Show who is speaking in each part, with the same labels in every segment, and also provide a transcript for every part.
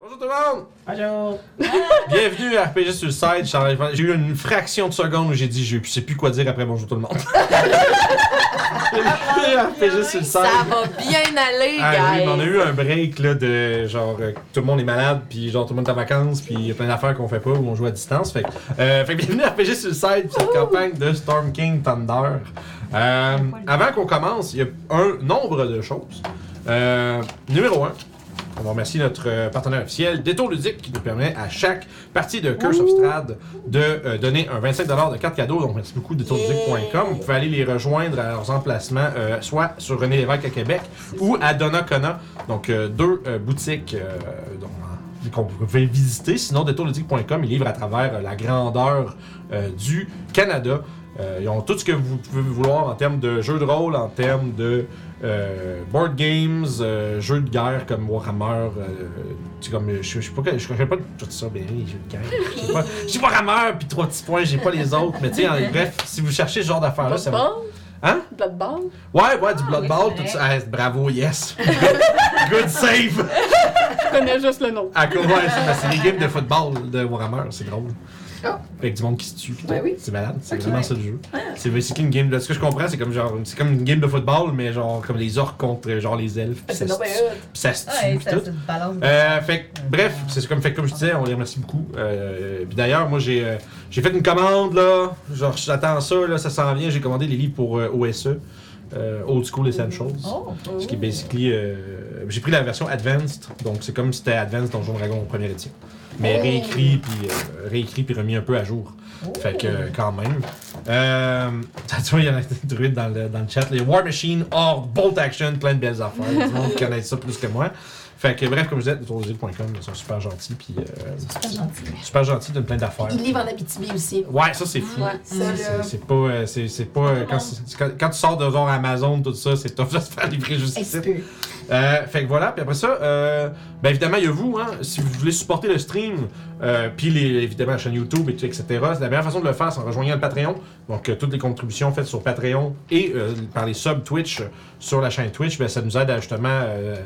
Speaker 1: Bonjour tout le monde!
Speaker 2: Allô!
Speaker 1: Bienvenue à RPG sur le side. Charles- J'ai eu une fraction de seconde où j'ai dit je sais plus quoi dire après bonjour tout le monde. Bienvenue à RPG sur le side.
Speaker 3: Ça va bien aller,
Speaker 1: Ah oui, mais on a
Speaker 3: guys.
Speaker 1: eu un break là, de genre euh, tout le monde est malade, puis genre tout le monde est en vacances, puis il y a plein d'affaires qu'on fait pas où on joue à distance. Fait, que, euh, fait que bienvenue à RPG Suicide, puis cette campagne de Storm King Thunder. Euh, avant qu'on commence, il y a un nombre de choses. Euh, numéro 1. On remercie notre euh, partenaire officiel, Détour Ludique, qui nous permet à chaque partie de Curse of Strad de euh, donner un 25$ de carte cadeau. Donc, merci beaucoup, détourludique.com. Vous pouvez aller les rejoindre à leurs emplacements, euh, soit sur René Lévesque à Québec ou à Donnacona. Donc, euh, deux euh, boutiques euh, donc, en- qu'on pouvez visiter. Sinon, détourludique.com, ils livrent à travers euh, la grandeur euh, du Canada. Euh, ils ont tout ce que vous pouvez vouloir en termes de jeux de rôle, en termes de euh, board games, euh, jeux de guerre comme Warhammer. euh, tu sais, comme, euh, je, je sais pas, que- je connais pas tout ça bien, les jeux de guerre. Je sais pas- J'ai Warhammer, puis trois petits points, j'ai pas les autres. Mais tu sais, en- bref, si vous cherchez ce genre d'affaires-là, ça va.
Speaker 3: Bloodborne?
Speaker 1: Hein?
Speaker 3: Bloodborne?
Speaker 1: Ouais, ouais, du Blood
Speaker 4: oui,
Speaker 1: Bowl,
Speaker 4: c'est
Speaker 1: tout ça. Ah, bravo, yes. Good save.
Speaker 3: Je connais juste le nom.
Speaker 1: À cause, ouais, c'est parce que c'est des games de football de Warhammer, c'est drôle. Avec du monde qui se tue. pis tout.
Speaker 4: Oh. Ben oui.
Speaker 1: C'est malade, c'est
Speaker 4: Ok. Ah.
Speaker 1: vraiment ça le jeu. C'est basically une game de. Ce que je comprends, c'est comme genre. C'est comme une game de football, mais genre comme les orques contre genre les
Speaker 4: Ah,
Speaker 1: elfes. pis
Speaker 3: C'est
Speaker 1: ça,
Speaker 3: donc
Speaker 1: se
Speaker 3: bien
Speaker 1: tue,
Speaker 3: hot.
Speaker 1: pis ça se tue,
Speaker 4: Ouais,
Speaker 1: pis
Speaker 4: Ah, ça
Speaker 1: tout.
Speaker 4: se balance.
Speaker 1: Euh, fait que, bref, c'est comme fait que comme je disais, on les remercie beaucoup. Euh, puis d'ailleurs, moi j'ai euh, j'ai fait une commande là, genre j'attends ça là, ça s'en vient. J'ai commandé les livres pour euh, OSE, euh, Old School Essentials.
Speaker 4: Oh,
Speaker 1: Ce qui est basically. euh, j'ai pris la version Advanced, donc c'est comme si c'était Advanced Donjon Dragon au premier édition. Mais réécrit, puis euh, réécrit, puis remis un peu à jour. Fait que, euh, quand même. Euh, tu vois, il y en a des druides dans le, dans le chat. Les War Machine, Horde, Bolt Action, plein de belles affaires. Tout le monde connaît ça plus que moi. Fait que, bref, comme je disais, autorisé.com, ils sont super gentils, puis euh,
Speaker 4: c'est gentil.
Speaker 1: super gentils, ils donnent plein d'affaires.
Speaker 3: Il livre en Abitibi aussi.
Speaker 1: Ouais, ça c'est fou.
Speaker 3: Ouais,
Speaker 1: Ça, c'est- C'est pas. euh, c'est- c'est pas euh, quand, c'est- quand- quand tu sors de voir Amazon, tout ça, c'est tough de se faire livrer juste ici.
Speaker 4: Expert.
Speaker 1: Euh, fait que voilà, puis après ça, euh, ben évidemment, il y a vous, hein, si vous voulez supporter le stream, euh, puis les- évidemment la chaîne YouTube, et tout, etc. c'est La meilleure façon de le faire, c'est en rejoignant le Patreon. Donc, euh, toutes les contributions faites sur Patreon et euh, par les subs Twitch euh, sur la chaîne Twitch, ben, ça nous aide à justement euh,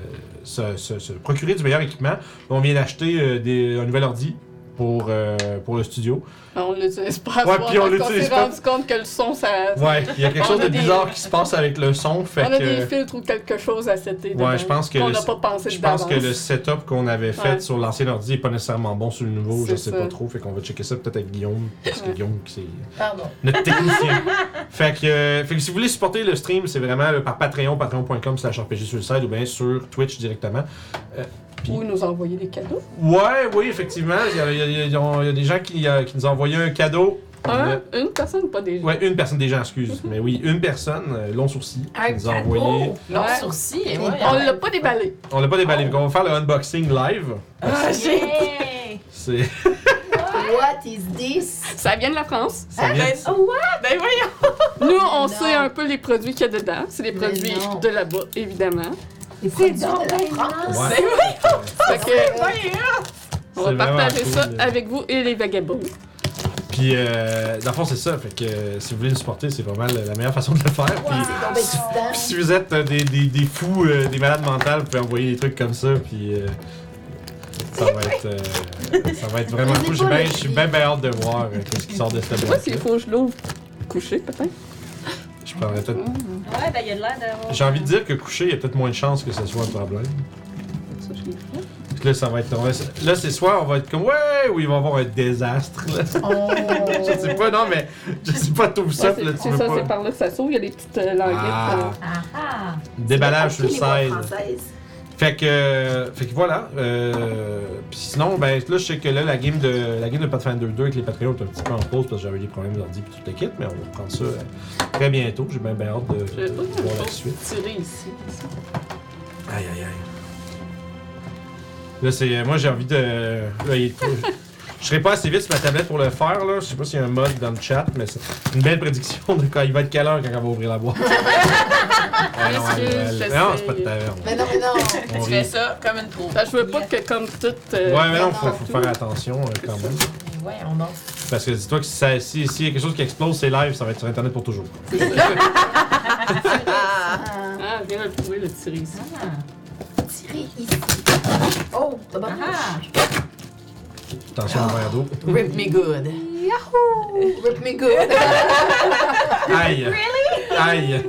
Speaker 1: se, se- se procurer du meilleur équipement. On vient d'acheter euh, des- un nouvel ordi pour, euh, pour le studio.
Speaker 3: Ah, On l'utilise pas. à
Speaker 1: Ouais,
Speaker 3: soir
Speaker 1: puis on
Speaker 3: parce qu'on
Speaker 1: l'utilise
Speaker 3: s'est
Speaker 1: pas.
Speaker 3: rendu compte que le son, ça.
Speaker 1: Ouais, il y a quelque chose
Speaker 3: On
Speaker 1: de
Speaker 3: a des-
Speaker 1: bizarre qui se passe avec le son,
Speaker 3: On
Speaker 1: fait
Speaker 3: a
Speaker 1: que...
Speaker 3: des filtres ou quelque chose à cet
Speaker 1: Ouais, je pense que
Speaker 3: On
Speaker 1: le-
Speaker 3: n'a pas pensé
Speaker 1: Je pense que le
Speaker 3: d'avance.
Speaker 1: setup qu'on avait fait
Speaker 3: Ouais.
Speaker 1: sur l'ancien ordi est pas nécessairement bon sur le nouveau, je sais
Speaker 3: C'est ça.
Speaker 1: pas trop, fait qu'on va checker ça peut-être avec Guillaume, parce que
Speaker 3: Ouais.
Speaker 1: Guillaume c'est
Speaker 4: Pardon.
Speaker 1: notre technicien. fait, que, euh, fait que si vous voulez supporter le stream, c'est vraiment euh, par Patreon, patreon.com slash RPG sur le site ou bien sur Twitch directement. que-
Speaker 3: Ou nous envoyer des cadeaux.
Speaker 1: Ouais, oui, effectivement, il y a, il y a- il y a- il y a des gens qui, euh, qui nous ont envoyé un cadeau. On
Speaker 3: Un,
Speaker 1: a-
Speaker 3: une personne, pas des gens.
Speaker 1: Ouais, une personne des gens, excuse. Mais oui, une personne, euh, long sourcil, qui nous a envoyé.
Speaker 5: Long
Speaker 3: Ouais.
Speaker 5: sourcil, et
Speaker 4: On
Speaker 5: ouais.
Speaker 3: On l'a pas déballé.
Speaker 1: On l'a pas déballé, donc on va faire le unboxing live.
Speaker 3: Oh! Ah, j'ai-
Speaker 4: Yay!
Speaker 1: C'est.
Speaker 4: What is this?
Speaker 3: Ça vient de la France.
Speaker 1: Ça vient-
Speaker 5: Ben, oh, what? Ben voyons!
Speaker 3: Nous, on
Speaker 4: Non.
Speaker 3: sait un peu les produits qu'il y a dedans. C'est des
Speaker 4: Mais
Speaker 3: produits
Speaker 4: non.
Speaker 3: de là-bas, évidemment.
Speaker 4: Les produits de la France.
Speaker 1: Ouais.
Speaker 3: Fait
Speaker 5: Ben
Speaker 3: que,
Speaker 5: voyons!
Speaker 3: on va
Speaker 1: C'est vraiment
Speaker 3: partager
Speaker 1: cool,
Speaker 3: ça
Speaker 1: là.
Speaker 3: avec vous et les vagabonds.
Speaker 1: Puis, euh, dans le fond, c'est ça. Fait que euh, si vous voulez nous supporter, c'est vraiment la la meilleure façon de le faire. Puis,
Speaker 4: C'est donc bien excitant.
Speaker 1: si vous êtes euh, des, des, des fous, euh, des malades mentales, vous pouvez envoyer des trucs comme ça. Puis, euh, ça, va être, euh, ça va être vraiment
Speaker 4: Mais c'est
Speaker 1: cool. J'ai
Speaker 4: pas
Speaker 1: bien-
Speaker 4: le
Speaker 1: Je suis
Speaker 4: prix.
Speaker 1: bien bien hâte de voir euh, qu'est-ce qui sort de cette
Speaker 3: Moi,
Speaker 1: boîte.
Speaker 3: s'il faut que je l'ouvre couché, peut-être.
Speaker 1: Je prendrais peut-être.
Speaker 4: Ouais, ben il y a de l'air d'avoir.
Speaker 1: J'ai envie de dire que coucher, il y a peut-être moins de chances que ce soit un problème.
Speaker 3: Ça, je l'ai fait.
Speaker 1: Parce que Là, ça va être. on va- Là, c'est soit on va être comme ouais, ou il va y avoir un désastre. là. je sais pas, non, mais je sais pas tout ça.
Speaker 3: Ouais,
Speaker 1: puis là, tu
Speaker 3: c'est- c'est
Speaker 1: veux
Speaker 3: ça,
Speaker 1: pas-
Speaker 3: c'est par là que ça s'ouvre. Il y a des petites euh, languettes.
Speaker 1: Ah,
Speaker 3: euh,
Speaker 4: Ah ah!
Speaker 1: déballage sur le
Speaker 4: Les voix
Speaker 1: 16.
Speaker 4: françaises.
Speaker 1: Fait que, euh, fait que voilà. Euh, puis sinon, ben là, je sais que là, la game de, la game de Pathfinder 2 avec les Patreons est un petit peu en pause parce que j'avais des problèmes d'ordi puis tout le kit, mais on va reprendre ça euh, très bientôt. J'ai bien bien hâte de,
Speaker 3: Je vais
Speaker 1: de
Speaker 3: pas
Speaker 1: voir la
Speaker 3: faire
Speaker 1: suite.
Speaker 3: tirées ici.
Speaker 1: Aïe aïe aïe. Là, c'est. euh, Moi, j'ai envie de. là, il est- Je serai pas assez vite sur ma tablette pour le faire, là. Je sais pas s'il y a un mode dans le chat, mais c'est une belle prédiction de quand il va être quelle heure quand on va ouvrir la boîte. Ah non,
Speaker 3: Excuse,
Speaker 1: elle- elle-
Speaker 3: je
Speaker 1: non,
Speaker 3: sais.
Speaker 1: c'est pas de taverne.
Speaker 4: Mais non, mais non!
Speaker 1: On
Speaker 5: Tu
Speaker 1: rit.
Speaker 5: fais ça comme une troupe.
Speaker 3: Fait que Ben, je veux pas que comme toute. euh,
Speaker 1: Ouais, mais non,
Speaker 4: Non,
Speaker 1: faut, faut
Speaker 3: non.
Speaker 1: faire attention euh, quand même.
Speaker 5: Mais voyons donc.
Speaker 1: Parce que dis-toi que si ça- si- s'il y a quelque chose qui explose, c'est live, ça va être sur Internet pour toujours.
Speaker 4: Ah.
Speaker 3: Ah, viens le trouver, le tirer ici.
Speaker 4: Tirez ici. Oh, t'as pas
Speaker 5: Ah!
Speaker 1: Attention
Speaker 3: Ah.
Speaker 1: au verre d'eau.
Speaker 2: Rip me good. Yahoo! Rip me good.
Speaker 1: Aïe! Aïe!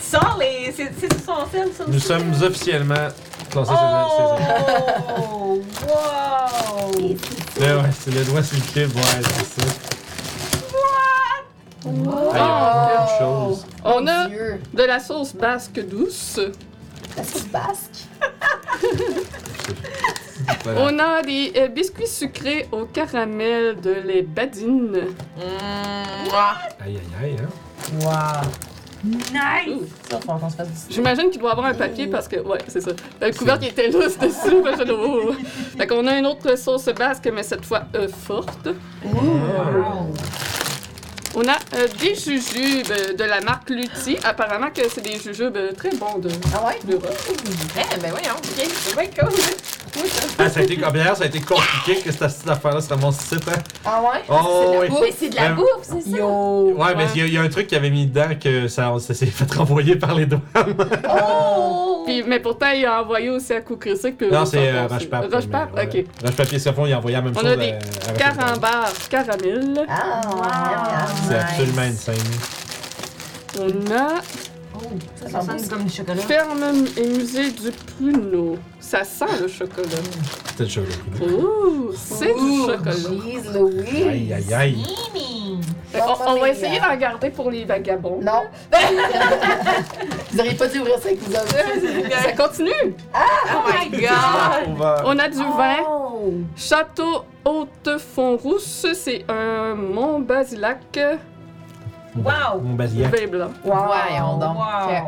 Speaker 5: Sors les. C'est c'est sur son sel, ça
Speaker 1: Nous
Speaker 5: aussi,
Speaker 1: sommes
Speaker 5: là?
Speaker 1: officiellement classés sur le
Speaker 5: Oh! wow!
Speaker 1: Là, Eh ouais, c'est le doigt sur le cube, ouais, c'est ça.
Speaker 4: Oh.
Speaker 1: Aïe, il y
Speaker 2: Oh!
Speaker 1: a plein de choses.
Speaker 3: On a
Speaker 4: Dieu.
Speaker 3: de la sauce basque douce.
Speaker 4: La sauce basque.
Speaker 1: Voilà.
Speaker 3: On a des euh, biscuits sucrés au caramel de les badines.
Speaker 5: Mmh, mouah.
Speaker 1: Aïe, aïe, aïe, hein.
Speaker 5: Wow!
Speaker 3: Ouh.
Speaker 5: Nice! Ça, faut qu'on se fasse du
Speaker 3: J'imagine qu'il doit avoir un papier parce que, ouais, c'est ça. Le couvercle était lousse dessus. fait que je dis, oh. Fait qu'on a une autre sauce basque, mais cette fois euh, forte.
Speaker 4: Wow.
Speaker 3: On a euh, des jujubes euh, de la marque Lutti. Apparemment que c'est des jujubes euh, très bons de
Speaker 5: Ah ouais?
Speaker 3: l'Europe.
Speaker 5: Eh, ben voyons, ok, c'est bien cool!
Speaker 1: Ah, ça a été, ah, ben là, ça a été compliqué que cette petite affaire-là se mon site, hein.
Speaker 2: Ah ouais?
Speaker 1: Oh, oui.
Speaker 2: Mais c'est de la
Speaker 1: Euh,
Speaker 2: bouffe, c'est ça?
Speaker 5: Yo!
Speaker 1: Ouais, mais il y a- il y, a un truc qu'il avait mis dedans que ça, ça s'est fait renvoyer par les douanes.
Speaker 2: Oh!
Speaker 3: Puis, mais pourtant, il a envoyé aussi à coup critique. puis
Speaker 1: Non,
Speaker 3: on
Speaker 1: c'est
Speaker 3: s'en
Speaker 1: euh,
Speaker 3: passe.
Speaker 1: Roche-Pape.
Speaker 3: Roche-Pape, ok.
Speaker 1: Roche-Papier sur fond, il a envoyé la même
Speaker 3: On
Speaker 1: chose.
Speaker 3: a des
Speaker 1: à- à Roche-Papier.
Speaker 3: Carambar caramel.
Speaker 4: Ah,
Speaker 2: Wow.
Speaker 1: C'est
Speaker 2: Nice.
Speaker 1: absolument insane.
Speaker 3: On a
Speaker 2: Ça sonne comme du chocolat.
Speaker 3: Ferme et musée du pruneau. Ça sent le chocolat.
Speaker 1: C'était le show de
Speaker 3: Ouh, c'est du chocolat.
Speaker 4: Jeez Louise.
Speaker 1: Aïe, aïe, aïe.
Speaker 5: Mimi!
Speaker 3: Fait qu'on- On, va essayer d'en garder pour les vagabonds.
Speaker 4: Non. vous n'auriez pas dû ouvrir ça avec vous autres.
Speaker 3: Ça continue.
Speaker 5: Oh my
Speaker 2: Ah,
Speaker 5: god!
Speaker 1: On va-
Speaker 3: On a du vin.
Speaker 4: Oh.
Speaker 3: Château Haute-Font-Rousse, c'est un mont basilac
Speaker 5: Wow!
Speaker 1: Mon basiliac.
Speaker 3: vin blanc.
Speaker 2: Wow. Voyons donc.
Speaker 5: Wow!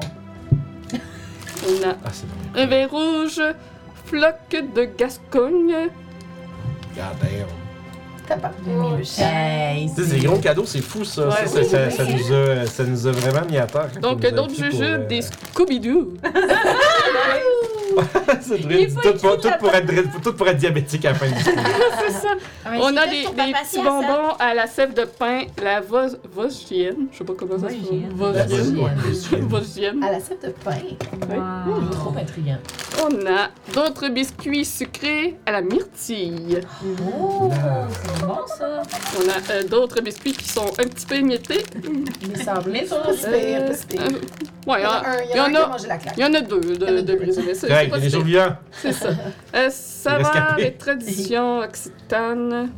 Speaker 3: On a
Speaker 1: Ah, c'est bon.
Speaker 2: Euh,
Speaker 3: un vin rouge, floc de Gascogne.
Speaker 1: God damn.
Speaker 4: T'as pas
Speaker 3: Oh.
Speaker 2: Mille choses.
Speaker 1: Tu sais, c'est des gros cadeaux, c'est fou ça.
Speaker 3: Ouais,
Speaker 1: ça,
Speaker 3: oui,
Speaker 1: ça,
Speaker 4: oui.
Speaker 1: ça nous a, ça nous a vraiment mis à terre. quand
Speaker 3: Donc
Speaker 1: on nous a
Speaker 3: d'autres
Speaker 1: écrit pour,
Speaker 3: jujubes,
Speaker 1: euh,
Speaker 3: des Scooby-Doo. Ah.
Speaker 1: c'est vrai,
Speaker 5: Il est pas
Speaker 1: tout, pour,
Speaker 5: écrit
Speaker 1: tout, pour être, tout pour être diabétique à la fin du film.
Speaker 3: c'est ça.
Speaker 4: Ah,
Speaker 3: On a des, des petits bonbons à la sève de pain, la vos- vosgienne. Je sais pas comment ça se
Speaker 2: Vosgienne.
Speaker 3: prononce.
Speaker 1: La bonne-
Speaker 3: Vosgienne.
Speaker 1: ouais,
Speaker 3: Vosgienne.
Speaker 4: À la sève de pain.
Speaker 2: Wow. Trop intriguant.
Speaker 3: On a d'autres biscuits sucrés à la myrtille.
Speaker 5: Mmh.
Speaker 4: Oh.
Speaker 2: C'est bon ça?
Speaker 3: On a euh, d'autres biscuits qui sont un petit peu émiettés.
Speaker 4: Il me semblait.
Speaker 5: Mais
Speaker 4: C'est
Speaker 5: ça,
Speaker 4: pas si pire, pas si
Speaker 3: Euh,
Speaker 4: pire. Il
Speaker 3: ouais,
Speaker 4: y en a
Speaker 3: hein,
Speaker 4: un, il y
Speaker 3: il y
Speaker 4: en a un qui a
Speaker 3: a-
Speaker 4: mangé la claque.
Speaker 3: il y en a deux
Speaker 4: Il y en
Speaker 3: de,
Speaker 4: a
Speaker 3: de
Speaker 4: deux.
Speaker 3: brisés. C'est
Speaker 1: Correct,
Speaker 3: c'est pas
Speaker 1: il y a des
Speaker 3: si pire.
Speaker 1: survivants.
Speaker 3: C'est ça. Euh, saveurs
Speaker 1: rescapés.
Speaker 3: et traditions occitanes,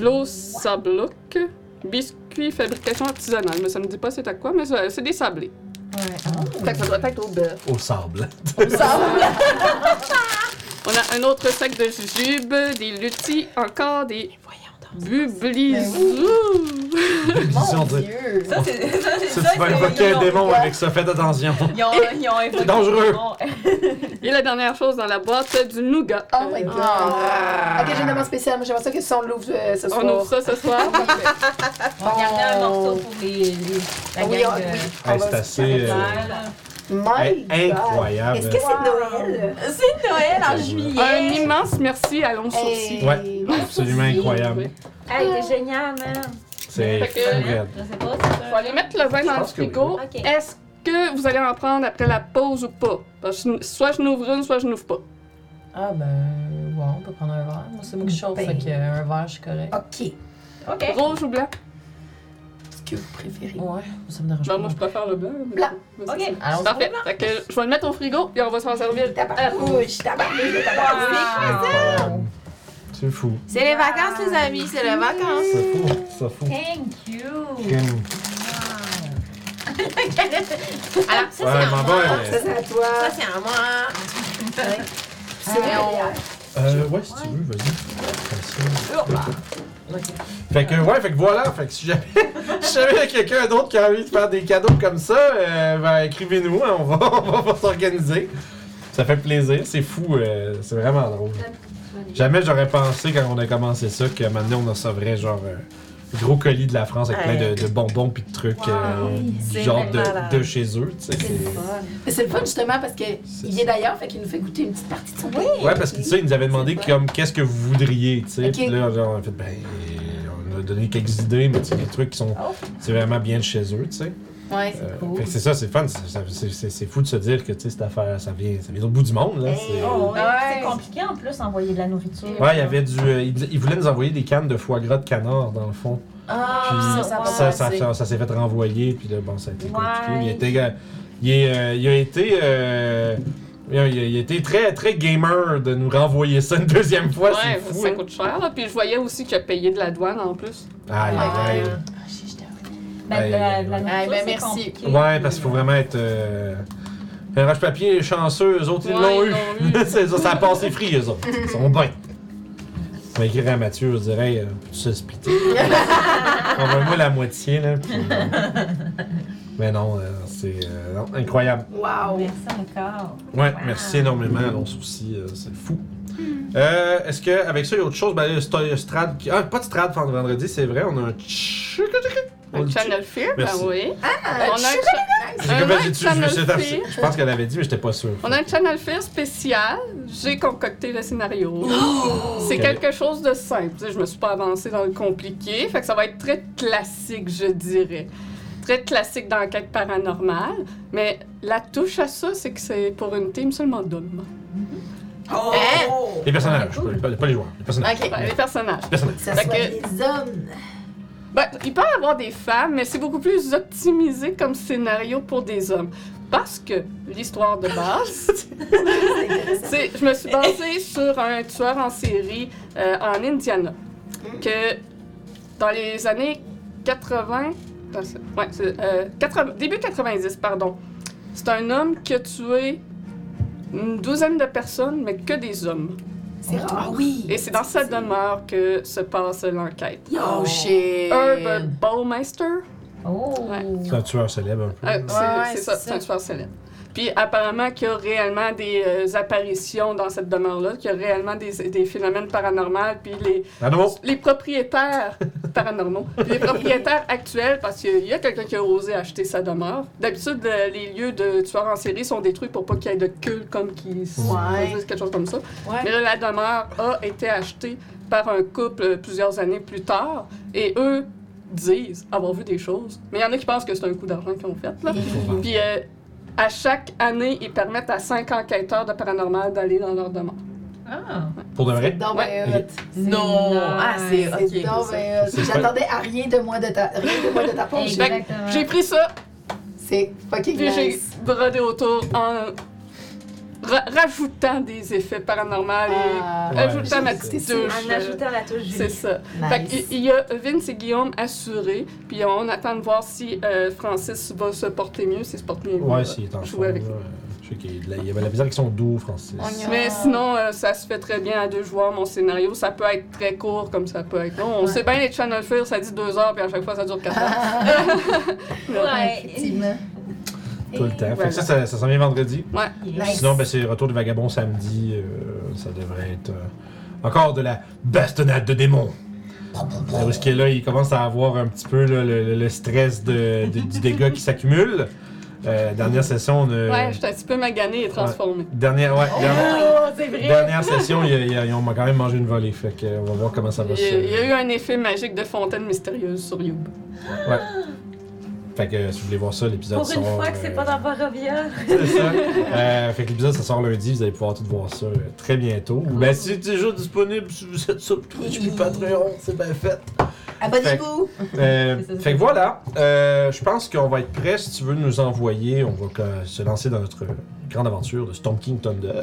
Speaker 3: l'eau sabloc, biscuits fabrication artisanale. Mais ça ne me dit pas c'est à quoi, mais ça- c'est des sablés.
Speaker 2: Ouais.
Speaker 3: Fait que ça doit être au beurre.
Speaker 1: Au sable.
Speaker 3: On a un autre sac de jujubes, des lutis, encore des bublizous.
Speaker 1: Disons
Speaker 4: Mon
Speaker 1: de-
Speaker 4: Dieu.
Speaker 5: Ça, c'est. Ça, c'est.
Speaker 1: Ça, tu vas invoquer un démon avec ça, faites attention.
Speaker 5: Ils ont, ils ont invoqué
Speaker 1: C'est dangereux.
Speaker 5: un démon.
Speaker 3: Et la dernière chose dans la boîte, c'est du nougat.
Speaker 4: Oh my god.
Speaker 5: Ah.
Speaker 4: Ok, j'ai une demande spéciale. Moi, j'aimerais ça que si on l'ouvre euh, ce soir.
Speaker 3: On ouvre ça ce soir.
Speaker 5: On va garder un morceau pour les. les la
Speaker 4: Ah Oui,
Speaker 3: euh,
Speaker 4: on-
Speaker 5: gang
Speaker 4: oui.
Speaker 5: de.
Speaker 4: on
Speaker 1: Hey,
Speaker 4: va
Speaker 1: c'est
Speaker 4: se-
Speaker 1: assez euh,
Speaker 4: My
Speaker 1: hey,
Speaker 3: bah.
Speaker 4: God.
Speaker 1: incroyable.
Speaker 4: Est-ce que c'est Noël?
Speaker 5: C'est Noël en juillet!
Speaker 3: Un immense merci à Long Sourcil.
Speaker 1: Ouais. absolument incroyable.
Speaker 5: Hey, t'es génial, man!
Speaker 1: C'est
Speaker 3: Fait
Speaker 1: fou,
Speaker 3: que-
Speaker 1: raide.
Speaker 5: Je sais pas si
Speaker 3: Je vais aller mettre le vin
Speaker 1: Je
Speaker 3: dans le
Speaker 1: pense que oui.
Speaker 3: frigo.
Speaker 5: Ok.
Speaker 3: Est-ce que vous allez en prendre après la pause ou pas? Parce que soit je n'ouvre une, soit je n'ouvre pas.
Speaker 2: Ah ben, ouais, on peut prendre un verre. Moi, c'est moi qui chauffe,
Speaker 4: Ben.
Speaker 2: fait que euh, un verre, je suis correct.
Speaker 4: Ok.
Speaker 5: ça. Ok.
Speaker 3: Rouge ou blanc?
Speaker 4: Ce que vous préférez.
Speaker 2: Ouais, ça me dérange pas.
Speaker 3: Non, Ben,
Speaker 2: Ah,
Speaker 3: moi je préfère le blanc. mais-
Speaker 4: Blanc.
Speaker 3: mais c'est
Speaker 5: Ok.
Speaker 2: Allons-y.
Speaker 3: ça. Parfait. Fait que je vais le mettre au frigo et on va s'en servir. Euh,
Speaker 4: Tabarnouche, tabarnouche, tabarnouche.
Speaker 1: Incroyable. C'est fou.
Speaker 2: C'est les vacances, les amis, c'est les vacances.
Speaker 1: C'est fou. C'est fou.
Speaker 5: Thank you!
Speaker 1: Kim.
Speaker 2: Alors, ça, c'est
Speaker 1: Ouais,
Speaker 2: à
Speaker 1: ma
Speaker 2: moi.
Speaker 1: bonne.
Speaker 4: Ça, c'est à toi.
Speaker 2: Ça, c'est à moi.
Speaker 4: C'est vrai,
Speaker 2: on-
Speaker 4: Pierre.
Speaker 1: Euh, ouais, si tu veux, vas-y. Comme ça.
Speaker 2: Ok.
Speaker 1: Fait que, ouais, fait que voilà. Fait que si jamais, si jamais il y a quelqu'un d'autre qui a envie de faire des cadeaux comme ça, euh, ben, écrivez-nous, hein, on va, on va s'organiser. Ça fait plaisir, c'est fou, euh, c'est vraiment drôle. Jamais j'aurais pensé quand on a commencé ça que maintenant on recevrait genre euh, gros colis de la France avec plein de, de bonbons puis de trucs euh, du
Speaker 5: c'est
Speaker 1: genre de,
Speaker 5: malade.
Speaker 1: de chez eux, tu sais.
Speaker 4: Mais c'est le fun justement parce qu'il est d'ailleurs, fait qu'il nous fait goûter une petite partie de son pays.
Speaker 1: Ouais, parce que tu sais, ils nous avaient demandé
Speaker 4: C'est
Speaker 1: comme qu'est-ce que vous voudriez, tu sais.
Speaker 4: Ok.
Speaker 1: Puis là, genre, on a fait, ben, on a donné quelques idées, mais tu sais, des trucs qui sont, c'est vraiment bien de chez eux, tu sais.
Speaker 4: Ouais, Oh. c'est
Speaker 1: Euh,
Speaker 4: cool.
Speaker 1: fait que c'est ça, c'est fun. c'est- ça- c'est- C'est c'est fou de se dire que tu sais, cette affaire, ça vient, ça vient au bout du monde. Là, c'est-
Speaker 5: Oh, ouais,
Speaker 4: Ouais.
Speaker 5: C'est compliqué en plus d'envoyer de la nourriture.
Speaker 1: Ouais, il y avait du. euh, il, il voulait nous envoyer des cannes de foie gras de canard, dans le fond.
Speaker 5: Ah,
Speaker 1: Puis
Speaker 4: ça, ça va
Speaker 1: ça, ça,
Speaker 4: passer.
Speaker 1: ça- ça s'est fait renvoyer, puis là, bon, ça a été compliqué. Il,
Speaker 5: Ouais.
Speaker 1: était, euh, il, est, euh, il a été. euh, il, a, il a- il a été très, très gamer de nous renvoyer ça une deuxième fois, c'est
Speaker 3: Ouais,
Speaker 1: fou.
Speaker 3: ça
Speaker 1: hein.
Speaker 3: coûte cher. Là. Puis je voyais aussi qu'il a payé de la douane en plus.
Speaker 1: Aïe, aïe, aïe.
Speaker 4: Ah, j'ai- j'étais horrible.
Speaker 5: Ben, de la, de la
Speaker 1: Ouais,
Speaker 5: nourriture,
Speaker 4: ben,
Speaker 5: c'est
Speaker 4: merci.
Speaker 5: compliqué.
Speaker 1: Ouais, parce qu'il faut vraiment être. Euh... Un papier chanceux, eux autres, ils
Speaker 3: Ouais,
Speaker 1: l'ont
Speaker 3: ils
Speaker 1: eu.
Speaker 3: l'ont eu.
Speaker 1: C'est ça, ça a passé free, eux autres. Ils sont bons. Je vais écrire à Mathieu, je dirais, hey, euh, peux-tu se splitter? Envoie-moi la moitié, là. puis, euh, Mais non, euh, c'est euh, non, incroyable.
Speaker 4: Wow.
Speaker 5: Oh, Merci encore.
Speaker 1: Ouais,
Speaker 5: Wow.
Speaker 1: merci énormément, Alonso aussi, euh, c'est fou.
Speaker 3: Hmm.
Speaker 1: Euh, Est-ce qu'avec ça, il y a autre chose? Ben, là, st- euh, Strad. qui- Ah, pas de Strad enfin, vendredi, c'est vrai, on a un. tch- On
Speaker 3: Un
Speaker 1: dit-
Speaker 3: Channel Fear, ben
Speaker 1: Merci.
Speaker 3: oui.
Speaker 4: Ah,
Speaker 3: on, a un
Speaker 4: tch-
Speaker 3: cha-
Speaker 1: J'ai
Speaker 3: un
Speaker 1: comme
Speaker 3: autre
Speaker 1: dit, je me
Speaker 3: Channel
Speaker 1: suis tapé-
Speaker 3: Fear.
Speaker 1: Je pense qu'elle avait dit, mais j'étais pas sûr.
Speaker 3: on a un Channel Fear spécial. J'ai concocté le scénario. C'est
Speaker 1: Ok.
Speaker 3: quelque chose de simple. Tu sais, Je me suis pas avancée dans le compliqué. Fait que ça va être très classique, je dirais. Très classique d'enquête paranormale. Mais la touche à ça, c'est que c'est pour une team seulement d'hommes.
Speaker 4: Oh!
Speaker 1: Les personnages, pas, pas les joueurs, les personnages.
Speaker 4: Ok.
Speaker 3: Ouais, les personnages.
Speaker 1: Les personnages.
Speaker 4: Que ça
Speaker 3: Fait
Speaker 4: soit
Speaker 3: que-
Speaker 4: des hommes.
Speaker 3: Ben, il peut y avoir des femmes, mais c'est beaucoup plus optimisé comme scénario pour des hommes. Parce que l'histoire de base,
Speaker 4: C'est intéressant.
Speaker 3: c'est, je me suis basée sur un tueur en série euh, en Indiana. Que dans les années 80, attends, c'est- ouais, c'est, euh, 80 début 90, pardon, c'est un homme qui a tué une douzaine de personnes, mais que des hommes.
Speaker 4: C'est rare. Ah oui.
Speaker 3: Et c'est dans sa demeure que se passe l'enquête.
Speaker 4: Oh shit.
Speaker 3: Herbert Baumeister,
Speaker 5: Oh.
Speaker 3: Ouais.
Speaker 1: C'est un tueur célèbre un peu.
Speaker 3: Ah, euh, c'est
Speaker 4: ouais,
Speaker 3: c'est
Speaker 4: c'est
Speaker 3: ça, c'est un tueur célèbre. Puis apparemment qu'il y a réellement des euh, apparitions dans cette demeure-là, qu'il y a réellement des, des phénomènes paranormaux, puis les,
Speaker 1: Ah non,
Speaker 3: les propriétaires paranormaux, puis les propriétaires actuels, parce qu'il y a quelqu'un qui a osé acheter sa demeure. D'habitude, le- les lieux de tueurs en série sont détruits pour pas qu'il y ait de culte comme qui se
Speaker 4: Ouais.
Speaker 3: produise, quelque chose comme ça.
Speaker 4: Ouais.
Speaker 3: Mais là, la demeure a été achetée par un couple euh, plusieurs années plus tard, et eux disent avoir vu des choses. Mais il y en a qui pensent que c'est un coup d'argent qu'ils ont fait, là.
Speaker 1: Faut
Speaker 3: Puis euh, à chaque année, ils permettent à cinq enquêteurs de paranormal d'aller dans leur demeure.
Speaker 5: Ah.
Speaker 1: pour de vrai.
Speaker 4: Non,
Speaker 3: Ouais.
Speaker 4: ben, hot.
Speaker 5: Non.
Speaker 4: Ah, c'est
Speaker 2: ok,
Speaker 4: c'est donc
Speaker 2: ça.
Speaker 4: ben, hot.
Speaker 1: C'est pas-
Speaker 4: J'attendais à rien de moi de ta, rien de moi de ta part.
Speaker 5: Hey,
Speaker 4: J'ai-
Speaker 3: Fait que J'ai pris ça,
Speaker 4: C'est fucking
Speaker 3: puis j'ai
Speaker 4: nice.
Speaker 3: brodé autour en ra- rajoutement des effets paranormaux
Speaker 4: Ah,
Speaker 3: et
Speaker 1: Ouais.
Speaker 3: ajoutant ma
Speaker 4: C'est
Speaker 3: petite
Speaker 4: ça.
Speaker 3: touche.
Speaker 5: En
Speaker 3: euh,
Speaker 5: ajoutant la touche
Speaker 3: C'est
Speaker 5: Julie.
Speaker 3: ça. Fait
Speaker 4: nice.
Speaker 3: qu'il- il y a Vince et Guillaume assurés, puis on attend de voir si euh, Francis va se porter mieux, s'il se porte mieux. on va
Speaker 1: Ouais, s'il est en
Speaker 3: jouer
Speaker 1: forme,
Speaker 3: avec
Speaker 1: là, euh, Je sais qu'il y a de la- il y avait la bizarre avec son dos, Francis.
Speaker 4: On y a-
Speaker 5: Ah.
Speaker 3: Mais sinon, euh, ça se fait très bien à deux joueurs, mon scénario. Ça peut être très court comme ça peut être long. On
Speaker 5: Ouais.
Speaker 3: sait bien, les Channel Fear, ça dit deux heures, puis à chaque fois, ça dure quatre heures.
Speaker 5: Ouais.
Speaker 4: Effectivement.
Speaker 1: Tout le temps. Fait
Speaker 3: Voilà.
Speaker 1: que ça, ça, ça s'en vient vendredi.
Speaker 4: Nice.
Speaker 1: Sinon, ben, c'est Retour du Vagabond samedi. euh, ça devrait être euh, encore de la bastonnade de démons. Parce que là, il commence à avoir un petit peu là, le, le- le stress de, de- du dégât qui s'accumule. Euh, dernière session, on a.
Speaker 3: Ouais, j'étais un petit peu maganée et transformée.
Speaker 1: Dernière, ouais, dernière-
Speaker 5: Oh, c'est vrai.
Speaker 1: Dernière session, il y a- il y a- ils ont quand même mangé une volée. Fait que on va voir comment ça va
Speaker 3: Il
Speaker 1: se.
Speaker 3: y, a, il y a eu un effet magique de fontaine mystérieuse sur YouTube.
Speaker 1: Ouais. Fait que si vous voulez voir ça, l'épisode
Speaker 5: Pour
Speaker 1: sort.
Speaker 5: une fois que c'est
Speaker 1: euh,
Speaker 5: pas dans hein. Barovia.
Speaker 1: C'est ça. Euh, fait que l'épisode, ça sort lundi. Vous allez pouvoir tout voir ça euh, très bientôt. Ou ben, si c'est déjà disponible, si vous êtes sur Twitch puis Patreon, c'est bien fait.
Speaker 4: Abonnez-vous.
Speaker 1: Euh,
Speaker 5: C'est ça.
Speaker 1: fait que voilà. Euh, je pense qu'on va être prêt. Si tu veux nous envoyer, on va euh, se lancer dans notre grande aventure de Storm King Thunder.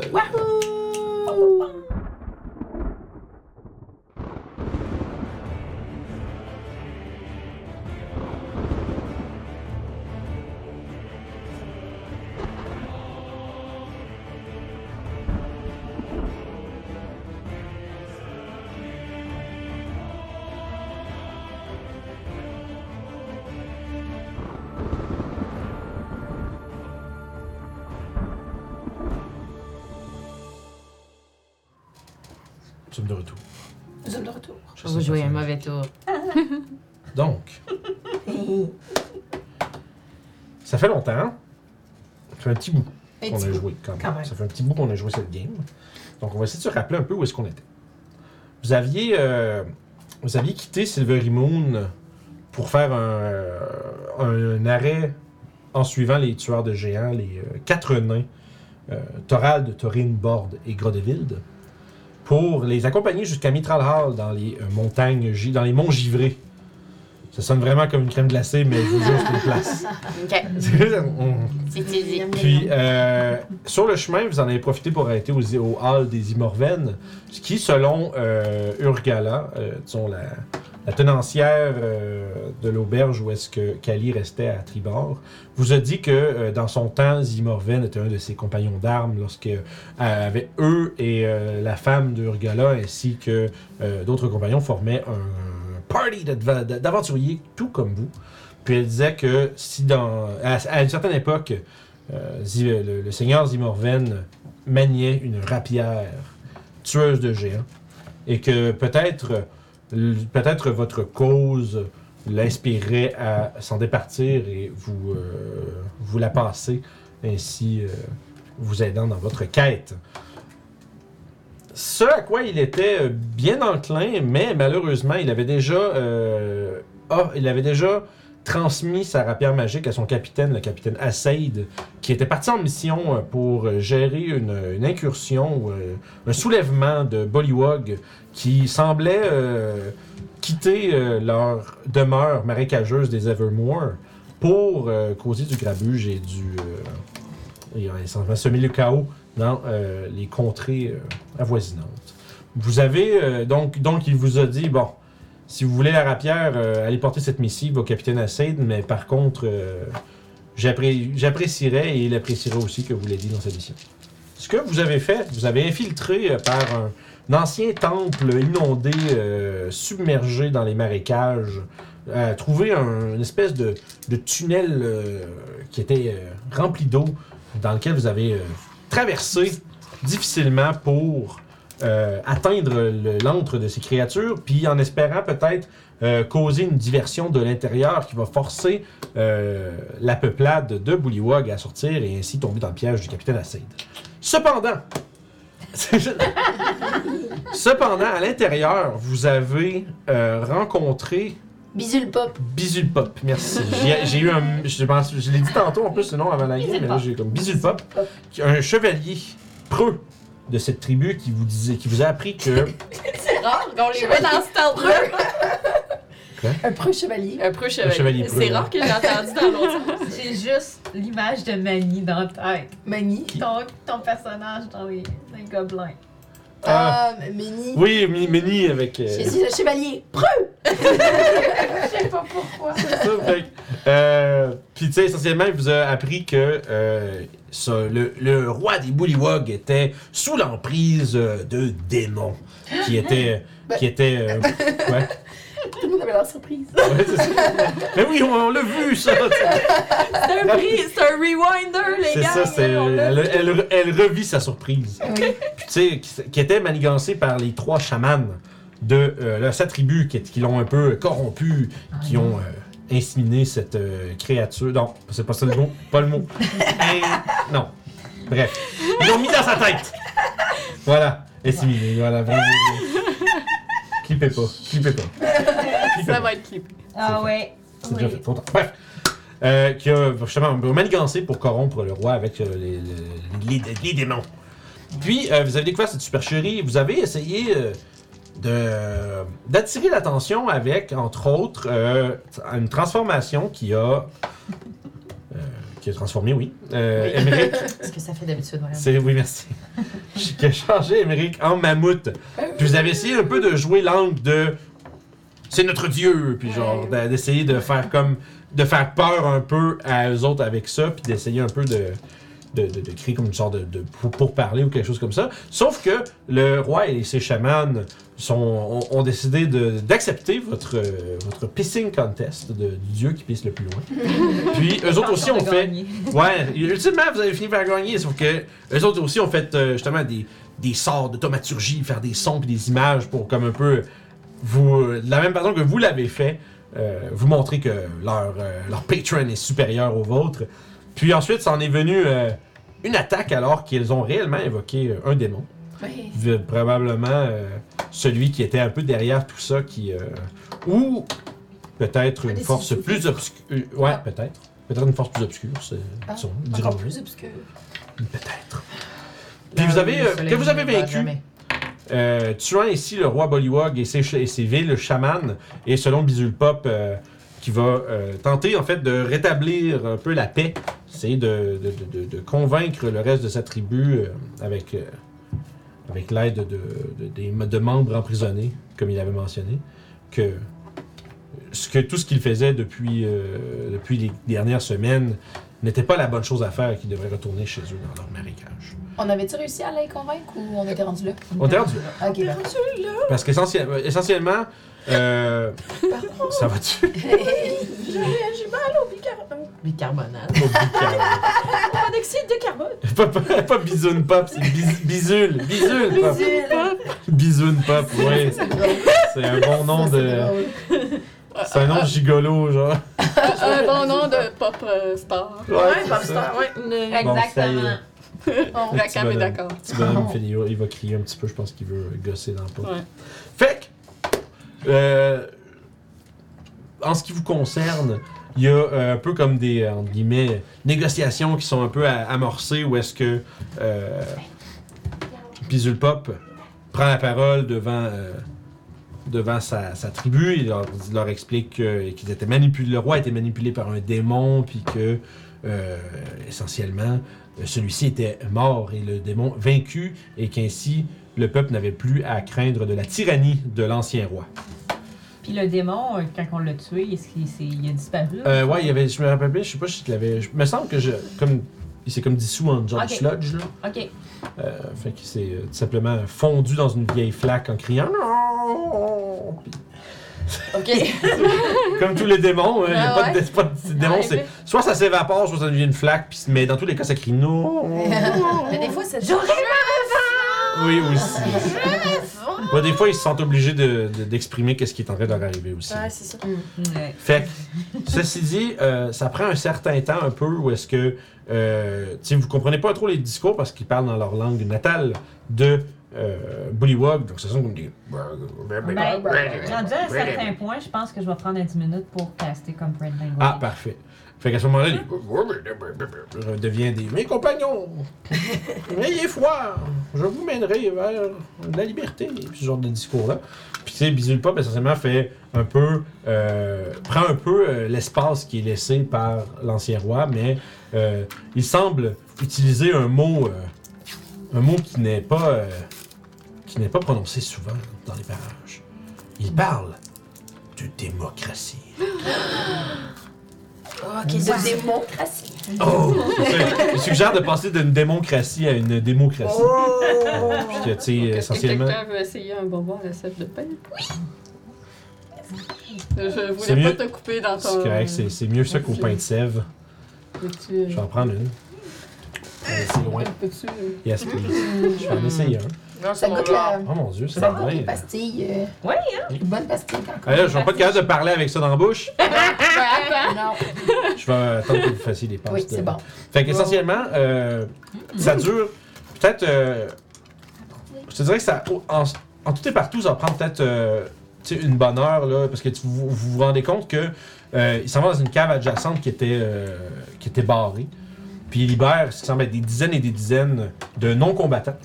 Speaker 1: Tu me de retour.
Speaker 4: Nous sommes de retour.
Speaker 1: Je
Speaker 2: Vous
Speaker 1: sais
Speaker 2: jouez
Speaker 1: pas
Speaker 2: un
Speaker 1: si-
Speaker 2: mauvais tour.
Speaker 1: Donc,
Speaker 4: Un
Speaker 1: ça fait longtemps. hein? Ça fait un petit bout. qu'on
Speaker 4: petit
Speaker 1: a
Speaker 4: peu.
Speaker 1: joué quand même.
Speaker 4: Quand même.
Speaker 1: Ça fait un petit bout qu'on a joué cette game. Donc on va essayer de se rappeler un peu où est-ce qu'on était. Vous aviez, euh, vous aviez quitté Silvery Moon pour faire un, euh, un arrêt en suivant les tueurs de géants, les euh, quatre nains, euh, Thorald, Thorin, Bord et Grodevild, pour les accompagner jusqu'à Mitral Hall dans les euh, montagnes, gi- dans les monts givrés. Ça sonne vraiment comme une crème glacée, mais je vous jure, c'est une place.
Speaker 4: Ok,
Speaker 1: On-
Speaker 4: c'est dit.
Speaker 1: puis, euh, sur le chemin, vous en avez profité pour arrêter aux, au hall des Immorvennes, qui, selon euh, Urgala, euh, disons la, la tenancière euh, de l'auberge où est-ce que Kali restait à Tribord, vous a dit que euh, dans son temps, Zimorven était un de ses compagnons d'armes lorsque euh, avec eux et euh, la femme de Urgala ainsi que euh, d'autres compagnons formaient un party d'adva- d'aventuriers, tout comme vous. Puis elle disait que si dans à, à une certaine époque, euh, Zi- euh, le, le seigneur Zimorven maniait une rapière tueuse de géants et que peut-être euh, l- peut-être votre cause l'inspirerait à s'en départir et vous, euh, vous la passez ainsi euh, vous aidant dans votre quête. Ce à quoi il était euh, bien enclin, mais malheureusement, il avait déjà, euh, ah, il avait déjà transmis sa rapière magique à son capitaine, le capitaine Asseid, qui était parti en mission euh, pour euh, gérer une, une incursion, ou, euh, un soulèvement de Bollywog qui semblait euh, quitter euh, leur demeure marécageuse des Evermore pour euh, causer du grabuge et du. euh, et, euh, essentiellement semer le chaos dans euh, les contrées euh, avoisinantes. Vous avez. euh, donc, donc, il vous a dit bon, si vous voulez la rapière, euh, allez porter cette missive au capitaine Asseid, mais par contre. euh, J'appré- J'apprécierais et il apprécierait aussi que vous l'aidiez dans cette mission. Ce que vous avez fait, vous avez infiltré euh, par un, un ancien temple inondé, euh, submergé dans les marécages, euh, trouvé un- une espèce de, de tunnel euh, qui était euh, rempli d'eau, dans lequel vous avez euh, traversé difficilement pour euh, atteindre le- l'antre de ces créatures, puis en espérant peut-être euh, causer une diversion de l'intérieur qui va forcer euh, la peuplade de Bullywog à sortir et ainsi tomber dans le piège du capitaine Acide. Cependant, cependant, à l'intérieur, vous avez euh, rencontré
Speaker 4: Bisous le pop.
Speaker 1: Bizulpop. Merci. J'ai- J'ai eu un, je pense, je l'ai dit tantôt en plus le nom avant la game, mais là j'ai comme Bizulpop, qui est un chevalier preux de cette tribu qui vous disait, qui vous a appris que
Speaker 5: C'est rare qu'on les voit dans ce temps-là.
Speaker 4: Un preux chevalier.
Speaker 3: Un preux
Speaker 1: Un chevalier
Speaker 3: chevalier.
Speaker 1: preux,
Speaker 3: C'est
Speaker 1: ouais.
Speaker 3: rare que j'ai entendu dans l'autre. sens.
Speaker 5: J'ai euh, juste l'image de Manny dans la tête.
Speaker 4: Mani.
Speaker 5: Ton, ton personnage dans les, dans les gobelins.
Speaker 1: Ah.
Speaker 4: Ah, Mani.
Speaker 1: oui, Mini avec. euh,
Speaker 4: Je suis le chevalier. Preux.
Speaker 5: Je sais pas pourquoi.
Speaker 1: ça, fait que, euh, puis tu sais, essentiellement, il vous a appris que euh, ça, le, le roi des Bullywog était sous l'emprise euh, de démons qui étaient. qui étaient euh, ouais.
Speaker 4: Tout le monde avait leur surprise.
Speaker 1: Ouais, c'est ça. Mais oui, on, on l'a vu, ça!
Speaker 3: C'est un prix, c'est un rewinder, les
Speaker 1: C'est
Speaker 3: gars.
Speaker 1: ça, c'est, euh,
Speaker 3: on
Speaker 1: elle,
Speaker 3: l'a-
Speaker 1: elle- elle revit sa surprise. Puis, tu sais, qui, qui était manigancée par les trois chamans de euh, leur- sa tribu, qui, qui l'ont un peu corrompu,
Speaker 3: Ah,
Speaker 1: qui ont euh, inséminé cette euh, créature. Non, c'est pas ça le mot. Pas le mot. Et- non. Bref. Ils l'ont mis dans sa tête. Voilà. Inséminé. Voilà. Vraiment. Clippez pas. Clippez pas. Clippez
Speaker 3: Ça
Speaker 1: pas.
Speaker 3: va être clip.
Speaker 5: Ah ouais.
Speaker 1: C'est
Speaker 5: Oui.
Speaker 1: déjà fait longtemps. Bref. Euh, qui a justement manigancé pour corrompre le roi avec euh, les, les- les- les démons. Puis, euh, vous avez découvert cette supercherie. Vous avez essayé euh, de- d'attirer l'attention avec, entre autres, euh, une transformation qui a. euh, qui a transformé, oui. Euh, Émeric,
Speaker 2: Ce que ça fait d'habitude, voyons.
Speaker 1: c'est- oui, merci. Qui a changé Émeric en mammouth. Puis vous avez essayé un peu de jouer l'angle de c'est notre dieu, puis genre d'a- d'essayer de faire comme de faire peur un peu à eux autres avec ça, puis d'essayer un peu de de, de- de créer comme une sorte de, de pour, parler ou quelque chose comme ça. Sauf que le roi et ses chamans sont, ont, ont décidé de- d'accepter votre, euh, votre pissing contest de, du dieu qui pisse le plus loin. Puis eux autres aussi ont fait Ouais, ultimement, vous avez fini par gagner, sauf que eux autres aussi ont fait euh, justement des, des sorts de thaumaturgie, faire des sons et des images pour comme un peu vous. euh, de la même façon que vous l'avez fait, euh, vous montrer que leur, euh, leur patron est supérieur au vôtre. Puis ensuite, s'en est venu euh, une attaque alors qu'ils ont réellement évoqué euh, un démon.
Speaker 4: Oui.
Speaker 1: V- probablement euh, celui qui était un peu derrière tout ça, qui euh, ou peut-être une
Speaker 4: des
Speaker 1: force
Speaker 4: Sisyphes.
Speaker 1: plus obscure. ouais, peut-être. Peut-être une force plus obscure, c'est.
Speaker 2: Ah,
Speaker 1: ça, on dira
Speaker 4: Encore
Speaker 1: oui.
Speaker 4: plus Ah, obscur.
Speaker 1: Peut-être. Puis vous avez, euh,
Speaker 2: Le soleil
Speaker 1: que vous avez
Speaker 2: ne va
Speaker 1: vaincu.
Speaker 2: jamais.
Speaker 1: Euh, tuant ainsi le roi Boliwag et ses, ch- et ses villes chamanes, et selon Bizulpop, euh, qui va euh, tenter en fait de rétablir un peu la paix, c'est de, de- de- de- de convaincre le reste de sa tribu euh, avec, euh, avec l'aide de, de- des- de membres emprisonnés, comme il avait mentionné, que, ce que tout ce qu'il faisait depuis, euh, depuis les dernières semaines n'était pas la bonne chose à faire et qu'ils devraient retourner chez eux dans leur marécage.
Speaker 4: On avait-tu réussi à les convaincre ou on était rendu là?
Speaker 1: On t'a rendu
Speaker 4: Ok, ben.
Speaker 1: Parce qu'essentiellement, essentiellement, euh, ça va-tu?
Speaker 2: Bicarbonate.
Speaker 1: Pas bicarbonate.
Speaker 5: Pas d'oxyde de carbone.
Speaker 1: pas, pas, pas bisoun pop, c'est bis- bisule. Bisule pop. Bisoun pop, oui. C'est un bon ben, nom de. C'est un nom gigolo, genre.
Speaker 3: Un bon nom de pop euh, star.
Speaker 1: Ouais, c'est ça.
Speaker 3: Ben,
Speaker 5: ouais.
Speaker 3: euh,
Speaker 5: Une...
Speaker 1: Bon, ça y est.
Speaker 5: Exactement.
Speaker 1: Le
Speaker 3: La
Speaker 1: petit
Speaker 3: cam est
Speaker 1: bonhomme.
Speaker 3: d'accord.
Speaker 1: petit bonhomme, fait- il va- il va crier un petit peu, je pense qu'il veut gosser dans le pot.
Speaker 3: Ouais.
Speaker 1: Fait que, euh, en ce qui vous concerne, il y a euh, un peu comme des, euh, entre guillemets, négociations qui sont un peu à- amorcées où est-ce que euh, Pizulpop prend la parole devant, euh, devant sa, sa tribu. Il leur, il leur explique que- qu'ils étaient manipulés, le roi était manipulé par un démon, puis que, euh, essentiellement, euh, celui-ci était mort et le démon vaincu, et qu'ainsi le peuple n'avait plus à craindre de la tyrannie de l'ancien roi.
Speaker 5: Puis le démon, euh, quand on l'a tué, est-ce qu'il s'est- il a disparu?
Speaker 1: Euh, ouais, il y avait, je me rappelle bien, je sais pas si je l'avais. Je, me semble que je, comme, il s'est comme dissous en genre de
Speaker 5: Ok.
Speaker 1: sludge, là.
Speaker 5: Ok.
Speaker 1: Euh, fait qu'il s'est euh, tout simplement fondu dans une vieille flaque en criant. Non! Puis,
Speaker 2: Ok.
Speaker 1: Comme tous les démons, hein, il y a
Speaker 3: Ah
Speaker 1: pas de,
Speaker 3: ouais?
Speaker 1: pas de- c'est- démon, c'est soit ça s'évapore, soit ça devient une flaque, puis, mais dans tous les cas, ça crie non.
Speaker 2: Oh.
Speaker 4: Mais des fois, c'est genre.
Speaker 1: Oui, aussi.
Speaker 3: Ah,
Speaker 1: Bah, des fois, ils se sentent obligés de- de- d'exprimer qu'est-ce qui est en train de leur arriver aussi.
Speaker 4: c'est ça.
Speaker 5: Ouais.
Speaker 1: Fait que, ceci dit, euh, ça prend un certain temps un peu où est-ce que, euh, tu sais, vous comprenez pas trop les discours parce qu'ils parlent dans leur langue natale de euh, Bullywog, donc ça sonne comme des...
Speaker 5: Ben, rendu à un certain point, je pense que je vais prendre un 10 minutes pour caster comme Brent Language.
Speaker 1: Ah, parfait. Fait qu'à ce moment-là, ben, il devient des... Mes compagnons, ayez foi, je vous mènerai vers la liberté, ce genre de discours-là. Puis tu sais, Bisul Pop, essentiellement, fait un peu... euh, prend un peu euh, l'espace qui est laissé par l'ancien roi, mais euh, il semble utiliser un mot... euh, un mot qui n'est pas... euh, qui n'est pas prononcé souvent dans les parages. Il parle de démocratie.
Speaker 2: Ah,
Speaker 4: Ok,
Speaker 3: euh,
Speaker 4: de démocratie.
Speaker 1: Oh! Il suggère de passer d'une démocratie à une démocratie.
Speaker 4: Oh!
Speaker 1: Puis que, tu sais,
Speaker 3: Est-ce que
Speaker 1: essentiellement.
Speaker 3: quelqu'un veut essayer un bonbon à la sève de pain? Oui! Je
Speaker 1: C'est
Speaker 3: voulais pas
Speaker 1: mieux.
Speaker 3: te couper dans ton...
Speaker 1: C'est correct, c'est, c'est mieux ça qu'au pain de sève.
Speaker 3: Peux-tu... euh,
Speaker 1: Je vais en prendre une. Allez, C'est loin.
Speaker 3: Peux-tu... euh,
Speaker 1: Yes, please. Je vais en essayer un.
Speaker 4: Ça goûte la.
Speaker 1: Oh mon dieu, c'est
Speaker 4: Ça
Speaker 1: pas
Speaker 4: goûte les
Speaker 1: bien.
Speaker 4: pastilles. euh,
Speaker 5: Ouais,
Speaker 3: hein?
Speaker 4: Des bonnes pastilles quand
Speaker 1: Ah là, je vais pas être capable de parler avec ça dans la bouche.
Speaker 4: même.
Speaker 1: Ah,
Speaker 4: Non.
Speaker 1: Je vais attendre que vous fassiez les passes.
Speaker 4: Oui,
Speaker 1: de-
Speaker 4: c'est bon.
Speaker 1: Fait qu'essentiellement, euh, ça dure peut-être. euh, je te dirais que ça. En, en tout et partout, ça prend peut-être euh, tu sais, une bonne heure, là, parce que tu- vous, vous vous rendez compte que euh, il s'en va dans une cave adjacente qui était, euh, qui était barrée. Puis il libère ce qui semble être des dizaines et des dizaines de non-combattants.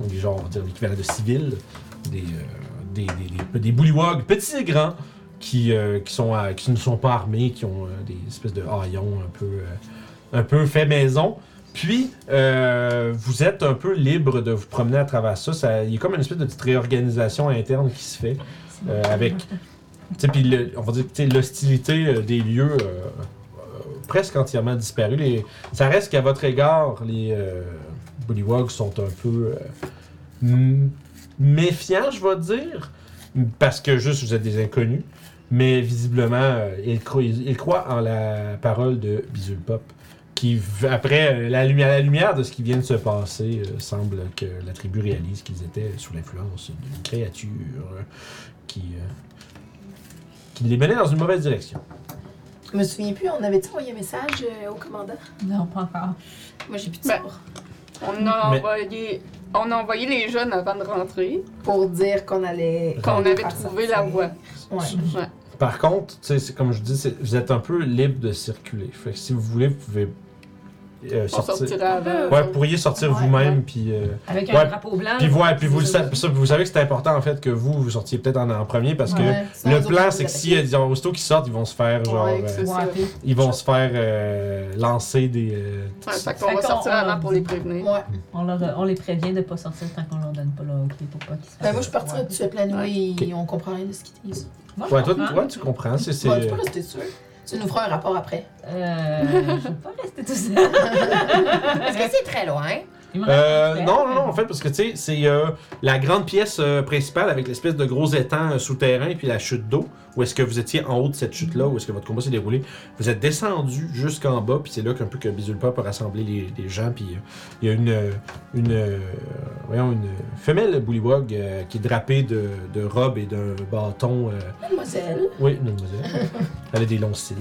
Speaker 1: Donc, des genre, on va dire l'équivalent de civils. Des, euh, des, des, des, des bullywogs, petits et grands, qui, euh, qui, sont, à- qui ne sont pas armés, qui ont euh, des espèces de haillons un peu. euh, un peu fait maison. Puis, euh, vous êtes un peu libre de vous promener à travers ça. Ça- Il y a comme une espèce de petite réorganisation interne qui se fait. euh, avec, tu sais, puis le- on va dire, tu sais, l'hostilité euh, des lieux euh, euh, presque entièrement disparue. Les- ça reste qu'à votre égard, les euh, Bullywogs sont un peu euh, m- méfiants, je vais dire. Parce que juste, vous êtes des inconnus. Mais visiblement, euh, ils, cro- ils- ils croient en la parole de Bizulpop qui, v- après euh, la, lumi- à la lumière de ce qui vient de se passer, euh, semble que la tribu réalise qu'ils étaient sous l'influence d'une créature euh, qui, euh, qui les menait dans une mauvaise direction.
Speaker 4: Je me souviens plus, on avait-tu envoyé un message
Speaker 1: ben.
Speaker 4: euh, au commandant?
Speaker 5: Non, pas encore.
Speaker 4: Moi, j'ai plus de
Speaker 3: Ben,
Speaker 4: sabre.
Speaker 3: On a
Speaker 1: Mais-
Speaker 3: envoyé On a envoyé les jeunes avant de rentrer,
Speaker 4: Pour dire qu'on allait.
Speaker 3: qu'on
Speaker 4: les
Speaker 3: avait
Speaker 4: faire
Speaker 3: trouvé
Speaker 4: sortir.
Speaker 3: la voie.
Speaker 4: Ouais.
Speaker 3: Ouais.
Speaker 1: Par contre, tu sais, c'est comme je dis, c'est- vous êtes un peu libre de circuler. Fait que si vous voulez, vous pouvez euh,
Speaker 3: On
Speaker 1: sortir.
Speaker 3: sortira avant.
Speaker 1: Ouais, vous pourriez sortir
Speaker 5: Ouais,
Speaker 1: vous-même, puis. euh,
Speaker 5: Avec
Speaker 1: Ouais.
Speaker 5: un drapeau blanc.
Speaker 1: Puis ouais, puis vous, le
Speaker 5: c'est
Speaker 1: sa- ça, vous savez que c'est important en fait que vous, vous sortiez peut-être en, en premier parce que
Speaker 4: Ouais, sans
Speaker 1: le
Speaker 4: autres,
Speaker 1: plan
Speaker 4: ils
Speaker 1: c'est que
Speaker 4: nous
Speaker 1: si y a des hostos qui sortent, ils vont se faire genre.
Speaker 3: Ouais,
Speaker 1: euh,
Speaker 3: c'est ça.
Speaker 4: attaquaient.
Speaker 1: ils vont se faire euh, lancer des. euh,
Speaker 3: Ouais, fait
Speaker 5: Fait
Speaker 3: qu'on va
Speaker 5: qu'on-
Speaker 3: sortir
Speaker 5: on-
Speaker 3: avant pour les
Speaker 4: Ouais.
Speaker 3: prévenir.
Speaker 4: Ouais.
Speaker 5: On, leur- on les prévient de ne pas sortir tant qu'on leur donne pas leur clé pour pas qu'ils se
Speaker 4: Ben,
Speaker 5: fassent-
Speaker 4: moi, je partirais
Speaker 5: Ouais.
Speaker 4: de tuer plein nuit
Speaker 1: Ouais.
Speaker 4: et on comprend rien de ce qu'ils disent.
Speaker 5: Moi, je
Speaker 1: Ouais, toi,
Speaker 5: comprends.
Speaker 1: toi, tu comprends. C'est, c'est... euh,
Speaker 4: Ouais, tu peux rester sûr. Tu nous feras un rapport après.
Speaker 5: Euh, je vais pas rester tout seul.
Speaker 4: Est-ce que c'est très loin?
Speaker 5: Il me
Speaker 1: Euh,
Speaker 5: reste-
Speaker 1: non, non, non, en fait, parce que tu sais, c'est euh, la grande pièce euh, principale avec l'espèce de gros étang euh, souterrain puis la chute d'eau. Où est-ce que vous étiez en haut de cette chute-là, où est-ce que votre combat s'est déroulé. Vous êtes descendu jusqu'en bas, puis c'est là qu'un peu que Bizulpa peut rassembler les, les gens. Puis euh, il y a une, euh, une, euh, voyons, une femelle Bullywog euh, qui est drapée de, de robe et d'un bâton. euh,
Speaker 4: Mademoiselle.
Speaker 1: oui, mademoiselle. Elle a des longs cils.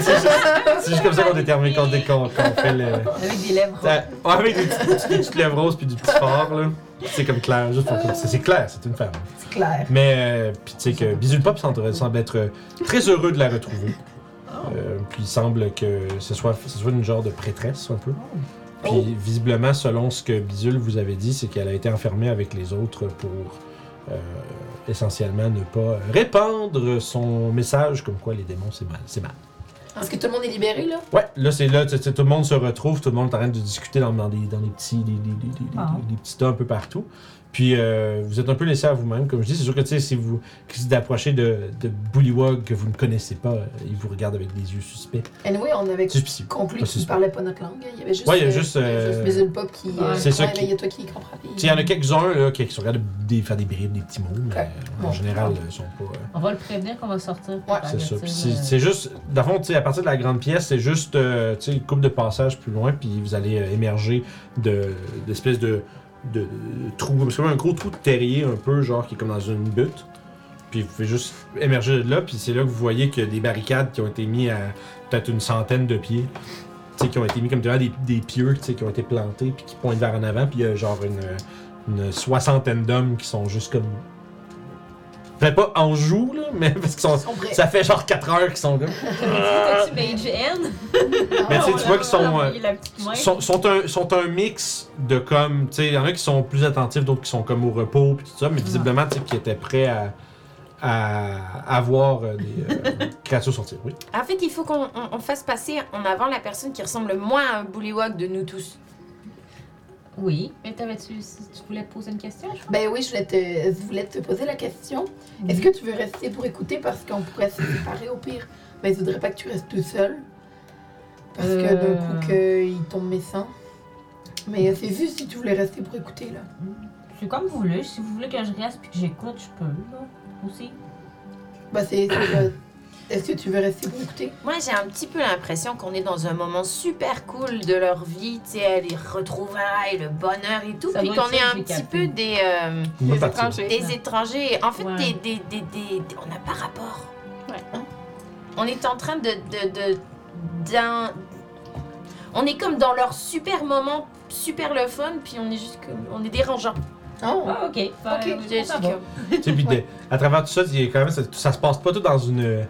Speaker 1: c'est juste comme ça qu'on détermine quand qu'on, qu'on fait le.
Speaker 5: Avec des lèvres.
Speaker 1: Ça- ouais, avec des petites, des petites lèvres roses puis du petit fort, là. C'est comme clair, juste pour que- c'est- C'est clair, c'est une femme.
Speaker 4: C'est clair.
Speaker 1: Mais, euh, puis tu sais que Bisul Pop semble, semble être euh, très heureux de la retrouver. Euh, puis il semble que ce soit, ce soit une genre de prêtresse, un peu. Puis
Speaker 4: Oh.
Speaker 1: visiblement, selon ce que Bisul vous avait dit, c'est qu'elle a été enfermée avec les autres pour euh, essentiellement ne pas répandre son message comme quoi les démons, c'est mal, c'est mal.
Speaker 4: Est-ce que tout le monde est libéré, là?
Speaker 1: Ouais, là c'est là, tu sais, tout le monde se retrouve, tout le monde est en train de discuter dans, dans des, dans des petits, des, des- des- des-
Speaker 5: Ah.
Speaker 1: des- des petits tas un peu partout. Puis euh, vous êtes un peu laissé à vous-même, comme je dis, c'est sûr que tu sais, si vous essayez d'approcher de, de Bullywog que vous ne connaissez pas, euh, il vous regarde avec des yeux suspects.
Speaker 4: Anyway, on avait
Speaker 1: Suspicieux. Pas
Speaker 4: conclu qu'ils ne
Speaker 1: suspect.
Speaker 4: parlaient pas notre langue. Il y avait juste.
Speaker 1: Ah, Ouais, il y a
Speaker 4: euh,
Speaker 1: juste. euh,
Speaker 4: Mais c'est pas qui. euh,
Speaker 1: C'est ça
Speaker 4: ouais,
Speaker 1: qui-
Speaker 4: ben, Il y a toi qui comprends.
Speaker 1: tu sais, il y en a quelques-uns là, qui, qui se regardent des- faire des bribes, des petits mots, mais
Speaker 4: Ok.
Speaker 1: euh, en
Speaker 4: Bon.
Speaker 1: général, ils sont pas. euh,
Speaker 5: On va le prévenir qu'on va sortir.
Speaker 4: Ouais.
Speaker 1: C'est ça. Puis
Speaker 5: euh.
Speaker 1: c'est c'est juste, dans le fond, tu sais, à partir de la grande pièce, c'est juste euh, tu sais, une coupe de passage plus loin, puis vous allez euh, émerger de- d'espèces de, de, de trous. C'est comme un gros trou de terrier, un peu, genre, qui est comme dans une butte. Puis vous pouvez juste émerger de là, puis c'est là que vous voyez qu'il y a des barricades qui ont été mises à peut-être une centaine de pieds. Tu sais, qui ont été mis comme devant des, des pieux, tu sais, qui ont été plantés, puis qui pointent vers en avant, puis il y a genre une, une soixantaine d'hommes qui sont juste comme. Peut-être pas en joue, là, mais parce qu'ils sont ça fait genre 4 heures qu'ils sont là.
Speaker 5: T'as-tu Mage N?
Speaker 1: Mais tu sais,
Speaker 5: On
Speaker 1: tu
Speaker 5: l'a-
Speaker 1: vois qu'ils
Speaker 5: on l'a
Speaker 1: sont, euh,
Speaker 5: envoyé la petite main.
Speaker 1: sont, sont un, sont un mix de comme. Tu sais, il y en a qui sont plus attentifs, d'autres qui sont comme au repos, puis tout ça, mais visiblement, tu sais, qui étaient prêts à, à, à voir euh, des euh, créatures sortir. Oui.
Speaker 6: En fait, il faut qu'on on- on fasse passer en avant la personne qui ressemble le moins à un bullywog de nous tous.
Speaker 5: Oui. Mais t'avais-tu. si Tu voulais poser une question, je crois?
Speaker 4: Ben oui, je voulais te, je voulais te poser la question. Est-ce que tu veux rester pour écouter parce qu'on pourrait se séparer au pire? Mais je voudrais pas que tu restes tout seul. Parce que
Speaker 5: Euh.
Speaker 4: d'un coup, qu'il tombe méchant. Mais euh, c'est juste si tu voulais rester pour écouter, là.
Speaker 5: C'est comme vous voulez. Si vous voulez que je reste puis que j'écoute, je peux, là. Aussi.
Speaker 4: Bah, c'est. c'est, euh, Est-ce que tu veux rester pour écouter?
Speaker 6: Moi, j'ai un petit peu l'impression qu'on est dans un moment super cool de leur vie, tu sais, les retrouvailles, le bonheur et tout,
Speaker 5: Ça
Speaker 6: puis
Speaker 5: doit
Speaker 6: qu'on
Speaker 5: être
Speaker 6: est
Speaker 5: ça que
Speaker 6: un
Speaker 5: j'ai
Speaker 6: petit
Speaker 5: capté.
Speaker 6: peu des, euh,
Speaker 1: On peut
Speaker 3: Les
Speaker 1: partir.
Speaker 3: étrangers.
Speaker 6: des étrangers. En fait,
Speaker 5: Ouais.
Speaker 6: des, des, des, des- des- on n'a pas rapport.
Speaker 3: Ouais.
Speaker 6: On est en train de, de, de- d'un, on est comme dans leur super moment, super le fun, puis on est juste, comme- on est dérangeant.
Speaker 4: Oh!
Speaker 5: Ah, ok.
Speaker 4: Ok,
Speaker 6: Je- je- que-
Speaker 1: Tu sais, puis de- à travers tout ça, il y a quand même, ça, ça se passe pas tout dans une,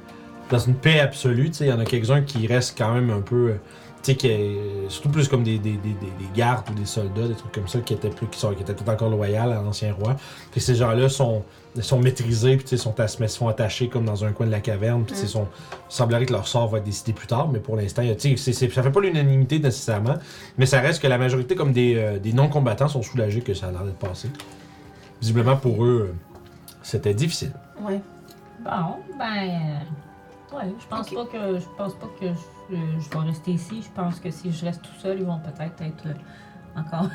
Speaker 1: dans une paix absolue. tu sais. Il y en a quelques-uns qui restent quand même un peu. euh, Tu sais, qui, euh, surtout plus comme des, des, des, des- des gardes ou des soldats, des trucs comme ça, qui étaient, plus, qui sont, qui étaient tout encore loyaux à l'ancien roi. Puis ces gens-là sont, sont maîtrisés, puis tu sais, sont ass- mais se font attacher comme dans un coin de la caverne. Puis tu sais, sont- il semblerait que leur sort va être décidé plus tard, mais pour l'instant, tu sais, c'est- c'est- ça fait pas l'unanimité nécessairement. Mais ça reste que la majorité, comme des, euh, des non-combattants, sont soulagés que ça a l'air d'être passé. Visiblement pour eux, euh, c'était difficile.
Speaker 4: Ouais.
Speaker 5: Bon, ben. euh, Ouais, je pense
Speaker 4: Ok.
Speaker 5: pas que je pense pas que je, euh, je vais rester ici. Je pense que si je reste tout seul, ils vont peut-être être euh, encore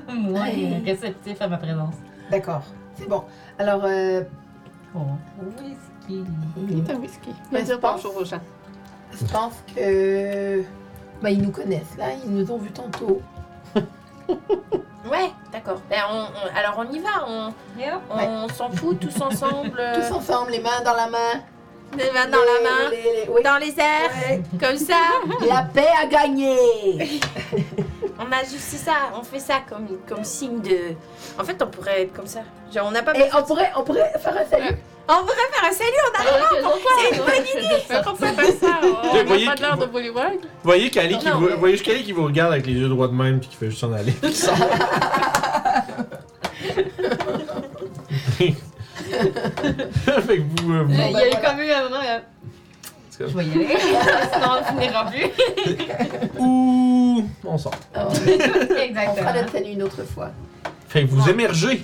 Speaker 5: moins
Speaker 4: Ouais.
Speaker 5: réceptifs à ma présence.
Speaker 4: D'accord. C'est bon. Alors, euh,
Speaker 5: Oh,
Speaker 6: bah,
Speaker 5: oui, ce qui.
Speaker 3: C'est un whisky.
Speaker 4: Ben,
Speaker 3: Va dire
Speaker 4: je pense-
Speaker 3: bonjour aux gens.
Speaker 4: je pense que. Bah, ils nous connaissent, là. Ils nous ont vus tantôt.
Speaker 6: Ouais, d'accord. Ben, on- on- alors on y va, on,
Speaker 5: Yep.
Speaker 6: on s'en fout tous ensemble, euh,
Speaker 4: Tous ensemble, les mains dans la main.
Speaker 6: les mains dans la main,
Speaker 4: Les- les- les- oui.
Speaker 6: dans les airs,
Speaker 4: Ouais.
Speaker 6: comme ça.
Speaker 4: La paix a gagné!
Speaker 6: On On a juste c'est ça, on fait ça comme, comme signe de. En fait, on pourrait être comme ça. Genre, on n'a pas
Speaker 4: Et on pourrait, on pourrait faire un salut.
Speaker 6: On pourrait faire un salut, on arrive
Speaker 3: C'est une bonne idée! On peut faire ça!
Speaker 1: Vous
Speaker 3: On
Speaker 1: voyez
Speaker 3: n'a pas
Speaker 1: que-
Speaker 3: l'air de Bullywag.
Speaker 1: Vous voyez qu'Ali qui,
Speaker 6: Non,
Speaker 1: vous-
Speaker 6: mais-
Speaker 1: voyez juste qu'Ali qui vous regarde avec les yeux droits de même puis qui fait juste s'en aller. Puis qui s'en va. fait que vous, euh, vous-
Speaker 3: Il y a eu comme eu un moment, euh,
Speaker 5: Je vais y aller.
Speaker 3: sinon on finira plus.
Speaker 1: Ouh, on sort.
Speaker 4: Oh, on fera
Speaker 5: Exactement.
Speaker 4: notre salut une autre fois.
Speaker 1: Fait que vous émergez.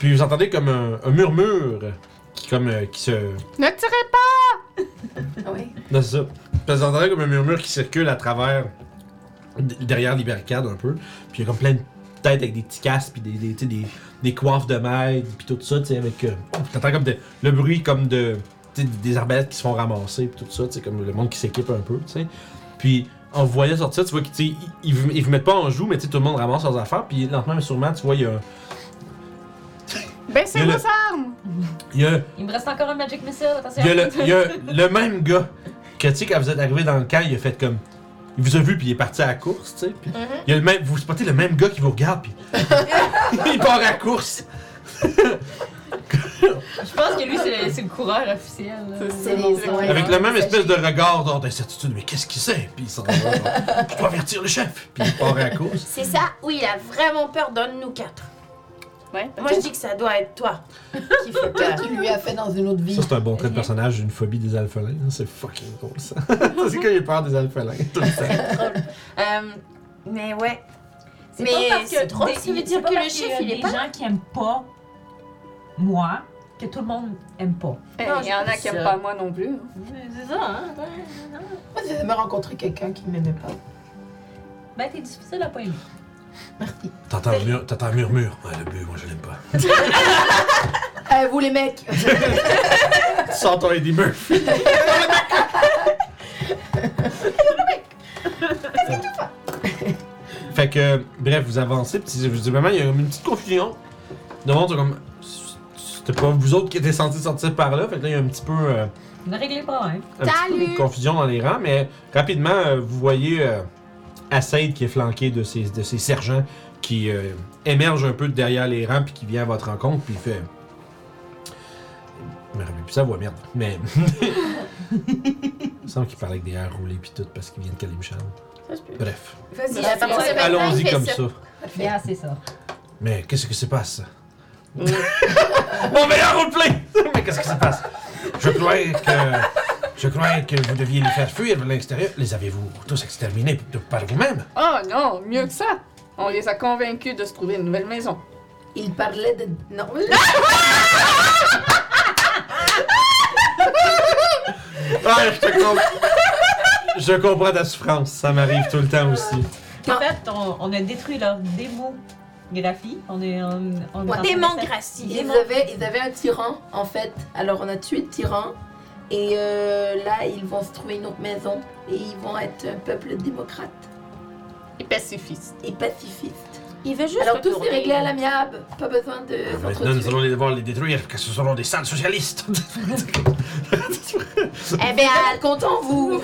Speaker 1: Puis vous entendez comme un, un murmure qui comme euh, qui se
Speaker 3: Ne tirez
Speaker 4: Ah oui.
Speaker 1: Non, c'est ça. Parce que j'entendais comme un murmure qui circule à travers, d- derrière les barricades un peu. Puis il y a comme plein de têtes avec des petits casques, puis des, des, tu sais, des, des coiffes de maître, puis tout ça, tu sais, avec... Euh, oh, puis t'entends comme de- le bruit comme de... tu sais, des arbalètes qui se font ramasser, puis tout ça, tu sais, comme le monde qui s'équipe un peu, tu sais. Puis en vous voyant sortir, tu vois qu'ils tu sais, ils- ils, vous- ils vous mettent pas en joue, mais tu sais, tout le monde ramasse leurs affaires, puis lentement mais sûrement, tu vois, il y a...
Speaker 3: pas! Baissez
Speaker 1: Il y a
Speaker 3: vos armes!
Speaker 1: Il y a
Speaker 5: Il me reste encore un Magic Missile, attention.
Speaker 1: Il y a le, il y a le même gars que, tu sais, quand vous êtes arrivé dans le camp, il a fait comme. Il vous a vu, puis il est parti à la course, tu sais. puis
Speaker 6: Mhm.
Speaker 1: Il y a le même. Vous spottez le même gars qui vous regarde, puis. il part à la course.
Speaker 5: Je pense que lui, c'est le, c'est le coureur officiel. là.
Speaker 4: C'est les- ouais.
Speaker 1: Avec le même espèce de regard genre, d'incertitude. Mais qu'est-ce qu'il sait? Puis il s'en va. genre, Je dois avertir le chef. Puis il part à la course.
Speaker 6: C'est ça où il a vraiment peur d'un de nous quatre.
Speaker 3: Ouais.
Speaker 6: Moi, je dis que ça doit être toi qui fait peur.
Speaker 4: Peut-être qu'il lui a fait dans une autre vie.
Speaker 1: Ça, c'est un bon trait de personnage, une phobie des alphelins. hein, C'est fucking drôle, ça. Ça, c'est quand il a peur des alphelins. tout le temps.
Speaker 6: Euh, mais ouais.
Speaker 5: C'est
Speaker 6: Mais
Speaker 5: pas parce que
Speaker 6: c'est drôle,
Speaker 5: des-
Speaker 6: ça veut
Speaker 5: c'est
Speaker 6: dire
Speaker 5: pas
Speaker 6: que le
Speaker 5: parce qu'il y
Speaker 6: chef,
Speaker 5: a
Speaker 6: il est
Speaker 5: des
Speaker 6: pas.
Speaker 5: gens qui aiment pas moi, que tout le monde aime pas.
Speaker 3: Eh,
Speaker 6: Non,
Speaker 3: Il y en a qui
Speaker 6: ça.
Speaker 3: aiment pas moi non plus. hein.
Speaker 5: C'est ça, hein?
Speaker 4: Moi, j'ai jamais rencontré quelqu'un qui m'aimait pas.
Speaker 5: Ben, t'es difficile à pas aimer.
Speaker 4: Merci.
Speaker 1: T'entends un mur- t'entends un murmure. Ouais, le bleu, moi, je l'aime pas.
Speaker 4: Euh, vous les mecs.
Speaker 1: Tu sens ton Eddie Murphy. Fait que, bref, vous avancez, puis je vous dis vraiment, il y a comme une petite confusion. Le monde, sont comme. C'était pas vous autres qui étiez censés sortir par là, fait que là, il y a un petit peu. euh,
Speaker 5: Ne réglez pas, hein?
Speaker 1: un petit peu de
Speaker 6: Salut!
Speaker 1: confusion dans les rangs, mais rapidement, euh, vous voyez euh, Assaid qui est flanqué de ses, de ses sergents qui euh, émerge un peu de derrière les rangs puis qui vient à votre rencontre puis il fait. Je me rappelle plus sa voix, merde. Mais. il me semble qu'il parlait avec des airs roulés puis tout parce qu'il vient de Kalimshan. Bref,
Speaker 6: Vas-y,
Speaker 3: à partir de
Speaker 6: fais ça.
Speaker 1: allons-y
Speaker 6: Fais
Speaker 1: comme ça.
Speaker 5: Mais ah, c'est ça.
Speaker 1: Mais qu'est-ce que se passe? Mon meilleur roleplay! Mais qu'est-ce qui se passe? Je croyais que. Je croyais que vous deviez les faire fuir de l'intérieur. Les avez-vous tous exterminés de- par vous-même?
Speaker 3: Oh non, mieux que ça! On les a convaincus de se trouver une nouvelle maison.
Speaker 4: Il parlait de. Non.
Speaker 1: Ah, je te comprends. Je comprends ta souffrance. Ça m'arrive tout le temps
Speaker 4: Euh,
Speaker 1: aussi.
Speaker 5: En fait, on, on a détruit leur démographie. On est on, on est en train de-
Speaker 6: Démocratie.
Speaker 4: Ils avaient, ils avaient un tyran, en fait. Alors, on a tué le tyran. Et euh, là, ils vont se trouver une autre maison. Et ils vont être un peuple démocrate
Speaker 3: Et pacifistes.
Speaker 4: et pacifiste.
Speaker 6: Il veut juste.
Speaker 4: Alors, tout
Speaker 6: retourner.
Speaker 4: est réglé à l'amiable. Pas besoin de
Speaker 1: Maintenant, nous allons
Speaker 4: s'entretuer.
Speaker 1: les devoir les détruire, car ce seront des sales socialistes.
Speaker 6: Eh ben,
Speaker 4: Ah, content, vous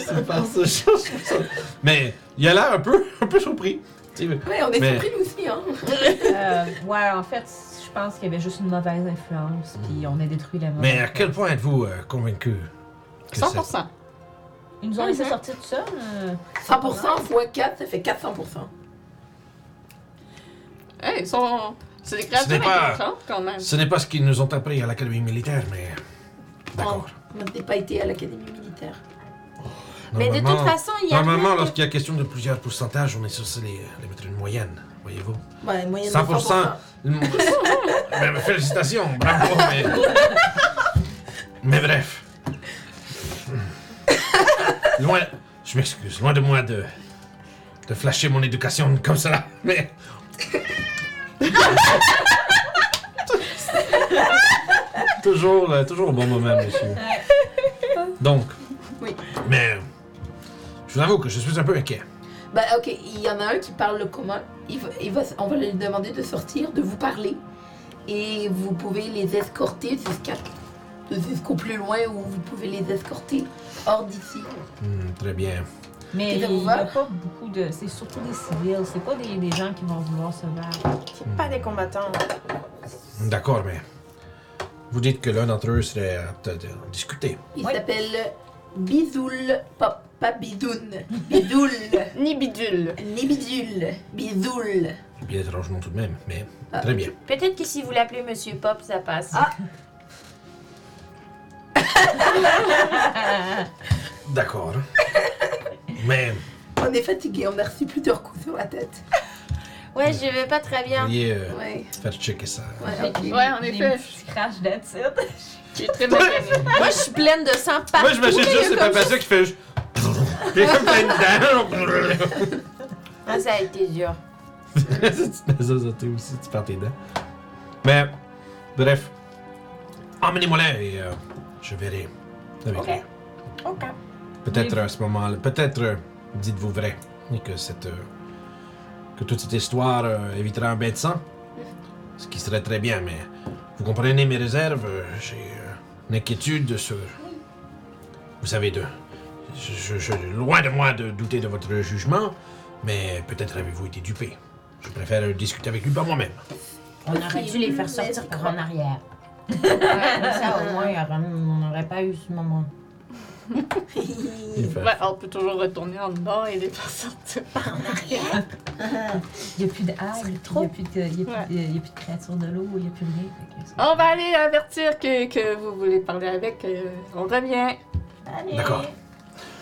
Speaker 1: C'est par ce chose. Mais il a l'air un peu, un peu surpris. Tu sais,
Speaker 4: Ouais, on est
Speaker 1: Mais-
Speaker 4: surpris, nous aussi, hein.
Speaker 5: Euh, ouais, en fait, je pense qu'il y avait juste une mauvaise influence, puis on a détruit la
Speaker 1: Mais
Speaker 5: mauvaise.
Speaker 1: à quel point êtes-vous euh, convaincu que ça-
Speaker 3: 100%.
Speaker 5: Ils
Speaker 4: Ah,
Speaker 5: nous ont laissé
Speaker 6: Mhm.
Speaker 5: sortir tout seul. euh,
Speaker 4: 100% x 4, ça fait 400%.
Speaker 3: Eh, ils sont. C'est des
Speaker 1: Ce
Speaker 3: créatures
Speaker 1: n'est pas-
Speaker 3: intelligentes quand même.
Speaker 1: Ce n'est pas ce qu'ils nous ont appris à l'académie militaire, mais. D'accord.
Speaker 4: On n'a pas été à l'académie militaire.
Speaker 6: mais de toute
Speaker 1: Normalement-
Speaker 6: façon, il y a.
Speaker 1: Normalement,
Speaker 6: rien de-
Speaker 1: lorsqu'il y a question de plusieurs pourcentages, on est censé les, les mettre une moyenne, voyez-vous.
Speaker 4: Ouais, moyenne
Speaker 1: 100%. Mm. Mais- mais félicitations, bravo, mais. mais bref. Loin. Je m'excuse, loin de moi de. de flasher mon éducation comme cela, mais. toujours, euh, toujours au bon moment, monsieur. Donc.
Speaker 4: Oui.
Speaker 1: Mais. Je vous avoue que je suis un peu inquiet.
Speaker 4: Bah ok, il y en a un qui parle le commun. Il va- il va- on va lui demander de sortir, de vous parler. Et vous pouvez les escorter jusqu'à jusqu'au plus loin où vous pouvez les escorter hors d'ici.
Speaker 1: Hmm, très bien.
Speaker 5: Mais
Speaker 4: T'es
Speaker 5: il
Speaker 4: au
Speaker 5: n'y a
Speaker 4: vert?
Speaker 5: pas beaucoup de. C'est surtout des civils, c'est pas des, des gens qui vont vouloir se battre.
Speaker 6: C'est pas des combattants.
Speaker 1: D'accord, mais. Vous dites que l'un d'entre eux serait apte à discuter.
Speaker 4: Il
Speaker 5: Oui.
Speaker 4: s'appelle Bizoul, pas, pas Bidoun. Bidoul,
Speaker 3: Ni bidule.
Speaker 4: Nibidule, Bizoul.
Speaker 1: Bien étrangement tout de même, mais
Speaker 4: Ah.
Speaker 1: très bien.
Speaker 6: Peut-être que si vous l'appelez Monsieur Pop, ça passe.
Speaker 4: Ah.
Speaker 1: D'accord. mais
Speaker 4: On est fatigué, on a reçu plusieurs coups sur la tête.
Speaker 6: Ouais, je vais pas très bien.
Speaker 1: veuillez euh,
Speaker 4: Ouais,
Speaker 1: faire checker ça.
Speaker 4: ouais, ok.
Speaker 3: Ouais, en
Speaker 5: Des
Speaker 3: effet.
Speaker 5: petits scratchs d'attitude.
Speaker 3: Je suis très mécanique.
Speaker 6: Moi, je suis pleine de sang partout.
Speaker 1: Moi, je m'achète
Speaker 6: là,
Speaker 1: juste ce
Speaker 6: comme-
Speaker 1: papa qui fait. juste- Puis comme plein de dents.
Speaker 6: Ah, ça a été dur.
Speaker 1: si tu fais ça, ça, toi aussi, tu perds tes dents. Mais, bref. Emmenez-moi là et euh, je verrai avec
Speaker 6: Ok.
Speaker 1: lui.
Speaker 6: Ok.
Speaker 1: Peut-être
Speaker 5: Oui.
Speaker 1: à ce moment-là, peut-être euh, dites-vous vrai et que cette euh, que toute cette histoire euh, évitera un bain de sang,
Speaker 6: Mm-hmm.
Speaker 1: ce qui serait très bien. Mais vous comprenez mes réserves. euh, J'ai euh, une inquiétude sur. Vous savez de, je, je- je- loin de moi de douter de votre jugement, mais peut-être avez-vous été dupé. Je préfère euh, discuter avec lui par moi-même.
Speaker 5: On aurait dû les faire sortir par en arrière. ça, au moins, on n'aurait pas eu ce moment.
Speaker 3: Ouais, on peut toujours retourner en dedans et les faire sortir.
Speaker 5: Il n'y a plus de hague, il n'y a plus de, il y a plus de- il y a plus de créatures de l'eau, il n'y a plus de rien. fait que ça-
Speaker 4: Ah!
Speaker 3: On va aller avertir que, que vous voulez parler avec. euh, on revient.
Speaker 1: D'accord.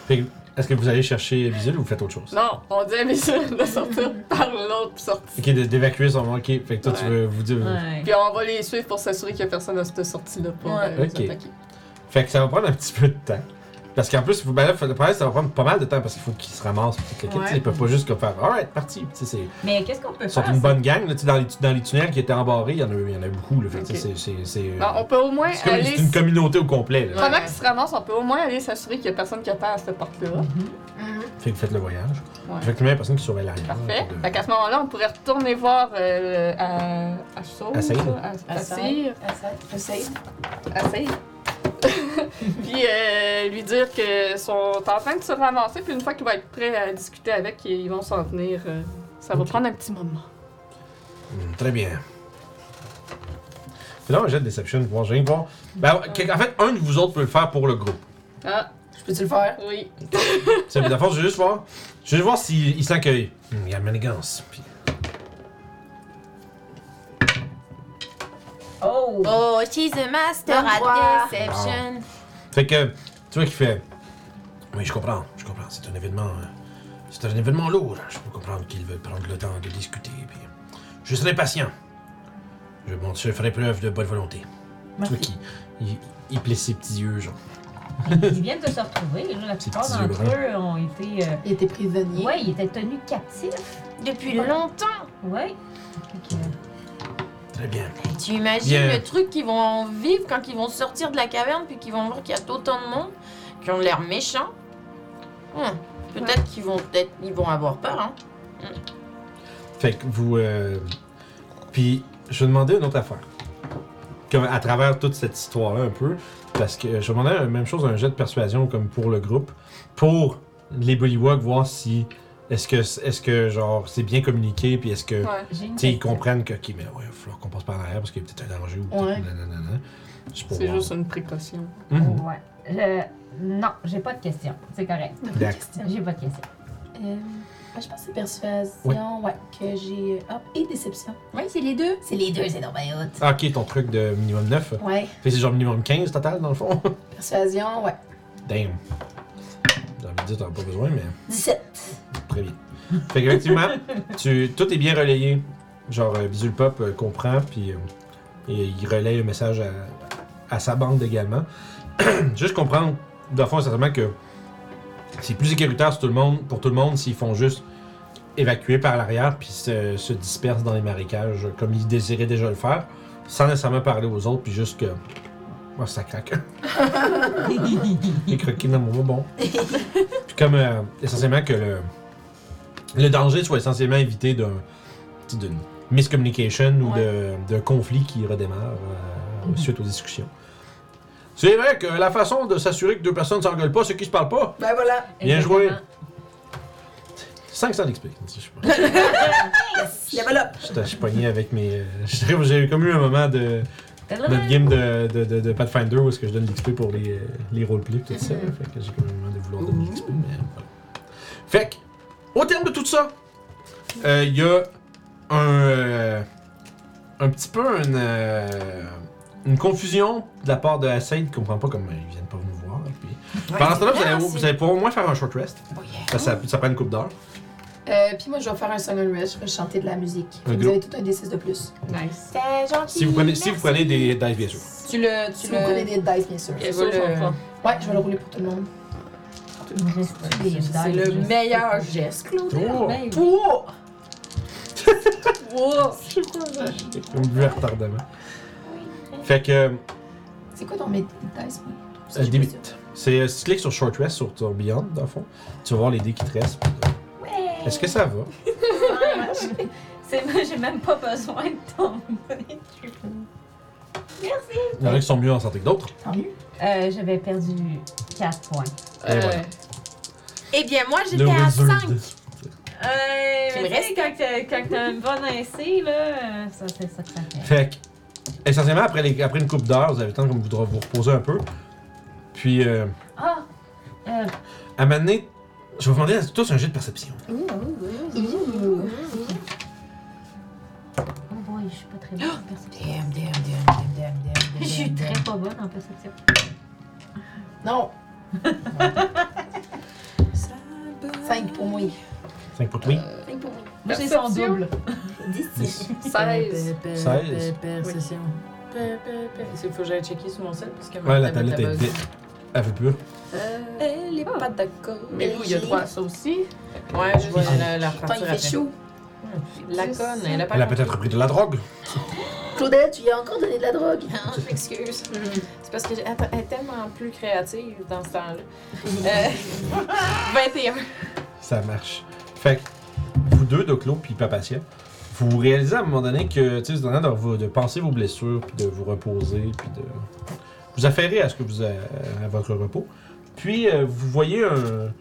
Speaker 1: Fait que, Est-ce que vous allez chercher Bisul ou vous faites autre chose?
Speaker 3: Non, on dit à Bisul de sortir par l'autre sortie.
Speaker 1: Ok, de- d'évacuer son ok. Fait que toi, tu
Speaker 3: Ouais.
Speaker 1: veux vous dire.
Speaker 5: Ouais.
Speaker 3: Puis on va les suivre pour s'assurer qu'il n'y a personne à cette sortie-là pour
Speaker 6: Ouais.
Speaker 3: euh, nous
Speaker 1: Ok.
Speaker 3: attaquer.
Speaker 1: Fait que ça va prendre un petit peu de temps. Parce qu'en plus, faut, ben là, faut- le problème, ça va prendre pas mal de temps parce qu'il faut qu'ils se ramassent. Pis tout le kit,
Speaker 3: Ouais.
Speaker 1: tu sais, Ils peuvent pas juste comme faire Alright, parti. Tu sais, c'est-
Speaker 5: Mais qu'est-ce qu'on peut
Speaker 1: Ils sont
Speaker 5: faire?
Speaker 1: une bonne gang. Là, tu sais, dans, les, tu- dans les tunnels qui étaient embarrés, il y en a, eu- il y en a eu beaucoup. Là, fait que, tu sais,
Speaker 3: Ok.
Speaker 1: c'est- c'est- c'est-
Speaker 3: Bon, on peut au moins
Speaker 1: c'est comme-
Speaker 3: aller.
Speaker 1: c'est une communauté au complet. là.
Speaker 3: Pendant qu'ils se ramassent, on peut au moins aller s'assurer qu'il n'y a personne qui attend à cette porte-là.
Speaker 1: Mhm. Fait que faites le voyage.
Speaker 3: Ouais.
Speaker 1: Fait que même la personne qui surveille l'arrière.
Speaker 3: Parfait.
Speaker 1: là, de-
Speaker 3: Fait qu'à ce moment-là, on pourrait retourner voir euh, le- à, à Saul,
Speaker 1: À Saïd.
Speaker 3: ça? À- à Saïd.
Speaker 7: Ah,
Speaker 4: Essaye.
Speaker 3: Assez. puis euh, lui dire que sont en train de se ramasser, puis une fois qu'il va être prêt à discuter avec, ils vont s'en venir. euh, ça va prendre un petit moment.
Speaker 1: Hmm, très bien. Fait là, on jette Deception pour voir. J'ai rien que voir. Ben, que- en fait, un de vous autres peut le faire pour le groupe.
Speaker 3: Ah,
Speaker 4: Je peux-tu le faire?
Speaker 3: oui.
Speaker 1: C'est la force, je veux juste voir. Je veux juste voir s'il il sent que. Hmm, Il y a une manigance. Puis-
Speaker 5: Oh!
Speaker 6: Oh, she's a master
Speaker 4: Au revoir.
Speaker 6: at deception.
Speaker 1: Fait que, tu vois qu'il fait. Oui, je comprends, je comprends. C'est un événement. euh, C'est un événement lourd. hein. Je peux comprendre qu'il veut prendre le temps de discuter. Puis, je serai patient. Je, bon, je ferai preuve de bonne volonté. Tu vois qu'il il, il plie ses petits yeux, genre.
Speaker 5: Ils viennent de se retrouver. là, La plupart
Speaker 1: petits yeux
Speaker 5: d'entre
Speaker 1: bruns.
Speaker 5: eux ont été. euh,
Speaker 4: Il était prisonnier.
Speaker 5: Ouais, ils étaient tenus captifs.
Speaker 6: Depuis longtemps.
Speaker 5: Ouais. Fait que, euh,
Speaker 1: Très bien.
Speaker 6: Tu imagines
Speaker 1: Bien.
Speaker 6: le truc qu'ils vont vivre quand ils vont sortir de la caverne puis qu'ils vont voir qu'il y a autant de monde qui ont l'air méchants. Hum, Peut-être qu'ils vont peut-être ils vont avoir peur. Hein.
Speaker 1: Fait que vous. euh, Puis, je vais demander une autre affaire. Comme à travers toute cette histoire-là, un peu. Parce que je vais demander la même chose, un jet de persuasion, comme pour le groupe. Pour les Bullywog, voir si. Est-ce que, est-ce que genre, c'est bien communiqué, puis est-ce que.
Speaker 3: Ouais.
Speaker 5: j'ai une
Speaker 1: Tu sais, ils
Speaker 5: question.
Speaker 1: comprennent que, ok, mais là, ouais, il va falloir qu'on passe par l'arrière parce qu'il y a peut-être un danger ou
Speaker 4: Ouais.
Speaker 1: peut-être nanana. C'est pour
Speaker 3: C'est
Speaker 1: voir.
Speaker 3: juste une précaution.
Speaker 1: Mhm.
Speaker 5: Ouais. Euh, non, j'ai pas de question. C'est correct.
Speaker 1: D'accord.
Speaker 5: J'ai pas de question.
Speaker 7: Euh, ah, je pense que c'est persuasion, ouais, que j'ai. euh, Hop, et déception.
Speaker 6: Oui, c'est les deux.
Speaker 7: C'est les deux, c'est normal. haute.
Speaker 1: Ah, ok, ton truc de minimum 9.
Speaker 7: Ouais,
Speaker 1: Fait que c'est genre minimum 15 total, dans le fond.
Speaker 7: persuasion, ouais.
Speaker 1: Damn. J'ai envie de dire, t'en as pas besoin, mais.
Speaker 7: 17.
Speaker 1: Très bien. Fait qu'effectivement, tu, tout est bien relayé. Genre, euh, Bisul Pop euh, comprend, puis euh, et il relaye le message à, à sa bande également. Juste comprendre, dans le fond, certainement que c'est plus sécuritaire sur tout le monde, pour tout le monde s'ils font juste évacuer par l'arrière, puis se, se dispersent dans les marécages comme ils désiraient déjà le faire, sans nécessairement parler aux autres, puis juste que. Oh, ça claque. J'ai croqué dans mon bonbon. Puis comme euh, essentiellement que le, le danger soit essentiellement évité d'un tu sais, d'une miscommunication ou de- d'un conflit qui redémarre euh, suite aux discussions. C'est vrai que la façon de s'assurer que deux personnes ne s'engueulent pas, c'est qu'ils se parlent pas.
Speaker 4: Ben voilà.
Speaker 1: Bien joué.
Speaker 5: Exactement.
Speaker 1: 500 d'XP. si je sais pas.
Speaker 4: Level up!
Speaker 1: J'étais- Je suis pogné avec mes. euh, j'étais- J'ai comme eu un moment de notre game de, de, de, de Pathfinder où est-ce que je donne l'XP pour les, euh, les roleplays et tout ça. Fait que j'ai comme un moment de vouloir donner l'XP, mais voilà. Fait que, au terme de tout ça, euh, il y a un. euh, un petit peu une. euh, une confusion de la part de Assaid qui comprend pas comment ils viennent pas nous voir. et puis- Pendant ce temps-là, vous, allez- vous allez pouvoir au moins faire un short rest. Ça, ça, ça prend une coupe d'heure.
Speaker 7: Euh, puis moi, je vais faire un song and rush, je vais chanter de la musique. Fait que
Speaker 1: Ok.
Speaker 7: Vous avez tout un D6 de plus.
Speaker 3: Nice.
Speaker 6: C'est gentil.
Speaker 1: Si vous prenez, si vous prenez des dice, bien sûr.
Speaker 7: Tu le. Tu
Speaker 4: Si
Speaker 7: le...
Speaker 4: vous prenez des dice, bien sûr.
Speaker 7: tu
Speaker 6: ça,
Speaker 7: vas
Speaker 6: je
Speaker 7: le-
Speaker 6: comprends.
Speaker 7: Ouais, je vais le rouler pour tout le monde.
Speaker 5: C'est
Speaker 7: C'est le meilleur geste, Claude.
Speaker 1: Oh!
Speaker 7: Pour!
Speaker 3: Wow!
Speaker 1: J'étais comme vu à retardement. Fait que, euh,
Speaker 7: C'est quoi ton mé- dice, moi? Ça, je suis pas
Speaker 1: débite. C'est, euh, si tu cliques sur Short Rest sur ton Beyond, dans le fond, tu vas voir les dés qui te restent. Est-ce que ça va?
Speaker 6: C'est moi, j'ai même pas besoin de ton money.
Speaker 1: Il y en a qui sont mieux en santé que d'autres.
Speaker 7: sûre. Tant mieux.
Speaker 5: Euh, J'avais perdu 4 points.
Speaker 1: Et voilà.
Speaker 6: Eh bien, moi, j'étais
Speaker 1: Le
Speaker 6: à
Speaker 1: wizard.
Speaker 6: 5.
Speaker 5: Euh, mais
Speaker 6: me
Speaker 5: tu sais, quand t'as- quand t'as une bonne AC, là, euh, ça, c'est ça que ça fait.
Speaker 1: Fait que, essentiellement, après, les- après une coupe d'heure, vous avez le temps comme vous de vous reposer un peu. Puis, euh,
Speaker 5: Ah! Euh,
Speaker 1: à un moment donné, je vais vous demander à tous un jeu de perception.
Speaker 5: oh boy, je suis pas très bonne en perception.
Speaker 4: Damn, damn, damn, damn, damn, damn.
Speaker 5: Je suis très pas bonne en perception.
Speaker 4: Non! 5 pour moi.
Speaker 1: 5 pour toi.
Speaker 6: Euh,
Speaker 5: Moi, j'ai son
Speaker 3: Perception.
Speaker 5: double.
Speaker 2: 16.
Speaker 6: Euh,
Speaker 1: 16.
Speaker 2: Perception. Il faut que j'aille checker sur mon sel parce que
Speaker 1: Ouais, la tablette est vite. Elle veut plus.
Speaker 7: Elle est pas d'accord.
Speaker 2: Mais vous, il y a trois.
Speaker 3: Ça aussi.
Speaker 2: Ouais, je vais la, la
Speaker 4: Putain, il
Speaker 2: repartir
Speaker 4: fait
Speaker 2: après.
Speaker 4: chaud.
Speaker 2: La conne, elle
Speaker 3: Euh,
Speaker 2: a pas
Speaker 1: Elle a
Speaker 2: compris.
Speaker 1: peut-être pris de la drogue.
Speaker 4: Claudette, tu lui as encore donné de la drogue. Mm-hmm.
Speaker 6: Non, je m'excuse.
Speaker 2: C'est parce que j'ai- attends, elle est tellement plus créative dans ce temps-là. Euh, 21.
Speaker 1: Ça marche. Fait que vous deux, Doclo puis Papatia, vous réalisez à un moment donné que, tu sais, c'est en train de, vous- de penser vos blessures, puis de vous reposer, puis de vous affairer à ce que vous a- à votre repos. Puis euh, vous voyez un,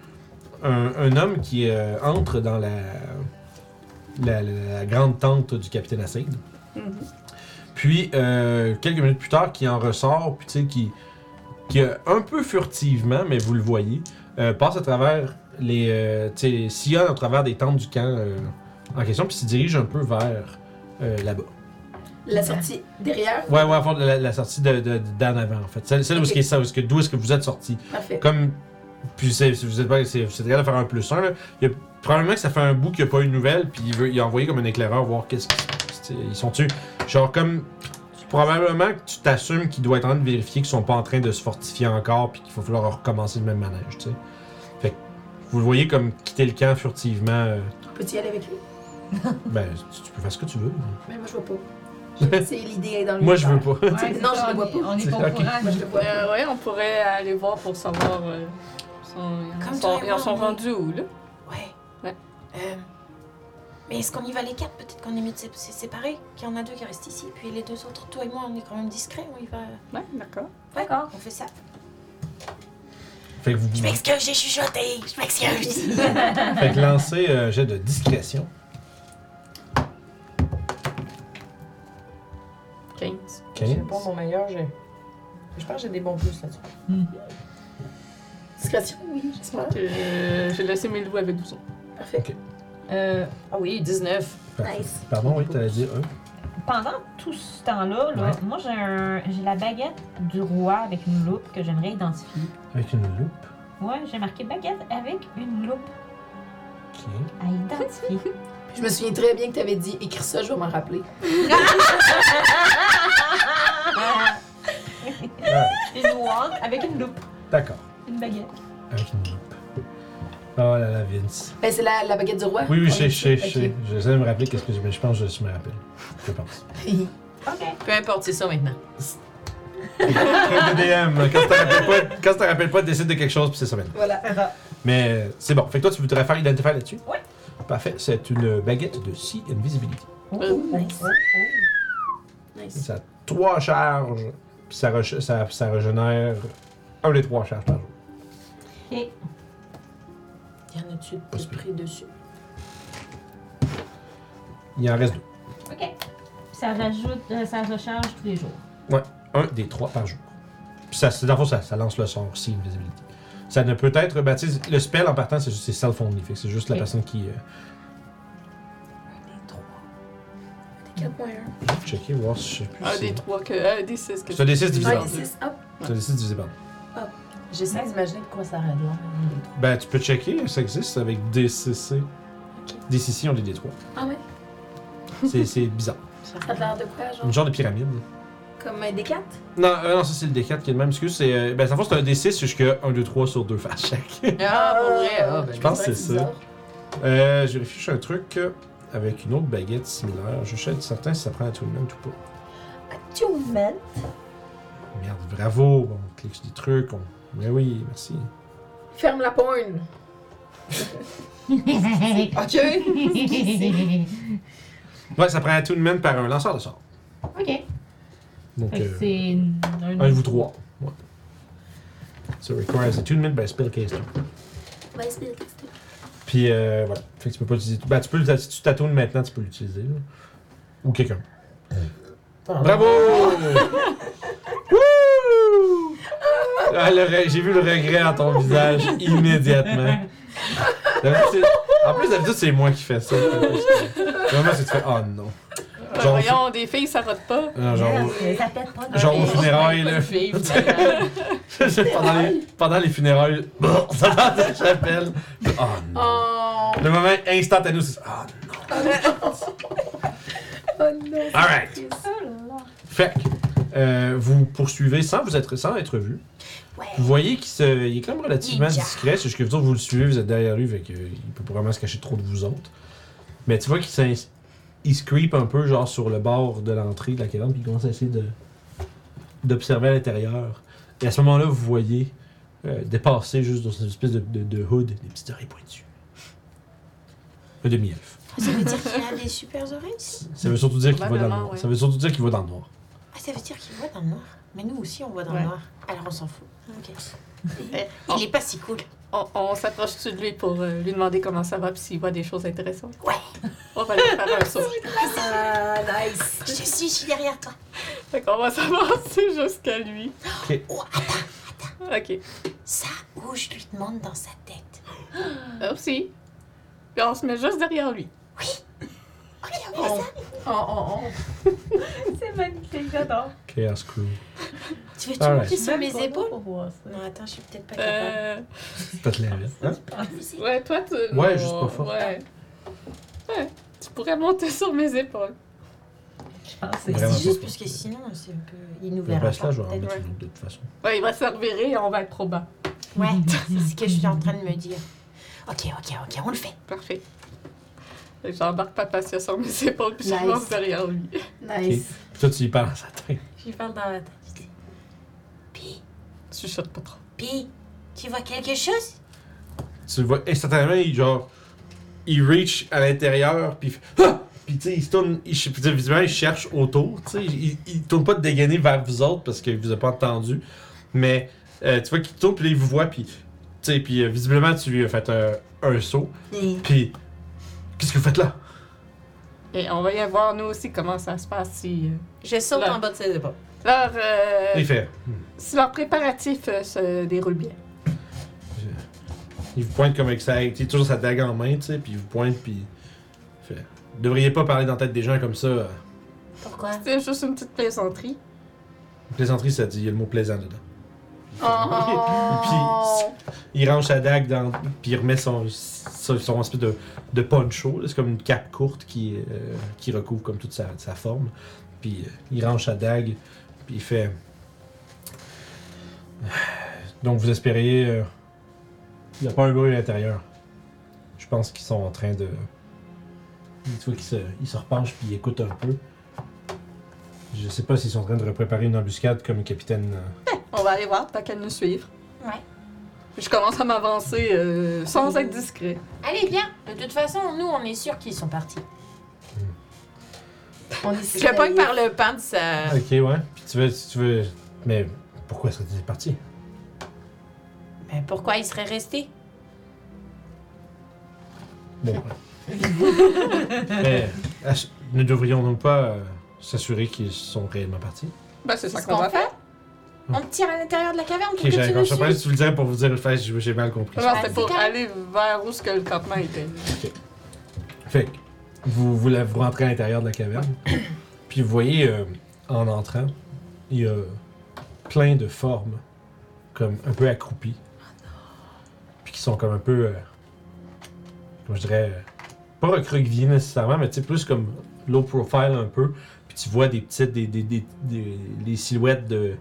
Speaker 1: un, un homme qui euh, entre dans la, la, la grande tente du capitaine Assaid.
Speaker 3: Mhm.
Speaker 1: Puis euh, quelques minutes plus tard, qui en ressort, puis tu sais, qui, qui euh, un peu furtivement, mais vous le voyez, euh, passe à travers les. euh, tu sais, sillonne à travers des tentes du camp euh, en question, puis se dirige un peu vers euh, là-bas.
Speaker 4: La sortie derrière,
Speaker 1: Ouais, ouais, à fond de la, la sortie de- de- de- d'en avant, en fait. Celle, celle où est-ce
Speaker 4: Ok.
Speaker 1: que- ça- où est-ce que- d'où est-ce que vous êtes sorti.
Speaker 4: parfait.
Speaker 1: Comme. Puis c'est- si vous êtes pas. c'est- Vous êtes capable de faire un plus un, là. il y a- probablement que ça fait un bout qu'il n'y a pas eu de nouvelles, puis il, veut, il a envoyé comme un éclaireur voir qu'est-ce qui se passe. tu sais. Ils sont tu Genre, comme. Probablement que tu t'assumes qu'il doit être en train de vérifier qu'ils sont pas en train de se fortifier encore, puis qu'il va falloir recommencer le même manège, tu sais. Fait que vous le voyez comme quitter le camp furtivement. euh,
Speaker 4: Peux-tu y aller avec lui?
Speaker 1: ben, tu, tu peux faire ce que tu veux. hein.
Speaker 4: Mais moi, je vois pas. C'est l'idée dans le
Speaker 1: Moi, je veux pas.
Speaker 5: Ouais, c'est
Speaker 4: Non,
Speaker 5: ça,
Speaker 4: je le vois
Speaker 5: on est-
Speaker 4: pas.
Speaker 5: On est pas
Speaker 1: Ok.
Speaker 5: au courant.
Speaker 4: Moi, je le vois pas.
Speaker 3: Euh, ouais, on pourrait aller voir pour savoir. euh, son- ils en
Speaker 6: Comme
Speaker 3: sont-
Speaker 6: toi et
Speaker 3: ils en
Speaker 6: moi,
Speaker 3: sont
Speaker 6: on est-
Speaker 3: rendus où, là?
Speaker 6: Ouais.
Speaker 3: Ouais.
Speaker 6: Euh, mais est-ce qu'on y va les quatre Peut-être qu'on est mieux de sé- sé- séparer. Qu'il y en a deux qui restent ici, puis les deux autres, toi et moi, on est quand même discrets. On y va.
Speaker 3: Ouais, d'accord.
Speaker 6: D'accord. On fait ça.
Speaker 1: Fait que vous
Speaker 6: Je m'excuse, j'ai chuchoté. Je m'excuse.
Speaker 1: Fait que lancer euh, un jet de discrétion.
Speaker 3: 15.
Speaker 1: 15.
Speaker 2: J'ai pas mon meilleur, j'ai. Je pense que j'ai des bons plus là-dessus.
Speaker 4: Discrétion, oui, j'espère.
Speaker 3: Euh, J'ai laissé mes loups avec vous autres.
Speaker 5: Euh,
Speaker 2: Ah oui, 19.
Speaker 1: Parfait.
Speaker 4: Nice.
Speaker 1: Pardon, oui, t'avais dit un.
Speaker 5: pendant tout ce temps-là, là,
Speaker 1: Ouais.
Speaker 5: moi, j'ai un- j'ai la baguette du roi avec une loupe que j'aimerais identifier.
Speaker 1: Avec une loupe.
Speaker 5: Ouais, j'ai marqué baguette avec une loupe
Speaker 1: Ok.
Speaker 5: à identifier.
Speaker 4: Je me souviens très bien que tu avais dit écris ça, je vais m'en rappeler.
Speaker 5: une wand avec une loupe.
Speaker 1: D'accord.
Speaker 5: Une baguette.
Speaker 1: Avec une loupe. Oh là là, Vince.
Speaker 4: Ben, c'est la, la baguette du roi.
Speaker 1: Oui, oui, je
Speaker 4: On
Speaker 1: sais,
Speaker 4: est
Speaker 1: je sais,
Speaker 4: dessus.
Speaker 1: je sais. J'essaie de me rappeler qu'est-ce que je... Mais je pense que je me rappelle. Je pense.
Speaker 4: Ok.
Speaker 5: OK.
Speaker 2: Peu importe, c'est ça maintenant.
Speaker 1: Comme DM, quand tu te rappelles pas, quand tu te rappelles pas, décide de quelque chose, puis c'est ça maintenant.
Speaker 4: voilà.
Speaker 1: Mais euh, c'est bon. Fait que toi, tu voudrais faire identifier là-dessus?
Speaker 5: Ouais.
Speaker 1: Parfait. C'est une baguette de Sea Invisibility.
Speaker 5: Oh,
Speaker 4: nice. Nice.
Speaker 1: Ça a trois charges, puis ça, re- ça, ça régénère un des trois charges par jour.
Speaker 5: OK.
Speaker 2: Y en a-tu
Speaker 1: Pas
Speaker 2: de
Speaker 1: sûr.
Speaker 2: prix dessus?
Speaker 1: Il en reste deux.
Speaker 5: Ok. Ça rajoute, euh, ça recharge tous les jours.
Speaker 1: Un des trois par jour. Puis ça, c'est- dans le fond, ça, ça lance le sort aussi, invisibilité. Ça ne peut être baptisé. Le spell en partant, c'est juste c'est self-only. Fait que c'est juste la
Speaker 5: Ok.
Speaker 1: personne qui. euh,
Speaker 7: Quel point un?
Speaker 1: je vais checker, voir si je sais plus.
Speaker 3: Un
Speaker 1: si-
Speaker 3: des trois que. Un des six que
Speaker 1: C'est un des six divisé
Speaker 7: Un
Speaker 1: par
Speaker 7: des
Speaker 1: deux.
Speaker 7: six, hop.
Speaker 1: C'est un des six divisé par deux.
Speaker 7: J'essaie d'imaginer de quoi ça aurait de l'air. un des trois.
Speaker 1: Ben, tu peux checker, ça existe avec DCC. DCC, on les détruit.
Speaker 7: Ah ouais?
Speaker 1: C'est c'est bizarre.
Speaker 7: Ça a de l'air de quoi, genre?
Speaker 1: Une genre de pyramide.
Speaker 7: Comme un des quatre?
Speaker 1: Non, euh, non, ça c'est le D4 qui est le même, excuse. C'est, euh, ben, ça fait c'est un D6 jusqu'à 1, 2, 3 sur 2 faces chaque.
Speaker 6: Ah, pour vrai. ah, ben.
Speaker 1: Je pense que c'est ça. Euh, j'ai réfléchi à un truc euh, avec une autre baguette similaire. Je sais être certain si ça prend un attunement ou pas.
Speaker 7: Attunement.
Speaker 1: Merde, bravo! On clique sur des trucs. On... Mais oui, merci.
Speaker 4: Ferme la porne. OK.
Speaker 1: Ouais, ça prend un attunement par un lanceur de sort.
Speaker 5: ok.
Speaker 1: Donc,
Speaker 5: Fait que
Speaker 1: euh,
Speaker 5: c'est une- un.
Speaker 1: un de vous trois. Ouais. Ça requires attunement by spellcaster.
Speaker 7: Vas-y, c'est testé.
Speaker 1: Puis euh, voilà. Fait que tu peux pas utiliser. Ben, tu peux l'utiliser. Si tu t'attunes maintenant, tu peux l'utiliser. là. Ou quelqu'un. Bravo! Wouh! Ah, le re- J'ai vu le regret dans ton visage immédiatement. D'habitude- En plus, d'habitude, c'est moi qui fais ça. Vraiment, c'est que tu fais Oh non.
Speaker 3: Ben,
Speaker 1: Genre,
Speaker 3: voyons, des filles, ça rote pas.
Speaker 1: Ah, Genre,
Speaker 5: Ça pète pas
Speaker 6: Ah.
Speaker 5: dans
Speaker 1: genre aux
Speaker 5: les-
Speaker 1: funérailles, là.
Speaker 6: Vive.
Speaker 1: pendant, les, pendant les funérailles, ça dans la chapelle. Oh non.
Speaker 4: Oh.
Speaker 1: Le moment instantané, c'est Oh non.
Speaker 7: Oh non.
Speaker 1: Alright. Fait que, euh, vous poursuivez sans, vous être, sans être vu.
Speaker 6: Ouais.
Speaker 1: Vous voyez qu'il se- il est quand même relativement
Speaker 6: Ninja.
Speaker 1: discret. C'est ce que je veux dire, vous le suivez, vous êtes derrière lui, fait que, euh, il peut pas vraiment se cacher trop de vous autres. Mais tu vois qu'il s'ins- il se creep un peu genre sur le bord de l'entrée de la caverne, puis il commence à essayer de d'observer à l'intérieur. Et à ce moment-là, vous voyez euh, dépasser juste dans une espèce de, de- de hood des petites oreilles pointues. Un demi-elfe.
Speaker 6: Ça veut dire qu'il a des super oreilles ici.
Speaker 1: Ça veut surtout dire qu'il va dans le
Speaker 3: Probablement,
Speaker 1: noir.
Speaker 3: ouais.
Speaker 1: Ça veut surtout dire qu'il va dans le noir.
Speaker 6: Ah, ça veut dire qu'il voit dans le noir. Mais nous aussi, on voit dans
Speaker 3: Ouais.
Speaker 6: le noir. Alors, on s'en fout. Ok.
Speaker 3: Oh.
Speaker 6: Il est pas si cool.
Speaker 3: On, on s'approche-tu de lui pour euh, lui demander comment ça va puis s'il voit des choses intéressantes?
Speaker 6: Ouais.
Speaker 3: On va lui faire un saut.
Speaker 7: Ah, nice.
Speaker 6: Je suis, je suis derrière toi.
Speaker 3: Fait qu'on va s'avancer jusqu'à lui.
Speaker 1: Ok.
Speaker 3: Ok.
Speaker 6: Ça, ou je lui demande dans sa tête.
Speaker 3: Oupsie. Euh, Puis on se met juste derrière lui.
Speaker 6: Ah,
Speaker 4: Oh, oh, oh.
Speaker 5: C'est magnifique, j'adore.
Speaker 1: Chaos Crew.
Speaker 6: Tu veux-tu
Speaker 1: Alright.
Speaker 6: monter sur mes épaules?
Speaker 5: Pour voir ça.
Speaker 6: Non, attends, je suis peut-être pas capable.
Speaker 3: Euh.
Speaker 1: Pas te laver, hein?
Speaker 3: Ouais, toi, tu.
Speaker 1: Ouais, juste pas fort.
Speaker 3: Ouais. Ouais. Tu pourrais monter sur mes épaules.
Speaker 5: Je pense que c'est
Speaker 1: Vraiment
Speaker 6: C'est
Speaker 1: pas
Speaker 6: juste
Speaker 1: fort.
Speaker 6: parce que sinon, c'est un peu. Il nous
Speaker 1: Le
Speaker 6: verra.
Speaker 1: bracelet,
Speaker 6: pas,
Speaker 1: je vais en
Speaker 6: peut-être.
Speaker 1: mettre une autre de toute façon.
Speaker 3: Ouais, il va se revirer et on va être trop bas.
Speaker 6: Ouais, c'est ce que je suis en train de me dire. Ok, ok, ok, on le fait.
Speaker 3: Parfait. Fait que J'embarque Papacia sur mes épaules puis je
Speaker 4: Nice.
Speaker 3: commence derrière lui.
Speaker 4: Nice.
Speaker 1: Puis toi, tu y parles dans sa tête.
Speaker 6: Je lui parle dans la tête. je dis, Pi,
Speaker 3: Tu chuchotes pas trop.
Speaker 6: Pi, tu vois quelque chose?
Speaker 1: Tu le vois instantanément, il genre. Il reach à l'intérieur, puis il fait. Ah! Puis tu sais, il se tourne. Il, ch- puis, tu sais, visiblement, il cherche autour. Tu sais, il, il tourne pas de dégainer vers vous autres parce qu'il vous a pas entendu. Mais euh, tu vois qu'il tourne, puis là, il vous voit, puis. Tu sais, puis euh, visiblement, tu lui as fait euh, un saut. Puis. Qu'est-ce que vous faites là?
Speaker 3: Et on va y voir nous aussi comment ça se passe si. euh,
Speaker 6: Je saute
Speaker 3: Là.
Speaker 6: en bas de ses épaules.
Speaker 3: Leur, euh,
Speaker 1: Il fait.
Speaker 3: si leur préparatif euh, se déroule bien.
Speaker 1: Il vous pointe comme avec sa. Il a toujours sa dague en main, tu sais, puis il vous pointe, puis. il Fait. Vous devriez pas parler dans la tête des gens comme ça. euh.
Speaker 6: Pourquoi?
Speaker 3: C'est juste une petite plaisanterie.
Speaker 1: Plaisanterie, ça dit, il y a le mot plaisant dedans.
Speaker 3: Oh.
Speaker 1: Il range sa dague dans. Puis il remet son, son, son espèce de, de poncho. là. C'est comme une cape courte qui, euh, qui recouvre comme toute sa, sa forme. Puis euh, il range sa dague. Puis il fait. euh, Donc vous espériez. euh, Il n'y a pas un bruit à l'intérieur. Je pense qu'ils sont en train de. Tu vois qu'ils se, ils se repenchent puis ils écoutent un peu. Je sais pas s'ils sont en train de préparer une embuscade comme le capitaine. euh,
Speaker 3: On va aller voir, tant qu'à nous suivre.
Speaker 6: Ouais.
Speaker 3: Je commence à m'avancer euh, sans être discret.
Speaker 6: Allez, viens. De toute façon, nous, on est sûrs qu'ils sont partis.
Speaker 7: On est
Speaker 2: Je le pogne par le pan de sa.
Speaker 1: Ok, ouais. Puis tu veux, tu veux. Mais pourquoi serait-il parti
Speaker 6: Mais pourquoi ils seraient restés?
Speaker 1: Bon. ouais. Mais Est-ce- Ne devrions donc pas euh, s'assurer qu'ils sont réellement partis?
Speaker 3: Ben, c'est
Speaker 2: C'est
Speaker 3: ça
Speaker 2: ce
Speaker 3: qu'on va faire.
Speaker 1: Hmm.
Speaker 6: On te tire à l'intérieur de la caverne pour
Speaker 1: Ok,
Speaker 6: que
Speaker 1: j'avais
Speaker 6: tu nous
Speaker 1: compris. Je pensais
Speaker 6: suives.
Speaker 1: que tu le disais pour vous dire, enfin, j'ai j'ai mal compris.
Speaker 3: Non,
Speaker 6: Ah,
Speaker 3: c'était
Speaker 6: c'est
Speaker 3: pour
Speaker 6: correct.
Speaker 3: aller vers où ce que le campement était.
Speaker 1: Fait que vous, vous, la- vous rentrez à l'intérieur de la caverne, puis vous voyez euh, en entrant, il y a plein de formes, comme un peu accroupies, puis qui sont comme un peu, euh, comme je dirais, euh, pas recroquevillées nécessairement, mais tu sais, plus comme low profile un peu, puis tu vois des petites, des, des, des, des- des silhouettes de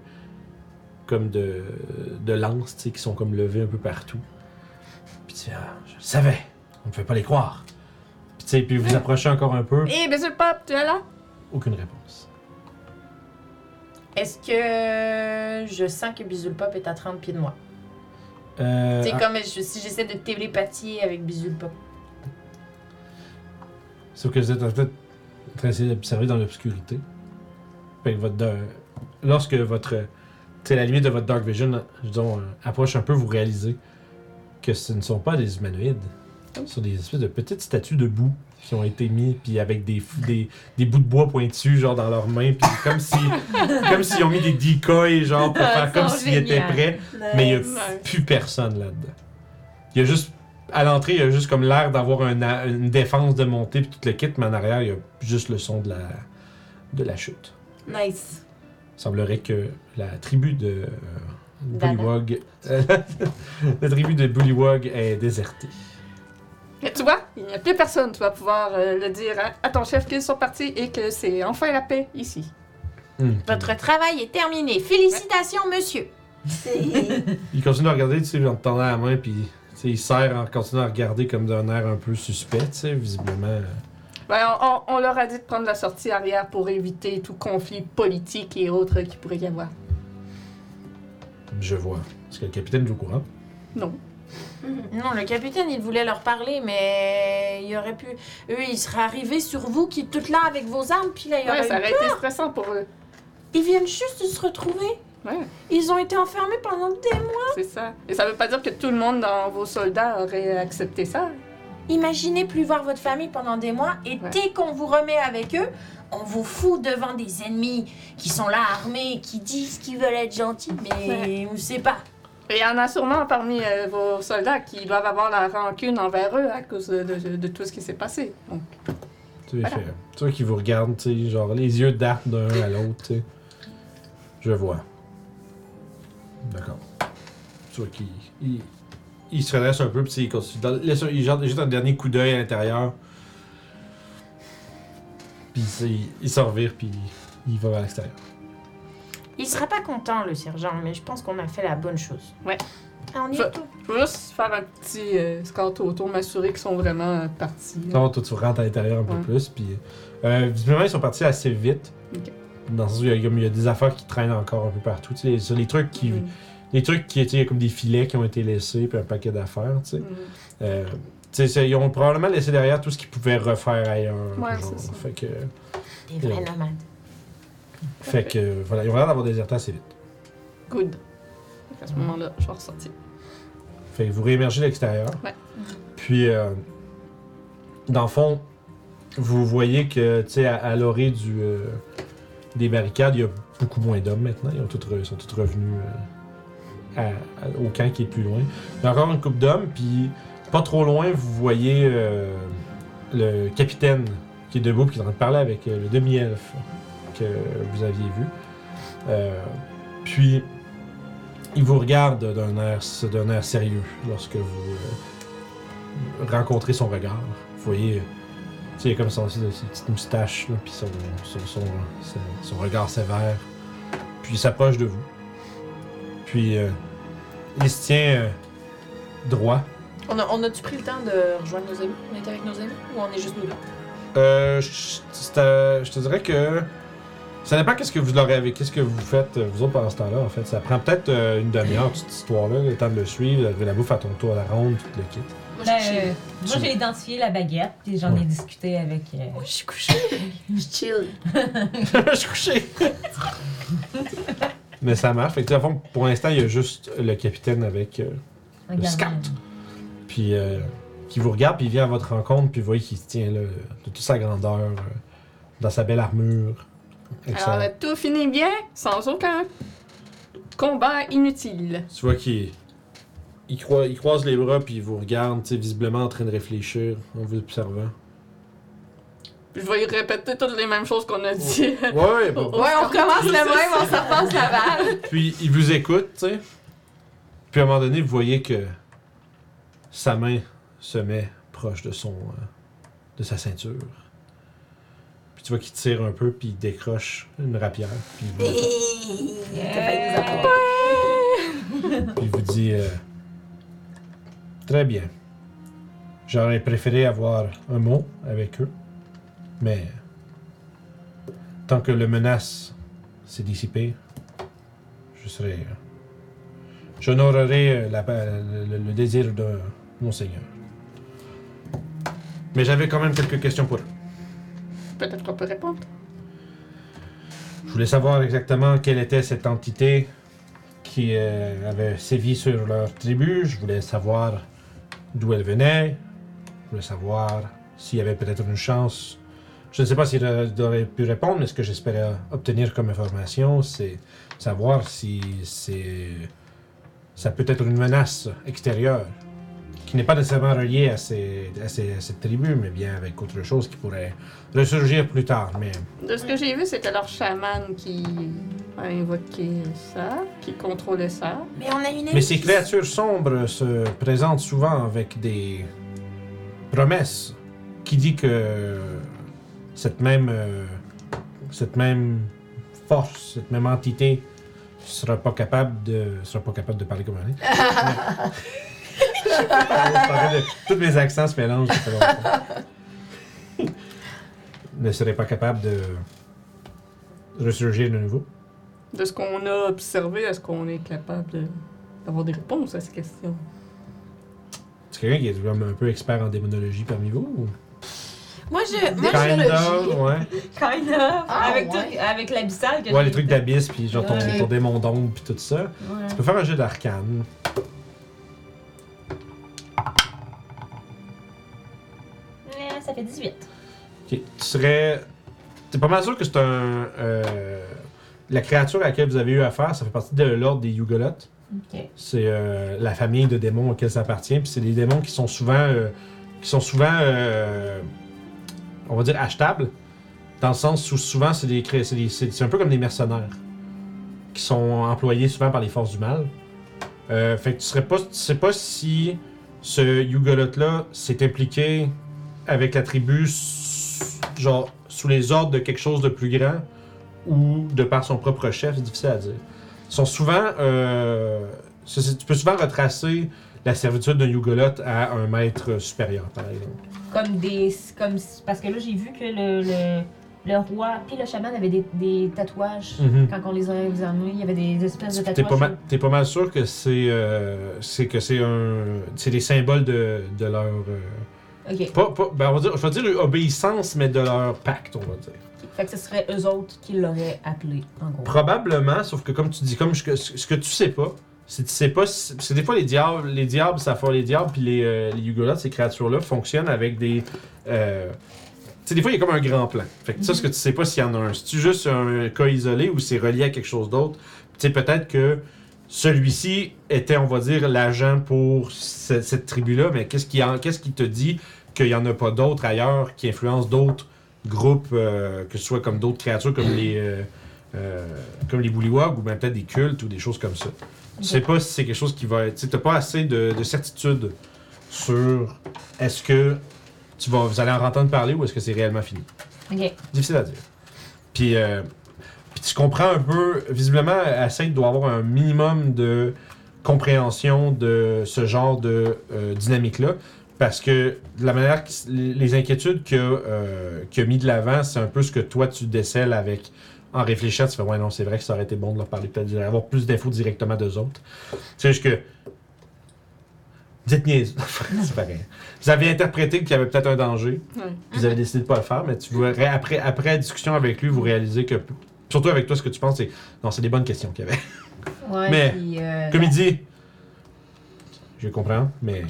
Speaker 1: comme de, de lances, tu sais, qui sont comme levées un peu partout. Puis tu fais, ah, je le savais, on ne peut pas les croire. Puis, tu sais, puis vous approchez encore un peu,
Speaker 3: Hé, hey, Monsieur Pop, tu es là?
Speaker 1: aucune réponse.
Speaker 6: Est-ce que je sens que Bisul Pop est à 30 pieds de moi?
Speaker 1: Euh,
Speaker 6: C'est
Speaker 1: ah,
Speaker 6: comme je- si j'essaie de télépathier avec Bisul Pop.
Speaker 1: Sauf que vous êtes en fait en train d'essayer d'observer dans l'obscurité. Fait que votre. de- lorsque votre. Tu sais, la limite de votre Dark Vision, disons, euh, approche un peu, vous réalisez que ce ne sont pas des humanoïdes. Ce sont des espèces de petites statues de boue qui ont été mis, puis avec des, fou- des, des bouts de bois pointus, genre dans leurs mains, puis comme si. comme s'ils ont mis des decoys, genre, pour faire comme
Speaker 6: Ah, sont
Speaker 1: s'ils étaient
Speaker 6: géniales.
Speaker 1: prêts. Mais
Speaker 6: Euh,
Speaker 1: il n'y a
Speaker 3: Nice.
Speaker 1: plus personne là-dedans. Il y a juste. À l'entrée, il y a juste comme l'air d'avoir un a- une défense de montée puis tout le kit, mais en arrière, il y a juste le son de la, de la chute.
Speaker 6: Nice.
Speaker 1: Il semblerait que la tribu de euh,
Speaker 6: Dada.
Speaker 1: Bullywog. la tribu de Bullywog est désertée.
Speaker 3: Mais tu vois, il n'y a plus personne. Tu vas pouvoir euh, le dire à, à ton chef qu'ils sont partis et que c'est enfin la paix ici.
Speaker 1: Hmm.
Speaker 6: Votre travail est terminé. Félicitations, monsieur.
Speaker 1: Il continue à regarder, tu sais, en te tendant la main, puis tu sais, il serre en continuant à regarder comme d'un air un peu suspect, tu sais, visiblement.
Speaker 3: Ben, on, on- on leur a dit de prendre la sortie arrière pour éviter tout conflit politique et autres qui pourrait y avoir.
Speaker 1: Je vois. Est-ce que le capitaine est au courant?
Speaker 3: Non.
Speaker 4: Mhm.
Speaker 6: Non, le capitaine, il voulait leur parler, mais il aurait pu. Eux, ils seraient arrivés sur vous, qui toutes là avec vos armes, puis là, il y
Speaker 3: Ouais,
Speaker 6: aurait
Speaker 3: ça
Speaker 6: eu-
Speaker 3: aurait été stressant pour eux.
Speaker 6: Ils viennent juste de se retrouver.
Speaker 3: Ouais.
Speaker 6: Ils ont été enfermés pendant des mois.
Speaker 3: C'est ça. Et ça veut pas dire que tout le monde dans vos soldats aurait accepté ça.
Speaker 6: Imaginez plus voir votre famille pendant des mois, et
Speaker 3: Ouais.
Speaker 6: dès qu'on vous remet avec eux, on vous fout devant des ennemis qui sont là armés, qui disent qu'ils veulent être gentils, mais on ne sait pas.
Speaker 3: Et il y en a sûrement parmi euh, vos soldats qui doivent avoir la rancune envers eux à cause de, de- de tout ce qui s'est passé. Donc,
Speaker 1: Tu sais,
Speaker 3: Voilà.
Speaker 1: fait- tu vois qu'ils vous regardent, tu sais, genre les yeux dartent d'un à l'autre, tu sais. Je vois. D'accord. Tu vois qu'ils ils, ils se redressent un peu, puis tu sais, ils continuent. Dans- laisse- ils jettent jettent un dernier coup d'œil à l'intérieur. Puis tu sais, ils- ils s'en revirent, puis ils vont à l'extérieur.
Speaker 3: Mm.
Speaker 6: Il sera pas content, le sergent, mais je pense qu'on a fait la bonne chose.
Speaker 3: Ouais.
Speaker 6: Ah, on y
Speaker 3: Je-
Speaker 6: est tout.
Speaker 3: je veux juste faire un petit euh, scout autour, m'assurer qu'ils sont vraiment euh, partis.
Speaker 1: Non, toi, tu rentres à l'intérieur un peu
Speaker 3: Ouais.
Speaker 1: plus, puis. euh, visiblement, ils sont partis assez vite.
Speaker 3: Ok.
Speaker 1: Dans le sens où il y, a- il y a des affaires qui traînent encore un peu partout. Tu sais, sur les trucs qui.
Speaker 3: Mm.
Speaker 1: Les trucs qui étaient comme des filets qui ont été laissés, puis un paquet d'affaires, tu sais.
Speaker 3: Mm.
Speaker 1: Euh, tu sais, c'est- ils ont probablement laissé derrière tout ce qu'ils pouvaient refaire ailleurs.
Speaker 3: Ouais,
Speaker 1: genre.
Speaker 3: c'est ça.
Speaker 1: Fait que,
Speaker 6: Des vrais
Speaker 1: Ouais.
Speaker 6: nomades.
Speaker 1: fait que euh, voilà, ils ont l'air d'avoir déserté assez vite.
Speaker 3: Good. À ce moment-là, je vais ressortir.
Speaker 1: Fait que vous réémergez de l'extérieur.
Speaker 3: Ouais.
Speaker 1: Puis, euh, dans le fond, vous voyez que, tu sais, à, à l'orée du, euh, des barricades, il y a beaucoup moins d'hommes maintenant. Ils ont tous re- sont tous revenus euh, à- à- au camp qui est plus loin. Il y a encore une coupe d'hommes, puis pas trop loin, vous voyez euh, le capitaine qui est debout, puis qui est en train de parler avec euh, le demi-elfe que vous aviez vu. Euh, puis, il vous regarde d'un air, d'un air sérieux lorsque vous euh, rencontrez son regard. Vous voyez, euh, tu sais, il a comme son, ses petites moustaches, là, puis son, son, son, son- son regard sévère. Puis il s'approche de vous. Puis euh, il se tient euh, droit.
Speaker 2: On, a, on a-tu pris le temps de rejoindre nos amis? On est avec nos amis ou on est juste nous là?
Speaker 1: Euh, je c'est, euh, je te dirais que ça dépend qu'est-ce que vous leur avez, qu'est-ce que vous faites euh, vous autres pendant ce temps-là. En fait, ça prend peut-être euh, une demi-heure toute cette histoire-là, le temps de le suivre, de la bouffe à ton tour à la ronde, tout le kit.
Speaker 2: Moi,
Speaker 5: Ben,
Speaker 2: je suis
Speaker 5: euh, moi, j'ai identifié la baguette, puis j'en
Speaker 1: Ouais.
Speaker 5: ai discuté avec. euh,
Speaker 2: je suis couchée.
Speaker 4: Je chill.
Speaker 1: je suis couché. Mais ça marche. Fait que, tu sais, à fond, pour l'instant, il y a juste le capitaine avec. euh,
Speaker 5: un gardien.
Speaker 1: scout. puis, euh, qui vous regarde, puis il vient à votre rencontre, puis vous voyez qu'il se tient là, de toute sa grandeur, euh, dans sa belle armure. Excellent.
Speaker 3: Alors, euh, tout finit bien, sans aucun combat inutile.
Speaker 1: Tu vois qu'il il croi- il croise les bras, puis il vous regarde, tu sais, visiblement en train de réfléchir, en vous observant.
Speaker 3: Je vais y répéter toutes les mêmes choses qu'on a dit.
Speaker 1: Ouais, ouais, bon.
Speaker 2: Ouais, on recommence le même, on s'en passe la balle.
Speaker 1: Puis il vous écoute, tu sais. Puis à un moment donné, vous voyez que sa main se met proche de son euh, de sa ceinture. Puis tu vois qu'il tire un peu, puis il décroche une rapière, puis il vous,
Speaker 5: Euh,
Speaker 1: puis il vous dit euh, Très bien. J'aurais préféré avoir un mot avec eux, mais tant que le menace s'est dissipée, je serai. J'honorerai euh, la pa- le, le- le désir de Monseigneur. Mais j'avais quand même quelques questions pour eux.
Speaker 3: Peut-être qu'on peut répondre.
Speaker 1: Je voulais savoir exactement quelle était cette entité qui euh, avait sévi sur leur tribu. Je voulais savoir d'où elle venait. Je voulais savoir s'il y avait peut-être une chance. Je ne sais pas s'il aurait pu répondre, mais ce que j'espérais obtenir comme information, c'est savoir si c'est ça peut être une menace extérieure qui n'est pas nécessairement reliée à, ces- à ces- à cette tribu, mais bien avec autre chose qui pourrait ressurgir plus tard. Mais
Speaker 3: De ce que j'ai vu, c'était leur chaman qui a invoqué ça, qui contrôlait ça.
Speaker 6: Mais on a une
Speaker 1: Mais ces créatures sombres se présentent souvent avec des promesses qui dit que cette même, euh, cette même force, cette même entité sera pas capable de sera pas capable de parler comme elle est. Je parlais de- Tous mes accents se mélangent. ça fait longtemps. ne serait pas capable de ressurgir de nouveau.
Speaker 3: De ce qu'on a observé, est-ce qu'on est capable de- d'avoir des réponses à ces questions?
Speaker 1: C'est quelqu'un qui est comme un peu expert en démonologie parmi vous ou?
Speaker 6: Moi, je. Moi,
Speaker 1: Kind
Speaker 4: Démonologie.
Speaker 1: of, ouais.
Speaker 5: Kind of.
Speaker 4: Ah,
Speaker 5: avec tout-
Speaker 4: ouais.
Speaker 5: avec l'abyssal. que
Speaker 1: Ouais,
Speaker 5: j'ai
Speaker 1: les trucs
Speaker 5: fait.
Speaker 1: d'abysse, puis genre ton,
Speaker 4: Ouais.
Speaker 1: ton démon d'ombre, puis tout ça.
Speaker 5: Ouais.
Speaker 1: Tu peux faire un jeu d'arcane.
Speaker 5: Ouais, Euh, Ça fait 18.
Speaker 1: Ok, Tu serais. T'es pas mal sûr que c'est un. euh, La créature à laquelle vous avez eu affaire, ça fait partie de l'ordre des Yugolotes.
Speaker 5: Ok.
Speaker 1: C'est euh, la famille de démons auxquels ça appartient, puis c'est des démons qui sont souvent. euh, qui sont souvent. euh, on va dire achetables. Dans le sens où souvent, c'est des. cré- c'est des- c'est c'est un peu comme des mercenaires. Qui sont employés souvent par les forces du mal. Euh, fait que tu serais pas. Tu sais pas si ce Yugoloth-là s'est impliqué avec la tribu, s- genre, sous les ordres de quelque chose de plus grand ou de par son propre chef, c'est difficile à dire. Ils sont souvent. euh, ça, c'est- tu peux souvent retracer la servitude d'un Yugoloth à un maître supérieur, par exemple.
Speaker 5: Comme des. Comme, parce que là, j'ai vu que le, le, le roi puis le chaman avaient des, des tatouages.
Speaker 1: Mhm.
Speaker 5: Quand on les a examinés, il y avait des espèces de
Speaker 1: T'es
Speaker 5: tatouages.
Speaker 1: pas, mal, t'es pas mal sûr que c'est euh, c'est que c'est un c'est des symboles de, de leur euh,
Speaker 5: Ok.
Speaker 1: pas, pas- ben, on va dire je vais dire obéissance mais de leur pacte on va dire
Speaker 5: Fait que ce serait eux autres qui l'auraient appelé, en gros.
Speaker 1: Probablement, sauf que comme tu dis, comme je- ce que tu sais pas, c'est tu sais pas, si- parce que des fois les diables, les diables, ça fait les diables, puis les, euh, les Yugoloths, ces créatures-là fonctionnent avec des, euh, tu sais, des fois il y a comme un grand plan. Fait que ça, ce que tu sais pas s'il y en a un, c'est juste un cas isolé ou c'est relié à quelque chose d'autre. Tu sais peut-être que celui-ci était, on va dire, l'agent pour ce- cette tribu-là, mais qu'est-ce qui, en- qu'est-ce qui te dit qu'il y en a pas d'autres ailleurs qui influencent d'autres groupes, euh, que ce soit comme d'autres créatures, comme les euh, euh, comme les Bullywog ou même peut-être des cultes ou des choses comme ça. Tu sais pas si c'est quelque chose qui va être. Tu sais, t'as pas assez de, de certitude sur est-ce que tu vas, vous allez en entendre parler ou est-ce que c'est réellement fini.
Speaker 5: Ok.
Speaker 1: Difficile à dire. Puis, euh, puis tu comprends un peu, visiblement, Asset doit avoir un minimum de compréhension de ce genre de euh, dynamique-là. Parce que de la manière, qui s- les les inquiétudes qu'il a, euh, qu'il a mis de l'avant, c'est un peu ce que toi tu décèles avec. En réfléchissant, tu fais, ouais, non, c'est vrai que ça aurait été bon de leur parler, peut-être d'avoir plus d'infos directement d'eux autres. C'est juste que. Dites niaise. c'est pareil. Vous avez interprété qu'il y avait peut-être un danger.
Speaker 3: Ouais.
Speaker 1: Puis Vous avez décidé de pas le faire, mais tu verrais, après, après la discussion avec lui, vous réalisez que. Surtout avec toi, ce que tu penses, c'est. Non, c'est des bonnes questions qu'il y avait.
Speaker 5: Ouais,
Speaker 1: Mais,
Speaker 5: puis, euh,
Speaker 1: Comme il dit. Je comprends, mais.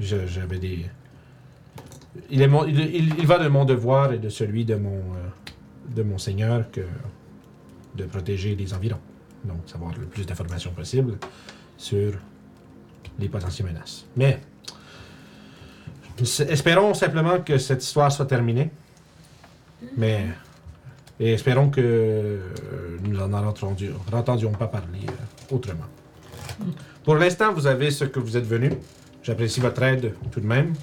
Speaker 1: Je- J'avais des. Il, est mon- il, il- il va de mon devoir et de celui de mon, euh, de mon seigneur que de protéger les environs. Donc, savoir le plus d'informations possible sur les potentielles menaces. Mais s- espérons simplement que cette histoire soit terminée. Mais et espérons que euh, nous n'en entendions, entendions pas parler euh, autrement. Pour l'instant, vous avez ce que vous êtes venu. J'apprécie votre aide tout de même,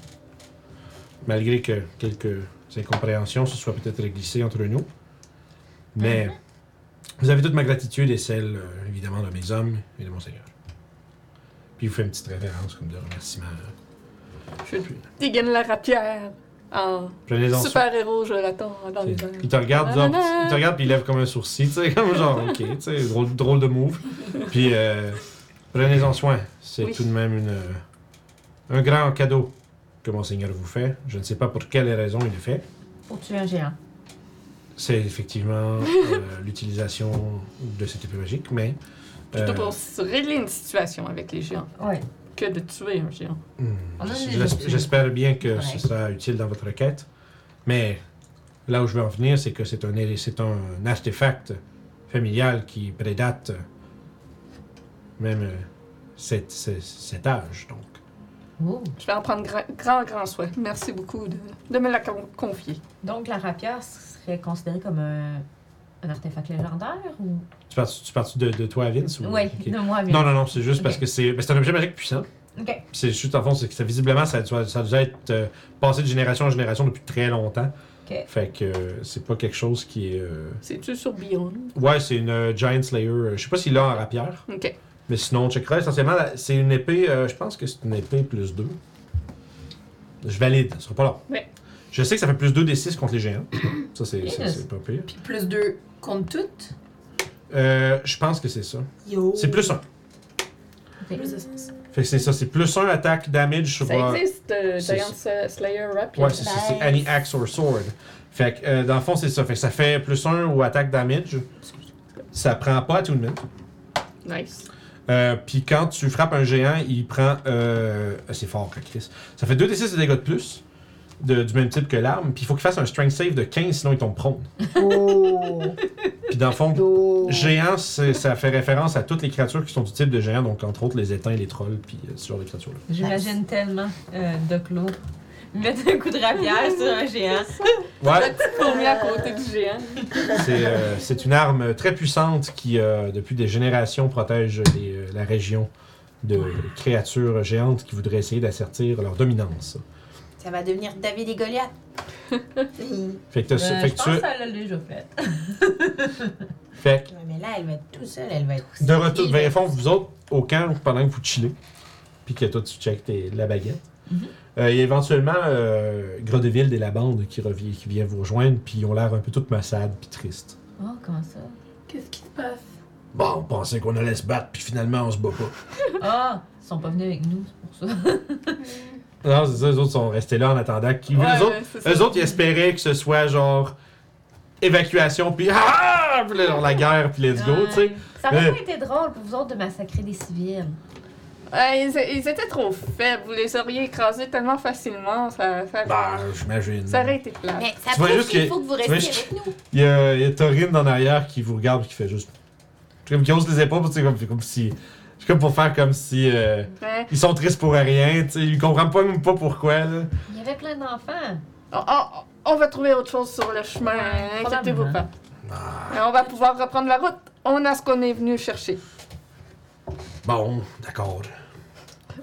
Speaker 1: malgré que quelques incompréhensions se soient peut-être glissées entre nous. Mais vous avez toute ma gratitude et celle, euh, évidemment, de mes hommes et de mon Seigneur. Puis il vous fait une petite révérence comme de remerciement.
Speaker 3: Je dégaine la rapière en
Speaker 1: Prenez-en soin.
Speaker 3: super-héros, je l'attends dans les airs.
Speaker 1: Il te regarde,
Speaker 3: Nanana.
Speaker 1: genre, il te regarde puis il lève comme un sourcil, tu sais, comme genre, ok, tu sais, drôle, drôle de move. Puis euh, prenez-en soin. C'est
Speaker 3: Oui.
Speaker 1: tout de même une, euh, un grand cadeau que mon Seigneur vous fait. Je ne sais pas pour quelle raison il le fait.
Speaker 5: Pour tuer un géant.
Speaker 1: C'est effectivement euh, l'utilisation de cette épée magique, mais. euh,
Speaker 3: Plutôt pour se régler une situation avec les géants
Speaker 5: Ouais.
Speaker 3: que de tuer un géant.
Speaker 1: Hmm.
Speaker 5: On a
Speaker 1: J'es-
Speaker 5: des
Speaker 1: j'es-
Speaker 5: outils.
Speaker 1: J'espère bien que ce
Speaker 5: Ah, Ouais.
Speaker 1: sera utile dans votre quête. Mais là où je veux en venir, c'est que c'est un, héri- c'est un artefact familial qui prédate euh, même euh, cet, cet- cet âge. Donc,
Speaker 5: Oh.
Speaker 3: Je vais en prendre gra- grand, grand soin. Merci beaucoup de, de me la con- confier.
Speaker 5: Donc la rapière serait considérée comme un, un artefact légendaire ou.
Speaker 1: tu parles, tu parles de, de toi, Vince ou-
Speaker 5: Oui,
Speaker 1: ok.
Speaker 5: de moi, mais.
Speaker 1: Non, non, non, c'est juste parce
Speaker 5: Ok.
Speaker 1: que c'est ben, c'est un objet magique puissant.
Speaker 5: Ok.
Speaker 1: Puis C'est juste en fond, c'est que ça, visiblement, ça, doit- ça doit être euh, passé de génération en génération depuis très longtemps.
Speaker 5: Ok.
Speaker 1: Fait que euh, c'est pas quelque chose qui est. euh,
Speaker 3: C'est-tu sur Beyond?
Speaker 1: Ouais, c'est une euh, Giant Slayer. euh, Je sais pas s'il l'a en rapière.
Speaker 3: OK.
Speaker 1: Mais sinon, on checkera. Essentiellement, la- c'est une épée. euh, je pense que c'est une épée plus 2. Je valide, ce sera pas long.
Speaker 3: Ouais.
Speaker 1: Je sais que ça fait plus 2 des 6 contre les géants. Ça, c'est c'est-
Speaker 5: Yes.
Speaker 1: c'est pas pire.
Speaker 4: Puis plus deux contre toutes.
Speaker 1: Euh, je pense que c'est ça.
Speaker 2: Yo.
Speaker 1: C'est plus 1.
Speaker 5: Ok.
Speaker 2: Plus de sens.
Speaker 1: Fait que c'est ça, c'est plus 1 attaque damage sur.
Speaker 3: Ça
Speaker 1: euh,
Speaker 3: existe, euh,
Speaker 1: c'est-
Speaker 3: Giant Sa- Slayer Rap.
Speaker 1: Ouais, c'est ça, c'est
Speaker 7: Nice.
Speaker 1: any axe or sword. Fait que euh, dans le fond, c'est ça. Fait que ça fait plus 1 ou attaque damage. Ça prend pas attunement.
Speaker 3: Nice.
Speaker 1: Euh, Puis quand tu frappes un géant, il prend. Euh, c'est fort, hein, Chris. Ça fait 2d6 de dégâts de plus, de- du même type que l'arme. Puis il faut qu'il fasse un strength save de 15, sinon il tombe prone.
Speaker 4: Oh!
Speaker 1: Puis dans le fond,
Speaker 4: oh.
Speaker 1: géant, c'est- ça fait référence à toutes les créatures qui sont du type de géant, donc entre autres les éteints, les trolls, puis euh, ce genre de créatures-là.
Speaker 5: J'imagine tellement euh, Doc Lo mettre un coup de rapière sur un géant.
Speaker 1: Ouais,
Speaker 3: Fourmi à côté du géant.
Speaker 1: c'est euh, c'est une arme très puissante qui, euh, depuis des générations, protège les, euh, la région de créatures géantes qui voudraient essayer d'assertir leur dominance.
Speaker 6: Ça va devenir David et Goliath.
Speaker 1: Fait que, t'as-
Speaker 5: Euh,
Speaker 1: fait
Speaker 5: je
Speaker 1: que
Speaker 5: pense
Speaker 1: tu.
Speaker 5: qu'elle l'a déjà fait.
Speaker 1: Fait que
Speaker 6: Ouais, mais là, elle va être tout seule, elle va être.
Speaker 1: De retour, ben, fond, vous autres, au camp, pendant que vous chillez, puis que toi, tu checkes tes- la baguette.
Speaker 5: Mhm.
Speaker 1: Euh, il y a éventuellement euh, Grodeville et la bande qui, revient, qui vient vous rejoindre, puis ils ont l'air un peu toutes massades puis tristes.
Speaker 5: Oh, comment ça?
Speaker 4: Qu'est-ce qui se passe?
Speaker 1: Bon, on pensait qu'on allait se battre, puis finalement, on se bat pas.
Speaker 5: Ah, ils sont pas venus avec nous, c'est pour ça.
Speaker 1: Non, c'est ça, les autres sont restés là en attendant. qu'ils
Speaker 3: Ouais,
Speaker 1: eux, autres,
Speaker 3: ouais, c'est ça.
Speaker 1: eux autres, ils espéraient que ce soit genre évacuation, puis ah! Puis là, genre la guerre, puis let's go, tu sais.
Speaker 5: Ça aurait
Speaker 1: Euh.
Speaker 5: pas été drôle pour vous autres de massacrer des civils.
Speaker 3: Ouais, ils, ils étaient trop faibles. Vous les auriez écrasés tellement facilement. Ça, ça,
Speaker 1: Bah, j'imagine.
Speaker 3: ça aurait été plat.
Speaker 6: Mais ça
Speaker 1: Tu vois
Speaker 6: prouve
Speaker 1: juste
Speaker 6: qu'il
Speaker 1: que-
Speaker 6: faut que vous
Speaker 1: tu
Speaker 6: restiez
Speaker 1: vois
Speaker 6: avec nous.
Speaker 1: Il y a, il y a Taurine en arrière qui vous regarde et qui fait juste. C'est Comme qui hausse les épaules, tu sais, comme, comme si. C'est comme pour faire comme si. euh,
Speaker 3: Ouais.
Speaker 1: ils sont tristes pour rien, tu sais, ils comprennent pas même pas pourquoi, là.
Speaker 5: Il y avait plein d'enfants.
Speaker 3: On, on- on va trouver autre chose sur le chemin. hein. Inquiétez-vous pas. Et on va pouvoir reprendre la route. On a ce qu'on est venu chercher.
Speaker 1: Bon, d'accord.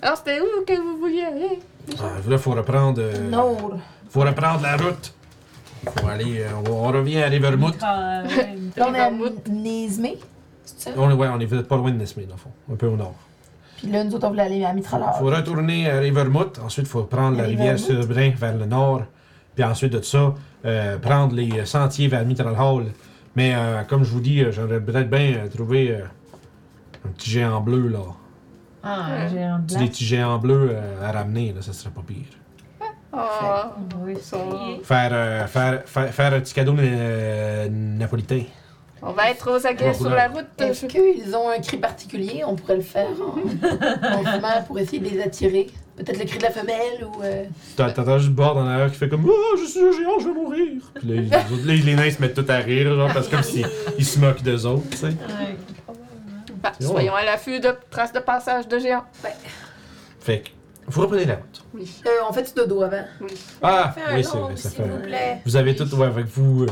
Speaker 3: Alors, c'était où que vous vouliez aller?
Speaker 1: Ah, là, faut reprendre. euh,
Speaker 4: Nord.
Speaker 1: Faut reprendre la route. Faut aller. euh, on, on revient à Rivermouth.
Speaker 5: Ah, ouais.
Speaker 4: Là, on est à
Speaker 3: Vermouth.
Speaker 4: Nismé. C'est ça?
Speaker 1: On, est- ouais, on est peut-être pas loin de Nesmé, dans le fond. Un peu au nord.
Speaker 4: Puis là, nous autres, on voulait aller à Mitrailleur.
Speaker 1: Faut retourner à Rivermouth, ensuite faut prendre la
Speaker 4: À
Speaker 1: rivière
Speaker 4: Rivermouth.
Speaker 1: Surbrin vers le nord, puis ensuite de ça, euh, prendre les sentiers vers Mitral Hall. Mais euh, comme je vous dis, euh, j'aimerais peut-être bien euh, trouver euh, un petit géant bleu, là.
Speaker 5: Ah, j'ai un
Speaker 1: Des
Speaker 5: blanc.
Speaker 1: petits géants bleus euh, à ramener, là, ça serait pas pire.
Speaker 3: Ah,
Speaker 5: On va essayer.
Speaker 1: Faire, euh, faire, faire, faire un petit cadeau euh, napolitain.
Speaker 3: on va être aux aguets sur la route.
Speaker 4: Est-ce qu'ils ont un cri particulier? On pourrait le faire en, en chemin pour essayer de les attirer. Peut-être le cri de la femelle ou. euh,
Speaker 1: T'as- T'entends juste Bord en arrière qui fait comme Oh, je suis un géant, je vais mourir. Puis là, les, autres- là, les nains se mettent tout à rire, genre, parce que comme s'ils ils se moquent d'eux autres, tu sais.
Speaker 3: Bah,
Speaker 1: C'est bon.
Speaker 3: soyons à l'affût de traces de passage de géants.
Speaker 1: Fait que, vous reprenez la route.
Speaker 3: Oui.
Speaker 4: euh, on fait du dodo avant.
Speaker 1: Ah,
Speaker 6: Fais un
Speaker 1: oui, c'est
Speaker 6: long,
Speaker 1: vrai, ça
Speaker 6: s'il
Speaker 1: fait.
Speaker 6: vous plaît.
Speaker 1: Vous avez tout, ouais, avec vous. euh,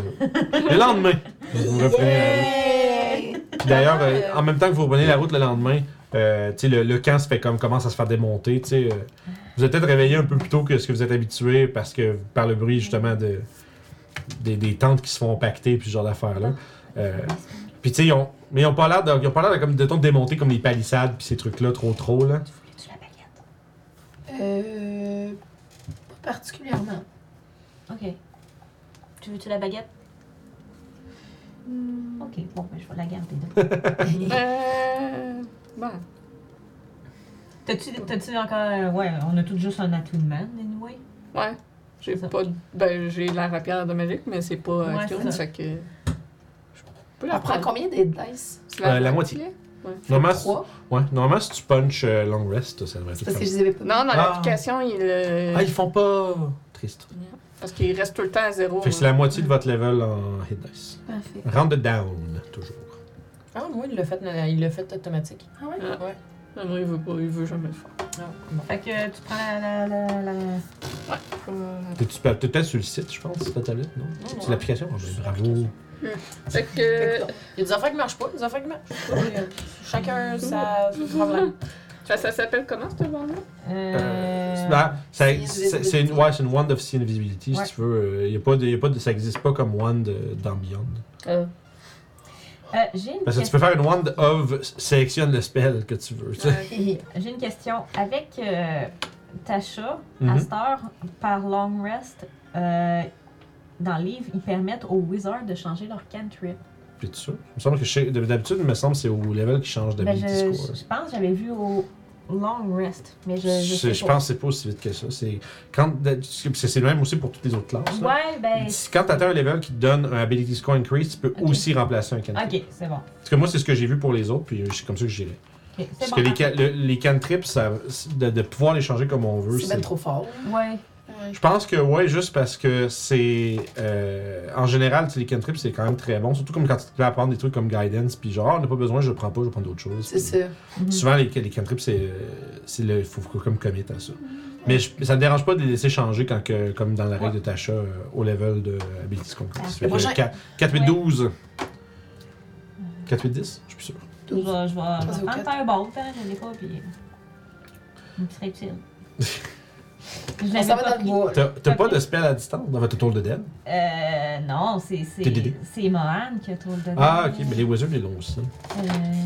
Speaker 1: le lendemain, vous reprenez la route. Puis d'ailleurs, euh, en même temps que vous reprenez la route le lendemain, euh, tu sais, le, le camp se fait comme commence à se faire démonter. tu sais, euh, vous êtes peut-être réveillé un peu plus tôt que ce que vous êtes habitué parce que par le bruit justement de des, des tentes qui se font pacter puis ce genre d'affaires là. Euh, puis tu sais, ils ont, mais ils ont pas l'air de, ils ont pas l'air de comme de tout démonter comme les palissades puis ces trucs là trop trop là.
Speaker 5: Voulais-tu la baguette?
Speaker 4: Euh. Pas particulièrement.
Speaker 5: Ok. Tu veux-tu la baguette? Ok, bon, ben, je vais la garder. donc.
Speaker 3: Euh. Bah.
Speaker 5: T'as-tu t'as-tu encore. euh, ouais, on a tous juste un atout de man, anyway.
Speaker 3: Ouais. J'ai
Speaker 5: C'est ça.
Speaker 3: pas. de- Ben, j'ai la rapière de magique, mais c'est pas euh,
Speaker 5: Ouais,
Speaker 3: cure,
Speaker 5: c'est ça.
Speaker 3: fait que. Je peux la
Speaker 7: On prend
Speaker 3: prendre.
Speaker 7: combien des dice?
Speaker 3: Tu
Speaker 1: Euh, la moitié. Normalement, si-
Speaker 4: Trois.
Speaker 1: ouais, normalement si tu punches euh, long rest, ça devrait
Speaker 4: C'est
Speaker 1: tout
Speaker 4: parce que
Speaker 1: faire.
Speaker 4: je les avais pas.
Speaker 3: Non, dans
Speaker 1: Ah.
Speaker 3: l'application, il. euh,
Speaker 1: Ah, ils font pas triste.
Speaker 3: Parce qu'il reste tout le temps à zéro.
Speaker 1: Fait que c'est
Speaker 3: hein.
Speaker 1: la moitié de votre level en hit dice.
Speaker 7: Parfait.
Speaker 1: Round it down toujours.
Speaker 2: Ah, moi, il l'a fait, il l'a fait automatique.
Speaker 7: Ah ouais?
Speaker 2: Ouais.
Speaker 3: Ah non, il veut pas, il veut jamais le faire.
Speaker 2: Ah, bon.
Speaker 5: Fait que tu prends la. la, la, la...
Speaker 3: Euh,
Speaker 1: T'es-tu pa- t'es peut-être sur le site, je pense, sur ta tablette, non? C'est l'application? Ah, ben, bravo.
Speaker 3: Fait que. euh,
Speaker 2: Il y a des affaires qui marchent pas, des affaires qui marchent. Chacun sa problème.
Speaker 3: Ça, ça s'appelle comment, ce bande-là?
Speaker 1: Euh,
Speaker 5: Euh...
Speaker 1: c'est- ah, ça-
Speaker 4: c'est une
Speaker 1: c'est c'est une, ouais, c'est une wand of see invisibility,
Speaker 5: Ouais.
Speaker 1: si tu veux. Euh, y a pas de, y a pas de, ça existe pas comme wand euh, dans Beyond.
Speaker 5: euh, J'ai une
Speaker 1: Parce que tu
Speaker 5: question.
Speaker 1: peux faire une wand of sélectionne le spell que tu veux. tu sais.
Speaker 3: Euh,
Speaker 5: J'ai une question. Avec euh, Tasha,
Speaker 1: Mhm.
Speaker 5: à cette heure, par Long Rest, euh, dans le livre, ils permettent aux wizards de changer leur cantrip.
Speaker 1: Puis tu sais, il me semble que chez- d'habitude, il me semble que c'est au level qui change
Speaker 5: Ben, je,
Speaker 1: d'ability score.
Speaker 5: je pense que j'avais vu au Long Rest, mais je, je
Speaker 1: C'est-
Speaker 5: sais
Speaker 1: Je
Speaker 5: pas.
Speaker 1: pense que c'est pas aussi vite que ça. C'est quand c'est c'est le même aussi pour toutes les autres classes. là.
Speaker 5: Ouais, ben...
Speaker 1: Si- Quand t'atteins un level qui te donne un ability score increase, tu peux
Speaker 5: Ok.
Speaker 1: aussi remplacer un cantrip.
Speaker 5: Ok, c'est bon.
Speaker 1: Parce que moi, c'est ce que j'ai vu pour les autres, puis c'est comme ça que j'irai.
Speaker 5: Ok, c'est
Speaker 1: Parce
Speaker 5: bon.
Speaker 1: que les, ca- le- les cantrips, ça, de, de pouvoir les changer comme on veut,
Speaker 4: C'est même
Speaker 1: c'est.
Speaker 4: trop fort.
Speaker 5: Ouais.
Speaker 1: Je pense que, ouais, juste parce que c'est. euh, en général, tu sais, les cantrips, c'est quand même très bon. Surtout comme quand tu peux apprendre des trucs comme guidance, puis genre, Ah, on n'a pas besoin, je le prends pas, je vais prendre d'autres choses.
Speaker 4: C'est
Speaker 1: Puis
Speaker 4: ça.
Speaker 5: Mhm.
Speaker 1: Souvent, les, les cantrips, c'est. euh, c'est le. Faut, faut comme commit à ça. Mais je- ça ne dérange pas de les laisser changer quand que, comme dans la règle de Tasha euh, au level de Ability Score.
Speaker 5: Ah,
Speaker 1: Ça fait
Speaker 4: le
Speaker 1: que
Speaker 4: prochain.
Speaker 1: 4, 4 8,
Speaker 5: Ouais.
Speaker 1: 12. 4, 8, 10, je suis plus sûr.
Speaker 5: Je vais, je vais, je vais
Speaker 4: Vas-y, au
Speaker 5: prendre
Speaker 4: quatre.
Speaker 5: Firebolt, hein, je l'ai pas, puis... euh, Il me serait utile. je
Speaker 4: On
Speaker 5: l'avais
Speaker 4: s'en
Speaker 5: pas
Speaker 4: Ah, va dans le
Speaker 5: pris.
Speaker 4: bois.
Speaker 1: T'as t'as pas
Speaker 5: Ok.
Speaker 1: de spell à distance dans votre tour de dead?
Speaker 5: Euh, non, c'est... c'est-
Speaker 1: TDD.
Speaker 5: C'est Mohan qui a trouvé le dedans.
Speaker 1: Ah, ok, mais les wizards, ils l'ont aussi.
Speaker 5: Euh,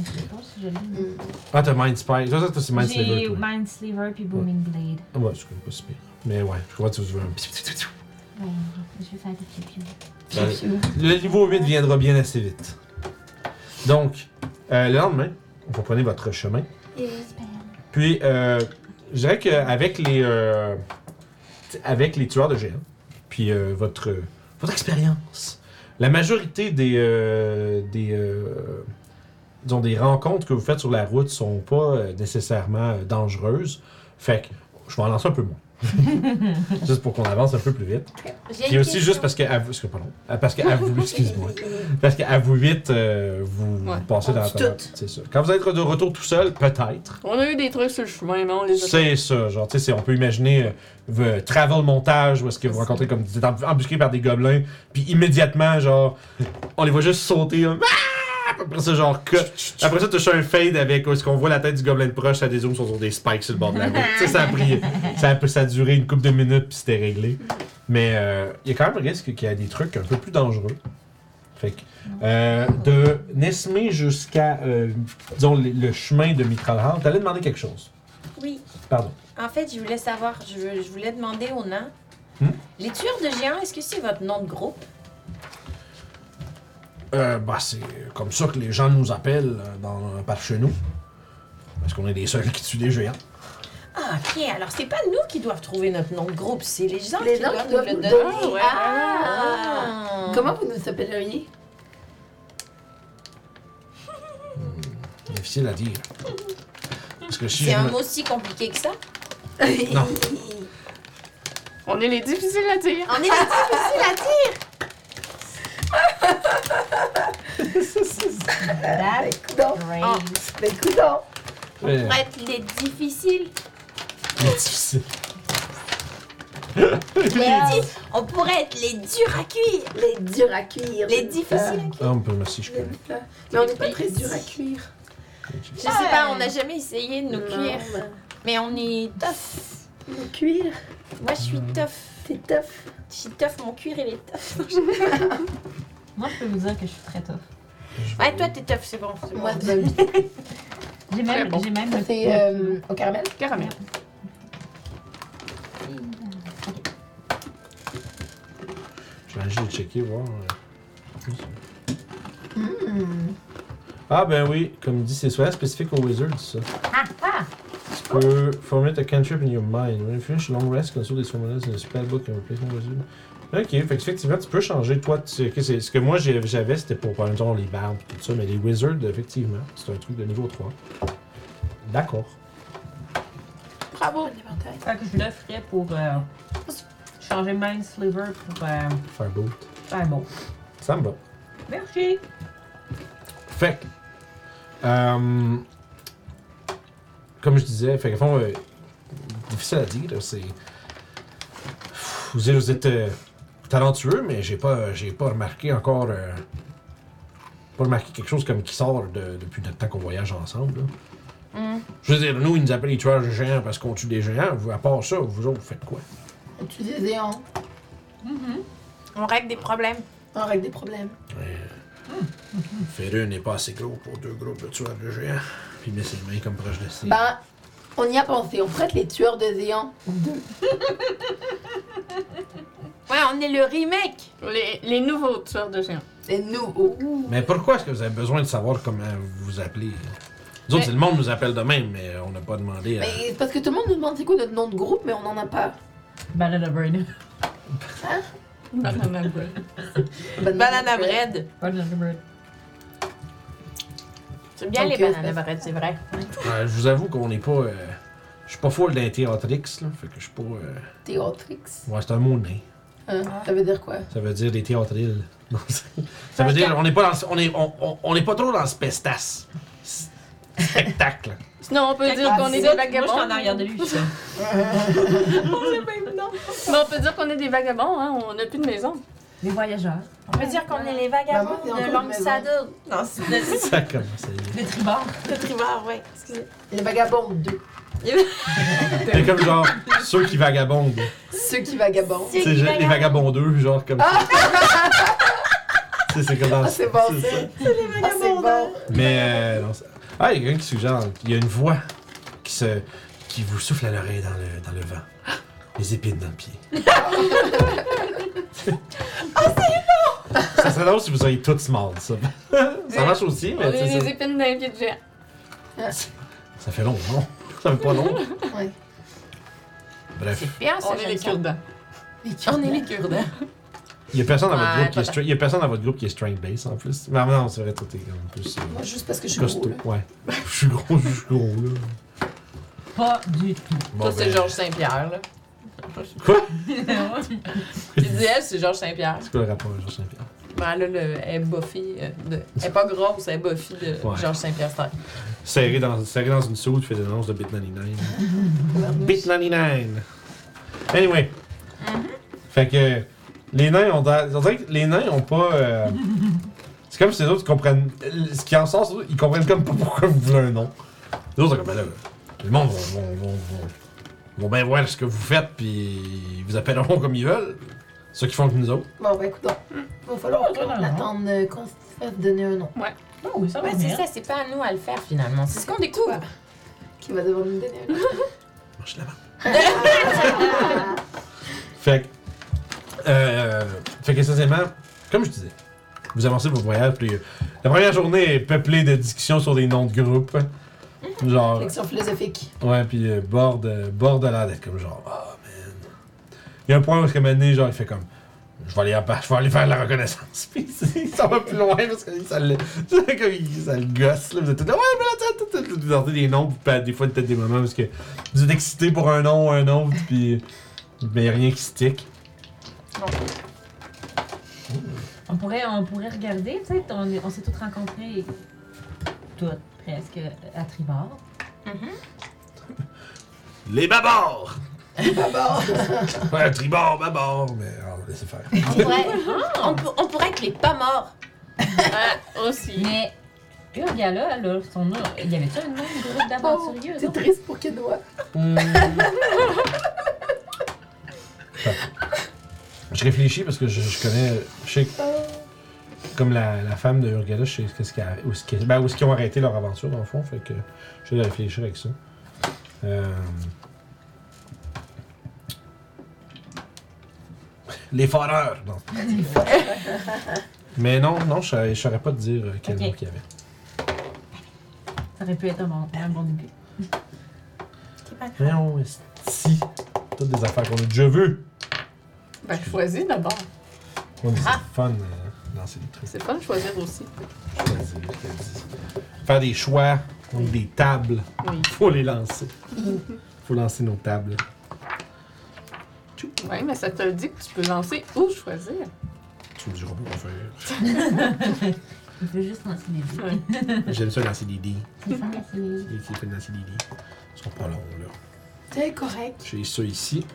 Speaker 5: je sais pas si je l'ai.
Speaker 4: Mm.
Speaker 1: Ah, t'as Mind Spy. Toi, ça, toi, c'est Mind Sliver,
Speaker 5: J'ai
Speaker 1: toi.
Speaker 5: Mind Sliver puis Booming Blade.
Speaker 1: Ah Ouais, c'est quand même pas super. Mais ouais, je crois que tu veux un petit.
Speaker 5: Ouais, je vais faire des pipi.
Speaker 4: Ben,
Speaker 1: Le niveau 8 viendra bien assez vite. Donc, euh, le lendemain, vous prenez votre chemin. Puis, euh, je dirais qu'avec les, euh, t- avec les tueurs de géants, puis euh, votre, euh, votre expérience, la majorité des, euh, des, euh, disons, des rencontres que vous faites sur la route sont pas euh, nécessairement euh, dangereuses. Fait que je vais en lancer un peu moins. juste pour qu'on avance un peu plus vite. Puis aussi juste parce que à vous, parce que, pardon, Euh, parce que à vous, excuse-moi, parce que à vous vite, euh, vous, vous
Speaker 3: Ouais.
Speaker 1: passez dans la taverne, c'est ça. Quand vous êtes de retour tout seul, peut-être,
Speaker 3: On a eu des trucs sur le chemin, mais on les a
Speaker 1: c'est ça, genre, tu sais, c'est- on peut imaginer euh, v- travel montage où est-ce que vous rencontrez comme vous êtes em- embusqué par des gobelins, puis immédiatement, genre, on les voit juste sauter, hein. Ah! après ça, genre, cut. après ça, tu fais un fade avec où est-ce qu'on voit la tête du gobelin de proche, ça dézoome sur sur des spikes sur le bord de la route. tu sais, ça a pris, ça a, ça a duré une couple de minutes, puis c'était réglé. Mais euh, il y a quand même risque qu'il y a des trucs un peu plus dangereux. Fait que, euh, de Nesmé jusqu'à, euh, disons, le, le chemin de Mitralhal, t'allais demander quelque chose.
Speaker 6: Oui.
Speaker 1: Pardon.
Speaker 6: En fait, je voulais savoir, je, veux- je voulais demander au nain.
Speaker 1: Hmm?
Speaker 6: Les tueurs de géants, est-ce que c'est votre nom de groupe?
Speaker 1: Euh, bah, c'est comme ça que les gens nous appellent euh, dans, par chez nous. Parce qu'on est les seuls qui tuent des géants.
Speaker 6: Ah, ok. Alors, c'est pas nous qui doivent trouver notre nom de groupe, c'est les gens
Speaker 4: Les
Speaker 6: qui
Speaker 4: gens qui
Speaker 6: doivent nous
Speaker 4: doivent
Speaker 6: le
Speaker 4: nous
Speaker 6: donner.
Speaker 4: donner.
Speaker 3: Ouais.
Speaker 4: Ah!
Speaker 6: Ah.
Speaker 4: Comment vous nous appelleriez?
Speaker 1: Difficile à dire. Parce que si
Speaker 6: C'est
Speaker 1: je
Speaker 6: un
Speaker 1: me-
Speaker 6: mot si compliqué que ça?
Speaker 1: Non.
Speaker 3: On est les difficiles à dire.
Speaker 6: On est difficile à dire.
Speaker 4: Ah,
Speaker 5: That's
Speaker 4: donc,
Speaker 5: great.
Speaker 6: Ah.
Speaker 4: ben coudonc.
Speaker 1: Euh,
Speaker 6: Pour être les difficiles.
Speaker 1: difficile.
Speaker 6: Les di- on pourrait être les durs à cuire.
Speaker 4: Les durs à cuire.
Speaker 6: Les
Speaker 4: j'aime
Speaker 6: difficiles.
Speaker 1: Ah, on peut, merci, je
Speaker 4: ça,
Speaker 1: peux.
Speaker 4: j'aime ça. Mais on n'est pas très dur à cuire.
Speaker 6: Je sais pas, on n'a jamais essayé de nous cuire.
Speaker 4: bah,
Speaker 6: Mais on est tough.
Speaker 4: Le cuir,
Speaker 6: Moi, je suis tough.
Speaker 4: c'est tough.
Speaker 6: Je suis tough, mon cuir, il est tough.
Speaker 5: Moi, je peux vous dire que je suis très tough.
Speaker 6: Ouais, toi, t'es tough, c'est bon. c'est bon.
Speaker 4: Moi, bah,
Speaker 3: Très
Speaker 5: J'ai même,
Speaker 3: bon.
Speaker 5: j'ai même
Speaker 4: ça,
Speaker 5: le
Speaker 4: c'est euh, au caramel.
Speaker 3: Caramel.
Speaker 1: Je vais juste checker, voir. euh.
Speaker 4: Hmm.
Speaker 1: Ah, ben oui, comme il dit, c'est soit spécifique aux wizards, ça.
Speaker 5: Ah, ah!
Speaker 1: Tu peux formate a cantrip in your mind. When you finish a long rest, consult des formulas in the spellbook and replace them wizard. Ok, fait qu'effectivement, tu peux changer. Toi, tu- ok, c'est- ce que moi j'ai- j'avais, c'était pour, par exemple, les barbes et tout ça, mais les wizards, effectivement, c'est un truc de niveau 3. D'accord.
Speaker 4: Bravo.
Speaker 5: Fait que je le ferais pour euh, changer Mind Sliver pour euh,
Speaker 1: Firebolt.
Speaker 5: faire bon.
Speaker 1: Ça me va.
Speaker 5: Merci!
Speaker 1: Fait que, euh, comme je disais, fait qu'à fond, euh, difficile à dire, c'est. Vous êtes, vous êtes euh, talentueux, mais j'ai pas, j'ai pas remarqué encore. euh, pas remarqué quelque chose comme qui sort de- depuis notre temps qu'on voyage ensemble. là. Je veux dire, nous, ils nous appellent les tueurs de géants parce qu'on tue des géants. Vous, à part ça, vous autres, vous faites quoi?
Speaker 4: On tue des géants.
Speaker 6: On règle des problèmes.
Speaker 4: On règle des problèmes.
Speaker 1: Ferreux n'est pas assez gros pour deux groupes de tueurs de géants. Puis il met ses mains comme proche de ses.
Speaker 4: Ben, on y a pensé. On prête les tueurs de géants.
Speaker 6: Ouais, on est le remake.
Speaker 3: Les, les nouveaux tueurs de géants.
Speaker 4: C'est nous. Oh.
Speaker 1: Mais pourquoi est-ce que vous avez besoin de savoir comment vous vous appelez? Nous autres,
Speaker 3: Mais-
Speaker 1: le monde nous appelle de même, mais on n'a pas demandé à...
Speaker 4: Mais c'est parce que tout le monde nous demande c'est quoi notre nom de groupe, mais on n'en a pas.
Speaker 5: Banana Brain.
Speaker 3: Banana bread.
Speaker 6: Banana bread.
Speaker 5: Banana Brain.
Speaker 6: J'aime bien
Speaker 4: Ok,
Speaker 6: les bananes
Speaker 4: c'est-
Speaker 6: bread, c'est vrai.
Speaker 1: Euh, je vous avoue qu'on n'est pas... euh, Je suis pas full d'un théâtrix, là. Fait que je suis pas... euh,
Speaker 4: Théatrix.
Speaker 1: Ouais, c'est un mot nain.
Speaker 4: Hein, Ça veut dire quoi?
Speaker 1: Ça veut dire des théâtriles. Non, c'est- ça veut dire on n'est pas dans... On n'est on, on- on n'est pas trop dans ce pestasse. S- Spectacle.
Speaker 3: Sinon, on peut dire qu'on est des
Speaker 5: Moi, je
Speaker 3: vagabonds.
Speaker 5: suis en arrière de lui, je suis ça.
Speaker 3: Mais on peut dire qu'on est des vagabonds, hein. On n'a plus de maison.
Speaker 5: Les voyageurs.
Speaker 6: On peut dire qu'on est les vagabonds
Speaker 4: Maman, c'est encore
Speaker 6: de
Speaker 4: une
Speaker 6: Long
Speaker 4: maison.
Speaker 6: Saddle. Non, c'est de
Speaker 1: ça commence à y
Speaker 5: Les tribards.
Speaker 6: Tribord, ouais. Excusez.
Speaker 4: Les vagabondes 2.
Speaker 1: C'est comme genre ceux qui vagabondent.
Speaker 4: Ceux qui vagabondent.
Speaker 1: C'est
Speaker 6: qui
Speaker 1: les vagabondeux, genre comme ça. Tu sais, c'est comme dans...
Speaker 4: Ah, c'est bon,
Speaker 1: c'est ça.
Speaker 4: c'est ah, c'est bon.
Speaker 1: Mais euh, non, ça- ah, il y a quelqu'un qui suggère, il y a une voix qui se, qui vous souffle à l'oreille dans le, dans le vent. Les épines dans le pied. oh, c'est bon! Ça serait drôle si vous auriez toutes small, ça. ça marche aussi,
Speaker 3: On
Speaker 1: mais
Speaker 3: est
Speaker 1: tu sais,
Speaker 3: des
Speaker 1: ça,
Speaker 3: épines d'un pied de géant.
Speaker 1: ça fait long, non? Ça fait pas long.
Speaker 4: Ah, Ouais.
Speaker 1: Bref,
Speaker 6: Bien, ça,
Speaker 3: On est
Speaker 6: j'aime
Speaker 3: les
Speaker 6: ça.
Speaker 3: cure-dents.
Speaker 6: On est les cure-dents.
Speaker 1: il y a personne dans votre
Speaker 6: Ouais,
Speaker 1: groupe qui est
Speaker 6: pas
Speaker 1: stra- il y a personne dans votre groupe qui est strength base en plus. Mais non, c'est vrai, toi t'es comme plus euh,
Speaker 4: Moi, juste parce que je suis gros,
Speaker 1: costaud.
Speaker 4: là.
Speaker 1: Ouais. Je suis gros, je suis gros là.
Speaker 5: Pas du tout.
Speaker 1: Bon,
Speaker 2: Toi, c'est
Speaker 1: ben,
Speaker 2: Georges Saint-Pierre, là.
Speaker 1: Quoi?
Speaker 2: Il dit elle, c'est Georges Saint-Pierre.
Speaker 1: C'est quoi le rapport à Georges Saint-Pierre?
Speaker 2: Ben, là, le, elle est Buffy. euh, de- Elle est pas grosse, elle est Buffy de
Speaker 1: Ouais.
Speaker 2: Georges Saint-Pierre. Star.
Speaker 1: Serré dans, serré dans une soude, tu fais des annonces de Bit 99. Bit 99! Anyway. Fait que les nains ont. da- On dirait que les nains ont pas. euh, C'est comme si les autres comprennent. euh, Ce qui en sort, c'est qu'ils comprennent comme pas pourquoi vous voulez un nom. Les autres sont comme, ben là, tout le monde vont, vont, vont, vont- vont bien voir ce que vous faites, puis ils vous appelleront comme ils veulent. Ceux qui font que nous autres.
Speaker 4: Bon, bah écoute, il va falloir qu'on attende euh, qu'on se fasse donner un nom.
Speaker 5: Non, oui, ça va
Speaker 6: Ouais, c'est
Speaker 5: venir.
Speaker 6: ça, c'est pas à nous à le faire finalement. C'est ce qu'on découvre.
Speaker 4: Qui va devoir nous donner un nom.
Speaker 1: Marche l'avant. fait que. Euh, fait qu'essentiellement, comme je disais, vous avancez votre voyage. Puis, euh, la première journée est peuplée de discussions sur des noms de groupes. Genre.
Speaker 4: Réflexion philosophique.
Speaker 1: Ouais, puis euh, ah, bord de, bord de l'air d'être comme genre, oh man. Il y a un point où, ce que maintenant, genre, il fait comme, je vais aller, à- je vais aller faire de la reconnaissance. Puis ça va plus loin parce que ça le, comme il- ça le gosse. Là. Vous êtes tout là, ouais, mais là, tu sais, tu- tu- vous sortez des noms, puis pas- des fois, peut-être des moments parce que vous êtes excité pour un nom ou un autre, puis mais y a rien qui stick.
Speaker 5: On pourrait, on pourrait regarder, tu sais, on, on s'est tous rencontrés, toutes presque, à Tribord.
Speaker 1: Les babords!
Speaker 4: Ah bah,
Speaker 1: Les babords! ouais, tribord, babord, mais on va laisser faire.
Speaker 6: On pourrait, hein? on, pour- on pourrait être les pas morts.
Speaker 3: Ah, Aussi.
Speaker 5: Mais Urgala, là, son nom, il y avait-tu un nom de groupe d'aventurieux?
Speaker 4: C'est oh, triste pour Kenoa.
Speaker 1: Hmm. je réfléchis parce que je, je connais. Je sais que- Comme la, la femme de Urgala, je sais qu'est-ce qu'il y a- où est-ce qu'ils ben, où est-ce qu'ils ont arrêté leur aventure, dans le fond. Fait que je vais réfléchir avec ça. Euh, Les foreurs! Non. Mais non, non, je ne saurais pas te dire euh, quel
Speaker 5: Ok.
Speaker 1: nom qu'il y avait.
Speaker 5: Ça aurait pu être un bon, un bon début.
Speaker 1: Voyons, si. Toutes des affaires qu'on a déjà vues.
Speaker 3: Ben, choisis d'abord.
Speaker 1: Ouais, mais c'est fun euh, lancer des trucs.
Speaker 3: C'est le fun de choisir aussi.
Speaker 1: choisir, choisir. euh, Faire des choix, donc des tables.
Speaker 3: Oui.
Speaker 1: Faut les lancer. Faut lancer nos tables.
Speaker 3: Oui, mais ça te dit que tu peux lancer ou choisir.
Speaker 1: Tu me diras pas quoi faire.
Speaker 5: Il veut juste lancer les dés.
Speaker 1: J'aime ça lancer des dés.
Speaker 5: C'est facile.
Speaker 1: Les clips de lancer des dés. Ils sont pas longs là.
Speaker 4: C'est correct.
Speaker 1: J'ai ça ici.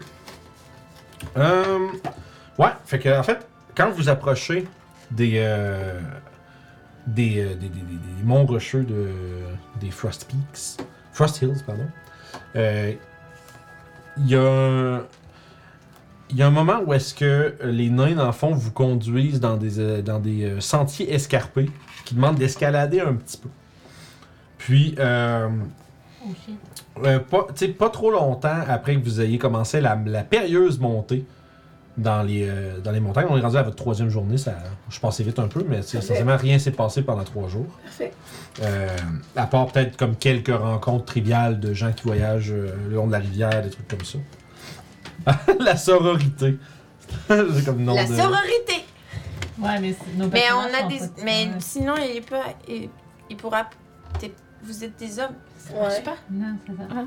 Speaker 1: Euh, ouais, fait que en fait, quand vous approchez des euh, des, euh, des, des- des- des monts rocheux de des Frost Peaks, Frost Hills pardon, euh, il y a un- il y a un moment où est-ce que les nains dans le fond vous conduisent dans des euh, dans des euh, sentiers escarpés qui demandent d'escalader un petit peu. Puis euh,
Speaker 5: Oh shit.
Speaker 1: euh, pas, tu sais, pas trop longtemps après que vous ayez commencé la, la périlleuse montée dans les, euh, dans les montagnes. On est rendu à votre troisième journée, ça, je pensais vite un peu, mais tu sais, essentiellement rien s'est passé pendant trois jours.
Speaker 4: Parfait.
Speaker 1: Euh, à part peut-être comme quelques rencontres triviales de gens qui voyagent euh, le long de la rivière, des trucs comme ça. la sororité. C'est comme nom
Speaker 6: la
Speaker 1: de...
Speaker 6: sororité.
Speaker 5: Ouais, mais c'est- nos
Speaker 6: Mais
Speaker 5: personnages
Speaker 6: on a
Speaker 5: sont
Speaker 6: des.
Speaker 5: pas-
Speaker 6: Mais
Speaker 5: Ouais.
Speaker 6: sinon, il est pas. Il, il pourra. t'es- Vous êtes des hommes. Ça
Speaker 4: Ouais.
Speaker 6: marche pas.
Speaker 5: Non, c'est ça.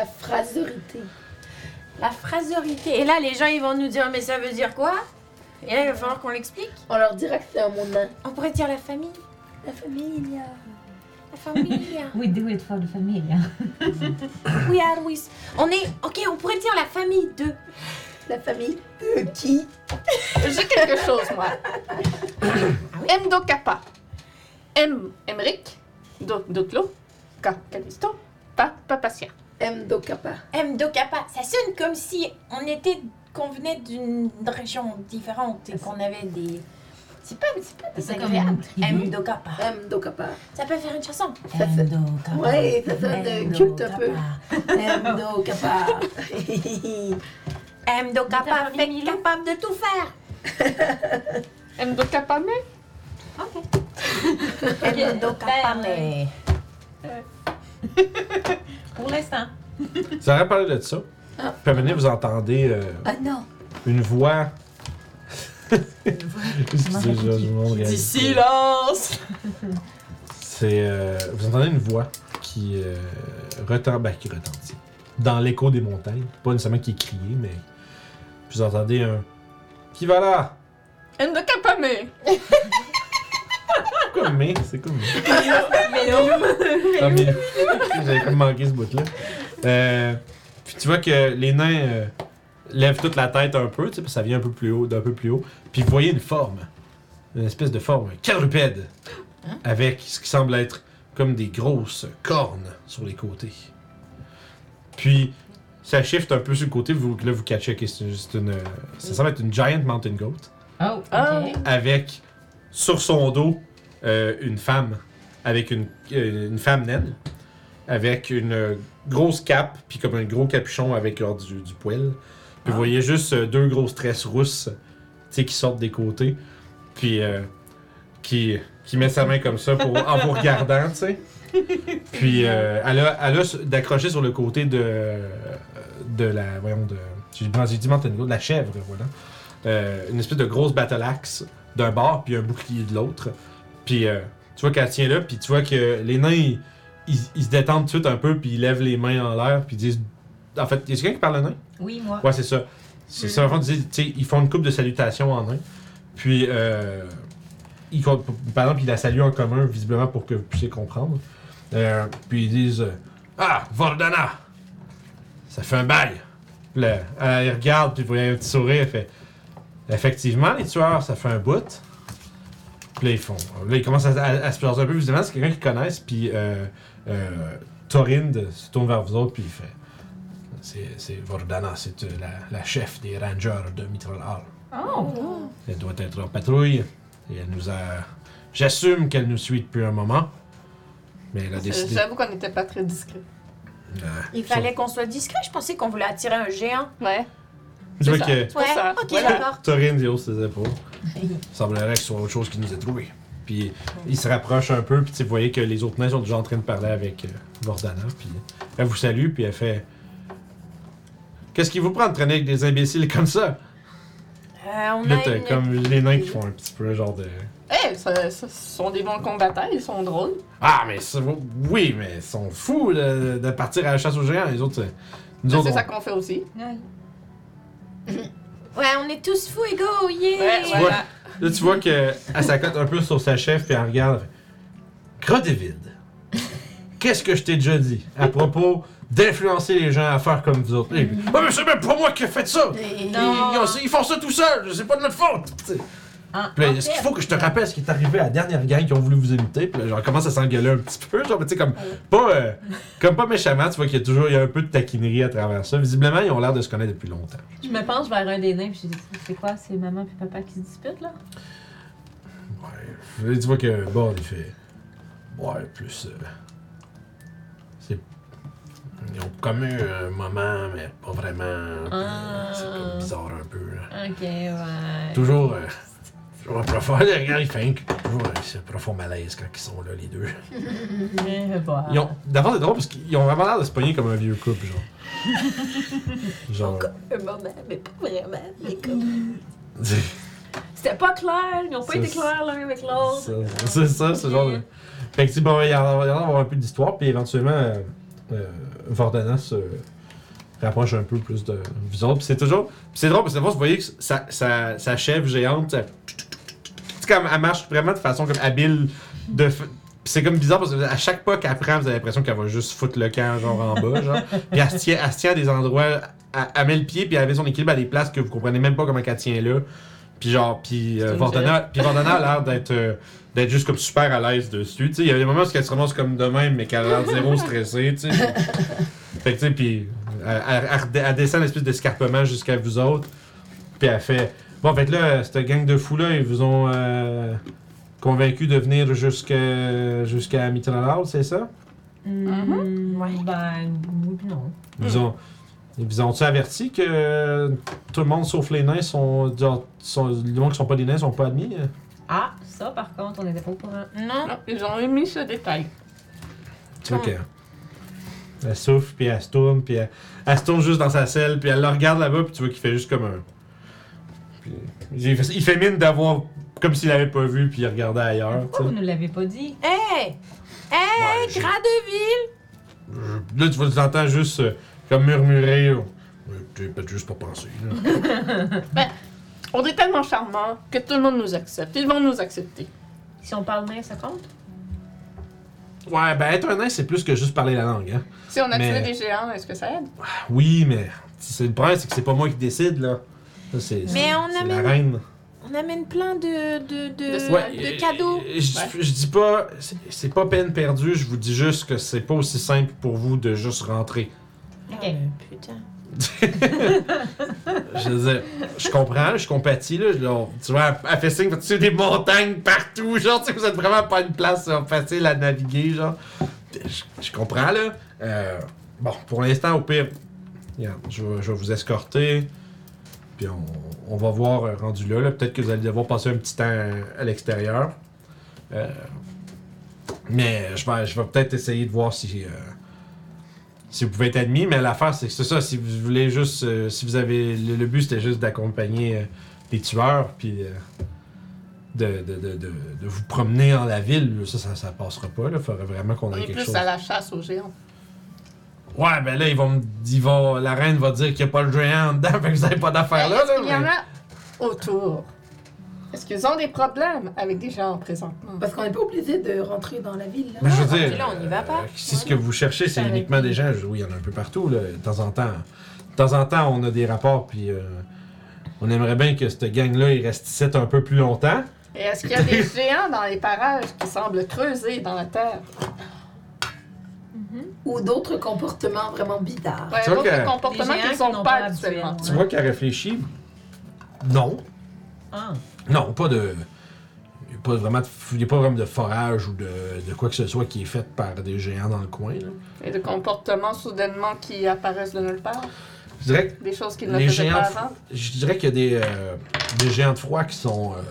Speaker 4: La frasorité.
Speaker 6: La phrasorité. Et là, les gens, ils vont nous dire, mais ça veut dire quoi Et là, il va falloir qu'on l'explique.
Speaker 4: On leur dira que c'est un monde nain.
Speaker 6: On pourrait dire la famille.
Speaker 4: La famille.
Speaker 6: La famille.
Speaker 5: We do it for the family. hein.
Speaker 6: We are with. On est. Ok, on pourrait dire la famille de.
Speaker 4: La famille de qui
Speaker 3: J'ai quelque chose, moi. M. Dokapa. M. Emric. Do, Doclo. K. Calisto. Pa. Papacia.
Speaker 4: M. Dokapa.
Speaker 6: M. Dokapa. Ça sonne comme si on était. qu'on venait d'une région différente et qu'on avait des. C'est pas, c'est pas
Speaker 5: C'est comme
Speaker 6: désagréable.
Speaker 5: une tribu.
Speaker 6: M. Dokapa.
Speaker 4: M. Dokapa.
Speaker 6: Ça peut faire une chanson.
Speaker 4: Ça fait-
Speaker 5: Endo,
Speaker 4: Ouais, ça sonne de culte un peu. M. Dokapa.
Speaker 6: M. Dokapa
Speaker 5: T'as
Speaker 6: fait capable de tout faire.
Speaker 3: M. Dokapa, mais.
Speaker 6: M. Dokapa, mais.
Speaker 5: Pour l'instant.
Speaker 1: Vous aurez parlé de ça. Puis à un moment donné, vous entendez euh,
Speaker 4: Ah non.
Speaker 1: une voix... Excusez, je- je me demande réellement.
Speaker 2: silence!
Speaker 1: C'est. euh, vous entendez une voix qui, euh, retent- ben, qui retentit. Dans l'écho des montagnes. Pas nécessairement qui est criée, mais. Vous entendez un. Qui va là
Speaker 3: M. Dokapa, mais.
Speaker 1: Pourquoi mais C'est comme mais. Ah, mais- J'avais comme manqué ce bout-là. Euh, puis tu vois que les nains euh, lèvent toute la tête un peu, tu sais, puis ça vient un peu plus haut, d'un peu plus haut. Puis vous voyez une forme. Une espèce de forme quadrupède. Avec ce qui semble être comme des grosses cornes sur les côtés. Puis, ça shift un peu sur le côté, vous, là vous catchez que c'est juste une. euh, Ça semble être une giant mountain goat.
Speaker 5: Oh, ok.
Speaker 3: Ah.
Speaker 1: Avec, sur son dos, euh, une femme. Avec une, euh, une femme naine. Avec une euh, grosse cape, puis comme un gros capuchon avec genre, du, du poil. Puis vous voyez juste euh, deux grosses tresses rousses, tu sais, qui sortent des côtés. Puis, euh, qui, qui met sa main comme ça pour, en vous regardant, tu sais. Puis euh, elle a, elle a s- d'accrocher sur le côté de, de la, voyons, de, j'ai dit- j'ai dit Mountain Goat, de la chèvre, voilà. euh, une espèce de grosse battle axe d'un bord, puis un bouclier de l'autre. Puis euh, tu vois qu'elle tient là, puis tu vois que les nains, ils, ils- ils se détendent tout de suite un peu, puis ils lèvent les mains en l'air, puis ils disent. En fait, y a quelqu'un qui parle en nain
Speaker 5: Oui, moi.
Speaker 1: Ouais, c'est ça. C'est ça, en fait, tu sais, tu sais, ils font une coupe de salutations en nain. Puis, euh, ils, con- par exemple, ils la saluent en commun, visiblement pour que vous puissiez comprendre. Euh, puis ils disent euh, Ah, Vordana Ça fait un bail Puis là, elle regarde, puis vous voyez un petit sourire, elle fait Effectivement, les tueurs, ça fait un bout. Puis là, ils font. Là, ils commencent à, à- à se placer un peu, visiblement, c'est quelqu'un qu'ils connaissent, puis euh, euh, Torinde se tourne vers vous autres, puis il fait c'est, c'est Vordana, c'est euh, la, la chef des Rangers de Mitral Hall.
Speaker 5: Oh.
Speaker 6: Oh.
Speaker 1: Elle doit être en patrouille et elle nous a. J'assume qu'elle nous suit depuis un moment, mais elle a
Speaker 3: Euh,
Speaker 1: décidé.
Speaker 3: J'avoue qu'on n'était pas très discret.
Speaker 1: Ah,
Speaker 6: Il
Speaker 1: ça-
Speaker 6: fallait qu'on soit discret. Je pensais qu'on voulait attirer un géant.
Speaker 3: Ouais.
Speaker 1: Tu vois
Speaker 3: ça.
Speaker 1: que
Speaker 3: Pas ça.
Speaker 6: ok,
Speaker 3: Voilà.
Speaker 6: d'accord.
Speaker 1: Torin dit hausse ses épaules. Il semblerait que ce soit autre chose qui nous ait trouvé. Puis il se rapproche un peu, puis tu sais, vous voyez que les autres nains sont déjà en train de parler avec euh, Vordana. Puis elle vous salue, puis elle fait. Qu'est-ce qui vous prend de traîner avec des imbéciles comme ça?
Speaker 6: Euh, on
Speaker 1: Là,
Speaker 6: a
Speaker 1: t'as
Speaker 6: une-
Speaker 1: comme les nains qui font un petit peu genre de.
Speaker 3: Eh, ça, ça- ce sont des bons combattants, ils sont drôles.
Speaker 1: Ah, mais c'est- oui, mais ils sont fous de, de partir à la chasse aux géants. Les autres, euh, nous
Speaker 3: Ça,
Speaker 1: autres,
Speaker 3: C'est
Speaker 1: on-
Speaker 3: ça qu'on fait aussi.
Speaker 6: Ouais, on est tous fous égaux, yeah!
Speaker 3: Ouais,
Speaker 1: vois-
Speaker 3: voilà.
Speaker 1: là, tu vois qu'elle s'accote un peu sur sa chef puis elle regarde. Grodeville, qu'est-ce que je t'ai déjà dit à propos d'influencer les gens à faire comme vous autres? Et puis, Ah, mais c'est même pas moi qui ai fait ça! Ils, ils ont- ils font ça tout seuls, c'est pas de notre faute! tu sais.
Speaker 5: Ah,
Speaker 1: Puis là,
Speaker 5: en
Speaker 1: est-ce qu'il
Speaker 5: fait,
Speaker 1: faut que je te rappelle ce qui est arrivé à la dernière gang qui ont voulu vous imiter? Puis là, genre, commence à s'engueuler un petit peu. Genre, mais tu sais, comme, pas, euh, comme pas méchamment, tu vois qu'il y a toujours il y a un peu de taquinerie à travers ça. Visiblement, ils ont l'air de se connaître depuis longtemps.
Speaker 5: Je me penche vers un des nains puis je dis C'est quoi C'est maman puis papa qui se disputent là
Speaker 1: Ouais. Là, Tu vois que, bon, il fait. Ouais, plus. euh, c'est. Ils ont commis un moment, mais pas vraiment. puis, euh,
Speaker 5: Ah.
Speaker 1: C'est comme bizarre un peu, là.
Speaker 5: Ok, ouais.
Speaker 1: Toujours. euh, toujours un profond. Regarde, il fait un- toujours un c'est un profond malaise quand ils sont là, les deux.
Speaker 5: Mais voilà.
Speaker 1: Ils ont, d'abord, c'est drôle parce qu'ils ont vraiment l'air de se pogner comme un vieux couple, genre. genre.
Speaker 6: Un moment, mais pas vraiment. mais comme-
Speaker 1: c'est
Speaker 6: C'était pas clair. Ils ont pas
Speaker 1: Ça,
Speaker 6: été
Speaker 1: c'est-
Speaker 6: clairs l'un avec
Speaker 5: Oh.
Speaker 6: l'autre.
Speaker 1: ça- c'est ça, ce genre de. Fait que, tu sais, bon, il y en a il y en a avoir un peu d'histoire, puis éventuellement, euh, euh, Vordana se rapproche un peu plus de vous autres. Puis c'est toujours. puis c'est drôle parce que d'abord, vous voyez que sa, sa, sa chef géante, ça- c'est comme, elle marche vraiment de façon comme habile. De f- puis c'est comme bizarre parce que à chaque pas qu'elle prend, vous avez l'impression qu'elle va juste foutre le camp, genre en bas, genre. Puis elle se tient, elle se tient à des endroits. Elle, elle met le pied, puis elle met son équilibre à des places que vous comprenez même pas comment elle tient là. Puis genre, puis euh,
Speaker 5: une
Speaker 1: Vordana, puis Vordana a l'air d'être. euh, d'être juste comme super à l'aise dessus. Tu sais, il y a des moments où elle se ramasse comme de même, mais qu'elle a l'air zéro stressée, tu sais. fait que tu sais, puis elle, elle- elle redé- elle descend l'espèce d'escarpement jusqu'à vous autres, puis elle fait bon, fait que là, cette gang de fous là, ils vous ont euh, convaincu de venir jusqu'à jusqu'à Mitralal, c'est ça
Speaker 5: Mhm.
Speaker 6: Ouais.
Speaker 5: Ben, oui, puis non.
Speaker 1: Ils vous ont ils vous ont averti que euh, tout le monde sauf les nains sont, genre, sont les gens qui sont pas des nains sont pas admis hein?
Speaker 5: Ah, ça par contre, on était pas au courant.
Speaker 6: Non.
Speaker 3: Non, ils ont émis ce détail.
Speaker 1: Tu vois que. Elle souffle, puis elle se tourne, puis elle, elle se tourne juste dans sa selle, puis elle le regarde là-bas, puis tu vois qu'il fait juste comme un. Puis, il, fait, il fait mine d'avoir. comme s'il l'avait pas vu, puis il regardait ailleurs. tu
Speaker 5: Pourquoi
Speaker 1: sais.
Speaker 5: vous nous l'avez pas dit
Speaker 6: Hey!
Speaker 1: Ouais,
Speaker 6: Hey,
Speaker 1: j'ai-
Speaker 6: Gradeville!
Speaker 1: Je- Là, tu vois, tu entends juste euh, comme murmurer. euh, Ouais, J'ai peut-être juste pas pensé. là.
Speaker 3: On est tellement charmants que tout le monde nous accepte. Ils vont nous accepter.
Speaker 5: Si on parle nain, ça compte
Speaker 1: ouais, ben être un nain, c'est plus que juste parler la langue, hein.
Speaker 3: Si on a
Speaker 1: Mais-
Speaker 3: tué des géants, est-ce que ça aide?
Speaker 1: Oui, mais. C'est, le problème, c'est que c'est pas moi qui décide, là. Ça, c'est,
Speaker 6: Mais
Speaker 1: c'est-
Speaker 6: on
Speaker 1: c'est la
Speaker 6: amène-
Speaker 1: reine.
Speaker 6: On amène plein de, de, de,
Speaker 1: Ouais,
Speaker 6: de
Speaker 1: euh,
Speaker 6: cadeaux.
Speaker 1: Je, dis-
Speaker 3: Ouais.
Speaker 1: je dis pas, c'est- c'est pas peine perdue, je vous dis juste que c'est pas aussi simple pour vous de juste rentrer.
Speaker 5: Ok.
Speaker 6: Ah, putain.
Speaker 1: Je veux dire, je comprends, je compatis, là, je- on- tu vois, elle fait signe, tu sais, des montagnes partout, genre, tu sais, vous êtes vraiment pas une place euh, facile à naviguer, genre. Je, je comprends, là. Euh, bon, pour l'instant, au pire, regarde, je, vais- je vais vous escorter, puis on, on va voir euh, rendu là, là. Peut-être que vous allez devoir passer un petit temps à, à l'extérieur. Euh, mais je vais, je vais peut-être essayer de voir si... euh, si vous pouvez être admis, mais l'affaire, c'est que c'est ça, si vous voulez juste, euh, si vous avez, le, le but, c'était juste d'accompagner euh, des tueurs, puis euh, de, de, de, de, de vous promener dans la ville, ça, ça, ça passera pas. Il faudrait vraiment qu'on
Speaker 3: On
Speaker 1: ait
Speaker 3: est
Speaker 1: quelque
Speaker 3: plus
Speaker 1: chose.
Speaker 3: à la chasse aux géants.
Speaker 1: Ouais, ben là, ils vont me ils vont- la reine va dire qu'il n'y a pas le géant dedans, fait que vous n'avez pas d'affaire là. là
Speaker 3: Il y en
Speaker 1: mais-
Speaker 3: a autour. Est-ce qu'ils ont des problèmes avec des gens présentement?
Speaker 4: Parce qu'on n'est pas obligé de rentrer dans la ville. là.
Speaker 1: Mais je veux
Speaker 6: Ah,
Speaker 1: dire,
Speaker 6: ok, là, on y va pas.
Speaker 1: euh, si ce que vous cherchez, c'est uniquement des gens, je- oui, il y en a un peu partout. Là. De temps en temps, de temps en temps, on a des rapports, puis euh, on aimerait bien que cette gang-là, il reste ici un peu plus longtemps.
Speaker 3: Et est-ce qu'il y a des géants dans les parages qui semblent creuser dans la terre?
Speaker 4: Ou d'autres comportements vraiment bizarres.
Speaker 3: Ouais,
Speaker 1: Tu vois
Speaker 3: d'autres
Speaker 1: que-
Speaker 3: comportements
Speaker 6: Des
Speaker 3: qui
Speaker 6: géants
Speaker 3: ne sont
Speaker 6: qui n'ont
Speaker 3: pas
Speaker 6: pas l'habitude,
Speaker 3: actuellement.
Speaker 1: Tu vois qu'elle réfléchit. Non,
Speaker 5: Ah,
Speaker 1: non, pas de. Il n'y a pas vraiment de, il y a pas vraiment de forage ou de, de quoi que ce soit qui est fait par des géants dans le coin. là.
Speaker 3: Et de comportements soudainement qui apparaissent de nulle part.
Speaker 1: Je dirais que
Speaker 3: Des choses qu'ils ne
Speaker 1: Les
Speaker 3: faisaient
Speaker 1: géants,
Speaker 3: pas
Speaker 1: de-
Speaker 3: avant.
Speaker 1: je dirais qu'il y a des, euh, des géants de froid qui sont euh,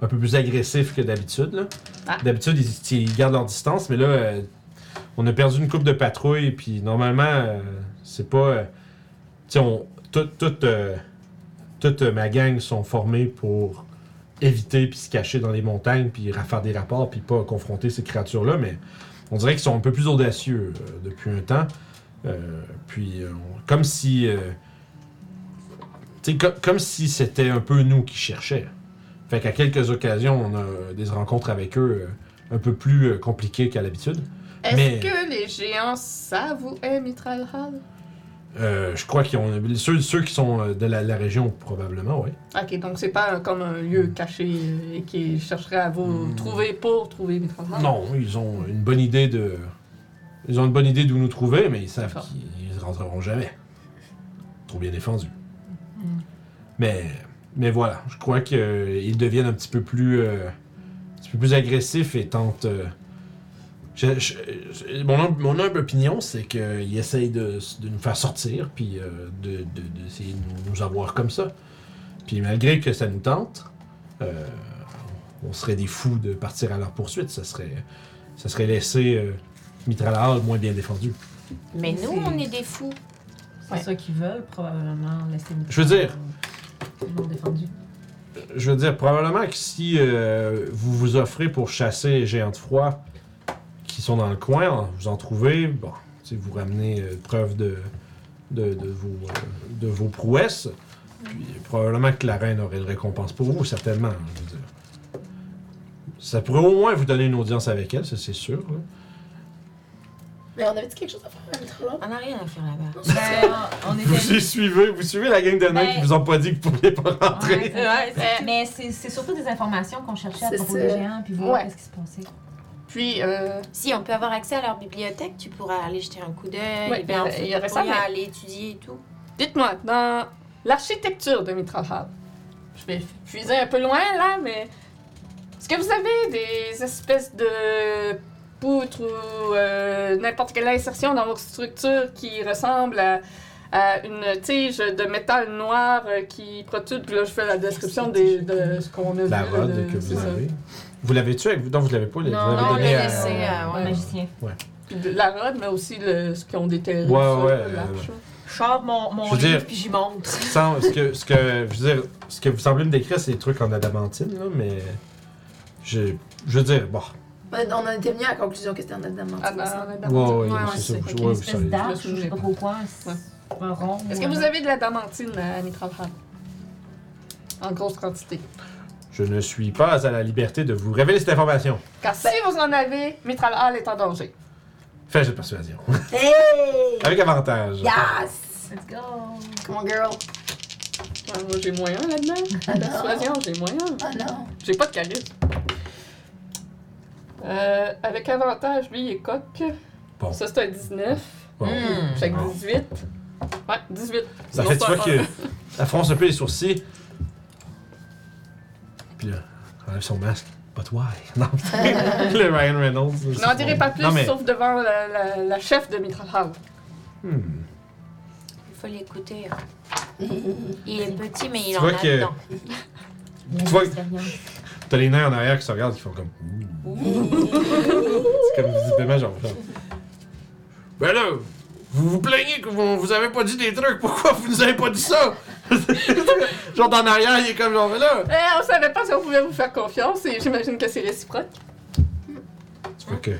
Speaker 1: un peu plus agressifs que d'habitude. là.
Speaker 3: Ah.
Speaker 1: D'habitude, ils, ils gardent leur distance, mais là, euh, on a perdu une coupe de patrouille, puis normalement, euh, c'est pas. euh, tu sais, on- tout- tout, euh, toute euh, ma gang sont formés pour éviter puis se cacher dans les montagnes puis ra- faire des rapports puis pas confronter ces créatures là mais on dirait qu'ils sont un peu plus audacieux euh, depuis un temps Euh, puis euh, on- comme si euh, tu sais, co- comme si c'était un peu nous qui cherchait. Fait qu'à quelques occasions, on a des rencontres avec eux euh, un peu plus euh, compliquées qu'à l'habitude.
Speaker 3: Est-ce
Speaker 1: Mais-
Speaker 3: que les géants savent où est Mitralhal?
Speaker 1: Euh, je crois qu'ils ont. Ceux, ceux qui sont euh, de la, la région, probablement, oui.
Speaker 3: Ok, donc c'est pas un- comme un lieu caché euh, et qui chercherait à vous trouver pour trouver Mitralhal.
Speaker 1: Hmm. Non, ils ont une bonne idée de. Ils ont une bonne idée d'où nous trouver, mais ils savent
Speaker 3: D'accord.
Speaker 1: qu'ils ils rentreront jamais. Trop bien défendus. Mais, mais voilà, je crois qu'ils deviennent un petit peu plus, euh, un petit peu plus agressifs et tentent. euh, je- je- je- mon, hum- mon humble opinion, c'est qu'ils essayent de, de nous faire sortir, puis euh, de- de- d'essayer de, nous, nous avoir comme ça. Puis malgré que ça nous tente, euh, on serait des fous de partir à leur poursuite. Ça serait, ça serait laisser euh, Mitralahal moins bien défendu.
Speaker 6: Mais nous,
Speaker 5: C'est-
Speaker 6: on est des fous.
Speaker 5: c'est
Speaker 4: Ouais.
Speaker 5: ça qu'ils veulent, probablement. Laisser
Speaker 1: Je veux dire-
Speaker 5: Non défendu.
Speaker 1: Je veux dire, probablement que si euh, vous vous offrez pour chasser les géants de froid qui sont dans le coin, hein, vous en trouvez, bon, tu sais, vous ramenez euh, preuve de, de, de vos, euh, de vos prouesses, puis probablement que la reine aurait une récompense pour vous, certainement, hein, je veux dire. Ça pourrait au moins vous donner une audience avec elle, ça c'est sûr. hein. là.
Speaker 4: Mais on avait dit quelque chose à faire à Mitralab?
Speaker 6: On n'a rien à faire là-bas.
Speaker 5: Ben, on était.
Speaker 1: Vous y suivez, vous suivez la gang de nains
Speaker 5: Ben-
Speaker 1: qui vous ont pas dit que vous pouviez pas rentrer.
Speaker 5: Ouais,
Speaker 6: Ouais,
Speaker 5: c'est- mais c'est c'est surtout des informations qu'on cherchait à
Speaker 4: C'est
Speaker 5: propos
Speaker 4: ça.
Speaker 5: des géants, puis voir
Speaker 3: Ouais.
Speaker 5: qu'est-ce qui se passait.
Speaker 3: Puis, euh,
Speaker 6: Si on peut avoir accès à leur bibliothèque, tu pourras aller jeter un coup d'œil.
Speaker 3: Ouais,
Speaker 6: et
Speaker 3: il y
Speaker 6: ben,
Speaker 3: a-
Speaker 6: ensuite,
Speaker 3: il y aurait
Speaker 6: tu
Speaker 3: ça,
Speaker 6: pourras
Speaker 3: mais-
Speaker 6: aller étudier et tout.
Speaker 3: dites-moi, dans l'architecture de Mitralhal, je vais puiser un peu loin là, mais est-ce que vous avez des espèces de poutres ou euh, n'importe quelle insertion dans votre structure qui ressemble à, à une tige de métal noir euh, qui protrude? Puis là, je fais la description des- de ce qu'on a
Speaker 1: La
Speaker 3: vu,
Speaker 1: rod
Speaker 3: de-
Speaker 1: que
Speaker 3: c'est
Speaker 1: vous
Speaker 3: ça.
Speaker 1: avez. Vous l'avez-tu avec vous? Non, vous l'avez pas.
Speaker 6: Non,
Speaker 1: vous l'avez
Speaker 6: on
Speaker 1: donné
Speaker 6: l'a
Speaker 1: à-
Speaker 6: laissé à- ouais,
Speaker 5: Un magicien.
Speaker 3: Puis de la rod, mais aussi le, ce qu'ils ont déterré.
Speaker 1: Ouais,
Speaker 3: sur
Speaker 1: ouais,
Speaker 3: le large.
Speaker 6: Je sors mon,
Speaker 1: Je veux livre, dire-
Speaker 6: puis j'y monte.
Speaker 1: Sans- ce, que, ce, que, je veux dire, ce que vous semblez me décrire, c'est des trucs en adamantine, là, mais. Je, je veux dire, bon.
Speaker 4: On en était venu à la conclusion que c'était un adamant.
Speaker 3: Ah, bah, ouais,
Speaker 1: Ouais, ouais,
Speaker 3: ouais,
Speaker 1: non,
Speaker 3: ouais,
Speaker 1: c'est ça.
Speaker 3: c'est-
Speaker 1: vous-
Speaker 5: Avec
Speaker 1: ouais,
Speaker 5: une
Speaker 1: vous
Speaker 5: espèce
Speaker 1: savez.
Speaker 5: d'arche,
Speaker 3: Je me
Speaker 5: je sais pas
Speaker 3: souviens
Speaker 5: pourquoi. c'est
Speaker 3: Ouais.
Speaker 5: Un rond.
Speaker 3: Est-ce
Speaker 5: ou
Speaker 3: que
Speaker 5: un-
Speaker 3: vous avez de la damantine à Mitralhal? En grosse quantité.
Speaker 1: Je ne suis pas à la liberté de vous révéler cette information.
Speaker 3: Car si vous en avez, Mitralhal est en danger.
Speaker 1: Fais j'ai de persuasion.
Speaker 4: Hey!
Speaker 1: Avec avantage.
Speaker 4: Yes!
Speaker 5: Let's go!
Speaker 4: Come on, girl.
Speaker 3: Ouais, moi, j'ai moyen là-dedans.
Speaker 4: Ah non.
Speaker 3: Persuasion, j'ai moyen.
Speaker 4: Ah non.
Speaker 3: J'ai pas de charisme. Euh, avec avantage, lui, il est coq.
Speaker 1: Bon.
Speaker 3: Ça, c'est un 19.
Speaker 1: Bon.
Speaker 3: Fait que
Speaker 1: Bon.
Speaker 3: 18. Ouais, 18.
Speaker 1: Ça
Speaker 3: Sinon,
Speaker 1: fait, tu
Speaker 3: c'est un
Speaker 1: vois que. Elle fronce un peu les sourcils. Puis là, elle enlève son masque. But why? Non, le Ryan Reynolds.
Speaker 3: un. N'en dirai pas plus,
Speaker 1: Non, mais.
Speaker 3: sauf devant la, la- la chef de Mitralhal.
Speaker 1: Hmm.
Speaker 6: Il faut l'écouter. hein. Il est petit, mais il
Speaker 1: Tu
Speaker 6: en
Speaker 1: vois
Speaker 6: a
Speaker 1: que-
Speaker 6: dedans.
Speaker 5: La
Speaker 1: vois-
Speaker 5: expérience.
Speaker 1: T'as les nains en arrière qui se regardent, qui font comme. C'est comme visiblement genre. genre, Ben là, vous vous plaignez que vous, vous avez pas dit des trucs, pourquoi vous nous avez pas dit ça? genre dans l'arrière, il est comme genre là.
Speaker 3: Eh, on savait pas si on pouvait vous faire confiance et j'imagine que c'est réciproque.
Speaker 1: Tu vois que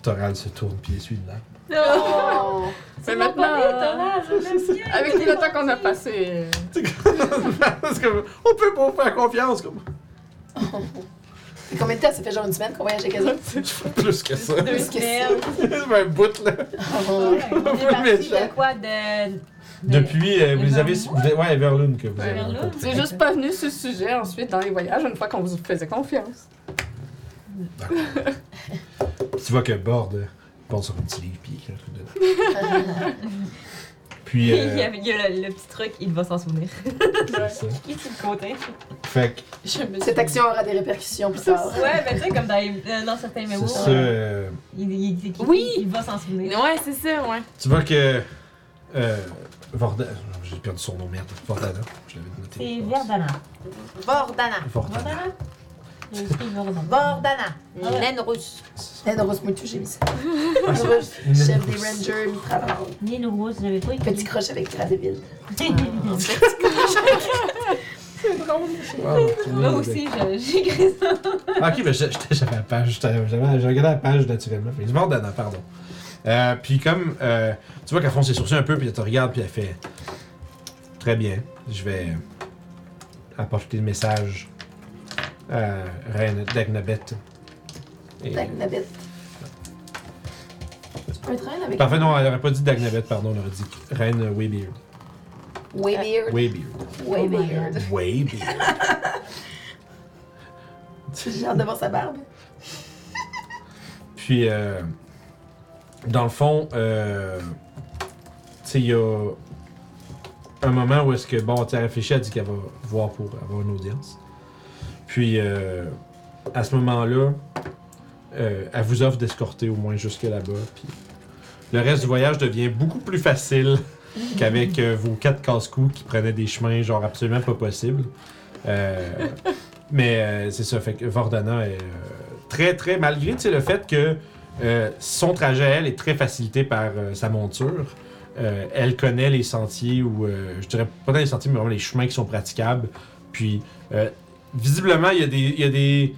Speaker 1: Toral se tourne puis essuie une larme.
Speaker 4: Ah
Speaker 2: Oh.
Speaker 3: Mais maintenant, euh, avec le temps qu'on a passé, euh,
Speaker 1: C'est comme- c'est comme, on peut pas vous faire confiance. Comme...
Speaker 4: C'est combien de temps? Ça fait genre une semaine qu'on voyage à Gaza.
Speaker 1: Plus que ça.
Speaker 7: Deux
Speaker 4: Qu'est-ce que c'est?
Speaker 7: semaines.
Speaker 1: C'est un bout là.
Speaker 4: Oh.
Speaker 5: On est parti
Speaker 1: Méchant.
Speaker 5: de quoi de. de-
Speaker 1: Depuis, euh, vous
Speaker 5: Vers
Speaker 1: avez.
Speaker 5: Lune?
Speaker 1: vous avez- Ouais, vers Lune que vous avez
Speaker 5: Vers Lune?
Speaker 1: rencontré.
Speaker 3: c'est juste pas venu ce sujet ensuite dans les voyages une fois qu'on vous faisait confiance.
Speaker 1: Puis tu vois que Bord euh, porte sur un petit livre puis il écrit un truc dedans. puis.
Speaker 5: Il
Speaker 1: euh,
Speaker 5: y a, il y a le, le petit truc, il va s'en souvenir.
Speaker 1: c'est ça.
Speaker 5: Il est sur le côté.
Speaker 1: Fait que
Speaker 2: Je me suis
Speaker 4: Cette action aura des répercussions plus tard.
Speaker 5: Ouais, mais tu sais, comme dans, les- euh, dans certains mémos,
Speaker 1: c'est ça. euh,
Speaker 5: il, il, dit qu'il-
Speaker 6: Oui.
Speaker 5: il va s'en souvenir.
Speaker 6: Ouais, c'est ça, ouais.
Speaker 1: tu vois que. Euh, Vorda. J'ai perdu son nom, merde. Vordana. Je l'avais noté.
Speaker 5: C'est Verdana.
Speaker 6: Vordana.
Speaker 1: Vordana.
Speaker 5: Verdana? J'ai écrit Verdana.
Speaker 6: Vordana. Une laine russe.
Speaker 4: Naine Rose Moutou, j'ai mis ça.
Speaker 1: Ah, c'est-
Speaker 4: Rouge,
Speaker 1: Naine
Speaker 4: Chef des
Speaker 1: Rose.
Speaker 4: Rangers, Mitral.
Speaker 5: Ni le rose, j'avais pas écrit.
Speaker 4: Petit croche avec Gradeville.
Speaker 1: Wow,
Speaker 5: Moi aussi, je- j'ai écrit ça.
Speaker 1: Ah, ok, mais j'ai- j'étais- j'avais la page, j'étais- j'avais- j'ai regardé la page naturellement. Fait que je m'en donne, pardon. Euh, puis comme, euh, tu vois qu'elle fronce ses sourcils un peu, puis elle te regarde, puis elle fait Très bien, je vais apporter le message à Reine Dagnabet. Et-
Speaker 4: Dagnabet. Tu peux train avec
Speaker 1: Parfait, non, elle aurait pas dit Dagnabet, pardon, elle aurait dit Reine Waybeard.
Speaker 4: Waybeard.
Speaker 1: Waybeard.
Speaker 4: Waybeard.
Speaker 1: Waybeard.
Speaker 4: J'ai hâte d'avoir sa barbe.
Speaker 1: Puis, euh, dans le fond, euh, tu sais, il y a un moment où est-ce que, bon, tu as réfléchi, elle dit qu'elle va voir pour avoir une audience. Puis, euh, à ce moment-là, euh, elle vous offre d'escorter au moins jusque là-bas. Puis, le reste du voyage devient beaucoup plus facile qu'avec euh, vos quatre casse-coups qui prenaient des chemins, genre, absolument pas possibles. Euh, mais euh, c'est ça, fait que Vordana est euh, très, très, malgré tu sais, le fait que euh, son trajet, elle, est très facilité par euh, sa monture, euh, elle connaît les sentiers ou, euh, je dirais pas dans les sentiers, mais vraiment les chemins qui sont praticables. Puis, euh, visiblement, il y a des... Il y a des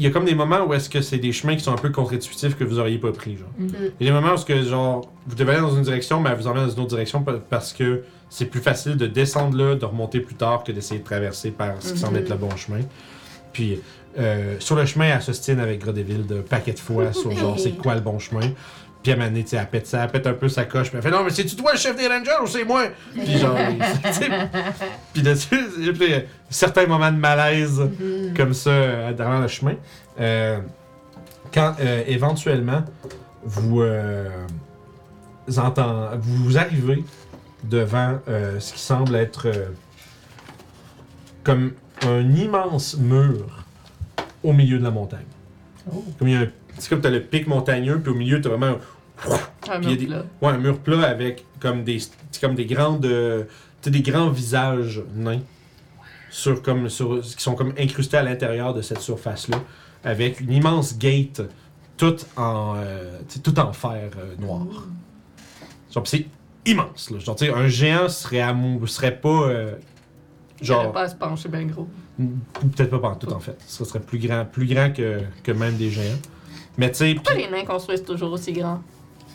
Speaker 1: il y a comme des moments où est-ce que c'est des chemins qui sont un peu contre-intuitifs que vous auriez pas pris, genre.
Speaker 5: Mhm.
Speaker 1: Il y a des moments où est-ce que, genre, vous devez aller dans une direction, mais elle vous emmène dans une autre direction pa- parce que c'est plus facile de descendre là, de remonter plus tard que d'essayer de traverser par ce qui semble être le bon chemin. Puis, euh, sur le chemin, elle s'ostine avec Grodeville de paquet de fois sur genre c'est quoi le bon chemin. Puis à un moment donné, tu sais, elle pète ça, elle pète un peu sa coche, puis elle fait non, mais c'est-tu toi le chef des Rangers ou c'est moi? Puis genre, tu sais, puis là-dessus, j'ai pris, euh, certains moments de malaise
Speaker 4: Mm-hmm.
Speaker 1: comme ça euh, dans le chemin. Euh, quand euh, éventuellement, vous, euh, entend- vous vous arrivez devant euh, ce qui semble être euh, comme un immense mur au milieu de la montagne.
Speaker 5: Oh.
Speaker 1: Comme il y a un- c'est comme t'as le pic montagneux, puis au milieu t'as vraiment
Speaker 3: Un
Speaker 1: Puis il y a
Speaker 3: mur
Speaker 1: des-
Speaker 3: plat.
Speaker 1: ouais, un mur plat avec comme des c'est comme des grandes euh, tu sais, des grands visages nains sur comme sur qui sont comme incrustés à l'intérieur de cette surface là avec une immense gate toute en euh, tu sais, toute en fer euh, noir. Genre, pis c'est immense là, genre tu sais, un géant serait à mou- serait pas euh,
Speaker 3: J'aurais
Speaker 1: genre
Speaker 3: pas à se pencher bien gros.
Speaker 1: ou peut-être pas partout en fait. Ce serait plus grand plus grand que, que même des géants. Mais tu sais
Speaker 3: Pourquoi les nains construisent toujours aussi grand?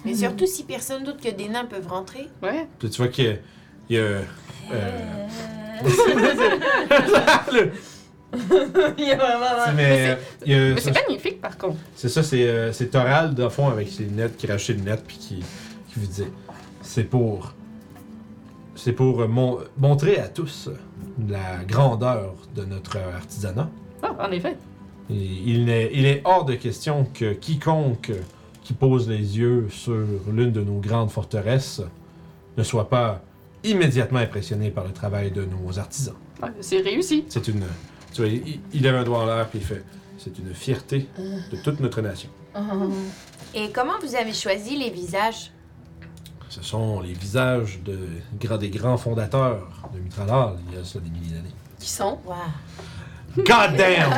Speaker 6: Mais surtout si personne d'autre que des nains peuvent rentrer.
Speaker 3: Ouais.
Speaker 1: Puis tu vois qu'il y a- il y a. euh, le-
Speaker 5: Il y a vraiment.
Speaker 1: mais il y a-
Speaker 3: Mais Ah, c'est
Speaker 1: ça-
Speaker 3: magnifique par contre.
Speaker 1: c'est ça, c'est, euh, c'est Toral, dans le fond, avec ses lunettes, qui rajoute ses lunettes, puis qui, qui vous dit c'est pour. C'est pour euh, mon- montrer à tous euh, la grandeur de notre artisanat.
Speaker 3: Ah, en effet.
Speaker 1: Et il, n'est- il est hors de question que quiconque qui pose les yeux sur l'une de nos grandes forteresses ne soit pas immédiatement impressionné par le travail de nos artisans.
Speaker 3: Ouais, Ah, c'est réussi.
Speaker 1: C'est une. Tu vois, il, il lève un doigt en l'air puis il fait C'est une fierté de toute notre nation.
Speaker 6: Et comment vous avez choisi les visages
Speaker 1: Ce sont les visages de, grands- des grands fondateurs de Mitralal il y a ça des milliers d'années.
Speaker 4: Qui sont?
Speaker 6: Waouh.
Speaker 1: God damn!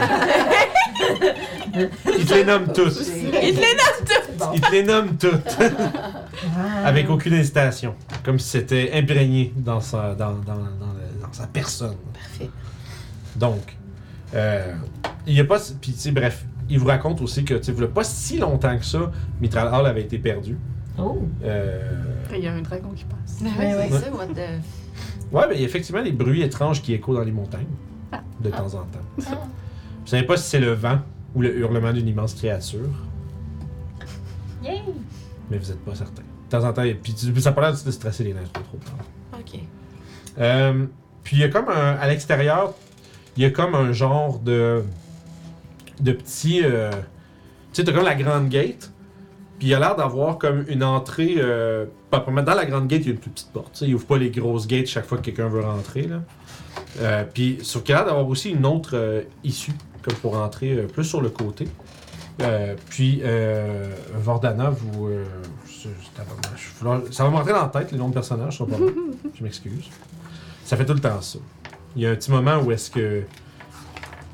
Speaker 1: Ils te les nomment tous.
Speaker 4: Il
Speaker 2: les
Speaker 1: Ils te les nomment toutes.
Speaker 5: Ah.
Speaker 1: Avec aucune hésitation. Comme si c'était imprégné dans sa, dans, dans- dans le- dans sa personne.
Speaker 4: Parfait.
Speaker 1: Donc, euh, il y a pas. Puis, tu sais, bref, il vous raconte aussi que, tu sais, voilà pas si longtemps que ça, Mitral Hall avait été perdu.
Speaker 5: Oh!
Speaker 1: Euh,
Speaker 3: Il y a un dragon qui passe.
Speaker 6: Ouais,
Speaker 1: ouais.
Speaker 6: c'est ça, what the...
Speaker 1: Ouais, mais il y a effectivement des bruits étranges qui échoent dans les montagnes, de temps en temps. Vous savez pas si c'est le vent ou le hurlement d'une immense créature,
Speaker 5: Yay!
Speaker 1: mais vous êtes pas certain. De temps en temps, et puis tu- ça a pas l'air de te stresser les neiges trop tard.
Speaker 6: Ok.
Speaker 1: Euh, puis il y a comme un, à l'extérieur, il y a comme un genre de de petit, euh, tu sais, t'as comme la grande gate. Puis il a l'air d'avoir comme une entrée. Euh, pas vraiment- dans la grande gate, il y a une plus petite porte. tu sais, Il ouvre pas les grosses gates chaque fois que quelqu'un veut rentrer. Là. Euh, puis sur qu'il a l'air d'avoir aussi une autre euh, issue, comme pour rentrer euh, plus sur le côté. Euh, puis euh, Vordana, vous. euh, c'est- c'est tabarnak, je- falloir- ça va me rentrer dans la tête, les noms de personnages sont pas bons. Je m'excuse. Ça fait tout le temps ça. Il y a un petit moment où est-ce que.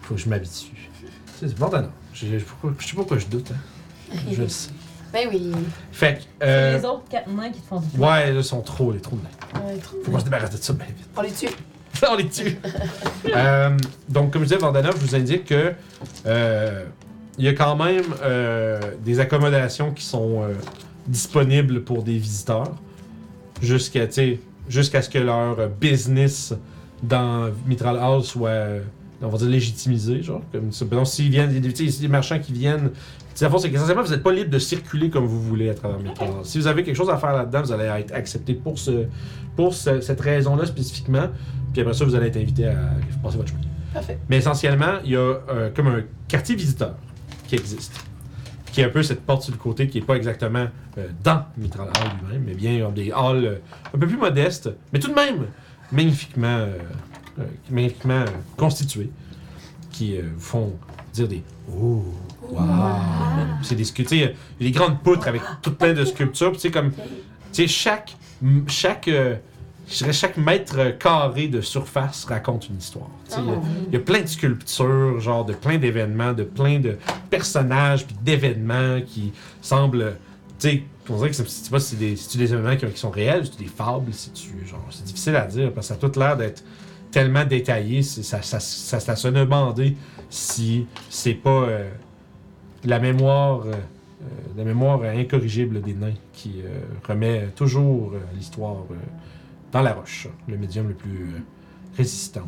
Speaker 1: Faut que je m'habitue. Tu sais, C'est Vordana. Je, je- pourquoi- je sais pas pourquoi je doute. hein. Je le sais.
Speaker 7: Ben oui.
Speaker 1: Fait que.
Speaker 5: C'est
Speaker 1: euh,
Speaker 5: les autres quatre nains qui te font du mal.
Speaker 1: ouais, là, sont trop, les trous de nez. Faut qu'on se débarrasse de ça bien vite.
Speaker 4: On les tue.
Speaker 1: On les tue. Euh, donc, comme je disais, Vandana vous indique que euh, il y a quand même euh, des accommodations qui sont euh, disponibles pour des visiteurs jusqu'à tu sais, jusqu'à ce que leur euh, business dans Mitral House soit, euh, on va dire, légitimisé. Genre, comme ça. Donc, s'ils viennent, des- tu sais, des marchands qui viennent. tu sais, La force, c'est qu'essentiellement, vous n'êtes pas libre de circuler comme vous voulez à travers Mitral House. Si vous avez quelque chose à faire là-dedans, vous allez être accepté pour, ce, pour ce- cette raison-là spécifiquement. Puis après ça, vous allez être invité à passer votre chemin.
Speaker 4: Parfait.
Speaker 1: Mais essentiellement, il y a euh, comme un quartier visiteur qui existe. Qui est un peu cette porte sur le côté qui n'est pas exactement euh, dans Mitral Hall lui-même, mais bien dans des halls euh, un peu plus modestes, mais tout de même magnifiquement, euh, euh, magnifiquement euh, constitués, qui euh, font dire des Oh, wow! C'est des sculptures. tu sais, Il y a des grandes poutres avec tout plein de sculptures, puis tu sais, comme. Tu sais, chaque. chaque euh, je dirais chaque mètre carré de surface raconte une histoire. Tu sais, il y a- Il y a plein de sculptures, genre de plein d'événements, de plein de personnages puis d'événements qui semblent, tu sais, on dirait que c'est- c'est pas si c'est des, c'est-tu des événements qui, qui sont réels, c'est des fables, c'est tu genre, c'est difficile à dire parce que ça a tout l'air d'être tellement détaillé, c'est- ça, ça, ça, ça se demander si c'est pas euh, la mémoire, euh, euh, la mémoire incorrigible des nains qui euh, remet toujours euh, l'histoire euh, dans la roche, le médium le plus euh, résistant.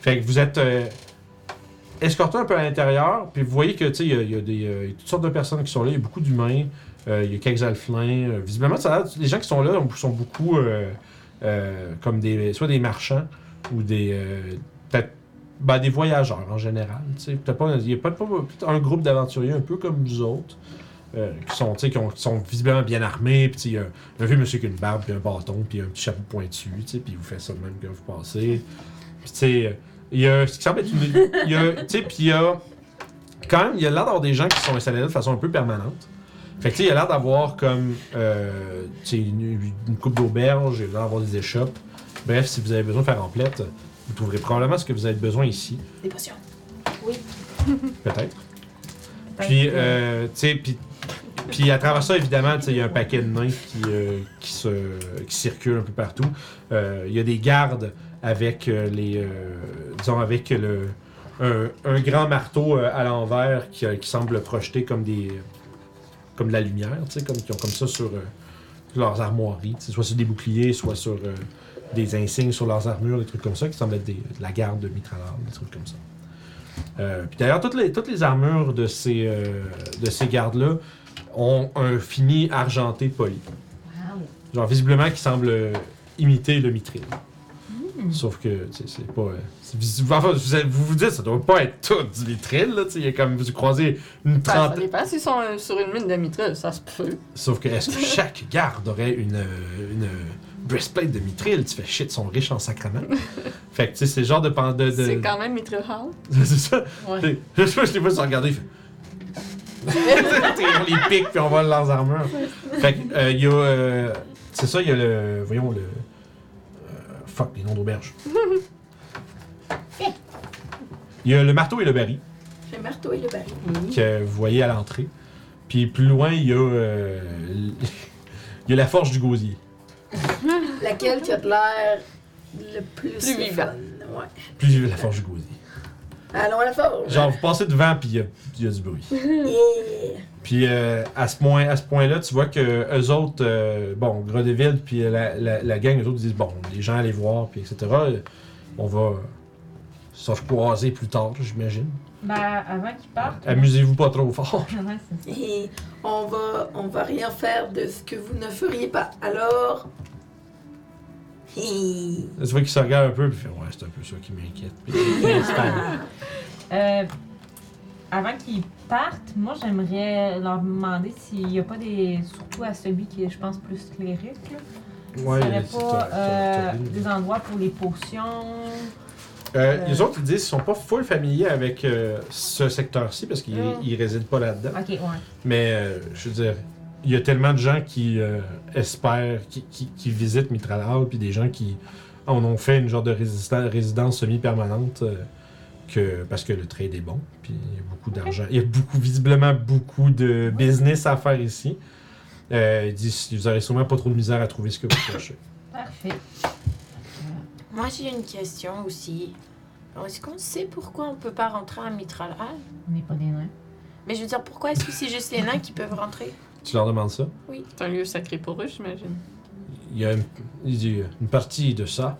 Speaker 1: Fait que vous êtes euh, escorté un peu à l'intérieur, puis vous voyez que tu sais, il y a, il y a des, euh, toutes sortes de personnes qui sont là, il y a beaucoup d'humains, euh, il y a quelques alflins. euh, visiblement, ça a l'air- les gens qui sont là ont- sont beaucoup euh, euh, comme des soit des marchands ou des euh, peut-être ben, des voyageurs en général. tu sais. T'as pas- Il n'y a pas, pas- pas- un groupe d'aventuriers un peu comme vous autres. euh, qui, sont, tu sais, qui, ont- qui sont visiblement bien armés, puis tu sais, il y a un vieux monsieur qui a une barbe, puis un bâton, puis un petit chapeau pointu, tu sais, puis il vous fait ça de même que vous passez. Puis tu sais, euh, il y a ce qui semble être une. il y a- Tu sais, puis il y a. Quand même, il y a l'air d'avoir des gens qui sont installés là de façon un peu permanente. Fait que, tu sais, il y a l'air d'avoir comme. euh, tu sais, une, une coupe d'auberge, il y a l'air d'avoir des échoppes. Bref, si vous avez besoin de faire en plate, vous trouverez probablement ce que vous avez besoin ici.
Speaker 7: Des potions.
Speaker 1: Peut-être. Puis, euh, tu sais, puis, puis à travers ça, évidemment, tu sais, il y a un paquet de nains qui, euh, qui, se, qui circulent un peu partout. Euh, Il y a des gardes avec euh, les. euh, disons, avec le. Un, un grand marteau euh, à l'envers qui, euh, qui semble projeter comme des. comme de la lumière, tu sais, comme, qui ont comme ça sur euh, leurs armoiries, tu sais, soit sur des boucliers, soit sur euh, des insignes sur leurs armures, des trucs comme ça, qui semblent être des- de la garde de Mitralar, des trucs comme ça. Euh, puis d'ailleurs, toutes les, toutes les armures de ces, euh, de ces gardes-là ont un fini argenté poli.
Speaker 5: Wow.
Speaker 1: Genre, visiblement, qui semble euh, imiter le mitril. Sauf que, tu sais, c'est pas. euh, c'est visi- enfin, vous, êtes- vous vous dites, ça doit pas être tout du mitril, là. Tu sais, il y a comme. Vous croisez une
Speaker 3: Ben, ça
Speaker 1: trentaine.
Speaker 3: dépend s'ils sont euh, sur une mine de mitraille, ça se peut.
Speaker 1: Sauf que, est-ce que chaque garde aurait une, euh, une euh, breastplate de mitril? Tu fais shit, ils sont riches en sacrament. fait que, tu sais, c'est le genre de. pan- de, de-
Speaker 3: C'est quand même mitraille hall.
Speaker 1: C'est ça.
Speaker 7: Ouais.
Speaker 1: Fait- Je sais pas, je t'ai pas regardé. il fait- on les pique puis on vole leurs armures. Fait que, euh, il y a. euh, c'est ça, il y a le. Voyons, le. euh, fuck, les noms d'auberge. Il y a le marteau et le baril
Speaker 4: J'ai marteau et le baril.
Speaker 1: que vous voyez à l'entrée. Puis plus loin, il y a, euh, l- il y a la forge du gosier.
Speaker 4: Laquelle qui a de l'air le plus,
Speaker 2: Plus
Speaker 4: le
Speaker 2: vivant.
Speaker 4: fun, Ouais.
Speaker 1: Plus la forge du gosier.
Speaker 4: Allons à la forge.
Speaker 1: Genre, vous passez devant, puis il y a- il y, a du bruit.
Speaker 4: Yeah.
Speaker 1: Puis euh, à ce point, à ce point-là, tu vois que eux autres, euh, bon, Grodeville puis la, la, la gang, eux autres disent bon, les gens allaient voir, puis etc. euh, On va se croiser plus tard, j'imagine.
Speaker 5: Ben, avant qu'ils partent.
Speaker 1: Amusez-vous pas trop fort.
Speaker 5: Ouais, c'est ça.
Speaker 4: Et on va, on va rien faire de ce que vous ne feriez pas. Alors. Hi.
Speaker 1: Tu vois qu'ils se regardent un peu, puis ils font, ouais, c'est un peu ça qui m'inquiète. Puis ils se taisent.
Speaker 5: Euh, avant qu'ils partent, moi j'aimerais leur demander s'il n'y a pas des. surtout à celui qui est, je pense, plus clérique, là,
Speaker 1: Ouais,
Speaker 5: s'il n'y aurait
Speaker 1: c'est- t'as-
Speaker 5: pas
Speaker 1: t'as-
Speaker 5: euh,
Speaker 1: t'as-
Speaker 5: des endroits pour les potions.
Speaker 1: Euh, Les autres, ils disent qu'ils sont pas full familiers avec euh, ce secteur-ci parce qu'ils
Speaker 5: Mm.
Speaker 1: ils résident pas là-dedans.
Speaker 5: Ok, ouais.
Speaker 1: Mais euh, je veux dire, il y a tellement de gens qui euh, espèrent, qui, qui- qui visitent Mitralal, puis des gens qui en ont fait une genre de résistan- résidence semi-permanente euh, que parce que le trade est bon, puis il y a beaucoup d'argent. Il y a beaucoup, visiblement beaucoup de business à faire ici. Euh, ils disent vous aurez sûrement pas trop de misère à trouver ce que vous cherchez.
Speaker 5: Parfait.
Speaker 6: Moi, j'ai une question aussi. Alors, Est-ce qu'on sait pourquoi on peut pas rentrer à Mitral Hall?
Speaker 5: On n'est pas des nains.
Speaker 6: Mais je veux dire, pourquoi est-ce que c'est juste les nains qui peuvent rentrer?
Speaker 1: Tu leur demandes ça?
Speaker 3: C'est un lieu sacré pour eux, j'imagine.
Speaker 1: il y a une, il dit une partie de ça,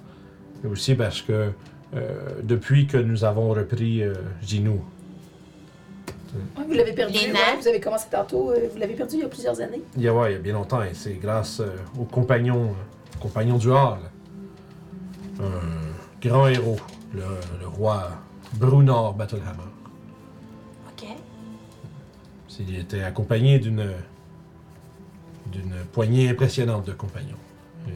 Speaker 1: mais aussi parce que euh, depuis que nous avons repris euh, je dis nous,
Speaker 4: Ouais, Ah, Vous l'avez perdu.
Speaker 6: Les
Speaker 4: ouais,
Speaker 6: nains.
Speaker 4: vous avez commencé tantôt. euh, vous l'avez perdu il y a plusieurs années.
Speaker 1: il y a, ouais, il y a bien longtemps, et c'est grâce euh, au compagnon, euh, compagnon du Hall, un grand héros, le, le roi Brunor Battlehammer.
Speaker 6: Ok.
Speaker 1: Il était accompagné d'une d'une poignée impressionnante de compagnons. Et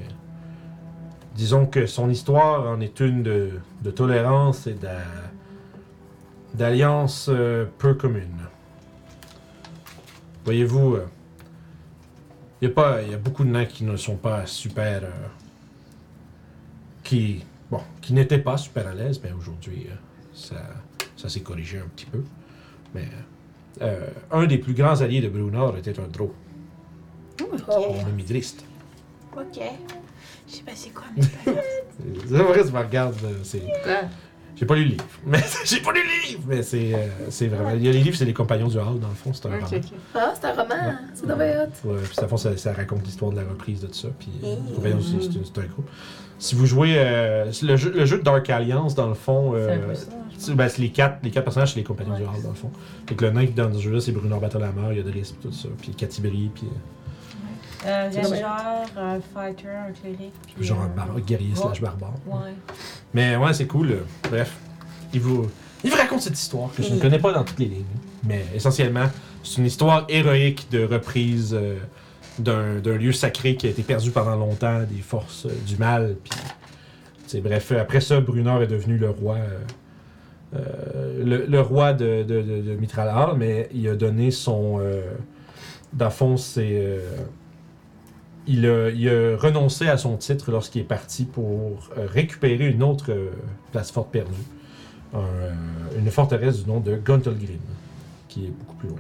Speaker 1: disons que son histoire en est une de, de tolérance et d'a- d'alliance euh, peu commune. Voyez-vous, il y a beaucoup de nains qui ne sont pas super... euh, qui, bon, qui n'étaient pas super à l'aise, mais aujourd'hui, euh, ça, ça s'est corrigé un petit peu. Mais euh, un des plus grands alliés de Brunor était un drôle,
Speaker 4: Oh.
Speaker 1: un midriste.
Speaker 6: Ok. Je sais pas c'est quoi.
Speaker 1: C'est vrai, tu me regardes, euh, c'est...
Speaker 3: Ah.
Speaker 1: J'ai pas lu le livre, mais j'ai pas lu le livre, mais c'est, euh, c'est vraiment... Il y a les livres, c'est les compagnons du Hall, dans le fond, c'est un
Speaker 3: Ok,
Speaker 1: roman.
Speaker 3: ok.
Speaker 4: Ah, c'est un roman. C'est dans ma hâte.
Speaker 1: Ouais, puis dans le fond, ça, ça raconte l'histoire de la reprise de tout ça, puis euh,
Speaker 4: Mm.
Speaker 1: compagnons, c'est, c'est un- c'est un groupe. Si vous jouez... euh, c'est le, jeu, le jeu de Dark Alliance, dans le fond...
Speaker 5: C'est un
Speaker 1: euh,
Speaker 5: peu ça. je
Speaker 1: c'est- ben, c'est les quatre, les quatre personnages, c'est les compagnons du Hall, dans le fond. Fait que le nain qui donne ce jeu-là, c'est Brunor Battlehammer, il y a Driss, puis tout ça, puis Catibri, puis... euh,
Speaker 5: pense. Euh,
Speaker 4: C'est dommage.
Speaker 5: Rangeur, un fighter, un cléric. puis euh,
Speaker 1: genre un bar- guerrier slash barbare.
Speaker 5: Ouais.
Speaker 1: Mais ouais, c'est cool. euh, Bref, il vous, il vous raconte cette histoire que je ne connais pas dans toutes les lignes. Mais essentiellement, c'est une histoire héroïque de reprise euh, d'un d'un lieu sacré qui a été perdu pendant longtemps, des forces euh, du mal. Puis, tu sais, bref, euh, après ça, Brunor est devenu le roi. euh, euh, le, le roi de, de, de, de Mitralhar, mais il a donné son. euh, dans le fond, c'est. euh, il, a, il a renoncé à son titre lorsqu'il est parti pour euh, récupérer une autre euh, place forte perdue. Un, euh, une forteresse du nom de Gunthelgrim, qui est beaucoup plus loin.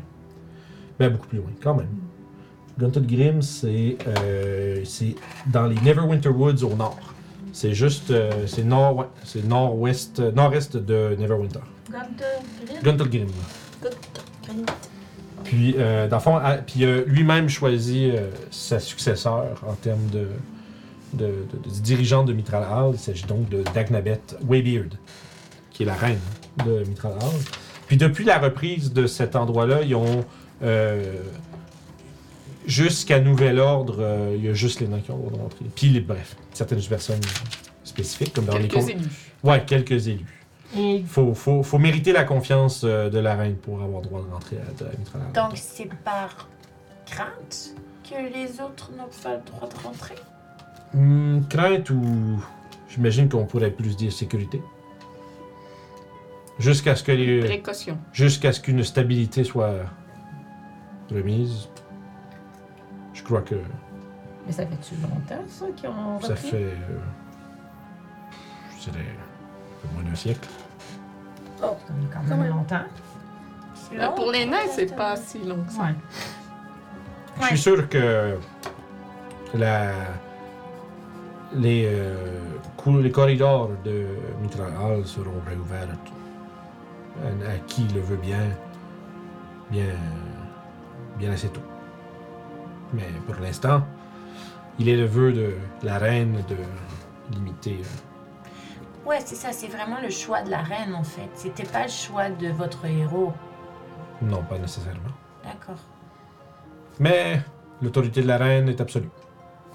Speaker 1: Ben, beaucoup plus loin, quand même. Gunthelgrim, c'est euh, c'est dans les Neverwinter Woods au nord. C'est juste. euh, c'est nord, ouais, c'est nord-ouest. euh, Nord-est de Neverwinter. Gunthelgrim. Puis, euh, dans le fond, à- puis, euh, lui-même choisit euh, sa successeur en termes de, de, de- de dirigeante de Mitral Hall. Il s'agit donc de Dagnabet Waybeard, qui est la reine de Mitral Hall. Puis depuis la reprise de cet endroit-là, ils ont... euh, Jusqu'à nouvel ordre, euh, il y a juste les nains qui ont le droit de rentrer. Puis, les- bref, certaines personnes spécifiques, comme dans les...
Speaker 3: Quelques
Speaker 1: con-
Speaker 3: élus.
Speaker 1: Ouais, quelques élus
Speaker 5: Et
Speaker 1: faut, faut, faut mériter la confiance euh, de la reine pour avoir droit de rentrer à, à Mitralal.
Speaker 6: Donc, c'est par crainte que les autres n'ont pas le droit de rentrer?
Speaker 1: Hmm, crainte ou. J'imagine qu'on pourrait plus dire sécurité. Jusqu'à ce que les-
Speaker 3: Précaution.
Speaker 1: jusqu'à ce qu'une stabilité soit remise. Je crois que
Speaker 5: Mais ça fait-tu longtemps, ça, qu'ils ont
Speaker 1: ça
Speaker 5: repris?
Speaker 1: fait. euh, je dirais. un peu moins d'un siècle.
Speaker 4: Oh,
Speaker 5: comme quand
Speaker 4: Quand
Speaker 5: même
Speaker 4: même.
Speaker 5: longtemps.
Speaker 3: Euh, pour les nains, c'est pas si long que ça.
Speaker 5: Ouais.
Speaker 1: Je suis sûr que la, les, euh, cou- les corridors de Mitral Hall seront réouverts à, tout- à- à qui le veut bien, bien, bien assez tôt. Mais pour l'instant, il est le vœu de la reine de limiter. euh,
Speaker 6: Ouais, c'est ça, c'est vraiment le choix de la reine en fait. C'était pas le choix de votre héros.
Speaker 1: non, pas nécessairement.
Speaker 6: D'accord.
Speaker 1: Mais l'autorité de la reine est absolue.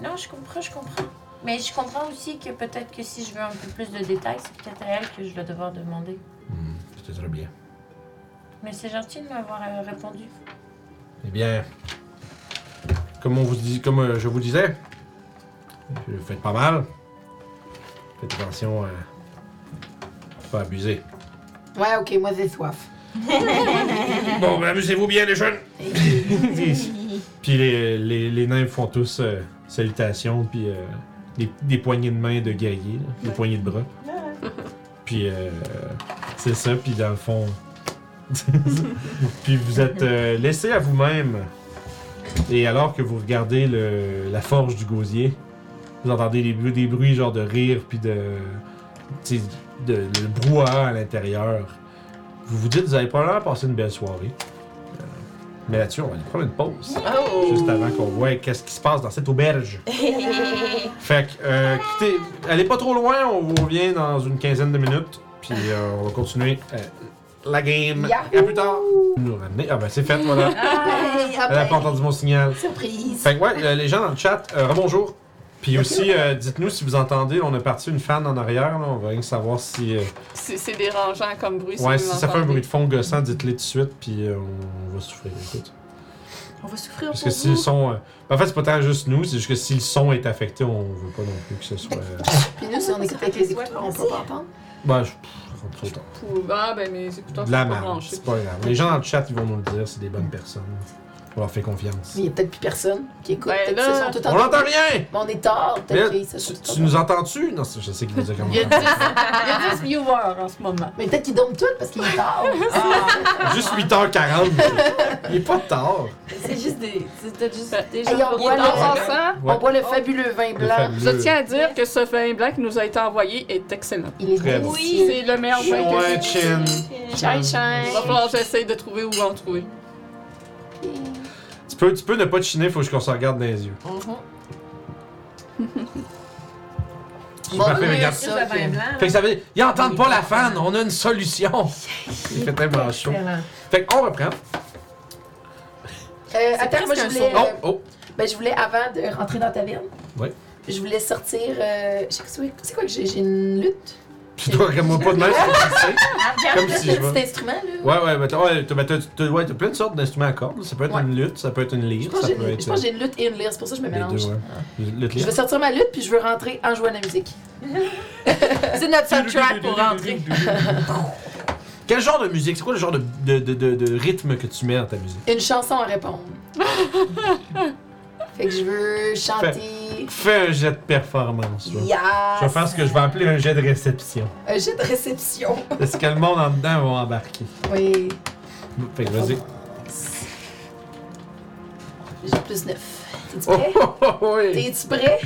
Speaker 6: Non, je comprends, je comprends. Mais je comprends aussi que peut-être que si je veux un peu plus de détails, c'est peut-être à elle que je vais devoir demander.
Speaker 1: Hmm, C'était très bien.
Speaker 6: Mais c'est gentil de m'avoir euh, répondu.
Speaker 1: Eh bien, comme, on vous dit, comme euh, je vous disais, euh, faites pas mal. Faites attention à ne pas abuser.
Speaker 4: Ouais, ok, moi j'ai soif.
Speaker 1: Bon, ben, amusez-vous bien, les jeunes! puis les, les, les nains font tous euh, salutations, puis euh, des, des poignées de main de guerriers, là, des poignées de bras. Puis euh, c'est ça, puis dans le fond. puis vous êtes euh, laissé à vous-même. Et alors que vous regardez le- la forge du gosier, vous entendez des, bruits- des bruits genre de rire, puis de. tu sais, de, le brouhaha à l'intérieur. Vous vous dites, vous avez probablement passé une belle soirée. Euh, Mais là-dessus, on va aller prendre une pause. Juste avant qu'on voit qu'est-ce qui se passe dans cette auberge. fait que, euh, quittez, allez pas trop loin, on vous revient dans une quinzaine de minutes. Puis euh, on va continuer euh, la game. À plus tard. Nous ramener. Ah ben c'est fait, voilà. Elle a pas entendu mon signal.
Speaker 4: Surprise.
Speaker 1: Fait que ouais, euh, les gens dans le chat, euh, rebonjour. Puis aussi, euh, dites-nous si vous entendez, on a parti une fan en arrière, là. on va rien que savoir si, euh,
Speaker 3: C'est c'est dérangeant comme bruit.
Speaker 1: ouais,
Speaker 3: vous
Speaker 1: si ça fait un
Speaker 3: l'entendez.
Speaker 1: bruit de fond gossant, dites-le tout de suite, puis euh, on va souffrir. Écoute.
Speaker 6: On va souffrir
Speaker 1: Parce
Speaker 6: pour
Speaker 1: que si le
Speaker 6: vous.
Speaker 1: son. euh, En fait, c'est pas tant juste nous, c'est juste que si le son est affecté, on veut pas non plus que ce soit. euh,
Speaker 4: Puis nous, si on écoute avec les écouteurs, on peut pas entendre.
Speaker 1: bah, je. pff, on trouve tard.
Speaker 3: Pou- Ah, ben mes écouteurs
Speaker 1: De
Speaker 3: sont
Speaker 1: la
Speaker 3: pas
Speaker 1: merde,
Speaker 3: branchés.
Speaker 1: c'est pas grave. Les gens dans le chat, ils vont nous le dire, c'est des bonnes personnes. On leur fait confiance.
Speaker 4: Mais il y a peut-être plus personne qui écoute.
Speaker 3: Ben
Speaker 4: peut-être
Speaker 3: là-
Speaker 4: qu'ils se sont tout
Speaker 1: On
Speaker 4: entendus.
Speaker 1: n'entend rien!
Speaker 4: Mais on est tard.
Speaker 1: Mais
Speaker 4: Peut-être qu'ils se sont
Speaker 1: tu,
Speaker 4: tout
Speaker 1: tu
Speaker 4: entendus.
Speaker 1: nous entends-tu? Non, c'est- je sais qu'il nous a
Speaker 3: Il y
Speaker 1: commenté.
Speaker 3: a 10 il y a 10 viewers en ce moment.
Speaker 4: Mais peut-être qu'ils dorment tous parce qu'il est tard.
Speaker 1: Ah!
Speaker 5: Ah!
Speaker 1: Juste 8h40. Il est pas tard.
Speaker 6: C'est juste des. C'est peut-être juste
Speaker 1: Ben,
Speaker 6: des
Speaker 4: Hey, on
Speaker 6: gens.
Speaker 4: boit
Speaker 3: En
Speaker 4: là.
Speaker 3: passant,
Speaker 1: Ouais.
Speaker 4: On boit le fabuleux vin
Speaker 1: Le
Speaker 4: blanc.
Speaker 1: fabuleux.
Speaker 3: je tiens à dire que ce vin blanc qui nous a été envoyé est excellent.
Speaker 4: Il est
Speaker 1: Très bon.
Speaker 4: délicieux.
Speaker 3: C'est le meilleur vin que j'ai.
Speaker 1: Ouais, chin.
Speaker 7: Chai
Speaker 3: Il
Speaker 7: chai.
Speaker 3: va falloir que j'essaye de trouver où en trouver.
Speaker 1: Tu peux, tu peux ne pas te chiner, faut qu'on se regarde dans les yeux. Je suis
Speaker 4: Bon,
Speaker 1: parfait,
Speaker 4: oui,
Speaker 1: regarde.
Speaker 4: ça.
Speaker 5: Ça, vin blanc.
Speaker 1: Fait que ça veut dire, ils entendent pas la fan, on a une solution. Il fait tellement chaud.
Speaker 5: Excellent.
Speaker 1: Fait qu'on reprend.
Speaker 4: Euh, attends, moi je
Speaker 7: presque un
Speaker 4: voulais,
Speaker 1: Oh,
Speaker 4: euh,
Speaker 1: oh.
Speaker 4: ben, je voulais avant de rentrer dans la taverne.
Speaker 1: Ouais.
Speaker 4: Je voulais sortir. euh, je sais que c'est- c'est quoi que j'ai j'ai une lutte?
Speaker 1: Tu dois regarde-moi pas de même, faut que tu sais.
Speaker 5: Ah,
Speaker 1: Comme si
Speaker 4: Un
Speaker 1: je
Speaker 4: petit
Speaker 1: vois.
Speaker 4: instrument, là.
Speaker 1: Ouais, ouais, mais t'as ouais, t'as- ben, t'as- t'as- ouais, t'as plein de sortes d'instruments à cordes. Ça peut être
Speaker 4: Ouais.
Speaker 1: une lutte, ça peut être une
Speaker 4: Je
Speaker 1: lyre,
Speaker 4: pense
Speaker 1: ça
Speaker 4: que
Speaker 1: peut
Speaker 4: j'ai une-
Speaker 1: être. euh,
Speaker 4: je pense que j'ai une lutte et une lyre, c'est pour ça que je me
Speaker 1: les
Speaker 4: mélange.
Speaker 1: deux, ouais. Lutte,
Speaker 4: Je
Speaker 1: lyre.
Speaker 4: veux sortir ma lutte puis je veux rentrer en jouant de la musique. c'est notre soundtrack pour rentrer.
Speaker 1: Quel genre de musique C'est quoi le genre de, de, de, de- de rythme que tu mets dans ta musique
Speaker 4: Une chanson à répondre. fait que je veux chanter.
Speaker 1: Fais un jet de performance. là. Je vais
Speaker 4: Yes!
Speaker 1: faire ce que je vais appeler un jet de réception.
Speaker 4: Un jet de réception.
Speaker 1: Est-ce que le monde en dedans va embarquer?
Speaker 4: Oui.
Speaker 1: Fait que vas-y.
Speaker 4: J'ai plus 9. T'es-tu
Speaker 1: Oh,
Speaker 4: prêt?
Speaker 1: oh, oh, oh, oui.
Speaker 4: T'es-tu prêt?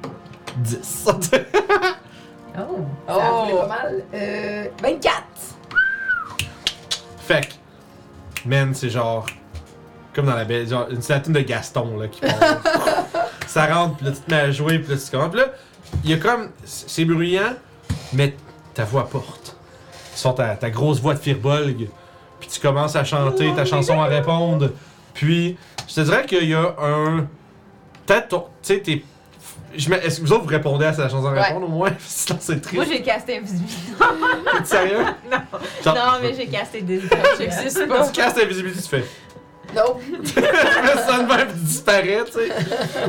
Speaker 1: 10.
Speaker 5: Oh.
Speaker 4: Ça roulait pas mal. Euh, 24!
Speaker 1: fait que, man, c'est genre. Comme dans la belle. Genre, une statue de Gaston, là, qui part. Ça rentre, puis là, tu te mets à jouer, puis là, tu te commences. Puis là, il y a comme. C'est bruyant, mais ta voix porte. Tu sens ta, ta grosse voix de firbolg, puis tu commences à chanter ta chanson à répondre. Puis, je te dirais qu'il y a un. Peut-être ton. Tu sais, t'es. je mets- Est-ce que vous autres vous répondez à sa chanson à
Speaker 4: Ouais.
Speaker 1: répondre au moins? Sinon, c'est triste.
Speaker 5: Moi, j'ai casté invisibilité.
Speaker 1: T'es sérieux?
Speaker 5: Non.
Speaker 1: Genre,
Speaker 5: Non, mais j'ai casté des
Speaker 6: J'existe
Speaker 1: Quand
Speaker 6: pas.
Speaker 1: tu casses l'invisibilité, tu fais.
Speaker 4: Non!
Speaker 1: Je fais ça de même, puis disparaît, tu sais.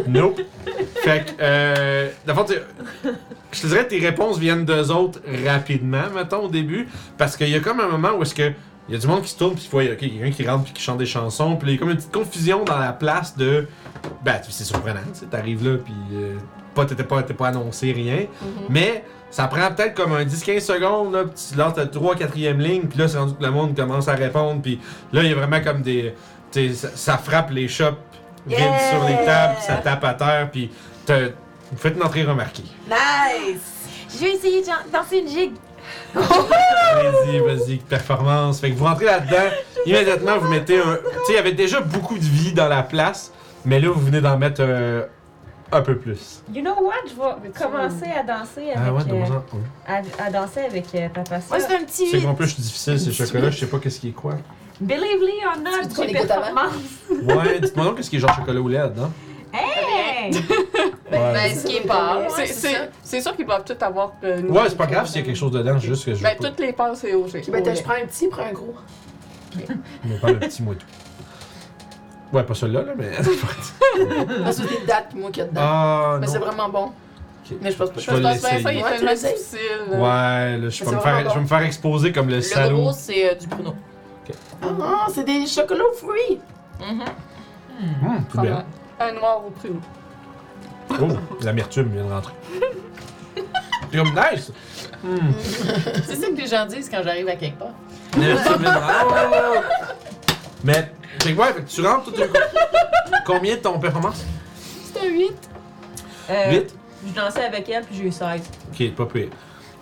Speaker 1: Nope. Fait que, euh. D'abord, je te dirais que tes réponses viennent d'eux autres rapidement, mettons, au début. Parce qu'il y a comme un moment où est-ce que Il y a du monde qui se tourne, puis il faut- il y a quelqu'un qui rentre, puis qui chante des chansons. Puis il y a comme une petite confusion dans la place de. Ben, tu- c'est surprenant, tu sais. T'arrives là, puis euh, pas, t'étais pas, t'es pas annoncé, rien. Mais ça prend peut-être comme un 10-15 secondes, là, puis tu lances la 3 4 ligne, puis là, c'est rendu que le monde commence à répondre, puis là, il y a vraiment comme des. Tu sais, ça, ça frappe les shops vides
Speaker 6: Yeah!
Speaker 1: sur les tables, puis ça tape à terre, puis te- vous faites une entrée remarquée.
Speaker 6: Nice! Je vais essayer de jan- danser une gigue.
Speaker 1: Vas-y, vas-y, performance. Fait que vous rentrez là-dedans, immédiatement vous mettez un. Tu sais, il y avait déjà beaucoup de vie dans la place, mais là vous venez d'en mettre euh, un peu plus.
Speaker 5: You know what? Je vais commencer à danser avec.
Speaker 1: Ah ouais, de
Speaker 5: euh,
Speaker 1: moins en- ouais.
Speaker 5: à, à danser avec euh, Papa Sir.
Speaker 6: Moi, c'est un petit
Speaker 1: C'est
Speaker 6: 8.
Speaker 1: qu'en plus je suis difficile, ces chocolats, je sais pas qu'est-ce qui est quoi.
Speaker 5: Believe me or
Speaker 7: Tu veux
Speaker 5: not,
Speaker 7: qu'on
Speaker 5: j'ai
Speaker 7: écoute avant?
Speaker 5: performance.
Speaker 1: Ouais, dites-moi donc qu'est-ce qui est genre chocolat ou lait, non?
Speaker 5: Hey!
Speaker 1: Ouais,
Speaker 6: Ben, ce qui est pas.
Speaker 3: C'est- c'est- C'est sûr qu'ils doivent tous avoir. euh, une-
Speaker 1: ouais c'est pas grave s'il y a quelque chose dedans, c'est juste que je veux
Speaker 3: Ben,
Speaker 1: pas.
Speaker 3: toutes les passes, c'est OG.
Speaker 4: Ben, t'as- je prends un petit, prends un gros.
Speaker 1: Mais pas le petit mot et tout. Ouais, pas celui-là, là, mais.
Speaker 4: Moi, c'est des dates, moi, qu'il y a dedans.
Speaker 1: Ah,
Speaker 4: mais c'est
Speaker 1: non.
Speaker 4: vraiment bon.
Speaker 1: Ok.
Speaker 4: Mais je pense pas
Speaker 1: Je
Speaker 4: que
Speaker 3: Ben, Je
Speaker 1: vais
Speaker 3: pense que ça, il
Speaker 1: l'essayer.
Speaker 3: est
Speaker 4: Ouais, tu
Speaker 3: tellement
Speaker 4: l'essayes.
Speaker 3: difficile. euh,
Speaker 1: Ouais, là, je vais
Speaker 4: C'est
Speaker 1: me faire-
Speaker 4: vraiment
Speaker 1: je vais me faire exposer comme le,
Speaker 6: Le
Speaker 1: salaud.
Speaker 6: gros, c'est euh, du Bruno.
Speaker 4: Ah, c'est des chocolats aux fruits.
Speaker 6: Mhm.
Speaker 1: Hum, tout bien.
Speaker 3: Un noir au prune.
Speaker 1: Oh, l'amertume vient de rentrer. C'est comme nice! Hmm.
Speaker 2: C'est ça que les gens disent quand j'arrive à quelque part.
Speaker 1: L'amertume vient de rentrer. Mais, c'est ouais, fait que tu rentres tout d'un coup. Combien de ton performance?
Speaker 2: C'est un 8.
Speaker 5: Euh,
Speaker 1: 8?
Speaker 5: Je dansais avec elle, puis j'ai eu 16.
Speaker 1: Ok, pas pire.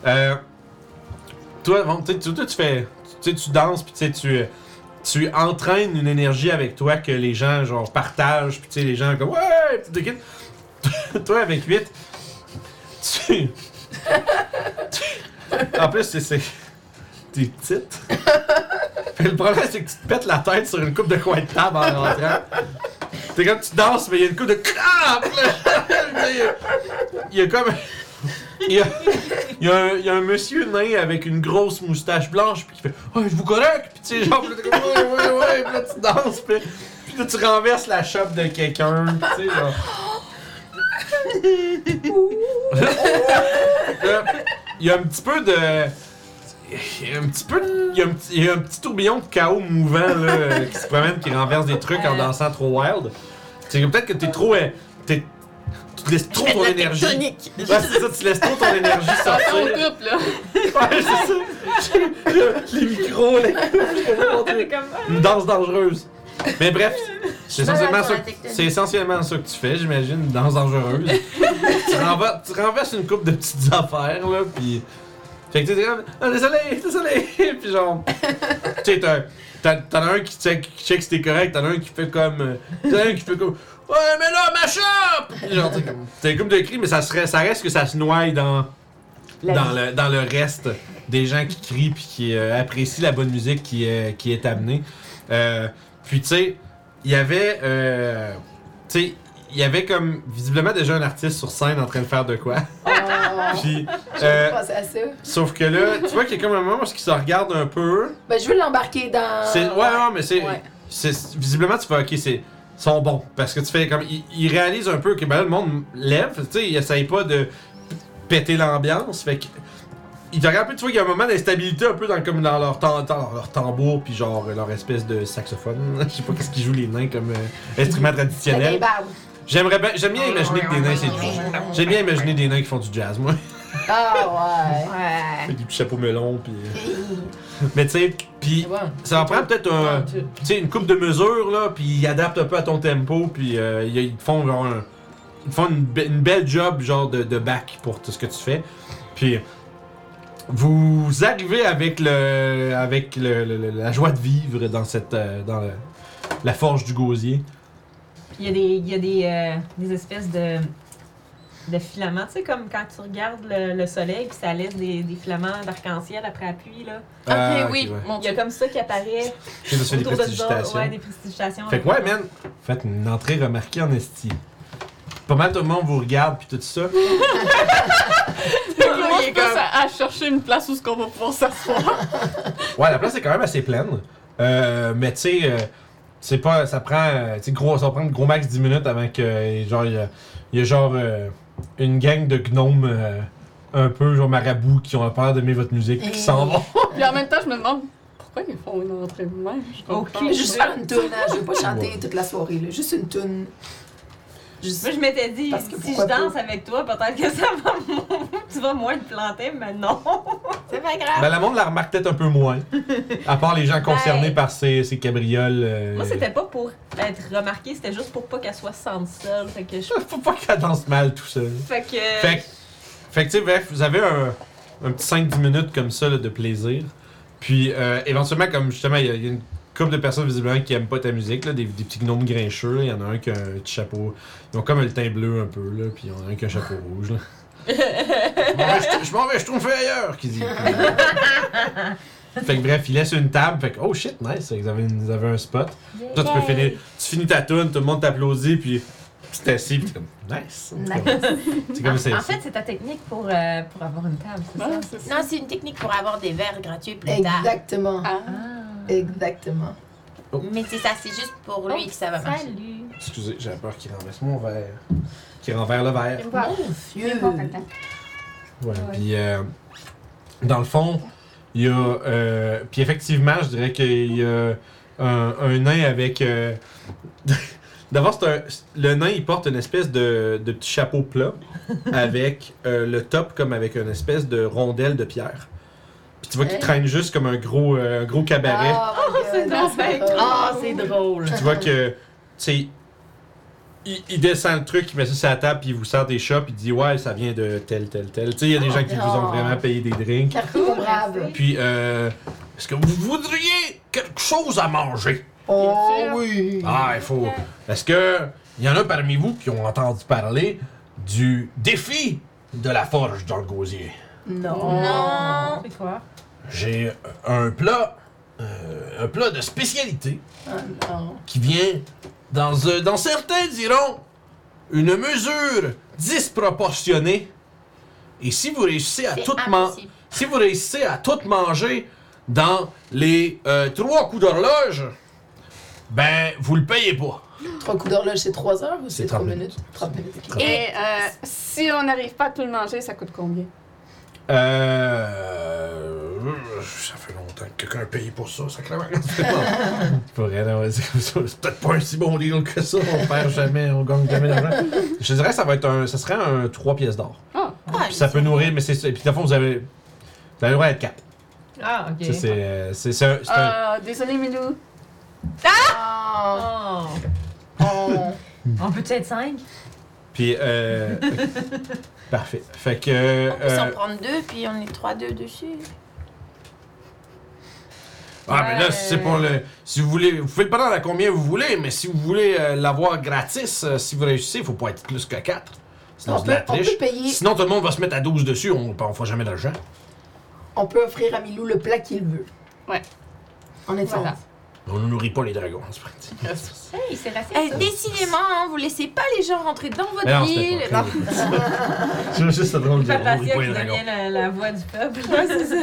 Speaker 1: Euh, toi, bon, tu sais, tu- toi, tu fais. Tu sais, tu danses, puis tu sais, tu. euh, Tu entraînes une énergie avec toi que les gens, genre, partagent, puis tu sais, les gens, comme, ouais, tu te quittes. Toi, avec 8, tu. tu- en plus, c'est- c'est. T'es petite. Puis le problème, c'est que tu te pètes la tête sur une coupe de coin de table en rentrant. T'es comme, tu danses, mais il y a une coupe de. Ah! Puis là, il y a- Il y a comme. Il y a, il y a un, il y a un monsieur nain avec une grosse moustache blanche puis qui fait « Oh, je vous correcte! » Puis tu sais, genre, puis là, t'es comme « Ouais, ouais, ouais! » Puis là, tu danses, puis, puis là, tu renverses la chope de quelqu'un, puis tu sais, genre... Là, Il y a un petit peu de... Il y a un petit peu... de- Il y a un petit, il y a un petit tourbillon de chaos mouvant, là, qui se promène, qui renverse des trucs en dansant trop wild. C'est que peut-être que t'es trop... euh, t'es- tu te laisses trop ton énergie. Ouais, c'est ça, tu laisses trop ton énergie
Speaker 3: Attention au
Speaker 1: sortir.
Speaker 3: couple, là.
Speaker 1: Ouais, c'est ça. les micros, les
Speaker 5: C'est comme. ah,
Speaker 1: Une danse dangereuse. Mais bref, c'est essentiellement,
Speaker 6: Balance
Speaker 1: ça,
Speaker 6: dans la tectonique.
Speaker 1: c'est essentiellement ça que tu fais, j'imagine, une danse dangereuse. tu, renverses, tu renverses une coupe de petites affaires, là, puis... Fait que tu sais, t'es comme, ah, désolé, désolé, puis genre... tu sais, t'as, t'as, t'en as un qui check, qui check si t'es correct, t'en as un qui fait comme... euh, T'en as un qui fait comme... Ouais, mais là, ma chope! Puis Genre, t'es comme... T'as une coupe de cris, mais ça, serait, ça reste que ça se noie dans... Dans le, dans le reste des gens qui crient puis qui euh, apprécient la bonne musique qui, euh, qui est amenée. Euh, puis tu sais, il y avait, euh, tu sais, il y avait comme visiblement déjà un artiste sur scène en train de faire de quoi.
Speaker 4: Oh!
Speaker 1: puis, euh,
Speaker 4: Je pense à ça.
Speaker 1: sauf que là, tu vois qu'il y a comme un moment où il se regarde un peu.
Speaker 4: Ben, je veux l'embarquer dans.
Speaker 1: C'est, ouais, ouais, mais c'est,
Speaker 4: Euh, Ouais.
Speaker 1: c'est- visiblement tu vois, ok, c'est ils sont bons parce que tu fais comme ils ils réalisent un peu que ben là, le monde lève, tu sais, ils essayent pas de péter l'ambiance, fait que ils te regardent un peu, tu vois qu'il y a un moment d'instabilité un peu dans, comme dans leur, tam- dans leur tambour puis genre leur espèce de saxophone, je sais pas qu'est-ce qu'ils jouent les nains comme euh, instrument
Speaker 4: Avec des
Speaker 1: traditionnel.
Speaker 4: barbes.
Speaker 1: J'aimerais bien, j'aime bien imaginer que des nains c'est du J'aime bien imaginer des nains qui font du jazz, moi.
Speaker 4: Ah,
Speaker 1: Avec des petits chapeaux melons puis euh, mais tu sais, puis ça en prend peut-être un, tu sais, une coupe de mesure, là, puis ils adaptent un peu à ton tempo, puis euh, ils ils te font genre un- ils te font une, be- une belle job genre de, de back pour tout ce que tu fais. Puis vous arrivez avec le avec le- le- le- la joie de vivre dans cette euh, dans le- la forge du gosier.
Speaker 5: Puis il y a des, il y a des, euh, des espèces de, de filaments, tu sais, comme quand tu regardes le, le soleil, puis ça laisse des, des filaments d'arc-en-ciel après appui, là.
Speaker 1: Ah, Ok,
Speaker 6: oui, mon
Speaker 5: Il y a
Speaker 6: Dieu.
Speaker 5: comme ça qui apparaît
Speaker 1: Ça se fait des
Speaker 5: autour de
Speaker 1: prestigitations.
Speaker 5: toi. Ouais, des prestigitations.
Speaker 1: Fait que ouais, man, faites une entrée remarquée en esti. Pas mal tout le monde vous regarde puis tout ça.
Speaker 3: Fait que moi, je pense à, à chercher une place où ce qu'on va pouvoir s'asseoir.
Speaker 1: Ouais, la place est quand même assez pleine. Euh, mais tu sais, euh, c'est pas. Ça prend. euh, tu sais, gros, ça va prendre gros max 10 minutes avant que. euh, genre, il y a, il y a genre. euh, une gang de gnomes.
Speaker 5: Eh.
Speaker 1: euh, un peu genre marabouts qui ont peur d'aimer votre musique puis qui s'en vont.
Speaker 3: Puis en même temps, je me demande Pourquoi ils font une entrée de même? Je comprends.
Speaker 5: Aucune.
Speaker 4: Juste faire une toune, hein. Je veux pas chanter toute la soirée, là. Juste une toune.
Speaker 5: Moi, je m'étais dit,
Speaker 4: Parce que
Speaker 5: si je
Speaker 4: pourquoi
Speaker 5: danse avec toi, peut-être que ça va. tu vas moins te planter, mais non.
Speaker 6: C'est pas grave.
Speaker 1: Ben, la monde la remarque peut-être un peu moins. À part les gens concernés
Speaker 6: Ben.
Speaker 1: par ces, ces cabrioles. euh,
Speaker 5: Moi, c'était pas pour être remarquée, c'était juste pour pas qu'elle soit sente seule. Fait que je.
Speaker 1: Faut pas qu'elle danse mal tout seul.
Speaker 5: Fait que.
Speaker 1: Fait que, fait que, tu sais, bref, vous avez un, un petit 5-10 minutes comme ça là, de plaisir. Puis, euh, éventuellement, comme justement, il y, a- il y a une couple de personnes visiblement qui aiment pas ta musique, là, des, des petits gnomes grincheux. là. Il y en a un qui a un petit chapeau. Ils ont comme le teint bleu un peu, là, puis il y en a un qui a un chapeau rouge. Là. Je m'en vais, je- je m'en vais, je trouve fait ailleurs, qui dit. fait que bref, il laisse une table, fait que oh shit, nice, vous avez, une- vous avez un spot. Toi, tu peux finir, tu finis ta tune, tout le monde t'applaudit, puis tu t'assis, puis t'es comme nice. C'est comme ça.
Speaker 5: En fait, c'est ta technique pour, euh, pour avoir une table, c'est ça?
Speaker 3: Ah, c'est ça.
Speaker 6: Non, c'est une technique pour avoir des verres gratuits plus tard.
Speaker 4: Exactement.
Speaker 3: Ah.
Speaker 5: Ah.
Speaker 4: Exactement.
Speaker 6: Mais c'est ça, c'est juste pour lui que ça va marcher.
Speaker 5: Salut!
Speaker 1: Excusez, j'avais peur qu'il renverse mon verre. Qu'il renverse le verre.
Speaker 4: Dieu.
Speaker 3: Ah.
Speaker 1: Ouais. Puis, euh, dans le fond, il y a. euh, puis, effectivement, je dirais qu'il y a un, un nain avec. euh, D'abord, c'est un- le nain, il porte une espèce de, de petit chapeau plat avec euh, le top comme avec une espèce de rondelle de pierre. Puis, tu vois qu'il traîne juste comme un gros, euh, un gros cabaret.
Speaker 4: Oh,
Speaker 5: c'est drôle.
Speaker 6: Ah, c'est drôle.
Speaker 1: Puis tu vois que, tu sais, il, il descend le truc, il met ça sur la table, puis il vous sert des shops, il dit ouais, ça vient de tel, tel, tel. Tu sais, il y a des gens qui vous ont
Speaker 4: Oh.
Speaker 1: vraiment payé des drinks.
Speaker 4: Carrefour brave.
Speaker 1: Puis, euh, est-ce que vous voudriez quelque chose à manger?
Speaker 4: Oh
Speaker 3: sûr.
Speaker 4: oui.
Speaker 1: Ah, il faut. Est-ce que il y en a parmi vous qui ont entendu parler du défi de la forge dans le gosier?
Speaker 4: Non.
Speaker 6: Non.
Speaker 5: C'est quoi?
Speaker 1: J'ai un plat, euh, un plat de spécialité
Speaker 4: Ah, non.
Speaker 1: qui vient, dans, un- dans certains diront, une mesure disproportionnée. Et si vous réussissez à
Speaker 6: C'est
Speaker 1: tout man-
Speaker 6: impossible.
Speaker 1: si vous réussissez à tout manger dans les euh, trois coups d'horloge, ben vous le payez pas.
Speaker 4: Trois coups d'horloge, c'est trois heures ou
Speaker 1: C'est
Speaker 4: c'est
Speaker 1: 30
Speaker 4: trois
Speaker 1: minutes.
Speaker 4: minutes? 30 minutes. ok.
Speaker 1: Trente.
Speaker 3: Et euh, si on n'arrive pas à tout le manger, ça coûte combien?
Speaker 1: Euh, ça fait longtemps que quelqu'un a payé pour ça, ça clairement. C'est pas vrai, non, c'est comme ça. C'est peut-être pas un si bon deal que ça. On perd jamais, on gagne jamais d'argent. Je dirais que ça va être un, ça serait un 3 pièces d'or.
Speaker 3: Ah,
Speaker 6: Ouais,
Speaker 1: Puis ça peut nourrir, mais c'est ça. Puis dans le fond, vous avez. Vous avez le droit à être 4.
Speaker 5: Ah, ok.
Speaker 1: Ça, c'est. euh, C'est c'est un. c'est un-
Speaker 3: Ah, désolé, Milou.
Speaker 4: Ah,
Speaker 5: Oh.
Speaker 4: oh.
Speaker 5: On peut-tu être cinq?
Speaker 1: Puis. Euh... Parfait. Fait que.
Speaker 6: On peut s'en
Speaker 1: euh,
Speaker 6: prendre deux, puis on est trois deux dessus.
Speaker 1: Ah, mais là, c'est pour le. Si vous voulez. Vous pouvez le prendre à combien vous voulez, mais si vous voulez euh, l'avoir gratis, euh, si vous réussissez, il faut pas être plus que 4. Sinon,
Speaker 4: On
Speaker 1: c'est de la
Speaker 4: peut, on
Speaker 1: triche.
Speaker 4: peut payer,
Speaker 1: Sinon, tout le monde va se mettre à 12 dessus, on ne fera jamais d'argent.
Speaker 4: on peut offrir à Milou le plat qu'il veut.
Speaker 3: Ouais.
Speaker 4: En étant.
Speaker 3: Voilà.
Speaker 1: On ne nourrit pas les dragons, c'est vrai.
Speaker 5: Hey, c'est raciste.
Speaker 6: Eh, décidément, hein, vous laissez pas les gens rentrer dans votre
Speaker 1: Mais non,
Speaker 6: ville.
Speaker 1: c'était pas C'est juste drôle
Speaker 5: C'est Papatia qui devient la, la voix du peuple.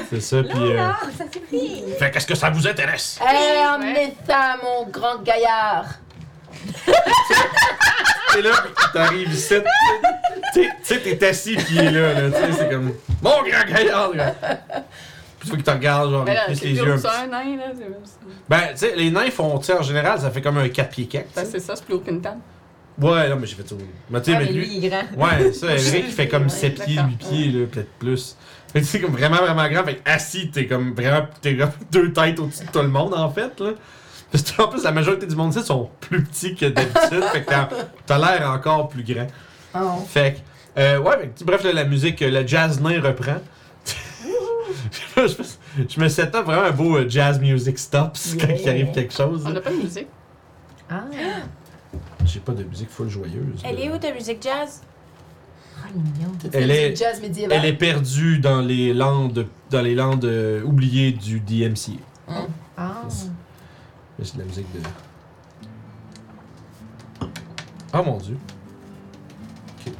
Speaker 1: C'est ça, puis. euh,
Speaker 5: Ah, ça s'est pris.
Speaker 1: Fait qu'est-ce que ça vous intéresse?
Speaker 4: Eh, emmenez ça, mon grand gaillard.
Speaker 1: Et là, t'arrives ici. Tu sais, t'es assis, puis il est là, là. Tu sais, c'est comme. Mon grand gaillard, là. Puis tu vois qu'il te regarde, genre,
Speaker 3: Mais
Speaker 1: avec plus
Speaker 3: Ben là, c'est
Speaker 1: les yeux. un
Speaker 3: plus
Speaker 1: petit-
Speaker 3: ça, un nain, là. c'est plus-
Speaker 1: Ben, tu sais, les nains font, tu sais, en général, ça fait comme un 4 pieds 4.
Speaker 3: Ben, c'est ça, c'est plus haut qu'une table.
Speaker 1: Ouais, non, mais j'ai fait ça. Mais tu sais,
Speaker 5: Ah,
Speaker 1: mais
Speaker 5: mais
Speaker 1: lui.
Speaker 5: lui, il est grand.
Speaker 1: Ouais, ça, Eric, il fait comme 7 pieds,
Speaker 3: d'accord.
Speaker 1: 8 pieds, là, peut-être plus. Fait que c'est comme vraiment, vraiment grand. Fait que assis, t'es comme vraiment, t'es comme deux têtes au-dessus de tout le monde, en fait, là. Parce que, en plus, la majorité du monde ici sont plus petits que d'habitude. fait que t'as- t'as l'air encore plus grand.
Speaker 4: Oh.
Speaker 1: Fait que, euh, ouais, fait que, bref, là, la musique, euh, le jazz nain reprend. je, me- je me set up vraiment un beau euh, jazz music stops quand il arrive quelque chose.
Speaker 3: On n'a pas de musique.
Speaker 5: Ah,
Speaker 1: J'ai pas de musique full joyeuse. euh,
Speaker 6: Elle
Speaker 1: là.
Speaker 6: est où ta musique jazz?
Speaker 5: ah, il est mignon.
Speaker 1: Elle
Speaker 4: C'est
Speaker 1: est-
Speaker 4: du jazz médiéval.
Speaker 1: Elle est perdue dans les landes, dans les landes euh, oubliées du DMC.
Speaker 6: Oh.
Speaker 5: Ah.
Speaker 1: Mais C'est de la musique de. Oh mon dieu. Ok.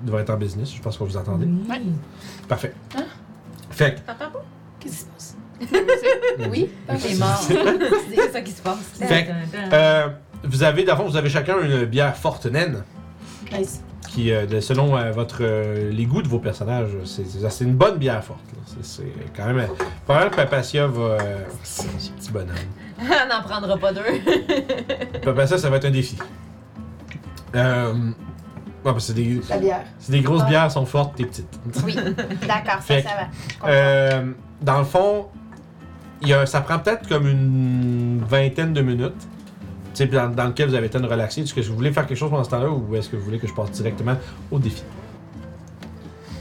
Speaker 1: Il devrait être en business, je pense que vous entendez.
Speaker 5: Ouais.
Speaker 1: Parfait.
Speaker 6: Hein?
Speaker 1: Fait que.
Speaker 5: T'entends pas?
Speaker 4: Qu'est-ce qui se passe?
Speaker 7: Oui,
Speaker 4: t'es
Speaker 7: mort.
Speaker 5: C'est ça qui se passe.
Speaker 1: Fait-
Speaker 5: Dun, dun, dun.
Speaker 1: Euh, vous avez, d'avant, vous avez chacun une bière forte naine.
Speaker 7: Nice.
Speaker 1: qui qui, euh, de- selon euh, votre, euh, les goûts de vos personnages, c'est- c'est c'est une bonne bière forte. là. C'est- C'est quand même. euh, Probablement que Papacia va. euh, c'est un petit bonhomme. euh,
Speaker 6: On n'en prendra pas deux.
Speaker 1: Papacia, ça va être un défi. Euh, ouais, parce que c'est des,
Speaker 4: La bière.
Speaker 1: c'est des grosses bières, sont fortes, t'es petites.
Speaker 6: oui, d'accord, ça,
Speaker 1: Fait
Speaker 6: ça va. Je comprends.
Speaker 1: Euh, dans le fond, il y a- ça prend peut-être comme une vingtaine de minutes. Tu sais, Dans, dans lequel vous avez le temps de relaxer. Est-ce que vous voulez faire quelque chose pendant ce temps-là ou est-ce que vous voulez que je passe directement au défi?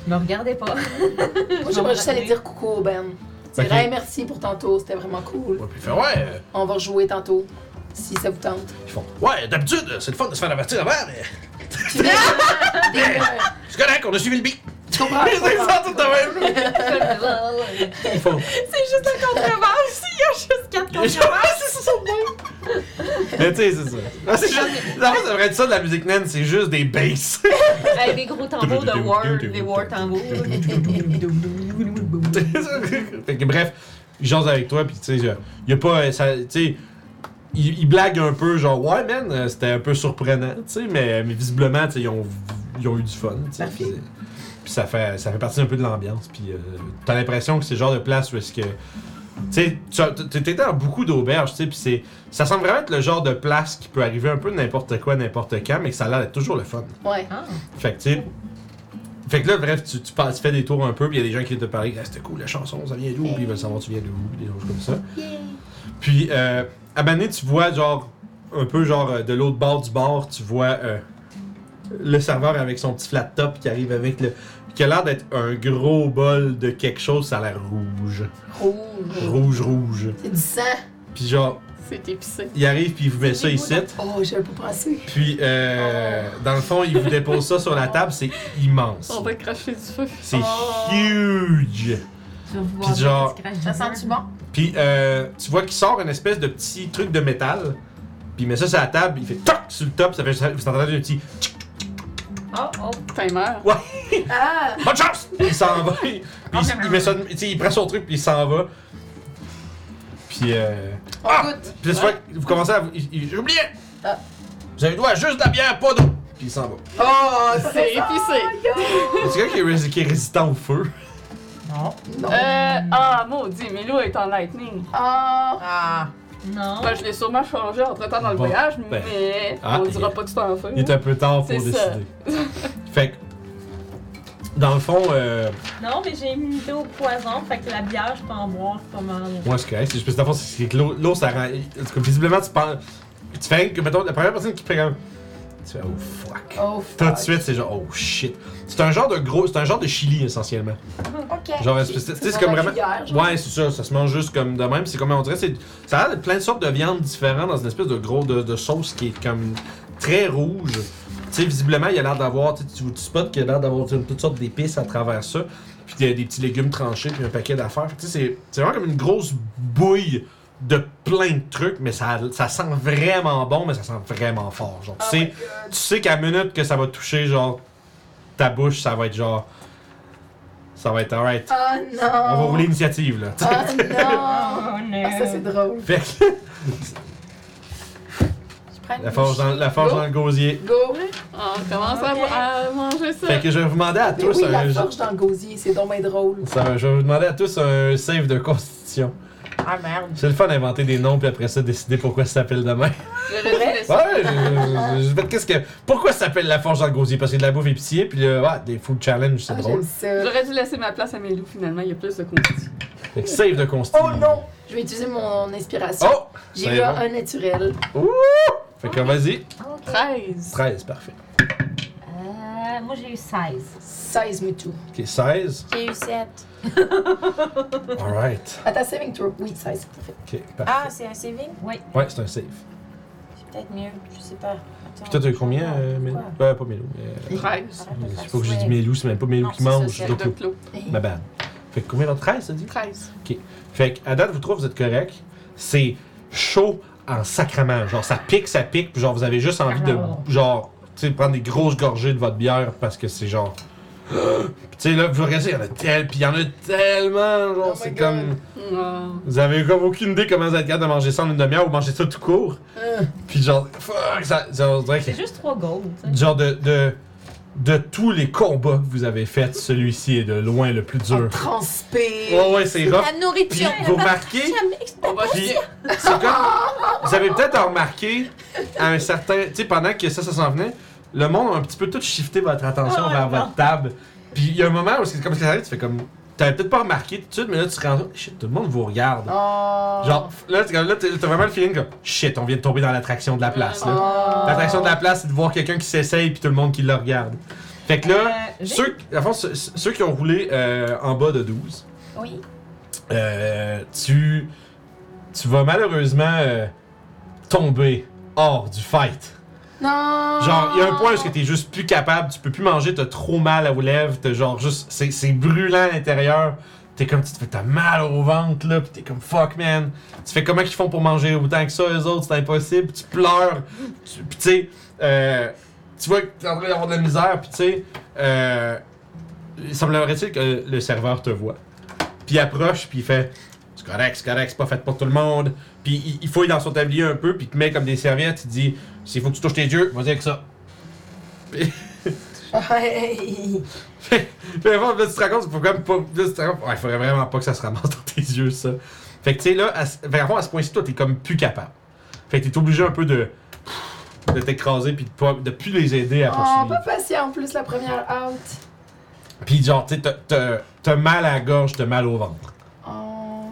Speaker 5: Me regardez pas.
Speaker 4: Moi, j'aimerais juste aller dire coucou au Ben. C'est
Speaker 1: Ok.
Speaker 4: vrai, merci pour tantôt, c'était vraiment cool.
Speaker 1: Ouais, puis il fait, ouais, euh,
Speaker 4: On va rejouer tantôt, si ça vous tente.
Speaker 1: ils font, ouais, d'habitude, euh, c'est le fun de se faire avertir avant, mais
Speaker 4: Ouais,
Speaker 1: c'est correct, on a suivi le beat.
Speaker 4: Je comprends. je
Speaker 1: c'est
Speaker 4: comprends.
Speaker 1: ça, tout de même. Ils font,
Speaker 6: C'est juste un contrevers aussi, il y a juste quatre
Speaker 1: Ouais, c'est ça, c'est bon. Mais tu sais, c'est ça. Ah, c'est juste- en fait, ça devrait être ça de la musique naine, c'est juste des basses.
Speaker 5: Avec des gros tambours de war, des war tambours.
Speaker 1: Fait que bref, il jase avec toi, puis tu sais, il y a pas. euh, ça- Tu sais, il, il blague un peu, genre, ouais, man, euh, c'était un peu surprenant, tu sais, mais, mais visiblement, tu sais, ils ont, ils ont eu du fun, tu sais. Puis puis ça fait, ça fait partie un peu de l'ambiance, puis euh, t'as l'impression que c'est le genre de place où est-ce que. Tu sais, tu- tu- t'es dans beaucoup d'auberges, tu sais, puis c'est. Ça semble vraiment être le genre de place qui peut arriver un peu n'importe quoi, n'importe quand, mais que ça a l'air d'être toujours le fun.
Speaker 4: Ouais.
Speaker 5: Ah,
Speaker 1: Fait que, tu sais, Fait que là, bref, tu, tu, passes- tu fais des tours un peu, puis il y a des gens qui te parlent, ah, c'était cool la chanson, ça vient d'où, puis ils veulent savoir tu viens d'où, puis des choses comme ça. Puis, euh, à Mané, tu vois, genre, un peu, genre, euh, de l'autre bord du bord, tu vois euh, le serveur avec son petit flat top qui arrive avec le. qui a l'air d'être un gros bol de quelque chose, ça a l'air rouge.
Speaker 4: Rouge.
Speaker 1: Rouge, rouge.
Speaker 4: C'est du sang.
Speaker 1: Puis, genre,
Speaker 3: C'est épicé.
Speaker 1: il arrive, puis il vous met ça ici.
Speaker 4: Oh, j'avais pas pensé.
Speaker 1: Puis, euh, dans le fond, il vous dépose ça sur la table, c'est immense.
Speaker 3: On va cracher du feu.
Speaker 1: C'est huge!
Speaker 5: je vais vous
Speaker 1: Puis genre-
Speaker 5: Ça
Speaker 6: Ça sent-tu bon?
Speaker 1: Puis euh, tu vois qu'il sort une espèce de petit truc de métal. Puis il met ça sur la table, il fait toc sur le top, ça fait ça- vous entendez un petit
Speaker 5: Oh, oh.
Speaker 3: Timer.
Speaker 4: Ah!
Speaker 1: bonne chance. Puis il s'en va. Puis il, il met ça, tu sais, il prend son truc puis il s'en va. Puis euh,
Speaker 4: On
Speaker 1: Ah!
Speaker 4: goûte.
Speaker 1: puis là, tu vois que vous commencez à vous- il- il- j'ai oublié.
Speaker 4: Ah.
Speaker 1: Vous avez le droit à juste de la bière, pas d'eau. Puis il s'en va.
Speaker 3: Oh, c'est épicé.
Speaker 1: C'est quelqu'un qui est rés- qui est résistant au feu.
Speaker 4: Non.
Speaker 3: Euh, ah, maudit, Milo est en lightning.
Speaker 4: Ah!
Speaker 6: Ah,
Speaker 5: Non.
Speaker 3: Ben, je l'ai sûrement changé entre temps dans le
Speaker 1: Bon,
Speaker 3: voyage,
Speaker 1: ben.
Speaker 3: mais
Speaker 1: Ah,
Speaker 3: on dira
Speaker 1: et-
Speaker 3: pas que c'est en feu.
Speaker 1: Il est un peu tard pour
Speaker 3: C'est ça.
Speaker 1: décider. Fait que dans le fond, euh,
Speaker 5: Non, mais j'ai une idée au poison, fait que la bière, je peux en boire pas mal.
Speaker 1: Ouais, c'est correct. C'est juste parce que dans le fond, c'est que l'eau, l'eau, ça rend. En tout cas, visiblement, tu penses. Tu fais que, mettons, la première personne qui fait comme. Tu fais, oh fuck.
Speaker 4: Oh,
Speaker 1: Tout de
Speaker 4: fuck.
Speaker 1: suite, c'est genre, oh shit. C'est un genre de gros. C'est un genre de chili, essentiellement.
Speaker 6: ok.
Speaker 1: Genre, c'est, c'est, c'est comme
Speaker 4: dans la
Speaker 1: vraiment.
Speaker 4: cuillère, genre.
Speaker 1: Ouais, c'est ça. Ça se mange juste comme de même. C'est comme on dirait. C'est, ça a l'air de plein de sortes de viandes différentes dans une espèce de gros. de, de sauce qui est comme. très rouge. Tu sais, visiblement, il y a l'air d'avoir. Tu, sais, tu tu spots qu'il y a l'air d'avoir tu sais, toutes sortes d'épices à travers ça. Puis il y a des petits légumes tranchés, puis un paquet d'affaires. Fait que, Tu sais, c'est- c'est vraiment comme une grosse bouille de plein de trucs, mais ça, ça sent vraiment bon, mais ça sent vraiment fort. Genre,
Speaker 4: Oh
Speaker 1: tu sais, tu sais qu'à la minute que ça va toucher, genre, ta bouche, ça va être genre. Ça va être alright.
Speaker 4: Oh non!
Speaker 1: On va rouler l'initiative, là.
Speaker 4: Oh non!
Speaker 5: Oh non.
Speaker 4: Ah, ça c'est drôle.
Speaker 1: Fait que
Speaker 6: Je prends une
Speaker 1: la forge dans, la forge dans le gosier.
Speaker 4: Go!
Speaker 3: Ah, On commence à-
Speaker 6: Ok.
Speaker 3: à, manger ça.
Speaker 1: Fait que je vais vous demander à
Speaker 4: Mais
Speaker 1: tous
Speaker 4: oui,
Speaker 1: un.
Speaker 4: la forge dans le gosier, c'est dommage drôle.
Speaker 1: ça- je vais vous demander à tous un save de constitution.
Speaker 6: Ah merde.
Speaker 1: C'est le fun d'inventer des noms puis après ça décider pourquoi ça s'appelle demain.
Speaker 3: Je le laisse.
Speaker 1: Ouais, je, je- je- je- qu'est-ce que pourquoi ça s'appelle la forge dans le gosier parce que de la bouffe épicier puis le ouais, des food challenge, c'est
Speaker 4: Ah,
Speaker 1: drôle.
Speaker 4: j'aime ça.
Speaker 3: J'aurais dû laisser ma place à Milo, finalement, il y a plus de contenu.
Speaker 1: Fait que save de constitution.
Speaker 4: Oh non! Je vais utiliser mon inspiration.
Speaker 1: Oh!
Speaker 4: J'ai
Speaker 1: ça
Speaker 4: eu
Speaker 1: y
Speaker 4: un
Speaker 1: va.
Speaker 4: naturel.
Speaker 1: Fait que vas-y,
Speaker 5: Ah,
Speaker 3: 13.
Speaker 1: 13 parfait.
Speaker 5: Euh, moi, j'ai eu 16.
Speaker 4: 16 me too.
Speaker 1: OK, 16.
Speaker 6: J'ai eu 7.
Speaker 1: All right.
Speaker 4: Attends, saving throw. Oui, 16. parfait.
Speaker 1: OK, parfait.
Speaker 6: Ah, c'est un saving?
Speaker 1: Ouais, c'est un save.
Speaker 6: C'est peut-être mieux. Je sais pas. Attends.
Speaker 1: Puis toi t'as eu combien euh, Mélou? Ouais, pas Mélou. Euh,
Speaker 3: 13.
Speaker 1: c'est pas que j'ai dit Mélou, c'est même pas Mélou
Speaker 6: Non,
Speaker 1: qui
Speaker 6: c'est ça,
Speaker 1: mange,
Speaker 6: c'est
Speaker 1: c'est
Speaker 3: De
Speaker 1: Clo.
Speaker 3: Clos.
Speaker 1: Ma bad. Fait que combien dans 13 ça dit
Speaker 3: 13.
Speaker 1: Fait que, à date, vous trois, vous êtes correct. C'est chaud en sacrement. Genre, ça pique, ça pique, puis genre, vous avez juste envie
Speaker 6: Ah
Speaker 1: de, genre, tu sais, prendre des grosses gorgées de votre bière parce que c'est genre. Puis tu sais, là, vous regardez, il y en a tel, puis il y en a tellement, genre,
Speaker 4: Oh my
Speaker 1: c'est
Speaker 4: God.
Speaker 1: comme.
Speaker 3: Ah.
Speaker 1: Vous avez comme aucune idée comment vous êtes capable de manger ça en une demi-heure ou manger ça tout
Speaker 6: Ah.
Speaker 1: court. Puis genre, fuck, ça, ça on dirait que-
Speaker 5: C'est juste 3 gold, tu sais.
Speaker 1: Genre de. de de tous les combats que vous avez faits, celui-ci est de loin le plus dur.
Speaker 4: Transpire.
Speaker 1: Ouais, ouais, c'est rough.
Speaker 6: La nourriture,
Speaker 1: Puis vous remarquez,
Speaker 3: On va
Speaker 1: puis c'est comme. Vous avez peut-être remarqué à un certain. Tu sais, pendant que ça, ça s'en venait, le monde a un petit peu tout shifté votre attention
Speaker 5: Ah ouais,
Speaker 1: vers
Speaker 5: non.
Speaker 1: votre table. Puis il y a un moment où c'est comme ça, tu fais comme. T'avais peut-être pas remarqué tout de suite, mais là, tu te rends compte, shit, tout le monde vous regarde.
Speaker 4: Oh.
Speaker 1: Genre, là, t'es comme- là, t'as t'as vraiment le feeling que shit, on vient de tomber dans l'attraction de la
Speaker 4: Oh.
Speaker 1: place. là. L'attraction de la place, c'est de voir quelqu'un qui s'essaye puis tout le monde qui le regarde. Fait que là,
Speaker 5: Euh, j'ai-
Speaker 1: ceux, à fond, ceux, ceux qui ont roulé euh, en bas de 12,
Speaker 7: Oui.
Speaker 1: euh, tu, tu vas malheureusement euh, tomber hors du fight.
Speaker 4: Non.
Speaker 1: Genre, il y a un point où tu es juste plus capable, tu peux plus manger, t'as trop mal aux lèvres, t'as genre juste, c'est c'est brûlant à l'intérieur. T'es comme, tu te fais, t'as mal au ventre, là, pis t'es comme, fuck, man. Tu fais comment qu'ils font pour manger autant que ça, eux autres, c'est impossible, tu pleures. Tu, pis tu sais, euh, tu vois que t'es en train d'avoir de la misère, pis tu sais, euh, il semblerait-il que le serveur te voit. Puis il approche, puis il fait, c'est correct, c'est correct, c'est pas fait pour tout le monde. Puis il, il fouille dans son tablier un peu, puis il te met comme des serviettes, il dit, s'il faut que tu touches tes yeux, vas-y avec ça.
Speaker 4: Ouais.
Speaker 1: Puis avant, là, tu te racontes, pourquoi pas. Là, tu te racontes, ouais, faudrait vraiment pas que ça se ramasse dans tes yeux, ça. Fait que, tu sais, là, à, ce- fait qu'à fond, à ce point-ci, toi, t'es comme plus capable. Fait que t'es obligé un peu de. de t'écraser, puis de, pas, de plus les aider à
Speaker 4: Oh,
Speaker 1: poursuivre.
Speaker 4: pas patient en plus la première out.
Speaker 1: Puis, genre, tu sais, t'as- t'as- t'as mal à la gorge, t'as mal au ventre.
Speaker 4: Oh.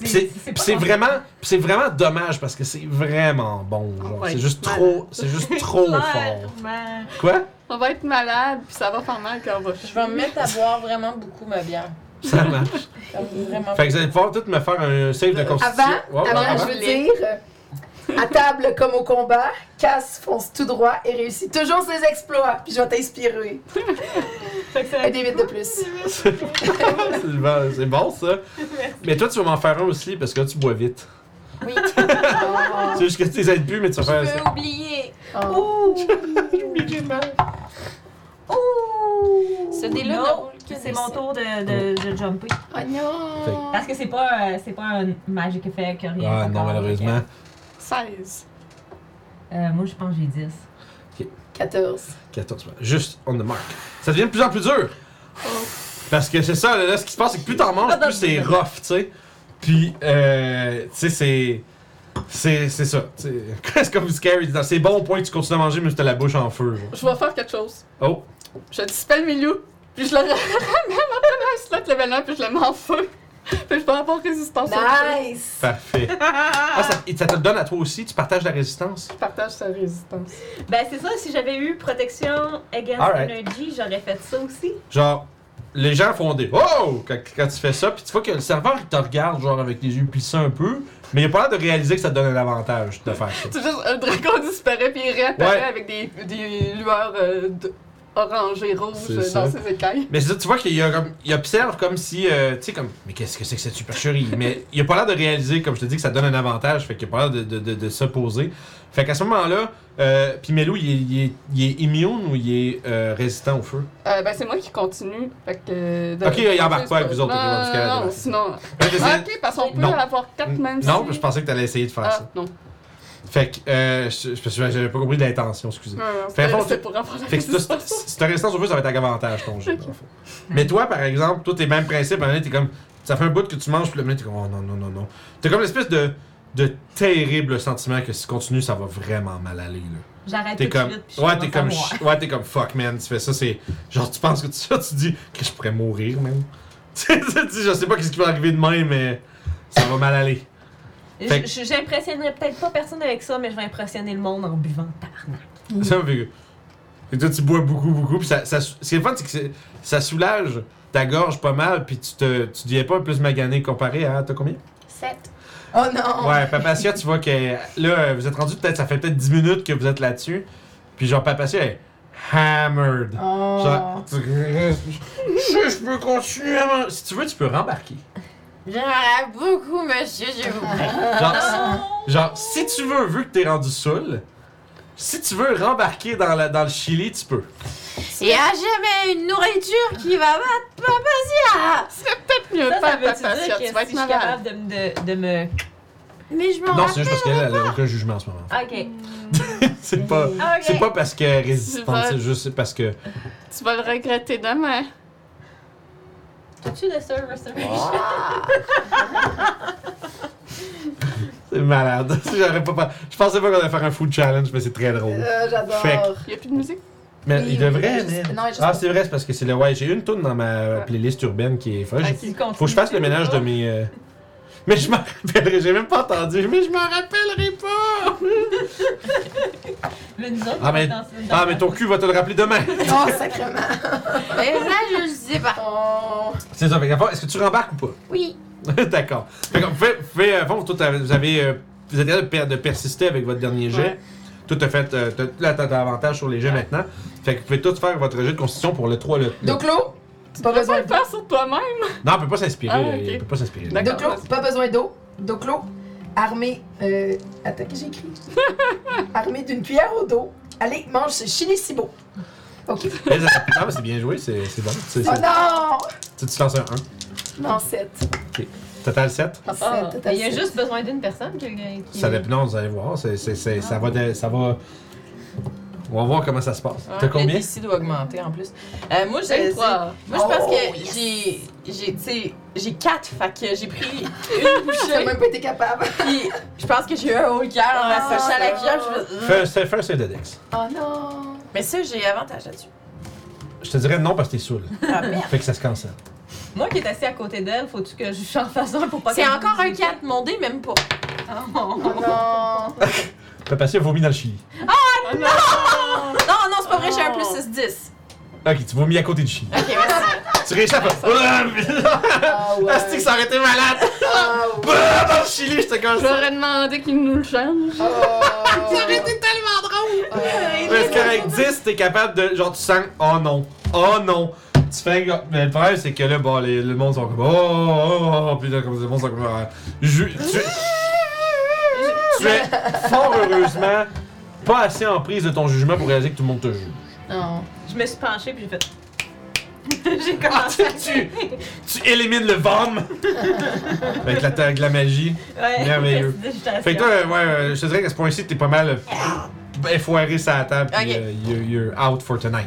Speaker 1: Puis c'est- puis c'est vraiment, puis c'est vraiment dommage parce que c'est vraiment bon. genre.
Speaker 3: Ouais,
Speaker 1: c'est juste
Speaker 3: malade.
Speaker 1: trop, c'est juste trop fort.
Speaker 5: Clairement.
Speaker 1: Quoi?
Speaker 3: On va être malade, puis ça va faire mal quand on va
Speaker 7: Je vais me mettre à boire vraiment beaucoup ma bière.
Speaker 1: Ça marche.
Speaker 7: Comme vraiment.
Speaker 1: Fait que vous allez pouvoir toutes me faire un save de constitution.
Speaker 4: Avant,
Speaker 1: Ouais, ouais,
Speaker 4: avant,
Speaker 1: avant.
Speaker 4: je veux dire, euh, à table comme au combat, Cass fonce tout droit et réussit toujours ses exploits. Puis je vais t'inspirer.
Speaker 5: Fait que
Speaker 4: Un
Speaker 5: c'est
Speaker 4: des huit de plus.
Speaker 1: C'est bon- C'est bon ça. Mais toi, tu vas m'en faire un aussi parce que là, tu bois vite.
Speaker 7: Oui.
Speaker 1: C'est juste que tu les aides plus, mais tu vas faire
Speaker 6: Je
Speaker 1: ça.
Speaker 6: peux oublier.
Speaker 4: Oh.
Speaker 6: Ce
Speaker 5: Non,
Speaker 6: délai ne roule que
Speaker 5: c'est
Speaker 6: des
Speaker 5: mon
Speaker 6: sept.
Speaker 5: tour de, de, de jumper.
Speaker 4: Oh non.
Speaker 1: Fait
Speaker 5: Parce que c'est pas, euh, c'est pas un magic effect, rien. euh,
Speaker 1: Ah
Speaker 5: encore.
Speaker 1: non, malheureusement.
Speaker 3: 16.
Speaker 5: Euh, moi, je pense que j'ai 10.
Speaker 4: 14.
Speaker 1: 14 points. Juste on the mark. Ça devient de plus en plus dur. Parce que c'est ça, là, là, ce qui se passe, c'est que plus t'en manges, plus c'est rough, tu sais. Puis, euh, tu sais, c'est. C'est c'est ça. tu sais. C'est comme scary. C'est bon au point que tu continues à manger, mais tu as la bouche en feu. genre.
Speaker 3: Je vais faire quelque chose.
Speaker 1: Oh!
Speaker 3: Je dispelle Milou, puis je le ramène un slot level 1, puis je le mets en feu. Puis je peux avoir résistance. au feu.
Speaker 4: Nice.
Speaker 1: Parfait. Ah, ça, et ça te le donne à toi aussi, tu partages la résistance.
Speaker 3: Je partage sa résistance.
Speaker 5: Ben, c'est ça, si j'avais eu protection against
Speaker 1: Alright.
Speaker 5: energy, j'aurais fait ça aussi.
Speaker 1: Genre, les gens font des Oh! Quand, quand tu fais ça, puis tu vois que le serveur il te regarde, genre avec les yeux plissés un peu, mais il a pas l'air de réaliser que ça te donne un avantage de faire ça.
Speaker 3: C'est juste un dragon disparaît, puis il réapparaît
Speaker 1: Ouais.
Speaker 3: avec des, des lueurs euh, d- orange et rouge
Speaker 1: C'est
Speaker 3: euh,
Speaker 1: ça.
Speaker 3: dans ses écailles.
Speaker 1: Mais c'est ça, tu vois qu'il y a comme, il observe comme si, euh, tu sais, comme, mais qu'est-ce que c'est que cette supercherie? mais il a pas l'air de réaliser, comme je te dis, que ça donne un avantage, fait qu'il a pas l'air de, de, de, de s'opposer. Fait qu'à ce moment-là, euh, puis Melou, il est, il, est, il est immune ou il est euh, résistant au feu?
Speaker 3: Euh, ben, c'est moi qui continue. Fait que. de-
Speaker 1: Ok, il embarque pas avec vous autres, ok,
Speaker 3: Non,
Speaker 1: parce que-
Speaker 3: non, non, sinon.
Speaker 1: Ouais, t'essaies-
Speaker 3: Ah, ok, parce qu'on peut
Speaker 1: Non. Mm.
Speaker 3: avoir 4 même si.
Speaker 1: non, je pensais que t'allais essayer de faire
Speaker 3: Ah,
Speaker 1: ça.
Speaker 3: non.
Speaker 1: Fait que, euh, je, je- je- j'avais pas compris l'intention, excusez.
Speaker 3: Non, non,
Speaker 1: Fait
Speaker 3: c'était-
Speaker 1: fond,
Speaker 3: c'était pour avoir la
Speaker 1: Fait que si t'as-
Speaker 3: résistance.
Speaker 1: si t'as résistance au feu, ça va être avec avantage ton jeu. dans le fond. Mais toi, par exemple, toi, t'es même principe, à un moment donné, t'es comme. Ça fait un bout que tu manges, puis le moment, t'es comme, oh non, non, non, non. T'as comme l'espèce de, de terrible sentiment que si tu continues, ça va vraiment mal aller, là.
Speaker 5: J'arrête
Speaker 1: T'es
Speaker 5: tout
Speaker 1: comme.
Speaker 5: de suite. puis je
Speaker 1: ouais, t'es
Speaker 5: commence à
Speaker 1: comme.
Speaker 5: boire.
Speaker 1: ch- Ouais, t'es comme, fuck, man. Tu fais ça, c'est. Genre, tu penses que tu, ça, tu dis que je pourrais mourir, même. tu sais, tu dis, je sais pas ce qui va arriver demain, mais ça va mal aller. Fait que-
Speaker 5: Je- je- J'impressionnerai peut-être pas personne avec ça, mais je vais impressionner le monde en buvant. Tabarnak.
Speaker 1: Ça fait que- Et toi, tu bois beaucoup, beaucoup. Puis ça, ça, ce qui est le fun, c'est que c'est- ça soulage ta gorge pas mal. Puis tu te tu deviens pas plus magané comparé à. T'as combien
Speaker 7: 7.
Speaker 4: Oh non.
Speaker 1: Ouais, Papacia, tu vois que là, vous êtes rendu peut-être. Ça fait peut-être 10 minutes que vous êtes là-dessus. Puis genre, Papacia est hammered.
Speaker 4: Oh.
Speaker 1: Genre, tu- je, je peux continuer à man- Si tu veux, tu peux rembarquer.
Speaker 6: J'aimerais beaucoup, monsieur, je vous prie.
Speaker 1: Genre, si- genre, si tu veux, vu que t'es rendu saoul, si tu veux rembarquer dans, la, dans le Chili, tu peux.
Speaker 6: Et à jamais une nourriture qui va battre Papa Zia!
Speaker 3: Mieux
Speaker 5: Ça, ça
Speaker 3: pas,
Speaker 5: veut
Speaker 3: papa,
Speaker 5: dire que
Speaker 3: tu vas être
Speaker 5: si je
Speaker 3: malade.
Speaker 5: suis capable de, me- de, de me.
Speaker 6: Mais je m'en
Speaker 1: Non, c'est
Speaker 6: rappelle.
Speaker 1: juste parce qu'elle elle a aucun jugement en ce moment.
Speaker 5: Ok.
Speaker 1: c'est pas.
Speaker 5: Ah, ok.
Speaker 1: C'est pas parce que résistante,
Speaker 3: C'est
Speaker 1: c'est juste parce que.
Speaker 3: Tu vas le regretter demain.
Speaker 5: T'as-tu de ça, Restoration?
Speaker 1: C'est malade. J'aurais pas. pen- Je pensais pas qu'on allait faire un food challenge, mais c'est très drôle.
Speaker 4: Euh, J'adore.
Speaker 3: Il n'y a plus de musique.
Speaker 1: Mais
Speaker 4: Oui,
Speaker 1: euh, il
Speaker 4: oui,
Speaker 1: devrait,
Speaker 4: je
Speaker 1: mais.
Speaker 4: sais- non, je sais
Speaker 1: Ah,
Speaker 4: pas.
Speaker 1: c'est vrai, c'est parce que c'est le. Ouais, j'ai une toune dans ma playlist urbaine qui est folle. J'ai-
Speaker 5: Tu continues,
Speaker 1: Faut que je fasse le
Speaker 5: c'est
Speaker 1: ménage de
Speaker 5: ça?
Speaker 1: mes. euh, Mais je m'en rappellerai, j'ai même pas entendu, mais je m'en rappellerai pas!
Speaker 5: Mais nous autres,
Speaker 1: Ah, mais-
Speaker 5: on est dans une-
Speaker 1: Ah, mais ton cul va te le rappeler demain!
Speaker 4: Oh, sacrément.
Speaker 6: Mais là, je sais pas.
Speaker 4: Oh.
Speaker 1: C'est ça, fait qu'à fond, est-ce que tu rembarques ou
Speaker 6: Oui.
Speaker 1: pas? D'accord. Fait que, fait, fait, à fond, toi, t'as- vous avez. euh, vous êtes capable de, per- de persister avec votre dernier jet.
Speaker 3: Ouais.
Speaker 1: Toi, t'as fait. euh, t'as- là, t'as t'as avantage sur les jets maintenant. Fait que vous pouvez tous faire votre jet de constitution pour le 3. Le, le-
Speaker 4: Donc, l'eau, pas
Speaker 3: Tu vas
Speaker 5: Ah,
Speaker 4: besoin
Speaker 3: le faire sur toi-même.
Speaker 1: Non, on peut pas s'inspirer.
Speaker 3: Ah,
Speaker 1: là,
Speaker 3: ok.
Speaker 1: Il peut pas s'inspirer.
Speaker 3: D'accord.
Speaker 4: Donc l'eau, pas besoin d'eau. Donc l'eau, armée. Euh, attends, que j'écris. armée d'une cuillère au dos. Allez, mange ce chili-cibo. Ok.
Speaker 1: Mais ça- Ah, mais c'est bien joué, c'est c'est bon. C'est-
Speaker 4: Oh
Speaker 1: c'est-
Speaker 4: non!
Speaker 1: Tu tu lances un 1.
Speaker 4: Non, 7.
Speaker 1: Total 7.
Speaker 4: Non,
Speaker 5: Ah,
Speaker 4: 7
Speaker 5: mais il y a juste besoin d'une personne qui. qui-
Speaker 1: Ça dépend, non, vous allez voir. c'est- c'est- c'est- ça, va de- ça va. On va voir comment ça se passe. T'as
Speaker 2: Ouais,
Speaker 1: combien?
Speaker 2: Le DC doit augmenter en plus. Euh, moi, j'ai.
Speaker 6: Moi, je pense
Speaker 4: Oh,
Speaker 6: que j'ai. J'ai, tu sais, j'ai quatre, fait que j'ai pris une
Speaker 4: J'ai
Speaker 6: bouchée,
Speaker 4: même pas été capable.
Speaker 6: puis je pense que j'ai eu un haut le cœur en
Speaker 4: Ah,
Speaker 6: m'assrochant à la
Speaker 4: non.
Speaker 6: cuillère. je me-
Speaker 1: Fais un- fais un save de Dex.
Speaker 4: Oh non!
Speaker 6: Mais ça, j'ai avantage là-dessus.
Speaker 1: Je te dirais non parce que t'es saoul.
Speaker 6: Ah, merde.
Speaker 1: Fait que ça se cancelle.
Speaker 5: Moi qui est assis à côté d'elle, faut-tu que je chante fasse un pour pas
Speaker 6: C'est
Speaker 5: qu'elle
Speaker 6: encore un
Speaker 5: dise-
Speaker 6: 4, mon dé, même pas.
Speaker 5: Oh.
Speaker 4: Oh non!
Speaker 1: Fait passer vomi dans le chili.
Speaker 3: Ah non!
Speaker 6: Non, non, c'est pas vrai, j'ai un
Speaker 3: Oh.
Speaker 6: plus 6, 10.
Speaker 1: Ok, tu vomis à côté du chili.
Speaker 6: Ok, merci.
Speaker 1: Tu réussis à faire.
Speaker 4: Ah ouais!
Speaker 1: Asti que ça aurait été malade!
Speaker 4: Ah ouais!
Speaker 1: Bah, Dans le chili, j'étais comme ça.
Speaker 3: J'aurais demandé qu'il nous le change.
Speaker 4: Oh.
Speaker 1: tellement drôle!
Speaker 4: Oh.
Speaker 1: Parce qu'avec 10, t'es capable de. Genre, tu sens. Oh non! Oh non! Tu fais. un- Mais le problème, c'est que là, bon, les, le monde sont comme. Oh, oh, oh, oh. Puis là, comme le monde sont comme. euh, ju- tu, tu es fort heureusement pas assez en prise de ton jugement pour réaliser que tout le monde te juge.
Speaker 4: Non.
Speaker 5: Je me suis penchée puis j'ai fait. j'ai commencé.
Speaker 1: Ah, tu- Tu élimines le vom! Avec la, ta- de la magie.
Speaker 5: Ouais.
Speaker 1: Merveilleux.
Speaker 5: J'étais
Speaker 1: Fait que
Speaker 5: assise.
Speaker 1: toi, ouais, euh, je te dirais qu'à ce point-ci, t'es pas mal euh, foiré sur la table, puis
Speaker 6: Ok.
Speaker 1: euh, you're, you're out for tonight.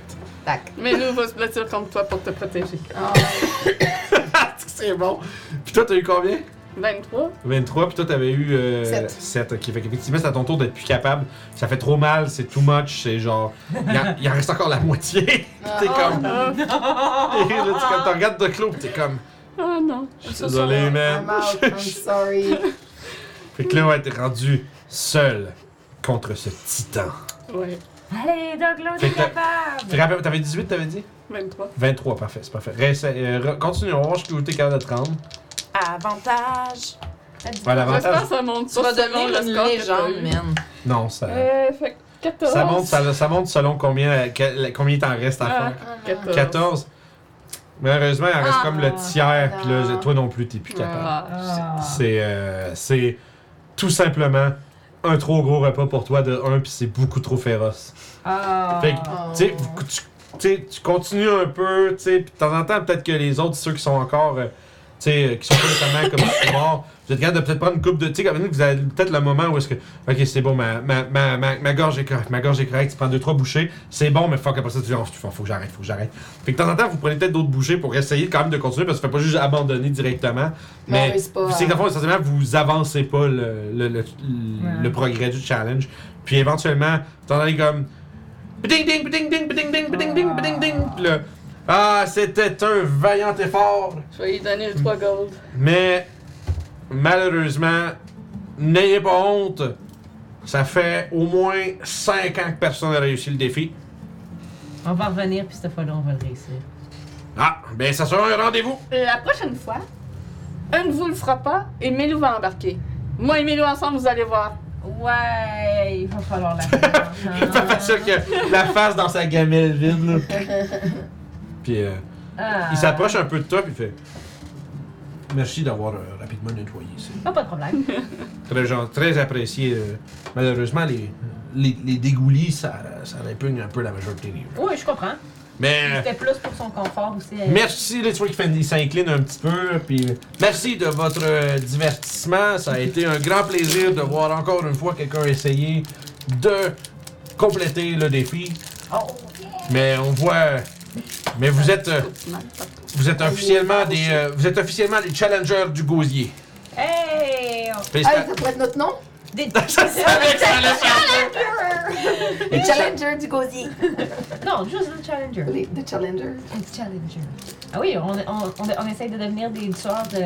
Speaker 3: Mais nous, on va se blâtir contre toi pour te protéger.
Speaker 4: Oh.
Speaker 1: c'est bon. Puis toi, t'as eu combien
Speaker 3: 23.
Speaker 1: 23, puis toi, t'avais eu euh,
Speaker 4: Sept.
Speaker 1: 7. Ok, fait qu'effectivement, c'est à ton tour d'être plus capable. Ça fait trop mal, c'est too much, c'est genre. Il en, il en reste encore la moitié. t'es comme.
Speaker 3: Ah
Speaker 1: Et là, tu quand tu regardes de clos, pis t'es comme.
Speaker 3: ah non.
Speaker 1: Je suis désolé, man.
Speaker 4: I'm out, I'm sorry.
Speaker 1: Fait que là, ouais, t'es rendu seul contre ce titan.
Speaker 3: Ouais.
Speaker 5: Allez, donc l'autre
Speaker 1: Fait
Speaker 5: est
Speaker 1: que t'as- Tu te
Speaker 5: capable.
Speaker 1: rappelles, t'avais 18, t'avais dit
Speaker 3: 23.
Speaker 1: 23, parfait, c'est parfait. Reste, euh, re- continue, on va voir jusqu'où t'es capable de te rendre.
Speaker 6: Avantage.
Speaker 1: Ouais,
Speaker 3: J'espère
Speaker 1: l'avantage.
Speaker 3: que ça monte
Speaker 6: Tu
Speaker 3: pas
Speaker 6: vas
Speaker 3: selon
Speaker 6: devenir
Speaker 3: le
Speaker 6: une
Speaker 3: score que t'as
Speaker 6: légende,
Speaker 3: eu.
Speaker 6: man.
Speaker 1: Non, ça.
Speaker 3: Euh, fait que 14.
Speaker 1: Ça monte, ça, ça monte selon combien, euh, que- combien il t'en reste à
Speaker 3: Ah,
Speaker 1: faire.
Speaker 3: 14.
Speaker 1: 14. Malheureusement, il en reste
Speaker 6: Ah.
Speaker 1: comme le tiers,
Speaker 4: Non.
Speaker 1: puis là, toi non plus, t'es plus capable.
Speaker 3: Ah,
Speaker 1: C'est euh, c'est tout simplement un trop gros repas pour toi de 1, puis c'est beaucoup trop féroce.
Speaker 5: Ah.
Speaker 1: Fait que,
Speaker 4: Oh.
Speaker 1: tu sais, vous- tu- tu sais, tu continues un peu, tu sais, puis de temps en temps, peut-être que les autres, ceux qui sont encore, euh, tu sais, euh, qui sont pas nécessairement comme morts, vous êtes capable de peut-être prendre une coupe de. Tu sais, quand même, vous avez peut-être le moment où est-ce que, ok, c'est bon, ma, ma, ma, ma, ma gorge est correcte, ma gorge est correcte, tu prends deux, trois bouchées, c'est bon, mais fuck, après ça, tu dis, oh, faut faut que j'arrête, faut que j'arrête. Fait que de temps en temps, vous prenez peut-être d'autres bouchées pour essayer quand même de continuer, parce que tu ne pas juste abandonner directement.
Speaker 4: Mais on
Speaker 1: Mais
Speaker 4: risque pas,
Speaker 1: c'est que
Speaker 4: hein.
Speaker 1: dans le fond, essentiellement, vous avancez pas le, le, le, le- le progrès du challenge. Puis éventuellement, t'en allez comme. Ding ding ding ding ding ding ding ding ding ding. Le... Ah, c'était un vaillant effort.
Speaker 3: Je vais lui donner le 3 gold.
Speaker 1: Mais malheureusement, n'ayez pas honte. Ça fait au moins 5 ans que personne n'a réussi le défi.
Speaker 5: On va revenir puis cette fois-là on va le réussir.
Speaker 1: Ah, ben ça sera un rendez-vous.
Speaker 3: La prochaine fois, un de vous le fera pas et Mélou va embarquer. Moi et Mélou ensemble, vous allez voir.
Speaker 5: Ouais, il va falloir la faire. hein.
Speaker 1: T'as pas sûr que la face dans sa gamelle vide, là. Puis euh,
Speaker 5: Ah.
Speaker 1: Il s'approche un peu de toi puis il fait Merci d'avoir euh, rapidement nettoyé. C'est
Speaker 5: Ah, pas de problème.
Speaker 1: très, gen- très apprécié. euh. malheureusement, les, les, les dégoulis, ça, ça répugne un peu la majorité des gens.
Speaker 5: Oui, je comprends.
Speaker 1: Mais euh,
Speaker 5: C'était plus pour son confort aussi.
Speaker 1: merci, là, tu vois qu'il fait- il s'incline un petit peu. Puis euh, merci de votre euh, divertissement. Ça a été un grand plaisir de voir encore une fois quelqu'un essayer de compléter le défi.
Speaker 5: Oh.
Speaker 1: Mais on voit. Mais vous êtes, euh, vous êtes officiellement des, euh, vous êtes officiellement les challengers du gosier.
Speaker 5: Hey!
Speaker 4: Ah, ça pourrait être notre nom?
Speaker 5: Des...
Speaker 4: Les Challengers du Gosier.
Speaker 5: non, juste le challenger.
Speaker 4: Les The Challengers.
Speaker 5: Un challenger. Ah oui, on, on, on, on essaye de devenir des tueurs de.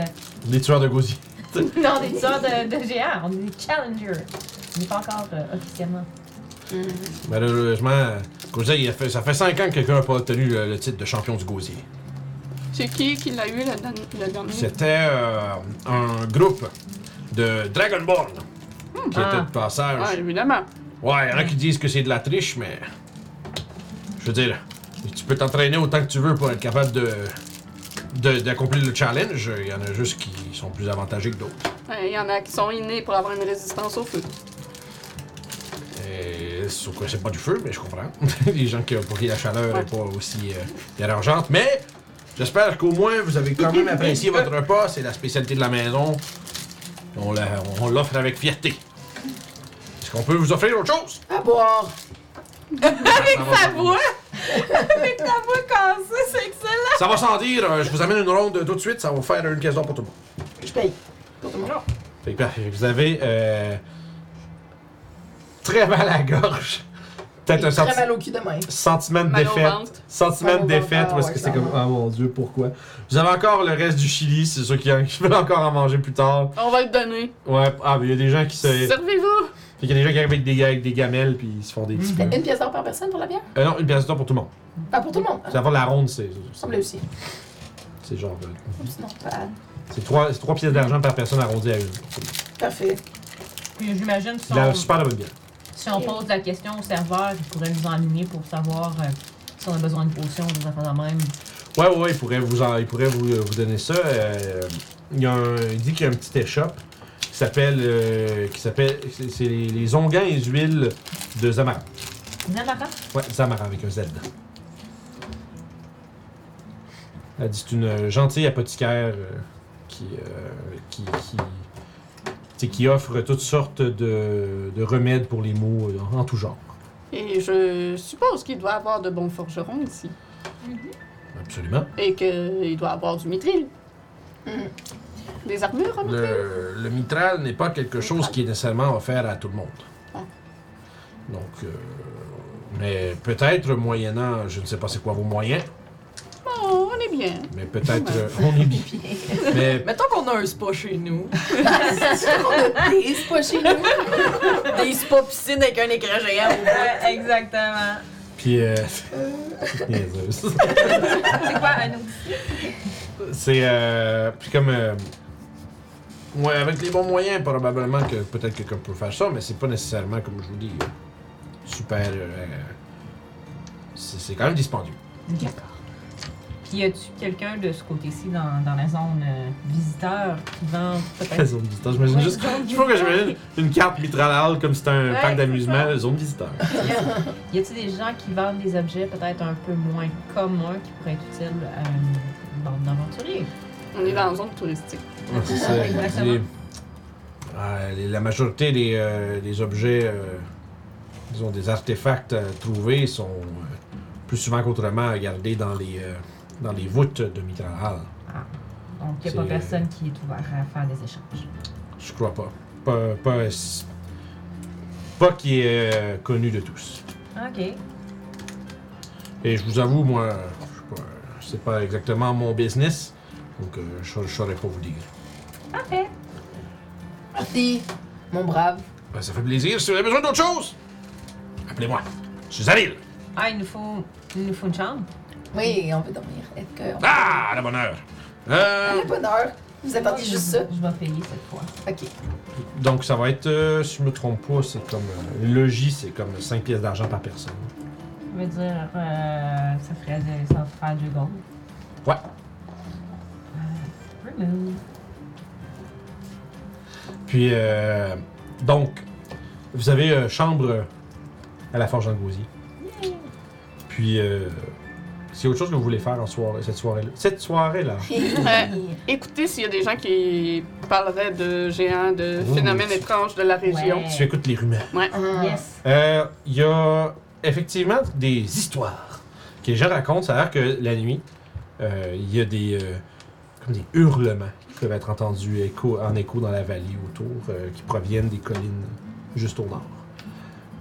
Speaker 1: Les tueurs de gosier.
Speaker 5: Non, des tueurs de, de géants. On est des challengers. On n'est pas encore euh, officiellement.
Speaker 1: Malheureusement, Gosier, il a fait- ça fait 5 ans que quelqu'un n'a pas obtenu le, le titre de champion du gosier.
Speaker 3: C'est qui qui l'a eu la, dan- la dernière?
Speaker 1: C'était euh, un groupe de Dragonborn qui
Speaker 5: Ah.
Speaker 1: était de passage.
Speaker 3: Ah, évidemment.
Speaker 1: Ouais, y'en a qui disent que c'est de la triche, mais. Je veux dire, tu peux t'entraîner autant que tu veux pour être capable de. de- d'accomplir le challenge. Il y en a juste qui sont plus avantagés que d'autres.
Speaker 3: Ouais, Il y en a qui sont innés pour avoir une résistance au feu.
Speaker 1: Et, Euh, Sauf que c'est pas du feu, mais je comprends. Les gens qui, pour qui la chaleur est pas aussi euh, dérangeante. Mais j'espère qu'au moins vous avez quand même apprécié votre repas. C'est la spécialité de la maison. On la- on l'offre avec fierté. Est-ce qu'on peut vous offrir autre chose?
Speaker 4: À boire.
Speaker 1: Avec sa
Speaker 3: voix!
Speaker 5: Quand ça, c'est excellent!
Speaker 1: Ça va sans dire, euh, je vous amène une ronde tout de suite, ça va faire une caisse d'or pour tout le monde.
Speaker 4: Je paye.
Speaker 1: Fait que parfait. vous avez euh, très mal à la gorge. Peut-être un
Speaker 4: J'ai très
Speaker 1: senti-
Speaker 4: mal au cul de main.
Speaker 1: sentiment de
Speaker 3: Mal au
Speaker 1: défaite.
Speaker 3: ventre.
Speaker 1: Sentiment de
Speaker 4: Mal au
Speaker 1: défaite,
Speaker 4: ventre,
Speaker 1: parce
Speaker 4: ah
Speaker 1: que
Speaker 4: ouais,
Speaker 1: c'est
Speaker 4: ça
Speaker 1: comme,
Speaker 4: va.
Speaker 1: ah mon dieu, pourquoi? Vous avez encore le reste du chili, c'est ceux qui, en- qui veulent encore en manger plus tard.
Speaker 3: On va le donner.
Speaker 1: Ouais, ah, mais il y a des gens qui se. Fait
Speaker 3: Servez-vous!
Speaker 1: qu'il y a des gens qui arrivent avec des, avec des gamelles, puis ils se font des petits pains.
Speaker 4: Une pièce d'or par personne pour la bière?
Speaker 1: Euh, non, une pièce d'or pour tout le monde.
Speaker 4: Ah, pour tout le monde. Ah,
Speaker 1: C'est avant la ronde, c'est.
Speaker 4: me semblait aussi.
Speaker 1: C'est genre. euh,
Speaker 4: Oups, non, pas.
Speaker 1: C'est trois, c'est trois pièces d'argent par personne arrondies à une.
Speaker 4: Parfait.
Speaker 5: Puis j'imagine si
Speaker 1: Il a
Speaker 5: on,
Speaker 1: super de bonne bière.
Speaker 5: si on pose la question au serveur, il pourrait nous enligner pour savoir euh, si on a besoin de potions ou des affaires de même.
Speaker 1: Ouais, ouais, ouais, il pourrait vous, en- il pourrait vous, euh, vous donner ça. Euh, il, y a un- il dit qu'il y a un petit échoppe qui s'appelle. euh, qui s'appelle. C'est c'est les, les onguents et les huiles de Zamara.
Speaker 5: Namara?
Speaker 1: Ouais, Zamara avec un Z. Elle dit c'est une euh, gentille apothicaire euh, qui, euh, qui. qui. tu sais, qui offre toutes sortes de, de remèdes pour les maux euh, en, en tout genre.
Speaker 3: Et je suppose qu'il doit avoir de bons forgerons ici.
Speaker 1: Absolument.
Speaker 3: Et qu'il doit avoir du mitril.
Speaker 6: Mm.
Speaker 3: Des armures, hein?
Speaker 1: Le, le mitral n'est pas quelque chose qui est nécessairement offert à tout le monde.
Speaker 3: Ah.
Speaker 1: Donc, euh, mais peut-être moyennant, je ne sais pas c'est quoi vos moyens,
Speaker 3: Bon, on est bien.
Speaker 1: mais peut-être euh, on est bien. mais
Speaker 2: Mettons qu'on a un spa chez nous.
Speaker 4: Et c'est pas chez nous.
Speaker 2: Des spas piscines avec un écran géant.
Speaker 5: exactement.
Speaker 1: puis euh, niaiseuse.
Speaker 5: C'est quoi un outil?
Speaker 1: c'est euh, puis comme euh, ouais, avec les bons moyens probablement que peut-être quelqu'un peut faire ça, mais c'est pas nécessairement comme je vous dis euh, super. euh, c'est c'est quand même dispendieux.
Speaker 5: D'accord. Puis y a-tu quelqu'un de ce côté-ci dans, dans la zone euh, visiteur qui vend peut-être.
Speaker 1: zone visiteur. J'imagine juste. Je trouve que j'imagine une carte mitralale comme si c'était un
Speaker 5: Ouais,
Speaker 1: parc
Speaker 5: c'est
Speaker 1: d'amusement, zone visiteur.
Speaker 5: Y a-tu des gens qui vendent des objets peut-être un peu moins communs qui pourraient être utiles euh, à une bande d'aventuriers?
Speaker 3: On est dans une zone touristique.
Speaker 1: Ouais, c'est ça.
Speaker 5: Exactement.
Speaker 1: Les- Ah, les- la majorité des, euh, des objets, euh, disons des artefacts euh, trouvés, sont euh, plus souvent qu'autrement gardés dans les, euh, dans les voûtes de Mitralal.
Speaker 5: Donc, il n'y a
Speaker 1: C'est-
Speaker 5: pas personne qui est ouvert à faire des échanges.
Speaker 1: Je crois pas. Pas, pas, pas qui est euh, connu de tous.
Speaker 5: OK.
Speaker 1: Et je vous avoue, moi, je sais pas, c'est pas exactement mon business, donc euh, je, je saurais pas vous dire.
Speaker 5: Parfait.
Speaker 4: Merci, mon brave.
Speaker 1: Ben, ça fait plaisir. Si vous avez besoin d'autre chose, appelez-moi. Je suis Zaril.
Speaker 5: Ah, il nous faut, il nous faut une chambre.
Speaker 4: Oui, on veut dormir. Est-ce que.
Speaker 1: Ah, la bonne heure.
Speaker 4: À
Speaker 1: Euh,
Speaker 4: la bonne heure. Vous attendez juste ça.
Speaker 5: Je vais payer cette fois.
Speaker 4: Ok.
Speaker 1: donc, ça va être, euh, si je me trompe pas, c'est comme. euh, le logis, c'est comme 5 pièces d'argent par personne.
Speaker 5: Ça veut dire, euh, ça ferait de, ça ferait du gold. Euh,
Speaker 1: Ouais.
Speaker 5: Remove.
Speaker 1: Puis, euh, donc, vous avez euh, chambre euh, à la Forge en Gosier. Puis, euh, C'est autre chose que vous voulez faire en soirée, cette soirée-là. Cette soirée-là.
Speaker 3: Écoutez s'il y a des gens qui parleraient de géants, de
Speaker 1: Ouh.
Speaker 3: phénomènes étranges de la région.
Speaker 5: Ouais.
Speaker 1: Tu écoutes les rumeurs.
Speaker 4: Ah.
Speaker 5: Yes.
Speaker 1: Euh, Il y a effectivement des histoires que les gens racontent. Ça a l'air que la nuit, euh, il y a des, euh, comme des hurlements qui peuvent être entendus écho, en écho dans la vallée autour, euh, qui proviennent des collines juste au nord.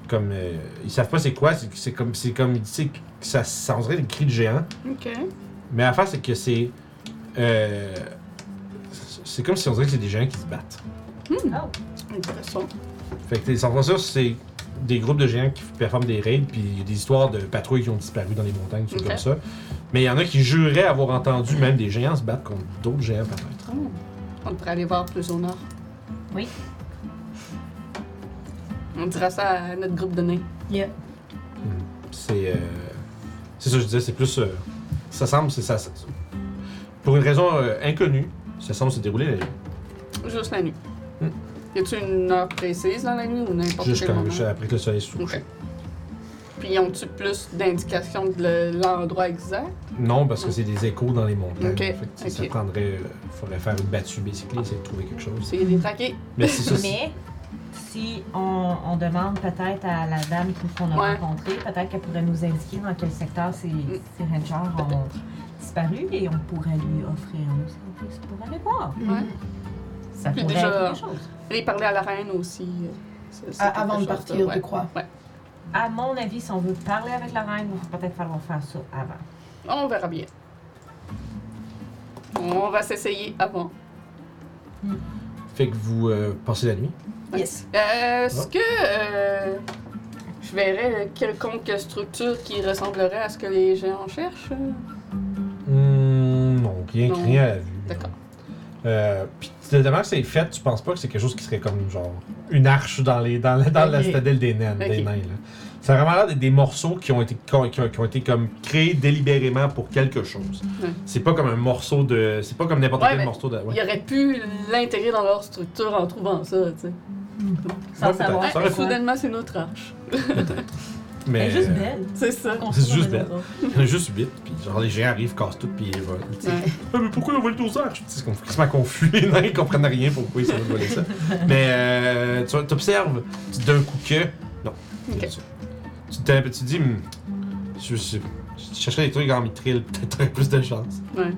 Speaker 1: Comme euh, ils savent pas c'est quoi, c'est c'est comme c'est comme ils disent, c'est que ça, ça on dirait des cris de géants.
Speaker 3: Ok.
Speaker 1: Mais l'affaire, c'est que c'est. euh, c'est comme si on dirait que c'est des géants qui se battent.
Speaker 3: Intéressant.
Speaker 1: Fait que les San Francisco, c'est des groupes de géants qui performent des raids, puis il y a des histoires de patrouilles qui ont disparu dans les montagnes, tout
Speaker 3: Ok.
Speaker 1: comme ça. Mais il y en a qui juraient avoir entendu même des géants se battre contre d'autres géants, peut-être.
Speaker 3: Oh. On pourrait aller voir plus au nord.
Speaker 5: Oui.
Speaker 3: On dira ça à notre groupe de nez.
Speaker 1: C'est. euh, c'est ça que je disais, c'est plus. euh, ça semble, c'est ça, ça- Pour une raison euh, inconnue, ça semble se dérouler la nuit.
Speaker 3: Juste la nuit.
Speaker 1: Hmm.
Speaker 3: Y a-tu une heure précise dans la nuit ou n'importe
Speaker 1: juste
Speaker 3: quel
Speaker 1: quand,
Speaker 3: moment?
Speaker 1: juste après que le soleil se couche.
Speaker 3: Ok. Puis ont-tu plus d'indications de le- l'endroit exact?
Speaker 1: Non, parce que c'est des échos dans les montagnes.
Speaker 3: Ok,
Speaker 1: Fait que ça
Speaker 3: ok.
Speaker 1: prendrait. euh, faudrait faire une battue, basically, essayer de trouver quelque chose.
Speaker 4: Hmm.
Speaker 3: C'est détraqué.
Speaker 1: Mais c'est ça. c'est-
Speaker 5: Mais si on, on demande peut-être à la dame qui- qu'on a
Speaker 3: Ouais. Mm.
Speaker 5: rencontrée, peut-être qu'elle pourrait nous indiquer dans quel secteur ces, ces rangers ont disparu et on pourrait lui offrir un service pour aller voir.
Speaker 3: Ouais.
Speaker 5: Ça
Speaker 3: Puis
Speaker 5: pourrait
Speaker 3: déjà-
Speaker 5: être quelque chose.
Speaker 3: Allez parler à la reine aussi. euh, c'est- c'est
Speaker 4: Ah,
Speaker 3: quelque
Speaker 4: avant de
Speaker 3: chose,
Speaker 4: partir,
Speaker 3: ouais.
Speaker 4: je crois.
Speaker 5: À mon avis, si on veut parler avec la reine, il va peut-être falloir faire ça avant.
Speaker 3: On verra bien. On va s'essayer avant.
Speaker 1: Fait que vous euh, passez la nuit.
Speaker 7: Yes.
Speaker 3: Euh, Est-ce
Speaker 1: Ah.
Speaker 3: que euh, je verrais quelconque structure qui ressemblerait à ce que les géants cherchent?
Speaker 1: Hmm, non, rien,
Speaker 3: Non.
Speaker 1: rien à la vue.
Speaker 3: D'accord.
Speaker 1: Euh, Puis, de manière que c'est fait, tu penses pas que c'est quelque chose qui serait comme genre une arche dans, les, dans, la, dans la
Speaker 3: Ok.
Speaker 1: citadelle des nains. Des
Speaker 3: Ok.
Speaker 1: nains là. Ça a vraiment l'air d'être des morceaux qui ont été, qui ont, qui ont- qui ont été comme créés délibérément pour quelque chose.
Speaker 3: Ouais.
Speaker 1: C'est pas comme un morceau de. C'est pas comme n'importe
Speaker 3: Ouais,
Speaker 1: quel
Speaker 3: mais
Speaker 1: morceau de. ouais.
Speaker 3: Ils auraient pu l'intégrer dans leur structure en trouvant ça, tu sais.
Speaker 5: Sans
Speaker 1: Ouais,
Speaker 5: savoir.
Speaker 1: peut-être. Ça
Speaker 3: Ah,
Speaker 1: aurait
Speaker 5: pourquoi.
Speaker 3: soudainement, c'est notre arche.
Speaker 5: Elle
Speaker 1: Mais,
Speaker 5: est juste belle.
Speaker 3: C'est ça.
Speaker 1: C'est juste belle. juste vite, puis genre les géants arrivent, cassent tout, puis ils volent. tu sais.
Speaker 3: Ouais.
Speaker 1: Ah, mais pourquoi ils ont volé nos arches? C'est qu'on- c'est confus, les nains ils comprennent rien pourquoi ils sont venus voler ça. Mais euh, tu observes d'un coup que. Non.
Speaker 3: Ok.
Speaker 1: Bien sûr. Tu, te- tu dis, Hmm, je, je, je chercherais des trucs en mitril, peut-être t'aurais plus de chance.
Speaker 3: Ouais.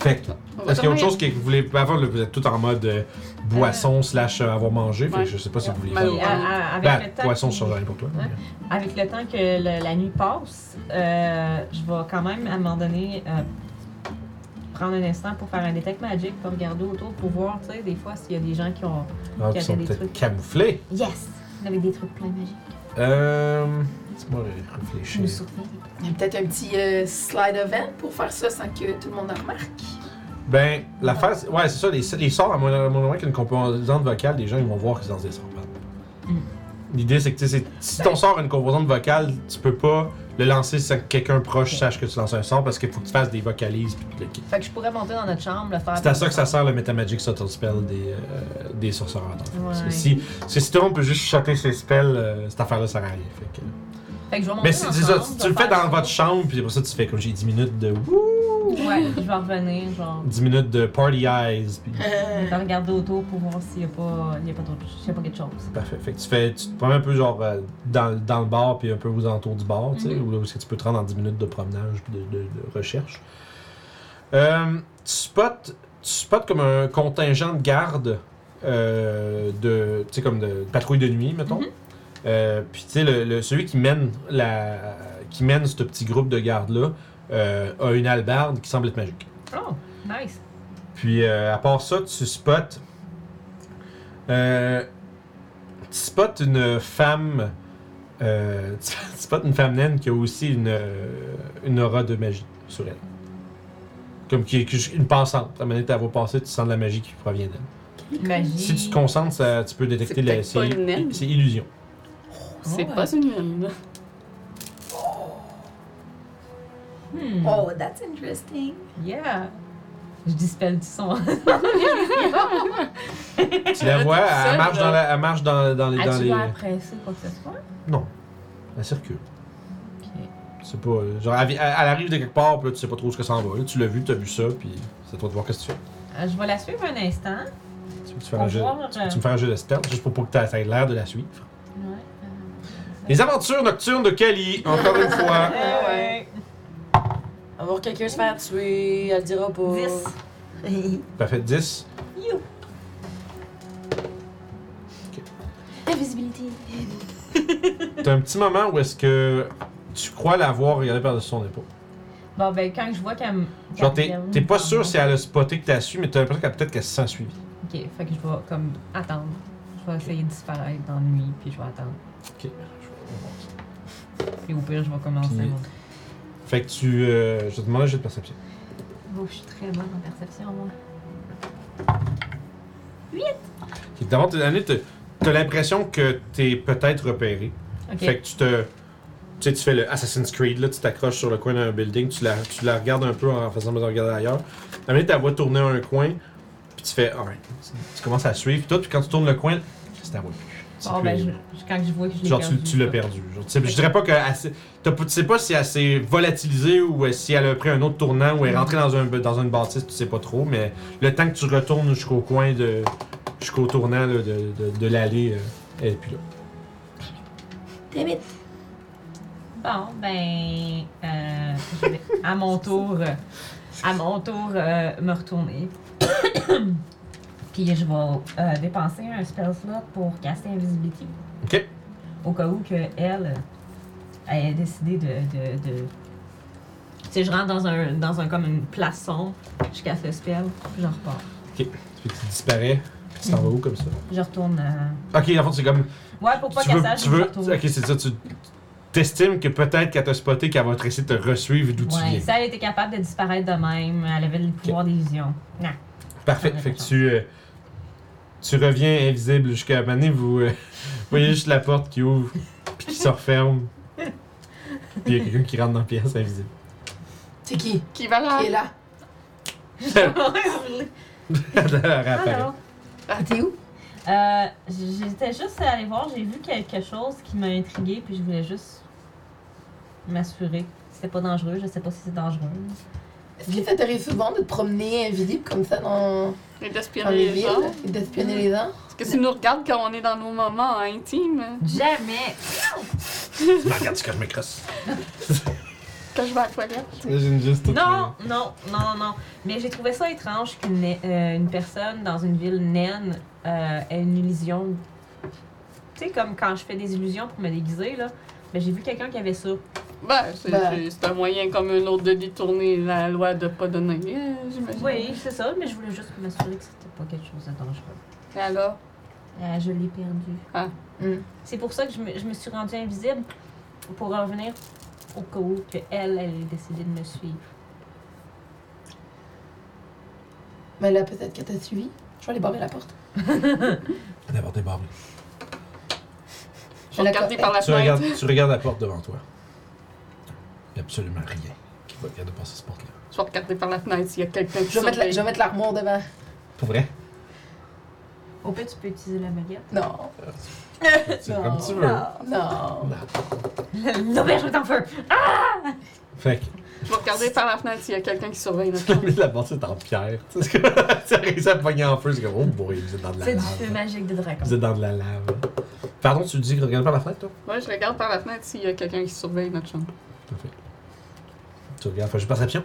Speaker 1: Fait que,
Speaker 3: On va
Speaker 1: est-ce qu'il y a autre
Speaker 3: dormir.
Speaker 1: chose que vous voulez. Avant, là, vous êtes tout en mode euh, boisson slash euh, avoir mangé, fait
Speaker 3: ouais.
Speaker 1: que je sais pas si vous voulez
Speaker 3: Ouais.
Speaker 1: faire.
Speaker 5: Puis, à- à- avec
Speaker 1: Ben,
Speaker 5: le temps
Speaker 1: poisson,
Speaker 5: qui-
Speaker 1: ça change rien pour toi. hein.
Speaker 5: Ouais. Avec le temps que le- la nuit passe, euh, je vais quand même, à un moment donné, euh, prendre un instant pour faire un detect magic, pour regarder autour, pour voir, tu sais, des fois, s'il y a des gens qui ont...
Speaker 1: Alors, Ah, ils
Speaker 5: Garder
Speaker 1: sont
Speaker 5: des
Speaker 1: peut-être
Speaker 5: trucs.
Speaker 1: camouflés.
Speaker 5: Yes! Avec des trucs plein magiques.
Speaker 1: Euh. Laisse-moi
Speaker 5: Je me
Speaker 1: réfléchir.
Speaker 5: souviens.
Speaker 4: Il y a peut-être un petit euh, slide event pour faire ça sans que tout le monde en remarque.
Speaker 1: Ben, l'affaire, c'est- ouais, c'est ça, les, les sorts, à mon à mon moment qu'il y a une composante vocale, les gens ils vont voir qu'ils lancent des sorts. pardon.
Speaker 5: Mm. Ben
Speaker 1: L'idée, c'est que tu sais, c'est- si ton sort a une composante vocale, tu peux pas le lancer sans que quelqu'un proche sache que tu lances un sort parce qu'il faut que tu fasses des vocalises puis tout le kit.
Speaker 5: Fait que je pourrais monter dans notre chambre, le faire...
Speaker 1: C'est à ça que ça sert le Metamagic Subtle Spell des, euh, des sorcereurs. dans le fond. Parce que
Speaker 5: Ouais.
Speaker 1: si, parce que si tout le monde peut juste shotter ses spells, euh, cette affaire-là sert à rien. fait que-
Speaker 5: Fait que je vais monter
Speaker 1: Mais c'est
Speaker 5: dans
Speaker 1: c'est
Speaker 5: notre
Speaker 1: ça,
Speaker 5: chambre,
Speaker 1: tu,
Speaker 5: je
Speaker 1: le
Speaker 5: vais
Speaker 1: fais
Speaker 5: faire
Speaker 1: dans
Speaker 5: ça.
Speaker 1: votre chambre, puis pour ça, tu fais comme j'ai 10 minutes de wouh,
Speaker 5: Ouais, je vais revenir, genre...
Speaker 1: dix minutes de party eyes,
Speaker 5: Euh,
Speaker 1: puis
Speaker 5: Je vais regarder autour pour voir s'il n'y a pas, il y a pas d'autre... s'il y a pas quelque chose.
Speaker 1: Parfait. Fait que tu fais, tu te promènes un peu genre euh, dans, le- dans le bar puis un peu aux alentours du bar, tu sais, où, où est-ce que tu peux te rendre en 10 minutes de promenage puis de, de- de recherche. Euh, tu spots, tu spots comme un contingent de gardes euh, de, tu sais, comme de patrouille de nuit, mettons. Euh, puis tu sais, le, le- celui qui mène la, qui mène ce petit groupe de gardes là a une albarde qui semble être magique.
Speaker 5: Oh, nice!
Speaker 1: Puis euh, à part ça, tu spots. Euh, tu spots une femme. euh, tu spots une femme naine qui a aussi une, euh, une aura de magie sur elle. Comme qui est qui est une passante. La manière dont elle va passer, tu sens de la magie qui provient d'elle.
Speaker 5: Magie...
Speaker 1: Si tu te concentres, ça- tu peux détecter
Speaker 3: C'est
Speaker 1: la.
Speaker 3: peut-être pas une naine.
Speaker 1: c'est illusion.
Speaker 3: C'est
Speaker 5: Ouais.
Speaker 3: pas une mine.
Speaker 5: Hmm.
Speaker 7: Oh, that's interesting.
Speaker 5: Yeah! Je dispelle du son.
Speaker 1: Tu la vois, elle
Speaker 3: seule,
Speaker 1: marche dans, la- elle marche dans, dans les. Dans
Speaker 5: As-tu
Speaker 1: les
Speaker 5: l'air pressé, quoi que ce soit?
Speaker 1: non. Elle circule.
Speaker 5: Ok.
Speaker 1: C'est pas. euh, Genre, elle, vi- elle- elle arrive de quelque part, puis là, tu sais pas trop où ce que ça en va. Là, tu l'as vu, t'as vu ça, puis c'est à toi de voir qu'est-ce que tu fais.
Speaker 5: Euh, je vais la suivre un instant.
Speaker 1: Tu veux que tu fasses
Speaker 5: Pour
Speaker 1: un jeu,
Speaker 5: voir. euh,
Speaker 1: tu me fais un jeu de stealth, juste pour pas que t'aies l'air de la suivre.
Speaker 5: ouais,
Speaker 1: Les aventures nocturnes de Kali, encore une fois.
Speaker 5: euh,
Speaker 2: Ah
Speaker 5: ouais.
Speaker 2: ouais. Avoir quelqu'un se faire tuer, elle le dira pas.
Speaker 5: Euh,
Speaker 6: 10.
Speaker 1: T'as fait 10.
Speaker 7: Invisibility.
Speaker 1: T'as un petit moment où est-ce que tu crois l'avoir regardé par-dessus son épaule.
Speaker 5: Bon, ben, quand je vois qu'elle me.
Speaker 1: Genre,
Speaker 5: qu'elle
Speaker 1: t'es
Speaker 5: me-
Speaker 1: t'es pas sûr si elle a spoté que t'as su, mais t'as l'impression qu'elle peut-être qu'elle se sent suivie.
Speaker 5: Ok, fait que je vais comme attendre. Je vais essayer de disparaître dans la nuit, puis je vais attendre.
Speaker 1: Ok.
Speaker 5: Puis au pire, je vais commencer.
Speaker 1: Puis-
Speaker 5: mon-
Speaker 1: Fait que tu. euh, je te demande un jeu de perception.
Speaker 5: Oh, je suis très bonne en perception, moi.
Speaker 1: Fait que D'abord, t'es- Annie, t'as t'as l'impression que t'es peut-être repéré.
Speaker 5: Ok.
Speaker 1: Fait que tu te. Tu sais, tu fais le Assassin's Creed, là, tu t'accroches sur le coin d'un building, tu la, tu la regardes un peu en faisant de regarder ailleurs. À un moment, tu la vois tourner un coin, puis tu fais, alright. Tu commences à suivre, puis tout, puis quand tu tournes le coin, c'est ta voix plus. Tu sais
Speaker 5: Bon,
Speaker 1: plus.
Speaker 5: ben, je- je- quand je vois que je l'ai
Speaker 1: Genre, tu,
Speaker 5: perdu.
Speaker 1: tu l'as
Speaker 5: ça.
Speaker 1: perdu. Genre, tu sais, je dirais pas que. elle s'est- t'as pas- Tu sais pas si elle s'est volatilisée ou euh, si elle a pris un autre tournant
Speaker 5: Mhm.
Speaker 1: ou est rentrée dans, un, dans une bâtisse, tu sais pas trop, mais le temps que tu retournes jusqu'au coin de. jusqu'au tournant là, de, de, de l'allée, euh, elle est plus là.
Speaker 5: Bon, ben, euh, je vais à mon tour, euh, à mon tour euh, me retourner. Puis je vais euh, dépenser un spell slot pour casser Invisibility.
Speaker 1: Ok.
Speaker 5: Au cas où que elle, euh, elle a décidé de, de, de... Tu sais, je rentre dans un, dans un comme une place sombre, je casse le spell, puis je repars.
Speaker 1: Puis tu disparais, puis tu t'en vas où comme ça?
Speaker 5: Je retourne à...
Speaker 1: Ok, en fait, c'est comme.
Speaker 5: Ouais, pour pas
Speaker 1: tu veux.
Speaker 5: qu'elle sache,
Speaker 1: tu
Speaker 5: je me
Speaker 1: veux
Speaker 5: retourne.
Speaker 1: ok, c'est ça. Tu t'estimes que peut-être qu'elle t'a spoté, qu'elle va te essayer de te resuivre d'où tu
Speaker 5: Ouais,
Speaker 1: viens.
Speaker 5: si elle était capable de disparaître de même, elle avait le pouvoir d'illusion. Non.
Speaker 1: Parfait.
Speaker 5: Ouais,
Speaker 1: Fait que
Speaker 5: d'accord.
Speaker 1: tu, euh, tu reviens invisible jusqu'à un moment donné, vous euh, voyez juste la porte qui ouvre, puis qui se referme. Puis il y a quelqu'un qui rentre dans la pièce invisible.
Speaker 4: C'est qui
Speaker 3: Qui va là?
Speaker 4: Qui est là
Speaker 1: Elle réapparaît.
Speaker 5: Alors,
Speaker 4: Ah. T'es où
Speaker 5: euh, j'étais juste allée voir, j'ai vu quelque chose qui m'a intriguée, puis je voulais juste m'assurer que c'était pas dangereux. Je sais pas si c'est dangereux.
Speaker 4: Est-ce que ça t'arrive souvent de te promener invisible comme ça dans,
Speaker 3: Et
Speaker 4: dans
Speaker 3: d'aspirer
Speaker 4: les
Speaker 3: les
Speaker 4: villes
Speaker 3: gens.
Speaker 4: et d'espionner les gens
Speaker 3: Est-ce que tu nous regardes quand on est dans nos moments intimes?
Speaker 5: Jamais!
Speaker 1: Tu me regardes, tu caches mes crosses.
Speaker 3: Quand je vais à la toilette?
Speaker 1: J'imagine juste tout.
Speaker 5: Non, non, non, non. Mais j'ai trouvé ça étrange qu'une euh, une personne dans une ville naine euh, ait une illusion. Tu sais, comme quand je fais des illusions pour me déguiser, là. Ben, j'ai vu quelqu'un qui avait ça.
Speaker 3: Ben, c'est
Speaker 4: Ben.
Speaker 3: c'est- c'est un moyen comme un autre de détourner la loi de pas donner, euh, j'imagine.
Speaker 5: Oui, c'est ça, mais je voulais juste m'assurer que c'était pas quelque chose de dangereux.
Speaker 3: Et alors?
Speaker 5: Euh, je l'ai perdu.
Speaker 3: Ah.
Speaker 4: Mm.
Speaker 5: C'est pour ça que je me, je me suis rendue invisible pour revenir au cas où que elle, elle a décidé de me suivre.
Speaker 4: Mais là, peut-être qu'elle t'a suivi. Je vais aller barrer la porte.
Speaker 1: D'abord, t'es barré.
Speaker 3: Je vais regarder par la
Speaker 1: Tu
Speaker 3: fenêtre.
Speaker 1: regardes, tu regardes la porte devant toi. Il n'y a absolument rien qui va regarder passer cette porte-là.
Speaker 3: Je vais regarder par la fenêtre s'il y a quelqu'un qui
Speaker 4: Je vais mettre la-
Speaker 3: surveille.
Speaker 4: je vais mettre l'armoire devant.
Speaker 1: Pour vrai?
Speaker 5: Au pire, tu peux utiliser la baguette.
Speaker 4: Non.
Speaker 1: C'est comme tu veux.
Speaker 4: Non. Non.
Speaker 5: L'auberge est en feu!
Speaker 1: Fait que
Speaker 3: Je vais regarder par la fenêtre s'il y a quelqu'un qui surveille notre
Speaker 1: Tu l'as mis de la bâtisse en pierre. Tu sais, c'est comme- tu as réussi à te pogner en feu, c'est comme, oh boy, vous êtes dans de la
Speaker 5: C'est du
Speaker 1: lave.
Speaker 5: feu magique de dragon.
Speaker 1: Vous êtes dans de la lave. Pardon, tu dis que tu regardes par la fenêtre, toi
Speaker 3: Moi, je regarde par la fenêtre s'il y a quelqu'un qui surveille notre chambre.
Speaker 1: Parfait. Tu regardes, fais juste perception.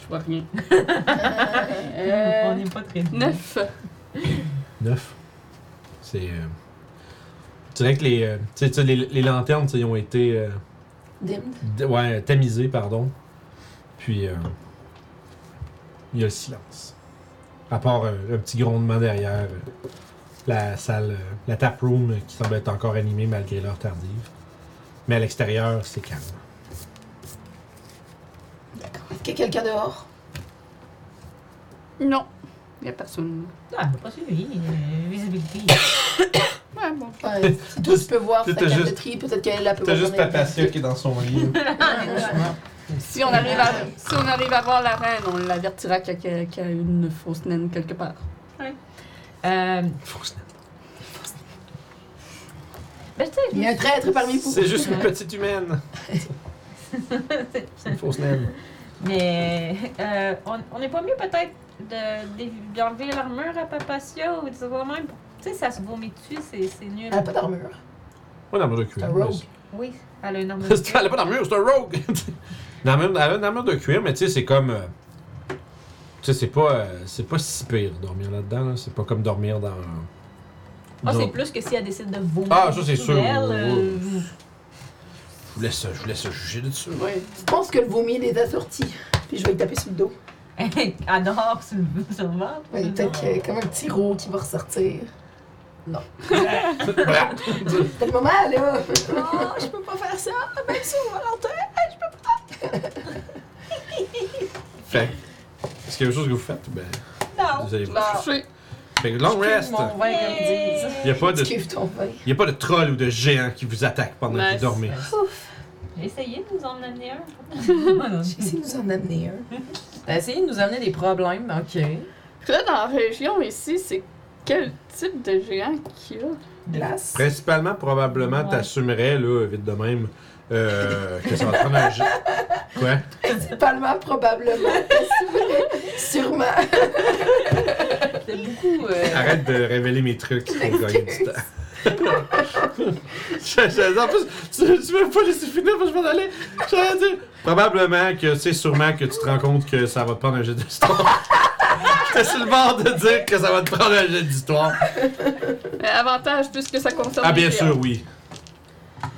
Speaker 3: Je vois rien.
Speaker 5: On
Speaker 3: euh,
Speaker 5: n'est pas très doués.
Speaker 3: neuf.
Speaker 1: 9. C'est. euh, Tu dirais que les, euh, tu sais, tu sais, les, les lanternes, tu sais, ils ont été. euh,
Speaker 4: Dim.
Speaker 1: d- Ouais, tamisées, pardon. Puis. euh, Il y a le silence. À part euh, un petit grondement derrière euh, la salle, euh, la tap room euh, qui semble être encore animée malgré l'heure tardive. Mais à l'extérieur, c'est calme.
Speaker 4: D'accord. Est-ce qu'il y a quelqu'un dehors
Speaker 3: Non. Il n'y a personne.
Speaker 5: Ah, mais pas celui. euh, Visibilité.
Speaker 3: Ouais, bon.
Speaker 4: Ouais, C'est tout, je peux voir
Speaker 1: T'as
Speaker 4: sa carte de
Speaker 1: juste-
Speaker 4: tri. Peut-être qu'elle est là. peut
Speaker 1: T'as
Speaker 4: voir
Speaker 1: juste
Speaker 4: qu'on est-
Speaker 1: Papacia qui est dans son lit.
Speaker 4: Ah,
Speaker 3: Si on arrive à, si on arrive à voir la reine, on l'avertira qu'il y, a- qu'il y a- qu'il y a une fausse naine quelque part.
Speaker 5: Euh,
Speaker 1: Faut que ça-
Speaker 5: Ben, tu sais, je
Speaker 4: Il y a un traître parmi vous.
Speaker 1: C'est juste une petite humaine. C'est une fausse naine.
Speaker 5: Mais euh, on on n'est pas mieux peut-être de- de- d'enlever l'armure à Papacia ou des choses de même. Tu sais, ça se vomit dessus, c'est c'est nul.
Speaker 4: Elle a pas d'armure.
Speaker 1: Pas d'armure de cuir.
Speaker 4: C'est un rogue.
Speaker 5: Oui, elle a une armure.
Speaker 1: C'est- Elle a pas d'armure, c'est un rogue! Elle a une- elle a une armure de cuir, mais tu sais, c'est comme. euh, Tu sais, c'est pas, euh, c'est pas si pire dormir là-dedans. là. C'est pas comme dormir dans.
Speaker 5: Ah,
Speaker 1: dans-
Speaker 5: c'est plus que si elle décide de vomir.
Speaker 1: Ah, ça, c'est
Speaker 5: sous
Speaker 1: sûr.
Speaker 5: elle, euh,
Speaker 1: Je vous laisse, je vous laisse juger de ça.
Speaker 3: Oui.
Speaker 4: Je pense que le vomi les a sortis. Puis je vais le taper sur le dos.
Speaker 5: elle dort sur le sur le ventre.
Speaker 4: Ouais, peut-être qu'il y a comme un petit roux qui va ressortir.
Speaker 1: Voilà.
Speaker 4: C'est le moment, là!
Speaker 7: Oh, je peux pas faire ça, même si on Valentin.
Speaker 1: fait. que, Est-ce qu'il y a quelque chose que vous faites? Ben,
Speaker 5: Non.
Speaker 1: vous allez vous
Speaker 3: Bah,
Speaker 1: coucher. Fait que long rest!
Speaker 2: Mon vin gourdise.
Speaker 1: Il n'y a, pas de-
Speaker 4: Esquive ton vin.
Speaker 1: y a pas de troll ou de géant qui vous attaque pendant que
Speaker 3: Nice.
Speaker 1: vous dormez.
Speaker 5: J'ai essayé de vous en amener un.
Speaker 4: Ah,
Speaker 8: J'ai essayé de nous en amener un. T'as essayé de nous amener des problèmes, ok.
Speaker 3: Puis là, dans la région ici, c'est quel type de géant qu'il y a?
Speaker 8: Glace.
Speaker 1: Principalement, probablement,
Speaker 5: Ouais.
Speaker 1: t'assumerais, là, vite de même, euh, que ça va prendre un géant. Quoi?
Speaker 4: Principalement, probablement. t'assumerais, Sûrement.
Speaker 8: C'était beaucoup. euh,
Speaker 1: Arrête de révéler mes trucs pour gagner du temps. Je- je- en plus, tu, tu m'as pas laissé finir parce que je m'en allais. J'allais dire. Probablement que c'est sûrement que tu te rends compte que ça va te prendre un jeu d'histoire. J'étais sur le bord de dire que ça va te prendre un jeu d'histoire.
Speaker 3: Mais Euh, avantage, puisque ça concerne
Speaker 1: Ah, bien
Speaker 3: les géants.
Speaker 1: sûr, oui.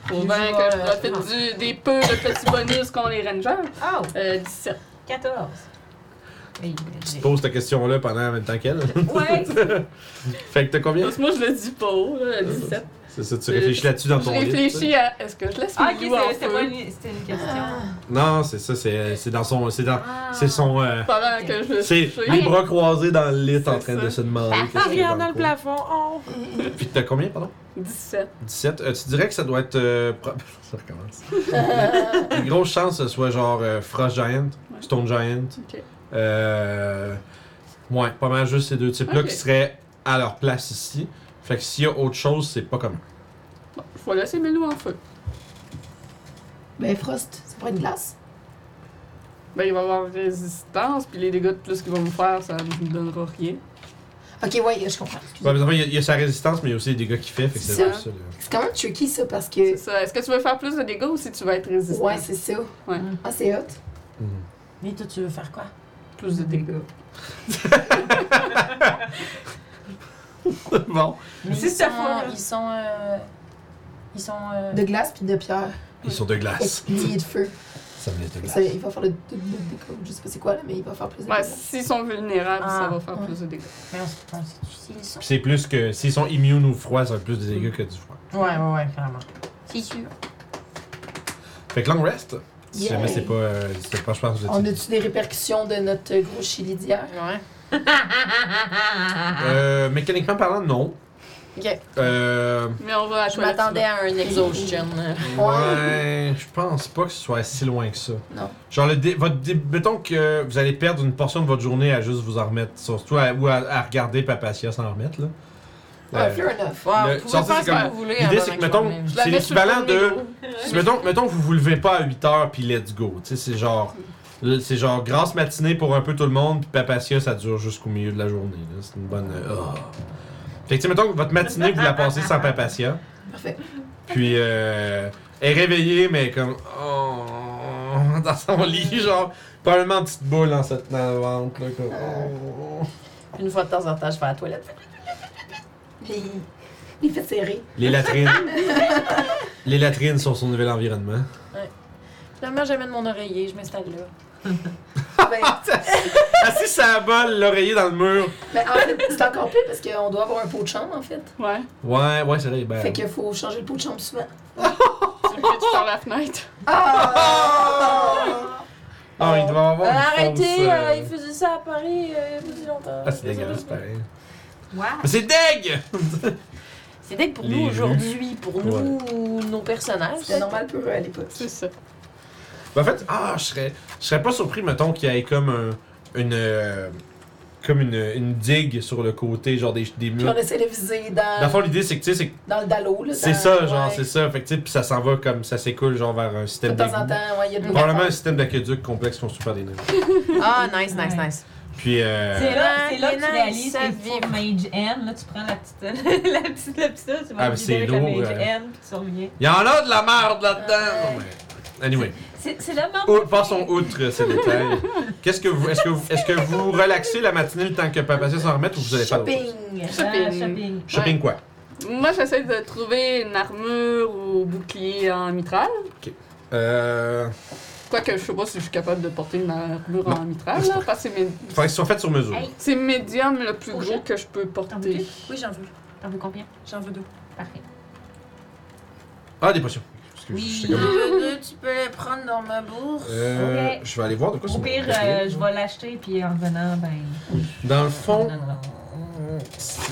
Speaker 3: Faut
Speaker 8: J'ai
Speaker 3: bien
Speaker 8: dit,
Speaker 3: que je
Speaker 8: euh,
Speaker 3: profite du- des peu de petits bonus qu'ont les rangers.
Speaker 5: Oh,
Speaker 3: Euh, 17.
Speaker 5: 14. Oui,
Speaker 1: Tu
Speaker 5: j'ai-
Speaker 1: te poses ta question-là pendant en même temps qu'elle.
Speaker 5: Ouais.
Speaker 1: Fait que t'as combien?
Speaker 3: Parce que moi, je le dis pas, haut, là, 17.
Speaker 1: Euh, C'est ça, tu réfléchis là-dessus dans
Speaker 3: Je
Speaker 1: ton livre, tu sais.
Speaker 3: réfléchis à... Est-ce que je laisse
Speaker 5: Ah,
Speaker 3: mes
Speaker 5: ok,
Speaker 3: loups en
Speaker 5: c'est- c'était
Speaker 3: feu
Speaker 5: pas une, c'était une
Speaker 4: Ah.
Speaker 5: question.
Speaker 1: Non, c'est ça, c'est c'est dans son. C'est dans. C'est son. euh,
Speaker 3: pendant que Ah. je
Speaker 1: c'est
Speaker 3: suis-
Speaker 1: les bras croisés dans le lit en
Speaker 3: C'est
Speaker 1: train
Speaker 3: ça.
Speaker 1: de se demander. qu'est-ce qu'il y a
Speaker 6: Regarde
Speaker 1: dans
Speaker 6: dans le plafond. Oh.
Speaker 1: coin. Puis t'as combien, pardon?
Speaker 3: 17.
Speaker 1: 17. Euh, tu dirais que ça doit être. euh, pro- ça recommence. Une grosse chance que ce soit genre euh, Frost Giant, Stone Giant.
Speaker 3: Ok.
Speaker 1: Euh, ouais, pas mal juste ces deux types-là
Speaker 3: Ok.
Speaker 1: qui seraient à leur place ici. Fait que s'il y a autre chose, c'est pas comme.
Speaker 3: Bon, je vais laisser mes loups en feu.
Speaker 4: Ben, Frost, c'est pas une glace.
Speaker 3: Ben, il va y avoir résistance, puis les dégâts de plus qu'ils vont me faire, ça ne me donnera rien.
Speaker 4: Ok, ouais, je comprends. excusez.
Speaker 1: Ouais, mais enfin, il y a- il y, a sa résistance, mais il y a aussi des dégâts qu'il fait. Fait que c'est
Speaker 4: Ça.
Speaker 1: juste ça, là.
Speaker 4: C'est quand même tricky, ça, parce que.
Speaker 3: C'est ça. Est-ce que tu veux faire plus de dégâts ou si tu vas être résistant?
Speaker 4: Ouais, c'est ça.
Speaker 3: Ouais.
Speaker 4: Ah, c'est hot.
Speaker 1: Mhm.
Speaker 8: Mais toi, tu veux faire quoi?
Speaker 3: plus de dégâts.
Speaker 1: bon.
Speaker 7: Mais
Speaker 5: C'est
Speaker 7: ils
Speaker 5: ça,
Speaker 7: sont-
Speaker 5: faut-
Speaker 7: Ils sont. euh, Ils sont. euh,
Speaker 4: De glace puis de pierre.
Speaker 1: Ils sont de glace.
Speaker 4: Fait que lié de feu.
Speaker 1: Ça me laisse de glace.
Speaker 4: Ça, il va faire le. de- de- de- de- Je sais pas c'est quoi, là, mais il va faire plus de
Speaker 3: Ouais,
Speaker 4: glace.
Speaker 3: s'ils sont vulnérables, ça va faire
Speaker 7: Ah,
Speaker 3: plus de dégâts.
Speaker 8: Mais on sait pas, on sait
Speaker 7: Puis Ils sont.
Speaker 1: Puis c'est plus que. S'ils sont immunes au froid, ça va être plus de dégâts que du froid.
Speaker 8: tout. Ouais, ouais, ouais, clairement.
Speaker 7: C'est sûr.
Speaker 1: Fait que long rest. Si jamais c'est pas. euh, c'est pas, je pense que vous
Speaker 4: On
Speaker 1: étiez-
Speaker 4: a-tu des répercussions de notre gros chili d'hier?
Speaker 2: Ouais.
Speaker 1: Euh, mécaniquement parlant, non.
Speaker 2: Ok.
Speaker 1: Euh,
Speaker 3: Mais on va à
Speaker 2: Je m'attendais à un exhaustion.
Speaker 1: ouais, je pense pas que ce soit si loin que ça.
Speaker 4: Non.
Speaker 1: Genre, le dé- votre dé- mettons que vous allez perdre une portion de votre journée à juste vous en remettre, surtout à, ou à, à regarder Papacia s'en remettre. là.
Speaker 4: Ah,
Speaker 1: Euh,
Speaker 4: fair enough.
Speaker 1: Le-
Speaker 6: Wow, vous
Speaker 1: ça,
Speaker 6: pouvez
Speaker 1: c'est
Speaker 6: faire ce que
Speaker 1: comme-
Speaker 6: vous voulez.
Speaker 1: L'idée,
Speaker 6: avant
Speaker 1: c'est que,
Speaker 6: que je
Speaker 1: mettons,
Speaker 6: m'en aille.
Speaker 1: c'est l'équivalent de. Si, mettons, mettons que vous vous levez pas à 8 heures puis let's go. Tu sais, c'est genre. C'est genre grasse matinée pour un peu tout le monde, puis papatia, ça dure jusqu'au milieu de la journée. là. C'est une bonne. euh, ah. Fait que, tu sais, mettons que votre matinée, vous la passez sans papatia.
Speaker 4: Parfait.
Speaker 1: Puis, euh, elle est réveillée, mais comme. oh, dans son lit, genre. Probablement une petite boule dans, cette, dans le ventre, là, comme, oh.
Speaker 8: Une fois de temps en temps, je vais à la toilette.
Speaker 4: Les, les fait serrer.
Speaker 1: Les latrines. Les latrines sont son nouvel environnement.
Speaker 6: Finalement, j'amène mon oreiller, je m'installe là.
Speaker 4: Ben,
Speaker 1: Assis Ah, ça bol, l'oreiller dans le mur.
Speaker 4: ben, en fait, c'est encore pire parce qu'on doit avoir un pot de chambre, en fait.
Speaker 3: Ouais,
Speaker 1: Ouais, ouais, c'est vrai. Ben,
Speaker 4: Fait qu'il faut changer le pot de chambre souvent.
Speaker 3: tu me pitches par la fenêtre.
Speaker 4: Ah!
Speaker 1: Ah, il doit
Speaker 6: Euh,
Speaker 1: avoir. une
Speaker 6: arrêtez,
Speaker 1: fausse, euh,
Speaker 6: euh, il faisait ça à Paris euh, il y a pas si longtemps.
Speaker 1: Ah, c'est dégueulasse, pareil.
Speaker 5: Wow.
Speaker 1: Mais c'est deg!
Speaker 6: C'est dès que pour
Speaker 1: Les
Speaker 6: nous
Speaker 1: rues.
Speaker 6: aujourd'hui, pour nous, nos personnages.
Speaker 4: C'était normal pour eux à l'époque.
Speaker 3: C'est ça.
Speaker 1: Ben, en fait, ah, je serais, je serais pas surpris, mettons, qu'il y ait comme un- une. euh, comme une, une digue sur le côté, genre des, des
Speaker 4: Puis on
Speaker 1: murs.
Speaker 4: essaie de viser
Speaker 1: Dans le
Speaker 4: dans,
Speaker 1: fond, l'idée, c'est que, tu sais, c'est-
Speaker 4: dans le dallo. là,
Speaker 1: c'est
Speaker 4: dans-
Speaker 1: ça, genre,
Speaker 4: Euh, ouais.
Speaker 1: c'est ça. Fait que, tu sais, puis ça s'en va comme ça s'écoule, genre, vers un
Speaker 4: De
Speaker 1: système
Speaker 4: temps en
Speaker 1: d'égout.
Speaker 4: temps, ouais, il y a de
Speaker 1: Probablement un système d'aqueduc complexe construit par des nains.
Speaker 6: Ah, nice, nice, nice.
Speaker 1: Puis, euh,
Speaker 5: C'est là, c'est là que
Speaker 6: Maintenant,
Speaker 5: tu réalises
Speaker 6: ils savent
Speaker 5: que pour Mage N, là, tu prends la petite, la petite, la petite, tu vas
Speaker 1: Ah, mais
Speaker 5: vider
Speaker 1: c'est
Speaker 5: avec la
Speaker 1: lourd,
Speaker 5: Mage
Speaker 1: euh.
Speaker 5: N, puis tu reviens.
Speaker 1: il y en a de la merde là-dedans! Non, mais- Anyway.
Speaker 5: C'est c'est la merde.
Speaker 1: Ou- Passons outre ces détails. Qu'est-ce que vous, est-ce que vous, est-ce que vous relaxez la matinée le temps que Papacia s'en remette ou vous avez pas le droit?
Speaker 4: shopping.
Speaker 5: Ah,
Speaker 3: Shopping.
Speaker 5: shopping.
Speaker 1: Shopping quoi?
Speaker 3: Moi, j'essaie de trouver une armure ou bouclier en mitral.
Speaker 1: Euh,
Speaker 3: Quoique, je sais pas si je suis capable de porter une armure
Speaker 1: Non.
Speaker 3: en mitral, là, parce que c'est mé-
Speaker 1: enfin, ils sont faits sur mesure.
Speaker 6: Hey.
Speaker 3: c'est médium le plus
Speaker 7: Oh,
Speaker 3: gros que je peux
Speaker 7: T'en veux
Speaker 3: porter.
Speaker 7: deux? Oui, j'en veux.
Speaker 5: T'en veux combien?
Speaker 7: J'en veux deux.
Speaker 5: Parfait.
Speaker 1: Ah, des potions. Excuse,
Speaker 6: Oui,
Speaker 1: j'étais comme-
Speaker 6: le deux, tu peux les prendre dans ma bourse.
Speaker 1: Euh,
Speaker 5: Ok.
Speaker 1: Je vais aller voir de quoi
Speaker 5: Au
Speaker 1: c'est.
Speaker 5: pire, euh, je vais l'acheter, puis en revenant, ben.
Speaker 1: Dans le
Speaker 5: on
Speaker 1: fond,
Speaker 5: donnera.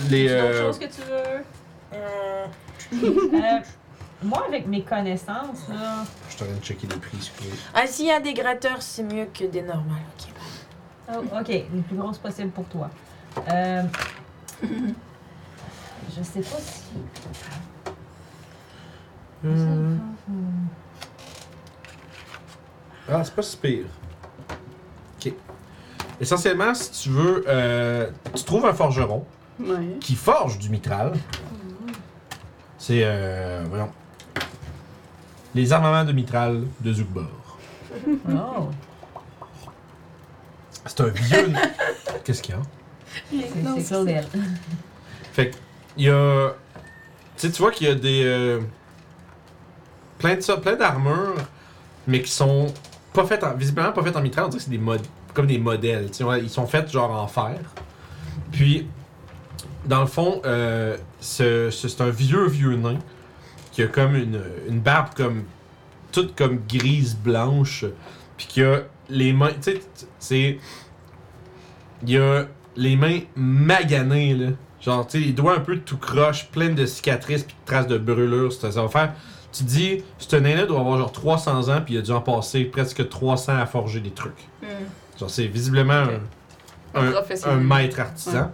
Speaker 1: les.
Speaker 5: D'autres
Speaker 1: euh,
Speaker 5: choses que tu veux? Euh, moi, avec mes connaissances, là.
Speaker 1: Je suis en train de checker les prix. excusez.
Speaker 6: Ah, s'il y a des gratteurs, c'est mieux que des normales. Ok.
Speaker 5: Oh, ok, les plus grosses possibles pour toi. Euh, je sais pas si. Hmm.
Speaker 1: Ah, c'est pas si pire. Ok. Essentiellement, si tu veux, euh, tu trouves un forgeron
Speaker 3: Ouais.
Speaker 1: qui forge du mitral. C'est. Euh, voyons. Les armements de mitral de Zugbor.
Speaker 5: Oh,
Speaker 1: C'est un vieux. Qu'est-ce qu'il y a
Speaker 5: c'est c'est Claudel.
Speaker 1: Fait que, il y a. Tu sais, tu vois qu'il y a des. euh, plein de ça, plein d'armures, mais qui sont pas faites en, visiblement pas faites en mitral. On dirait que c'est des mod- comme des modèles. tu sais, ouais, ils sont faits genre en fer. Puis, dans le fond, euh, ce- ce- c'est un vieux, vieux nain qui a comme une, une barbe comme. toute comme grise, blanche. Puis qui a les mains. Tu sais, t- c'est. Il a les mains maganées, là. Genre, tu sais, les doigts un peu tout croche, pleines de cicatrices puis de traces de brûlures, ça ça va faire. Tu te dis, ce nain-là doit avoir genre 300 ans puis il a dû en passer presque 300 à forger des trucs. Genre, c'est visiblement un, un, un
Speaker 3: Professionnel.
Speaker 1: maître artisan.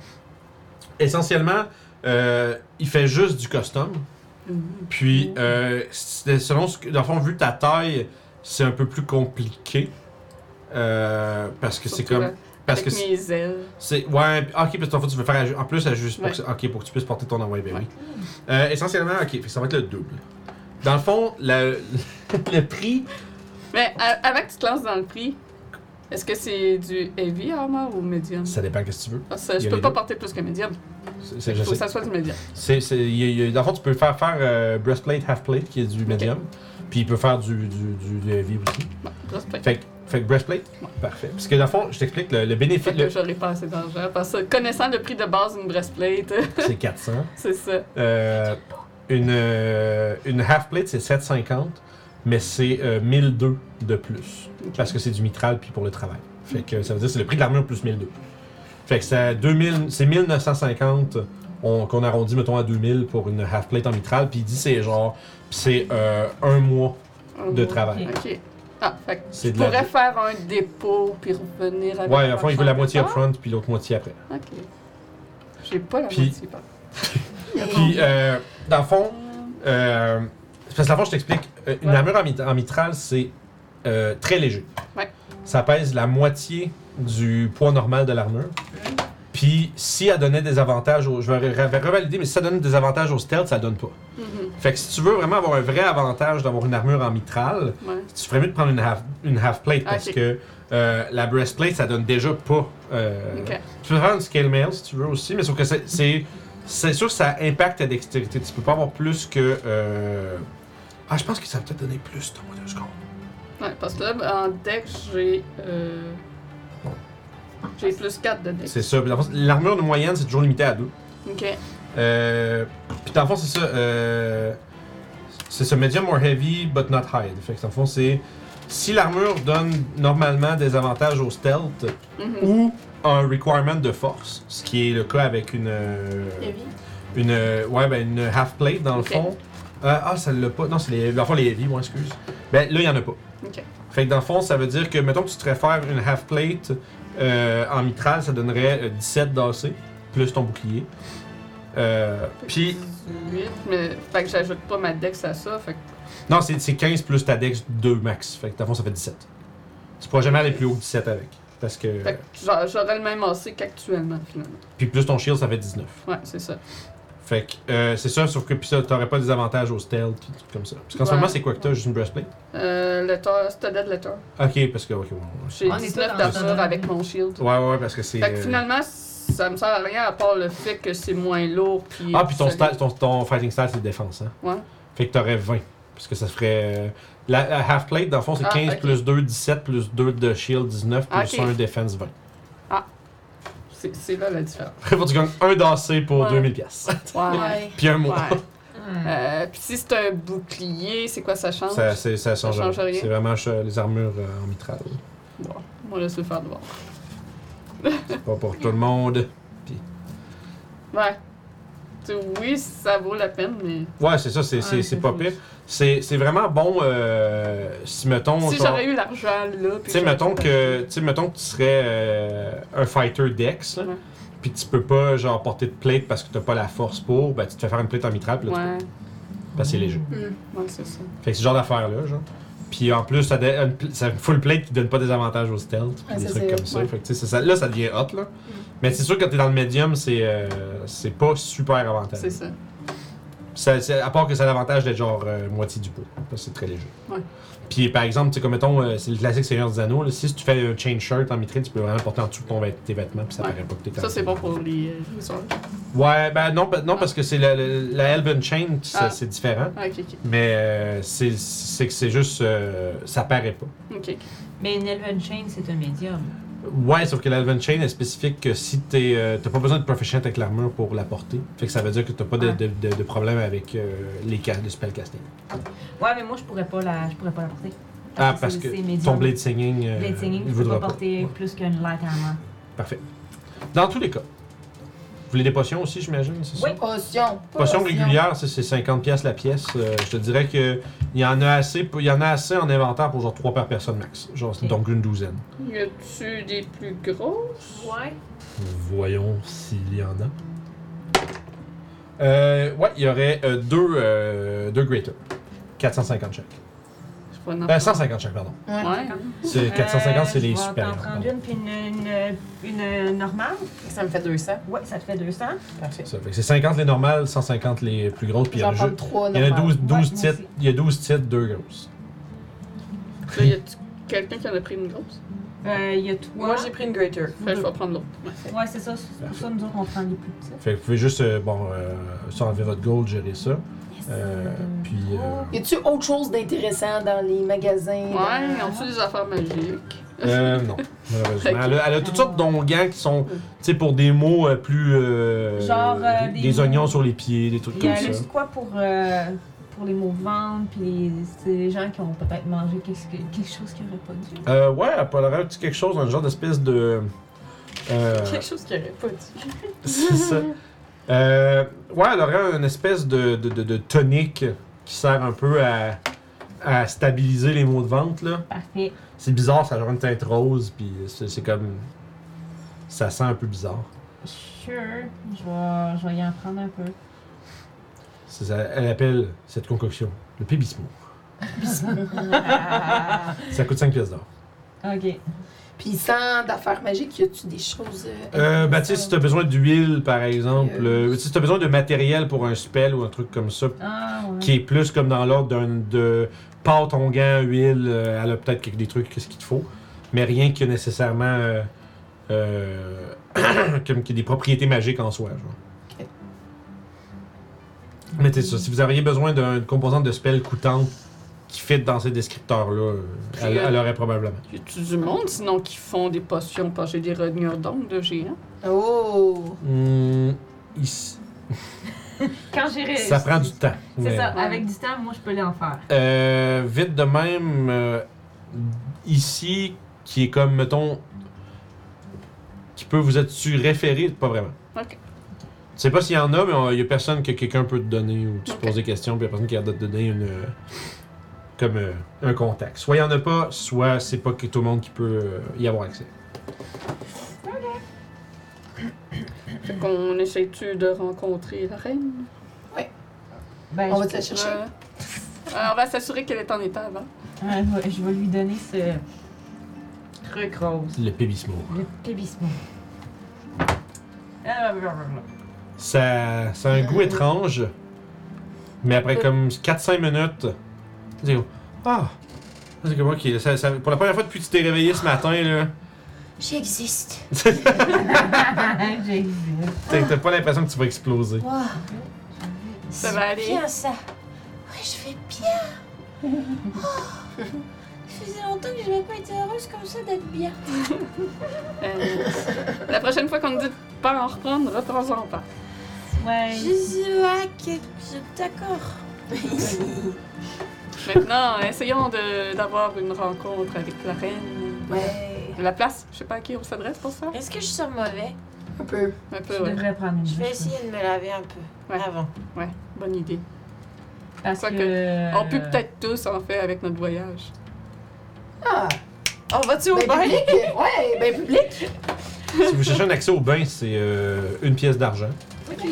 Speaker 1: Essentiellement, euh, il fait juste du custom.
Speaker 3: Mhm.
Speaker 1: Puis, euh, c'est- selon ce que, dans le fond, vu ta taille, c'est un peu plus compliqué. Euh, parce que c'est
Speaker 3: Surtout
Speaker 1: comme.
Speaker 3: avec
Speaker 1: Parce que c'est-
Speaker 3: mes ailes.
Speaker 1: c'est. Ouais, puis- ah, ok, parce que tu veux faire aju- en plus ajuster pour,
Speaker 3: Ouais. Mm.
Speaker 1: que- ok, pour que tu puisses porter ton envoyé, ben oui.
Speaker 3: Ouais.
Speaker 1: Euh, essentiellement, ok, fait que ça va être le double. Dans le fond, le, le prix.
Speaker 3: Mais a- avant que tu te lances dans le prix, est-ce que c'est du heavy armor ou medium?
Speaker 1: Ça dépend qu'est-ce que tu veux.
Speaker 3: Ah, ça,
Speaker 1: Il y
Speaker 3: je
Speaker 1: a
Speaker 3: peux
Speaker 1: les
Speaker 3: pas
Speaker 1: deux.
Speaker 3: porter plus que medium.
Speaker 1: C'est-
Speaker 3: Fait
Speaker 1: c'est-
Speaker 3: que
Speaker 1: je
Speaker 3: faut que
Speaker 1: sais.
Speaker 3: ça soit du medium.
Speaker 1: C'est- c'est- il y a- il y a- dans le fond, tu peux faire faire euh, breastplate, half-plate, qui est du medium. Puis il peut faire du, du, du, du heavy aussi.
Speaker 3: Respect.
Speaker 1: Fait que, fait que breastplate, parfait. Parce que dans le fond, je t'explique, le, le
Speaker 3: Fait
Speaker 1: bénéfice,
Speaker 3: que
Speaker 1: le-
Speaker 3: j'aurais pas assez d'argent. Parce que connaissant le prix de base d'une breastplate,
Speaker 1: c'est 400.
Speaker 3: c'est ça.
Speaker 1: Euh, une euh, une half-plate, c'est 750, mais c'est euh, 1002 de plus. Parce que c'est du mitral, puis pour le travail. Fait que ça veut dire que c'est le prix de l'armure plus 1002. Fait que ça, 2000 c'est 1950 on- qu'on arrondit, mettons, à 2000 pour une half-plate en mitral, puis il dit c'est genre, c'est euh, un mois de travail.
Speaker 3: Ok. Ah, fait que
Speaker 1: C'est
Speaker 3: je
Speaker 1: de la-
Speaker 3: pourrais faire un dépôt puis revenir avec.
Speaker 1: Ouais, à fond, il veut la
Speaker 3: l'argent
Speaker 1: moitié
Speaker 3: plus tard.
Speaker 1: upfront, puis l'autre moitié après.
Speaker 3: Ok. J'ai pas la
Speaker 1: Puis-
Speaker 3: moitié, par contre.
Speaker 1: Puis, euh, dans le fond, euh, c'est parce que dans le fond, je t'explique, euh, une
Speaker 3: Ouais.
Speaker 1: armure en, mit- en mitral, c'est euh, très léger.
Speaker 3: Ouais.
Speaker 1: Ça pèse la moitié du poids normal de l'armure.
Speaker 3: Mm.
Speaker 1: Puis, si elle donnait des avantages, au, je vais re- re- revalider, mais si ça donne des avantages au stealth, ça donne pas.
Speaker 3: Mhm.
Speaker 1: Fait que si tu veux vraiment avoir un vrai avantage d'avoir une armure en mitral,
Speaker 3: Ouais.
Speaker 1: tu ferais mieux de prendre une half, une half plate parce
Speaker 3: Ah, Ok.
Speaker 1: que euh, la breastplate, ça donne déjà pas. euh,
Speaker 3: Ok.
Speaker 1: tu peux faire une scale mail si tu veux aussi, mais sauf que c'est- c'est. C'est sûr que ça impacte ta dextérité. Tu peux pas avoir plus que. euh, Ah, je pense que ça va peut-être donner plus, dans moi deux secondes.
Speaker 3: Ouais, parce que là, en deck, j'ai. euh, J'ai plus 4 de deck.
Speaker 1: C'est ça. Puis dans le fond, L'armure de moyenne, c'est toujours limité à deux.
Speaker 3: Ok.
Speaker 1: Euh, puis dans le fond, c'est ça. euh, c'est ça, medium or heavy, but not hide. Fait que dans le fond, c'est. Si l'armure donne normalement des avantages au stealth,
Speaker 3: Mhm.
Speaker 1: ou un requirement de force, ce qui est le cas avec une euh,
Speaker 7: Heavy.
Speaker 1: une euh, ouais ben une half plate dans
Speaker 3: Ok.
Speaker 1: le fond. Euh, ah ça l'a pas. Non, c'est les dans le fond, les heavy, moi excuse. Ben là il y en a pas.
Speaker 3: Ok.
Speaker 1: Fait que dans le fond, ça veut dire que mettons que tu te ferais faire une half plate euh, en mitral, ça donnerait euh, 17 d'AC, plus ton bouclier. Euh, puis,
Speaker 3: 18, mais. Fait que j'ajoute pas ma dex à ça. Fait que.
Speaker 1: non, c'est c'est 15 plus ta dex 2 max. Fait que, dans le fond, ça fait 17. Tu pourras jamais aller plus haut que 17 avec. Parce que.
Speaker 3: fait que j'a- j'aurais le même AC qu'actuellement, finalement.
Speaker 1: Puis plus ton shield, ça fait 19.
Speaker 3: Ouais, c'est ça.
Speaker 1: Fait que, euh, c'est ça, sauf que puis ça, t'aurais pas des avantages au stealth, pis tout comme ça. Parce qu'en ce
Speaker 3: Ouais.
Speaker 1: moment, c'est quoi que t'as Juste une breastplate
Speaker 3: Euh, letter, Studded Letter.
Speaker 1: Ok, parce que, ok, ouais, ouais.
Speaker 3: J'ai
Speaker 8: On est
Speaker 3: 19
Speaker 8: tous dans ce
Speaker 3: d'armure
Speaker 8: domaine.
Speaker 3: avec mon shield.
Speaker 1: Ouais, ouais, ouais, parce que c'est.
Speaker 3: Fait que
Speaker 1: euh,
Speaker 3: finalement, ça me sert à rien à part le fait que c'est moins lourd. Puis
Speaker 1: Ah, puis ton,
Speaker 3: solide.
Speaker 1: sta- ton, ton fighting style, c'est défense, hein?
Speaker 3: Ouais.
Speaker 1: Fait que t'aurais 20. Parce que ça ferait. euh, la, la half plate, dans le fond, c'est
Speaker 3: Ah,
Speaker 1: 15
Speaker 3: ok.
Speaker 1: plus 2, 17 plus 2 de shield, 19 plus
Speaker 3: Ah, ok.
Speaker 1: 1 défense, 20.
Speaker 3: C'est c'est là la différence.
Speaker 1: Faut que tu gagnes 1 d'AC pour
Speaker 3: Ouais.
Speaker 1: 2000 pièces.
Speaker 3: Ouais.
Speaker 1: puis un mois.
Speaker 3: ouais. Euh, puis si c'est un bouclier, c'est quoi ça change?
Speaker 1: Ça, c'est- ça change,
Speaker 3: Ça change rien.
Speaker 1: C'est vraiment euh, les armures euh, en mitral.
Speaker 3: Bon, on laisse le faire de voir.
Speaker 1: C'est pas pour tout le monde.
Speaker 3: Ouais. Tu sais, oui, ça vaut la peine, mais.
Speaker 1: Ouais, c'est ça, c'est c'est- c'est
Speaker 5: Ouais, c'est
Speaker 1: pas
Speaker 5: cool.
Speaker 1: pire. C'est c'est vraiment bon euh, si, mettons.
Speaker 3: si
Speaker 1: genre-
Speaker 3: j'aurais eu l'argent là.
Speaker 1: Tu sais, mettons que, tu sais, mettons que tu serais euh, un fighter dex, là,
Speaker 3: Ouais.
Speaker 1: puis tu peux pas genre porter de plate parce que t'as pas la force pour, ben tu te fais faire une plate en mitral, puis là,
Speaker 3: Ouais, Mm-hmm.
Speaker 1: tu peux- parce que c'est léger.
Speaker 4: Hmm.
Speaker 3: ouais c'est ça.
Speaker 1: Fait que ce genre d'affaire là, genre. Puis en plus, ça donne- une pl- c'est une full plate qui donne pas des avantages au stealth, puis
Speaker 7: Ouais,
Speaker 1: des
Speaker 7: ça,
Speaker 1: trucs
Speaker 7: c'est-
Speaker 1: comme ça.
Speaker 3: ouais. Mm.
Speaker 1: Fait que tu sais, c'est ça- là, ça devient hot, là. Mais c'est sûr que quand t'es dans le médium, c'est euh, c'est pas super avantageux.
Speaker 3: C'est ça.
Speaker 1: Ça- c'est- à part que ça a l'avantage d'être genre euh, moitié du pot. Parce que c'est très léger.
Speaker 3: Ouais.
Speaker 1: Puis par exemple, tu sais, comme mettons, euh, c'est le classique Seigneur des Anneaux. là, si tu fais un chain shirt en mitrine, tu peux vraiment le porter en dessous de ton vêt- tes vêtements. Puis ça
Speaker 3: Ouais.
Speaker 1: paraît pas que t'es
Speaker 3: Ça, c'est bon pour les euh, les soirs.
Speaker 1: Ouais, ben non, pa- non parce que c'est la, la- la Elven Chain, ça,
Speaker 3: Ah.
Speaker 1: c'est différent.
Speaker 3: Ah, ok, ok.
Speaker 1: Mais euh, c'est c'est que c'est juste. euh, ça paraît pas.
Speaker 3: Ok, ok.
Speaker 5: Mais une Elven Chain, c'est un médium.
Speaker 1: Ouais, sauf que l'Elven Chain est spécifique que si t'es, euh, t'as pas besoin de proficient avec l'armure pour la porter. Fait que ça veut dire que t'as pas de,
Speaker 5: Ouais.
Speaker 1: de- de- de problème avec euh, les cas de spellcasting.
Speaker 5: Ouais, mais moi, je pourrais pas la, je pourrais pas la porter.
Speaker 1: Ah, parce que
Speaker 5: c'est- c'est médium.
Speaker 1: ton Blade Singing, euh,
Speaker 5: Blade Singing,
Speaker 1: il
Speaker 5: je peux
Speaker 1: voudra
Speaker 5: pas
Speaker 1: pas.
Speaker 5: porter
Speaker 1: Ouais.
Speaker 5: plus qu'une light armor.
Speaker 1: Parfait. Dans tous les cas, vous voulez des potions aussi, j'imagine, c'est ça?
Speaker 5: Oui.
Speaker 4: Potion.
Speaker 1: Potions régulières, c'est c'est 50 pièces la pièce. Euh, je te dirais que il y en a assez, pour- il y en a assez en inventaire pour genre 3 par personne max. Genre c'est
Speaker 5: Ok.
Speaker 1: donc une douzaine.
Speaker 3: Y a-tu des plus grosses?
Speaker 5: Ouais.
Speaker 1: Voyons s'il y en a. Euh, ouais, il y aurait euh, deux, euh, deux greater. 450 chaque.
Speaker 3: Je pourrais en
Speaker 1: Euh, 150 chaque, pardon.
Speaker 3: Ouais.
Speaker 1: C'est 450, c'est les
Speaker 5: super. Euh, Je
Speaker 1: supérieurs.
Speaker 5: vais t'en prendre une, puis une, une, une, normale.
Speaker 8: Ça me fait 200.
Speaker 5: Ouais, ça te fait 200.
Speaker 8: Parfait.
Speaker 1: Ça fait que C'est 50 les normales, 150 les plus grosses, puis il y en
Speaker 4: J'en
Speaker 1: a juste-
Speaker 4: prends trois,
Speaker 1: Il y en a
Speaker 4: normales.
Speaker 1: 12, 12
Speaker 5: moi
Speaker 1: titres,
Speaker 5: aussi.
Speaker 1: il y a 12 titres, deux grosses.
Speaker 3: Là, y a-tu quelqu'un qui en a pris une grosse?
Speaker 5: Euh, Il y a toi.
Speaker 8: Moi, j'ai pris une greater.
Speaker 3: Fait que je vais prendre l'autre.
Speaker 5: Ouais, c'est ça. C'est pour ça nous autres, on prend les plus petites.
Speaker 1: Fait que vous pouvez juste, euh, bon, euh, ça, enlever votre gold, gérer ça. Euh, puis, euh,
Speaker 7: Y a-tu autre chose d'intéressant dans les magasins?
Speaker 3: Ouais, en dessous des affaires magiques.
Speaker 5: Oh.
Speaker 1: euh, non, malheureusement.
Speaker 3: Ok.
Speaker 1: Elle, a, elle a toutes sortes d'ongans qui sont, tu sais, pour des mots euh, plus. euh,
Speaker 5: Genre, euh,
Speaker 1: des,
Speaker 5: des
Speaker 1: des
Speaker 5: mots-
Speaker 1: oignons sur les pieds, des trucs
Speaker 5: Il y
Speaker 1: comme
Speaker 5: a
Speaker 1: ça.
Speaker 5: juste quoi pour, euh, pour les mouvantes, puis les, c'est les gens qui ont peut-être mangé quelque, quelque chose qu'ils n'auraient pas dû.
Speaker 1: Euh, ouais, elle peut avoir quelque chose, un genre d'espèce de. euh,
Speaker 7: chose qu'il aurait pas dit.
Speaker 1: C'est ça. Euh, ouais, elle aurait une espèce de, de, de- de tonique qui sert un peu à, à stabiliser les mots de vente. là.
Speaker 5: Parfait.
Speaker 1: C'est bizarre, ça a genre une teinte rose, puis c'est c'est comme. Ça sent un peu bizarre.
Speaker 5: Sure. Je vais, je vais y en prendre un peu.
Speaker 1: C'est ça- elle appelle cette concoction le pébismo.
Speaker 5: Ah,
Speaker 1: Ça coûte 5 pièces d'or.
Speaker 5: ok.
Speaker 4: Puis sans d'affaires magiques, y a-tu des choses. euh,
Speaker 1: Euh, bah, tu sais, si t'as besoin d'huile, par exemple,
Speaker 4: Euh.
Speaker 1: euh, si t'as besoin de matériel pour un spell ou un truc comme ça,
Speaker 5: Ah, ouais.
Speaker 1: qui est plus comme dans l'ordre d'un de pâte, onguent, huile, euh, elle a peut-être quelques- des trucs, qu'est-ce qu'il te faut, mais rien qui a nécessairement euh, euh, comme qui a des propriétés magiques en soi. Genre.
Speaker 4: Ok.
Speaker 1: Mais c'est ça, si vous aviez besoin d'une composante de spell coûtante qui fit dans ces descripteurs-là, euh, elle, elle aurait probablement.
Speaker 3: Y a-tu du monde sinon qui font des potions parce que j'ai des revenus d'ongles de géants?
Speaker 4: Oh!
Speaker 1: Hmm, ici-
Speaker 5: Quand j'ai réussi.
Speaker 1: ça prend du temps.
Speaker 5: C'est
Speaker 1: mais-
Speaker 5: ça. Avec du temps, moi, je peux les en faire.
Speaker 1: Euh, vite de même, euh, ici, qui est comme, mettons, qui peut vous être su référer, pas vraiment.
Speaker 3: Ok.
Speaker 1: Je sais pas s'il y en a, mais euh, il y a personne que quelqu'un peut te donner ou tu
Speaker 3: Ok.
Speaker 1: poses des questions, puis il y a personne qui a de te donner une, euh, comme euh, un contact. Soit il y en a pas, soit c'est pas que tout le monde qui peut euh, y avoir accès.
Speaker 3: Fait qu'on essaie-tu de rencontrer la reine?
Speaker 5: Ben,
Speaker 4: On
Speaker 5: je-
Speaker 4: va te la chercher.
Speaker 3: Euh, alors, on va s'assurer qu'elle est en état avant.
Speaker 5: Ouais, je vais- je vais lui donner ce truc rose.
Speaker 1: Le pébismo.
Speaker 5: Le pébissement. Ah, blablabla.
Speaker 1: Ça, ça a un goût étrange, mais après comme 4-5 minutes, tu dis Ah! C'est comme ok, ça- ça- pour la première fois depuis que tu t'es réveillé ce matin, là,
Speaker 6: J'existe.
Speaker 5: J'ai dit.
Speaker 1: t'as t'as pas l'impression que tu vas exploser.
Speaker 6: Wow.
Speaker 3: Ça va aller.
Speaker 6: C'est bien ça. Oui, je vais bien. Oh, Ça faisait longtemps que je n'avais pas été heureuse comme ça d'être bien.
Speaker 3: Euh, la prochaine fois qu'on nous dit de pas en reprendre, reprends-en pas.
Speaker 5: Ouais.
Speaker 6: Je suis à quelque... D'accord.
Speaker 3: Maintenant, essayons de- d'avoir une rencontre avec la reine.
Speaker 6: Ouais.
Speaker 3: La place, je sais pas à qui on s'adresse pour ça.
Speaker 6: Est-ce que je sens mauvais
Speaker 4: Un peu.
Speaker 3: Un peu,
Speaker 5: Je
Speaker 3: ouais.
Speaker 5: devrais prendre une
Speaker 6: Je vais
Speaker 5: douche,
Speaker 6: essayer de me laver un peu
Speaker 3: Ouais.
Speaker 6: avant.
Speaker 3: Ouais, bonne idée.
Speaker 5: Parce
Speaker 3: Quoique,
Speaker 5: que.
Speaker 3: On peut peut-être tous en fait avec notre voyage.
Speaker 4: Ah!
Speaker 6: On va-tu au
Speaker 4: Ben,
Speaker 6: bain?
Speaker 4: public! Ouais, ben public!
Speaker 1: si vous cherchez un accès au bain, c'est euh, une pièce d'argent. Puis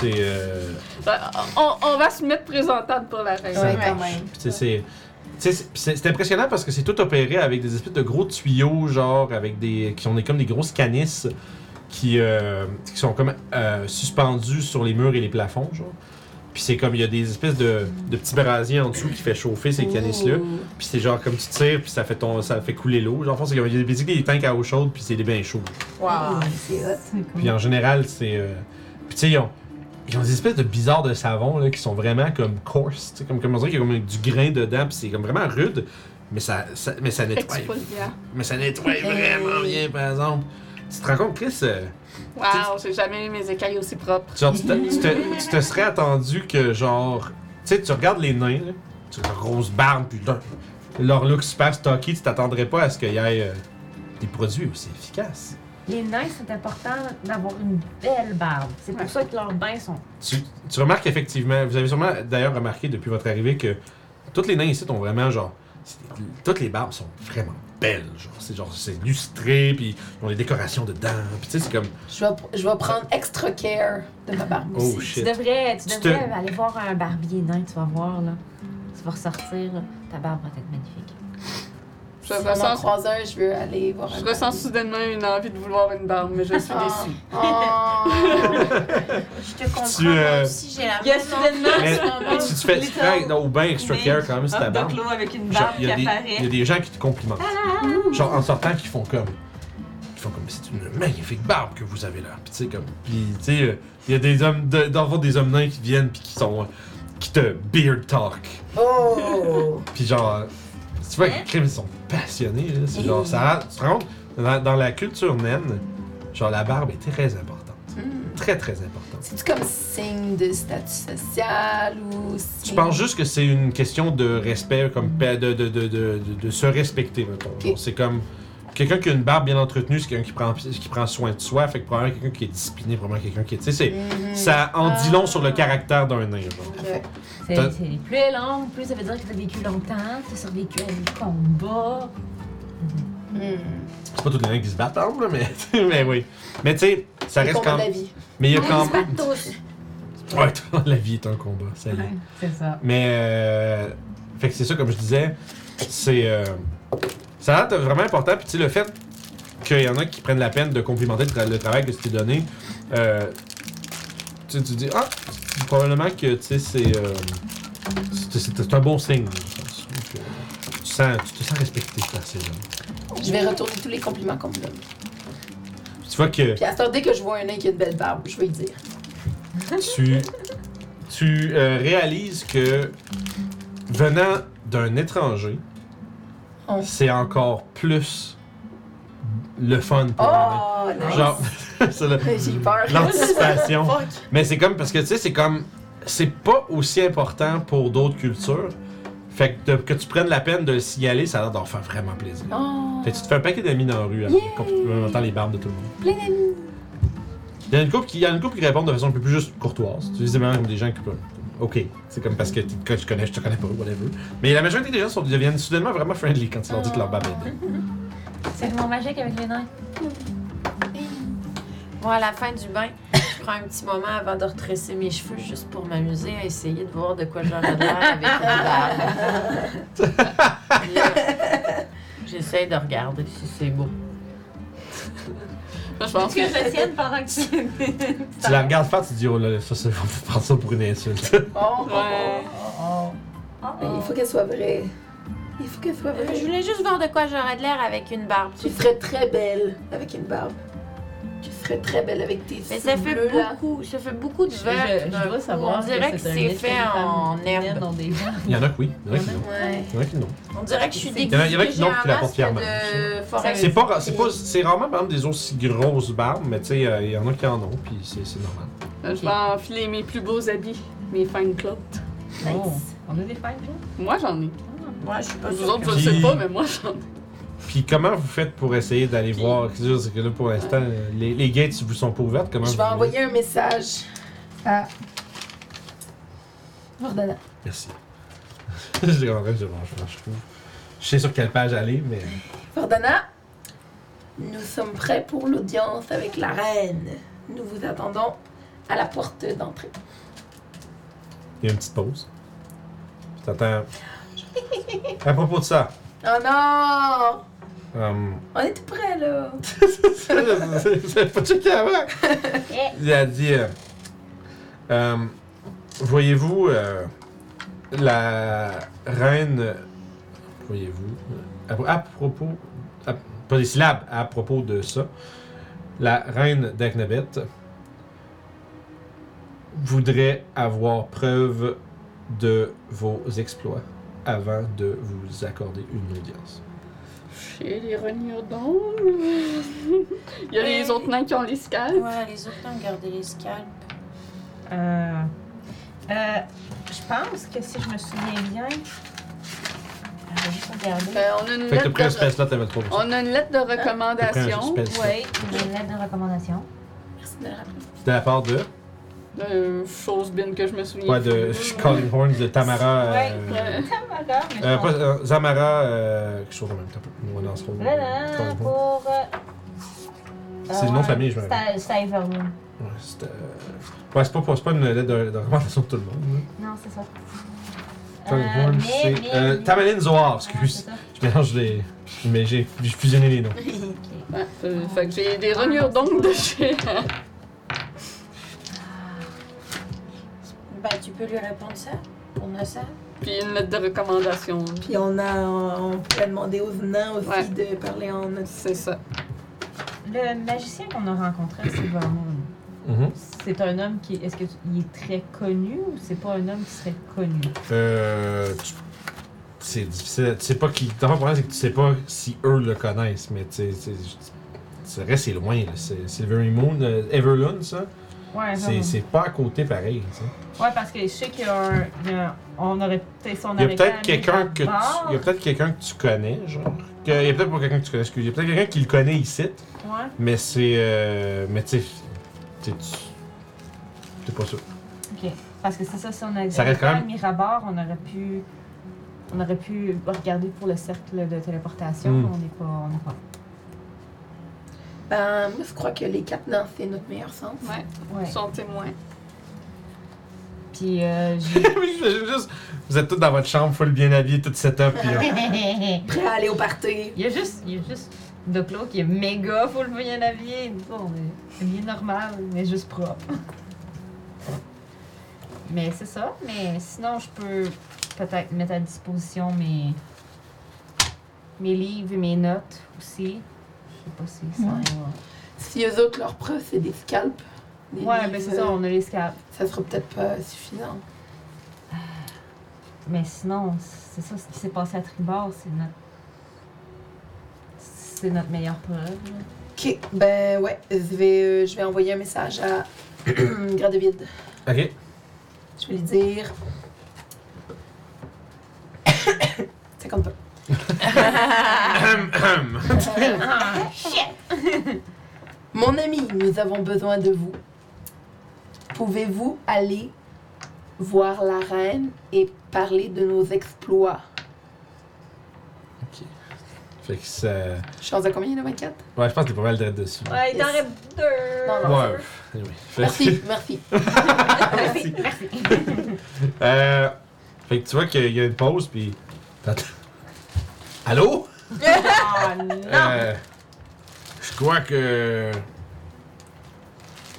Speaker 1: c'est. euh,
Speaker 3: Ben, on, on va se mettre présentable pour la reine.
Speaker 1: ça
Speaker 4: Ouais,
Speaker 1: marche.
Speaker 4: quand même.
Speaker 1: Puis tu sais, c'est. tu sais, c'est- puis C'est c'est impressionnant parce que c'est tout opéré avec des espèces de gros tuyaux, genre, avec des. qui sont des, comme des grosses canisses qui, euh, qui sont comme euh, suspendues sur les murs et les plafonds, genre. Puis c'est comme, il y a des espèces de, de petits brasiers en dessous qui fait chauffer ces canisses-là. Puis c'est genre comme tu tires, puis ça fait, ton, ça fait couler l'eau. Genre, en fait, c'est comme, il y a des, basically des tanks à eau chaude, puis c'est des bains chauds.
Speaker 4: Wow! ah, C'est hot.
Speaker 5: C'est cool.
Speaker 1: Puis en général, c'est. euh, Puis tu sais, ils ont, ils ont des espèces de bizarres de savons là, qui sont vraiment comme coarse. tu sais, Comme, comme on dirait qu'il y a comme du grain dedans, puis c'est comme vraiment rude. Mais ça, ça- mais ça nettoie.
Speaker 3: Exfolia.
Speaker 1: Mais ça nettoie vraiment bien, par exemple. Tu te rends compte, Chris? euh,
Speaker 3: Wow, j'ai jamais eu mes écailles aussi propres.
Speaker 1: genre, tu, te, tu te- tu te serais attendu que, genre. Tu sais, tu regardes les nains, là. Tu leur rose barbe, puis leur, leur look super stocky, tu t'attendrais pas à ce qu'il y ait euh, des produits aussi efficaces.
Speaker 5: Les nains, c'est important d'avoir une belle barbe. C'est pour ça que leurs bains sont.
Speaker 1: tu, tu remarques effectivement, vous avez sûrement d'ailleurs remarqué depuis votre arrivée que toutes les nains ici ont vraiment genre. c'est- Toutes les barbes sont vraiment belles. Genre, c'est genre, c'est lustré, puis ils ont des décorations dedans. Puis tu sais, c'est comme.
Speaker 4: Je vais, je vais prendre extra care de ma barbe aussi.
Speaker 1: Oh
Speaker 5: Tu
Speaker 1: shit.
Speaker 5: devrais, tu
Speaker 1: Tu
Speaker 5: devrais
Speaker 1: te-
Speaker 5: aller voir un barbier nain, tu vas voir là. Tu vas ressortir, là. ta barbe va être magnifique.
Speaker 3: Je
Speaker 4: si on en
Speaker 3: ressens,
Speaker 4: croise un, je veux aller voir un
Speaker 3: je ressens soudainement une envie de vouloir une barbe, mais je suis
Speaker 4: Ah.
Speaker 3: déçue.
Speaker 6: Je te comprends,
Speaker 1: Tu, euh,
Speaker 6: moi aussi j'ai la
Speaker 5: Il y a
Speaker 6: même
Speaker 5: soudainement-
Speaker 6: envie.
Speaker 1: Mais tu, tu fais tu fais au bain extra care quand même, c'est ta barbe.
Speaker 5: avec une
Speaker 1: Genre, Il y, a des- il y a des gens qui te complimentent. Genre en sortant, qui font comme. Qui font comme c'est une magnifique barbe que vous avez là. Puis tu sais, comme. Puis tu sais, euh, il y a des hommes. De, dans le fond, des hommes nains qui viennent, puis qui sont. euh, qui te beard talk.
Speaker 4: Oh!
Speaker 1: Puis genre, tu vois que les crimes ils sont passionnés, là. C'est genre, ça, tu te rends compte, dans, dans la culture naine, genre la barbe est très importante. Très, très importante.
Speaker 4: Hmm. C'est-tu comme signe de statut social ou.
Speaker 1: Tu penses juste que c'est une question de respect,
Speaker 4: Mm.
Speaker 1: comme pa- de, de, de, de, de, de se respecter, mettons. Genre, C'est comme. Quelqu'un qui a une barbe bien entretenue, c'est quelqu'un qui prend, qui prend soin de soi, fait que probablement quelqu'un qui est discipliné, probablement quelqu'un qui est. Tu sais,
Speaker 4: Mm.
Speaker 1: c'est-
Speaker 4: Mhm.
Speaker 1: ça en dit long
Speaker 4: Ah.
Speaker 1: sur le caractère d'un nain, genre. T'as-
Speaker 5: C'est c'est- plus elle est longue, plus ça veut dire que t'as vécu longtemps, t'as survécu à des combats.
Speaker 4: Hmm.
Speaker 1: C'est pas tous les nains qui se battent, hein, là, mais, mais oui. Mais tu sais, ça
Speaker 4: Ça
Speaker 1: reste quand
Speaker 4: la vie.
Speaker 1: Mais il y a quand
Speaker 6: Pas tous.
Speaker 1: Ouais, toi, la vie est un combat, ça y est.
Speaker 5: C'est ça.
Speaker 1: Mais, euh, fait que c'est ça, comme je disais, c'est. euh, ça a l'air de vraiment important. Puis, tu sais, le fait qu'il y en a qui prennent la peine de complimenter le, tra- le travail que tu t'es donné, euh, tu, tu dis, ah, probablement que, tu sais, c'est. euh, c'est- c'est c'est un bon signe, dans le sens où que tu, sens, tu te sens respecté par ces gens.
Speaker 4: Je vais retourner tous les compliments qu'on me donne.
Speaker 1: Tu vois que.
Speaker 4: Puis à ce temps, dès que je vois un nain qui a une belle barbe, je vais lui dire.
Speaker 1: tu, tu euh, réalises que venant d'un étranger,
Speaker 4: Oh.
Speaker 1: c'est encore plus le fun pour un
Speaker 4: Oh,
Speaker 1: nain.
Speaker 4: nice!
Speaker 1: Genre, c'est le-
Speaker 4: J'ai eu peur.
Speaker 1: l'anticipation.
Speaker 4: Fuck.
Speaker 1: Mais c'est comme, parce que tu sais, c'est comme, c'est pas aussi important pour d'autres cultures. Fait que, de- que tu prennes la peine de le signaler, ça a l'air d'en faire vraiment plaisir.
Speaker 4: Oh.
Speaker 1: Fait que tu te fais un paquet d'amis dans la rue après, quand on entend les barbes de tout le monde.
Speaker 4: Plein d'amis.
Speaker 1: Il y en a une couple qui, il y en a une couple qui répondent de façon un peu plus juste courtoise. Tu sais, vraiment comme des gens qui peuvent. Ok, c'est comme parce que tu que tu connais, je te connais pas, whatever. Mais la majorité des gens sont, deviennent soudainement vraiment friendly quand tu leur dis que leur barbe est belle.
Speaker 5: C'est le moment magique avec les nains.
Speaker 6: Moi, à la fin du bain, je prends un petit moment avant de retresser mes cheveux juste pour m'amuser à essayer de voir de quoi j'aurais de l'air avec une barbe. Là, J'essaie de regarder si c'est beau.
Speaker 3: Moi, je pense
Speaker 5: que je tienne pendant que tu.
Speaker 1: Tu la regardes faire, tu te dis, oh là là, ça, c'est- on peut prendre ça pour une insulte.
Speaker 4: Oh,
Speaker 3: Ouais.
Speaker 5: oh.
Speaker 4: Mais il faut qu'elle soit vraie. Il faut qu'elle soit
Speaker 6: Euh, je
Speaker 4: vraie.
Speaker 6: voulais juste voir de quoi j'aurais de l'air avec une barbe.
Speaker 4: Tu serais très belle avec une barbe. Tu serais très belle avec tes
Speaker 6: Mais ça
Speaker 4: cils
Speaker 6: fait
Speaker 4: bleus, là.
Speaker 6: beaucoup, ça fait beaucoup de
Speaker 5: Je-
Speaker 6: vert.
Speaker 5: je- je
Speaker 6: d'un
Speaker 5: dois
Speaker 6: coup.
Speaker 5: savoir
Speaker 6: On dirait
Speaker 5: que
Speaker 6: que
Speaker 5: c'est un
Speaker 6: c'est
Speaker 5: effet
Speaker 6: fait
Speaker 5: femme
Speaker 6: en
Speaker 5: Viennent
Speaker 6: herbe.
Speaker 5: dans des gens.
Speaker 1: Il y en a que oui. Il y en a qui non.
Speaker 7: Ouais.
Speaker 1: Il y en a qui non.
Speaker 6: On dirait que je suis
Speaker 1: Il y en a- il y en a
Speaker 6: déguisée.
Speaker 1: qui
Speaker 6: J'ai
Speaker 1: non,
Speaker 6: un
Speaker 1: qui la portent
Speaker 6: masque
Speaker 1: fièrement.
Speaker 6: de forêt.
Speaker 1: C'est pas, c'est pas, c'est rarement par exemple des aussi grosses barbes, mais tu sais, euh, il y en a qui en ont, puis c'est, c'est normal.
Speaker 3: Euh, Je vais enfiler mes plus beaux habits, mes fine clothes.
Speaker 5: Oh, on a des fêtes, là?
Speaker 3: Moi, j'en ai.
Speaker 6: Moi, je suis pas
Speaker 3: Vous
Speaker 6: sûre
Speaker 3: autres,
Speaker 6: que-
Speaker 3: je le sais
Speaker 1: Puis-
Speaker 3: pas, mais moi, j'en ai.
Speaker 1: Puis comment vous faites pour essayer d'aller voir C'est sûr, c'est que là pour l'instant, euh, les, les gates vous sont pas ouvertes. Comment
Speaker 4: Je
Speaker 1: vous
Speaker 4: vais
Speaker 1: voulez?
Speaker 4: envoyer un message à Jordana.
Speaker 1: Merci. J'ai quand même je, je, je trouve. Je sais sur quelle page aller, mais
Speaker 4: Jordana, nous sommes prêts pour l'audience avec la reine. Nous vous attendons à la porte d'entrée.
Speaker 1: il y a une petite pause. Puis t'entends. À propos de ça,
Speaker 4: Oh non!
Speaker 1: euh,
Speaker 4: On est tout prêts, là!
Speaker 1: C'est pas checké avant. Il a dit euh, euh, Voyez-vous, euh, la reine. Voyez-vous, euh, à, pro- à propos. à- pas des syllabes, à propos de ça. La reine d'Aknabet voudrait avoir preuve de vos exploits avant de vous accorder une audience.
Speaker 3: Chez les rognodons. Il y a les autres nains qui ont les scales.
Speaker 6: Ouais, les autres ont gardé les scalps.
Speaker 5: Euh, euh, je pense que si je me souviens bien. Je vais juste regarder.
Speaker 3: Euh, on, a
Speaker 1: Fait
Speaker 3: une
Speaker 1: que
Speaker 3: lettre
Speaker 1: t'as pris un
Speaker 3: de...
Speaker 1: space là, t'avais trop besoin.
Speaker 3: on a une lettre de
Speaker 1: T'as pris un
Speaker 3: recommandation.
Speaker 1: spell slot
Speaker 5: Oui, j'ai une lettre de recommandation.
Speaker 4: Merci de le rappeler.
Speaker 1: De la part de.
Speaker 3: Euh, chose bien que je me souviens.
Speaker 1: Ouais, de Calling Horns de Tamara.
Speaker 5: Ouais,
Speaker 1: euh,
Speaker 3: ouais.
Speaker 5: Tamara, mais je
Speaker 1: euh,
Speaker 5: pense-
Speaker 1: pas, euh, Zamara. Euh, quelque chose de même. t'as pas- on va dans ce rôle.
Speaker 5: Voilà,
Speaker 1: Calling Horns.
Speaker 5: pour. euh,
Speaker 1: C'est le nom de famille, je me
Speaker 5: c'est à- C'est à Evermoon.
Speaker 1: Ouais, c'est euh, ouais, c'est pas, c'est pas une lettre de, de recommandation de tout le monde. hein.
Speaker 5: Non, c'est ça.
Speaker 1: Calling
Speaker 5: Euh,
Speaker 1: Horns,
Speaker 5: mais- mais-
Speaker 1: c'est. Euh, Tamaline Zohar, excuse.
Speaker 5: Ah,
Speaker 1: Je mélange les. Mais j'ai j'ai fusionné les noms.
Speaker 5: c'est ça. Ok.
Speaker 3: Ouais, euh, fait que j'ai des rognodons de chez.
Speaker 6: Bah, tu peux lui répondre ça On a ça
Speaker 3: Puis une lettre de recommandation.
Speaker 4: Puis on a, on pourrait demander aux nains aussi
Speaker 3: Ouais.
Speaker 4: de parler en notre.
Speaker 3: C'est ça.
Speaker 5: Le magicien qu'on a rencontré, c'est Vermoon.
Speaker 1: Mhm.
Speaker 5: C'est un homme qui. Est-ce qu'il est très connu ou c'est pas un homme qui serait connu?
Speaker 1: Euh. tu- C'est difficile. Tu sais pas qui. Ton problème, c'est que tu sais pas si eux le connaissent, mais tu sais. tu sais, C'est vrai, c'est loin. là. C'est Silvery Moon. euh, Everlune, ça.
Speaker 5: Ouais,
Speaker 1: C'est,
Speaker 5: Vermoon.
Speaker 1: c'est pas à côté pareil. ça.
Speaker 5: Ouais, parce que je sais qu'il y a un. il y a un- on aurait peut-être. si on
Speaker 1: Il y a
Speaker 5: avait
Speaker 1: peut-être
Speaker 5: été amené
Speaker 1: quelqu'un
Speaker 5: par
Speaker 1: que tu,
Speaker 5: bord,
Speaker 1: il y a peut-être quelqu'un que tu connais, genre. que- il y a peut-être pas quelqu'un que tu connais, excuse. Il y a peut-être quelqu'un qui le connaît ici,
Speaker 5: Ouais.
Speaker 1: mais c'est, euh, mais tu sais, tu, tu- t'es pas sûr.
Speaker 5: Ok. Parce que c'est ça, si on avait
Speaker 1: Ça reste quand
Speaker 5: été à
Speaker 1: même-
Speaker 5: Mirabar, on aurait pu. On aurait pu regarder pour le cercle de téléportation.
Speaker 1: Hmm.
Speaker 5: On n'est pas. On n'est pas.
Speaker 4: Ben, moi, je crois que les quatre nains, c'est notre meilleur sens.
Speaker 3: Ouais,
Speaker 5: Ouais.
Speaker 3: sont témoins.
Speaker 5: Puis euh,
Speaker 1: Oui, j'imagine juste, vous êtes tous dans votre chambre, full bien habillés, tout setup, puis euh, là,
Speaker 5: j'ai.
Speaker 4: Prêt à aller au party.
Speaker 5: Il y a juste, il y a juste Doclo qui est méga full bien habillé. Nous, on est habillé normal, mais juste propre. mais c'est ça. Mais sinon, je peux peut-être mettre à disposition mes, mes livres et mes notes aussi. Je sais pas si ça va.
Speaker 4: Si eux autres, leur preuve, c'est des scalps. des livres,
Speaker 5: Ouais,
Speaker 4: euh,
Speaker 5: mais c'est ça, on a les scalps.
Speaker 4: Ça sera peut-être pas suffisant.
Speaker 5: Mais sinon, c'est ça ce qui s'est passé à Tribord. C'est notre. C'est notre meilleure preuve. là.
Speaker 4: Ok, ben ouais, je vais, euh, je vais envoyer un message à Gradevide.
Speaker 1: ok.
Speaker 4: Je vais lui dire. ça compte pas. Ah, Mon ami, nous avons besoin de vous. Pouvez-vous aller voir la reine et parler de nos exploits?
Speaker 1: Ok. Fait que ça.
Speaker 4: Chance de combien, là, 24?
Speaker 1: Ouais, je pense que les pas mal d'être dessus.
Speaker 5: Ouais, il t'en
Speaker 4: Yes.
Speaker 5: reste deux.
Speaker 4: Non, non.
Speaker 1: Ouais. anyway. Fait que-
Speaker 4: Merci, merci.
Speaker 1: Merci. Euh, fait que tu vois qu'il y a une pause, puis. t'attends. Allô?
Speaker 5: Ah, non.
Speaker 1: Euh, je crois que.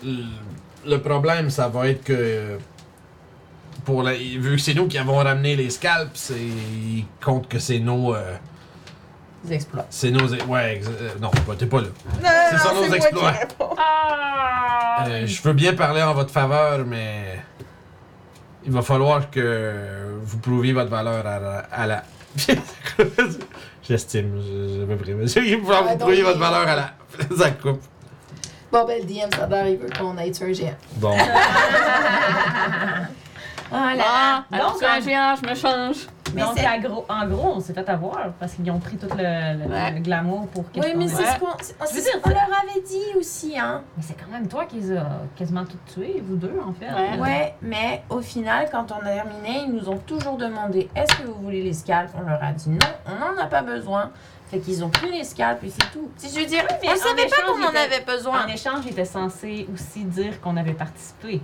Speaker 1: Le le problème, ça va être que. Pour la- vu que c'est nous qui avons ramené les scalps, c'est- ils comptent que c'est nos. euh,
Speaker 8: Ils exploitent.
Speaker 1: c'est nos. Ouais, ex- euh, non, bah, t'es pas là. C'est ça nos exploits.
Speaker 3: Ah!
Speaker 1: Euh, je veux bien parler en votre faveur, mais il va falloir que vous prouviez votre valeur à, la- à la. J'estime, je, je me prie. monsieur. Il va falloir que
Speaker 4: Ah,
Speaker 1: vous
Speaker 4: donc,
Speaker 1: prouviez votre
Speaker 4: il-
Speaker 1: valeur à la. Ça coupe.
Speaker 4: Bon, ben, le DM, ça a l'air, il veut qu'on aille sur un géant.
Speaker 1: Bon.
Speaker 3: Voilà. Ah, Alors,
Speaker 5: Donc,
Speaker 3: c'est un
Speaker 5: en-
Speaker 3: géant, je me change.
Speaker 5: Donc, à gros- en gros, on s'est fait avoir parce qu'ils ont pris tout le, le-
Speaker 3: Ouais.
Speaker 5: le glamour pour qu'est-ce
Speaker 6: Oui,
Speaker 5: qu'on
Speaker 6: mais
Speaker 5: ait.
Speaker 6: c'est ce qu'on. c'est-
Speaker 5: Je veux dire,
Speaker 6: On leur avait dit aussi, hein.
Speaker 5: Mais c'est quand même toi qui les a quasiment toutes tuées, vous deux, en fait.
Speaker 3: Ouais.
Speaker 6: Ouais, mais au final, quand on a terminé, ils nous ont toujours demandé est-ce que vous voulez les scalps On leur a dit non, on n'en a pas besoin. Fait qu'ils ont pris les scalps et c'est tout. Si Ah, je Ah, veux dire,
Speaker 5: mais
Speaker 6: on
Speaker 5: en
Speaker 6: savait pas
Speaker 5: échange,
Speaker 6: qu'on en
Speaker 5: ils étaient-
Speaker 6: avait besoin.
Speaker 5: En échange, il était censé aussi dire qu'on avait participé.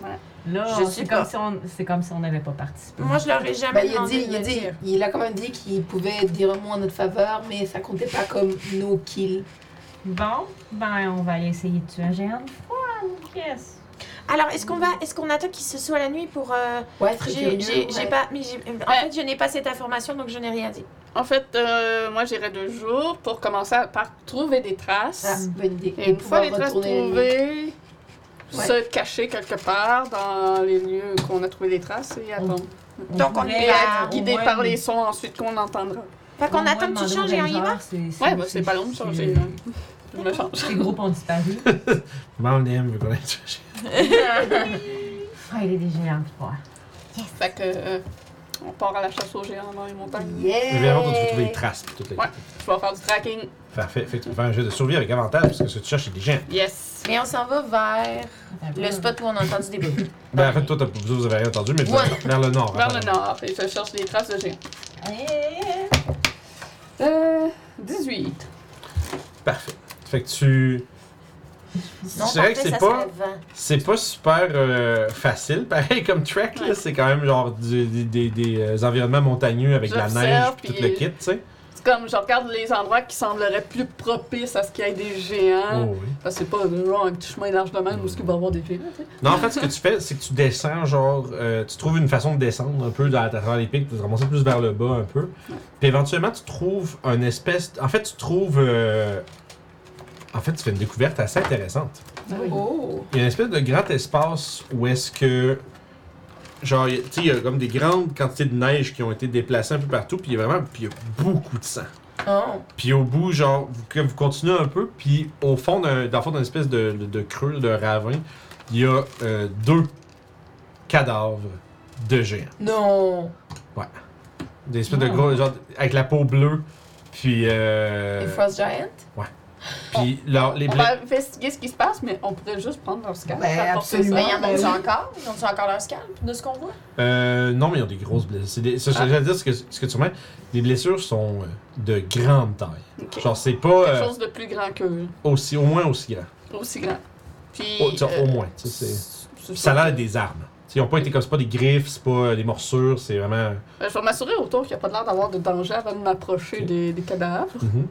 Speaker 3: Ouais.
Speaker 5: Là,
Speaker 6: Je sais
Speaker 5: c'est
Speaker 6: pas.
Speaker 5: comme, si on- c'est comme si on n'avait pas participé.
Speaker 6: Moi, je leur ai
Speaker 4: Ben,
Speaker 6: jamais
Speaker 4: il a
Speaker 6: demandé
Speaker 4: dit,
Speaker 6: de
Speaker 4: il a
Speaker 6: le
Speaker 4: dit,
Speaker 6: dire.
Speaker 4: il a quand même dit qu'il pouvait dire un mot en notre faveur, mais ça comptait pas comme nos kills.
Speaker 5: Bon, ben, on va aller essayer de tuer un géant de froid, Yes.
Speaker 6: Alors, est-ce qu'on va, est-ce qu'on attend qu'il se soit la nuit pour euh,
Speaker 4: Ouais, très
Speaker 6: J'ai
Speaker 4: curieux.
Speaker 6: j'ai- j'ai
Speaker 4: ouais.
Speaker 6: pas, mais j'ai- en fait, je n'ai pas cette information, donc je n'ai rien dit.
Speaker 3: En fait, euh, moi, j'irai deux jours pour commencer à- par trouver des
Speaker 4: Ah,
Speaker 3: traces.
Speaker 4: bonne idée.
Speaker 3: Et une
Speaker 4: On
Speaker 3: fois
Speaker 4: va
Speaker 3: les traces
Speaker 4: retourner la nuit.
Speaker 3: trouvées,
Speaker 4: Ouais.
Speaker 3: se cacher quelque part dans les lieux qu'on a trouvé des traces et attendre.
Speaker 6: Donc, on
Speaker 5: pourrait
Speaker 6: y
Speaker 3: Et
Speaker 6: va.
Speaker 3: être guidé par les sons ensuite qu'on entendra.
Speaker 6: Fait qu'on
Speaker 5: au moins
Speaker 6: attend que tu
Speaker 5: demander
Speaker 6: changes
Speaker 5: aux
Speaker 6: et on y
Speaker 5: Rangers
Speaker 6: va.
Speaker 5: si- si-
Speaker 3: Ouais, bah,
Speaker 5: si-
Speaker 3: c'est pas long de
Speaker 5: si-
Speaker 3: changer.
Speaker 5: si-
Speaker 3: hein. Je me change.
Speaker 5: Les groupes ont disparu.
Speaker 1: Bon, DM, vu qu'on est
Speaker 5: Ah, il est des géants de froid.
Speaker 3: Fait que, euh, on part à la chasse aux géants dans les montagnes.
Speaker 1: Mais
Speaker 4: Yeah!
Speaker 1: vraiment, toi, tu veux trouver les traces, puis toutes les.
Speaker 3: Ouais. Je vais faire du tracking.
Speaker 1: Parfait. Fait que tu vas faire un jeu de survie avec avantage, parce que ce que tu cherches, c'est des gens.
Speaker 3: Yes.
Speaker 6: Mais on s'en va vers le spot où on a entendu des bruits.
Speaker 1: Ben, en fait, toi, t'as pas vous avez rien entendu, mais
Speaker 6: Ouais.
Speaker 1: vers le nord.
Speaker 3: Vers
Speaker 1: attends.
Speaker 3: le nord. Et je cherche des traces de géants.
Speaker 5: Eh,
Speaker 3: Euh, 18.
Speaker 1: Parfait. Fait que tu.
Speaker 6: Non,
Speaker 1: C'est vrai que
Speaker 6: parfait,
Speaker 1: c'est
Speaker 6: ça
Speaker 1: pas-
Speaker 6: serait vent.
Speaker 1: C'est pas super euh, facile, pareil comme track, là,
Speaker 3: Ouais.
Speaker 1: c'est quand même genre du- des, des- des, euh, environnements montagneux avec de la
Speaker 3: J'observe,
Speaker 1: neige pis tout
Speaker 3: puis- euh,
Speaker 1: le kit, tu sais.
Speaker 3: C'est comme, je regarde les endroits qui sembleraient plus propices à ce qu'il y ait des géants.
Speaker 1: Oh, oui.
Speaker 3: Parce que c'est pas genre, un petit chemin large de même où est-ce qu'il va y avoir des géants. tu sais.
Speaker 1: Non, en fait, ce que tu fais, c'est que tu descends, genre, euh, tu trouves une façon de descendre un peu dans, à travers les pics, de te ramasser plus vers le bas un peu. Puis éventuellement, tu trouves un espèce. En fait, tu trouves. euh, En fait, tu fais une découverte assez intéressante.
Speaker 4: Oh!
Speaker 1: Il y a une espèce de grand espace où est-ce que. Genre, il y a- tu sais, il y a comme des grandes quantités de neige qui ont été déplacées un peu partout, puis il y a vraiment. Puis il y a beaucoup de sang.
Speaker 4: Oh!
Speaker 1: Puis au bout, genre, vous, que vous continuez un peu, puis au fond d'un, dans le fond d'une espèce de, de- de creux, de ravin, il y a euh, deux cadavres de géants. Euh.
Speaker 4: Non!
Speaker 1: Des espèces de
Speaker 5: Wow.
Speaker 1: gros, genre, avec la peau bleue, puis. euh,
Speaker 4: Et Frost Giant?
Speaker 1: puis leur- les
Speaker 3: On
Speaker 1: bla-
Speaker 3: va investiguer ce qui se passe, mais on pourrait juste prendre leur scalp.
Speaker 4: Ben,
Speaker 3: rapporter
Speaker 4: absolument.
Speaker 3: ça.
Speaker 6: Mais ils en
Speaker 4: ben
Speaker 6: ont-tu
Speaker 4: oui.
Speaker 6: encore Ils ont-tu encore leur scalp de ce qu'on voit
Speaker 1: Euh, non, mais ils ont des grosses blessures. C'est Des, ça,
Speaker 3: Ah.
Speaker 1: j'allais dire ce que, ce que tu mets. Les blessures sont euh, de grande taille.
Speaker 3: Ok.
Speaker 1: Genre, c'est pas
Speaker 3: Quelque
Speaker 1: euh,
Speaker 3: chose de plus grand qu'eux.
Speaker 1: aussi, au moins aussi grand.
Speaker 3: Aussi grand. Puis.
Speaker 1: Au, tu sais,
Speaker 3: euh,
Speaker 1: Oh, au moins. tu sais, c'est-
Speaker 3: c'est
Speaker 1: ça a l'air
Speaker 3: ça.
Speaker 1: d'être des armes. Tu sais, Ils ont pas été comme c'est pas des griffes, c'est pas euh, des morsures, c'est vraiment.
Speaker 3: Euh, Je vais m'assurer autour qu'il n'y a pas l'air d'avoir de danger avant de m'approcher
Speaker 1: Ok.
Speaker 3: des, des cadavres.
Speaker 1: Mhm.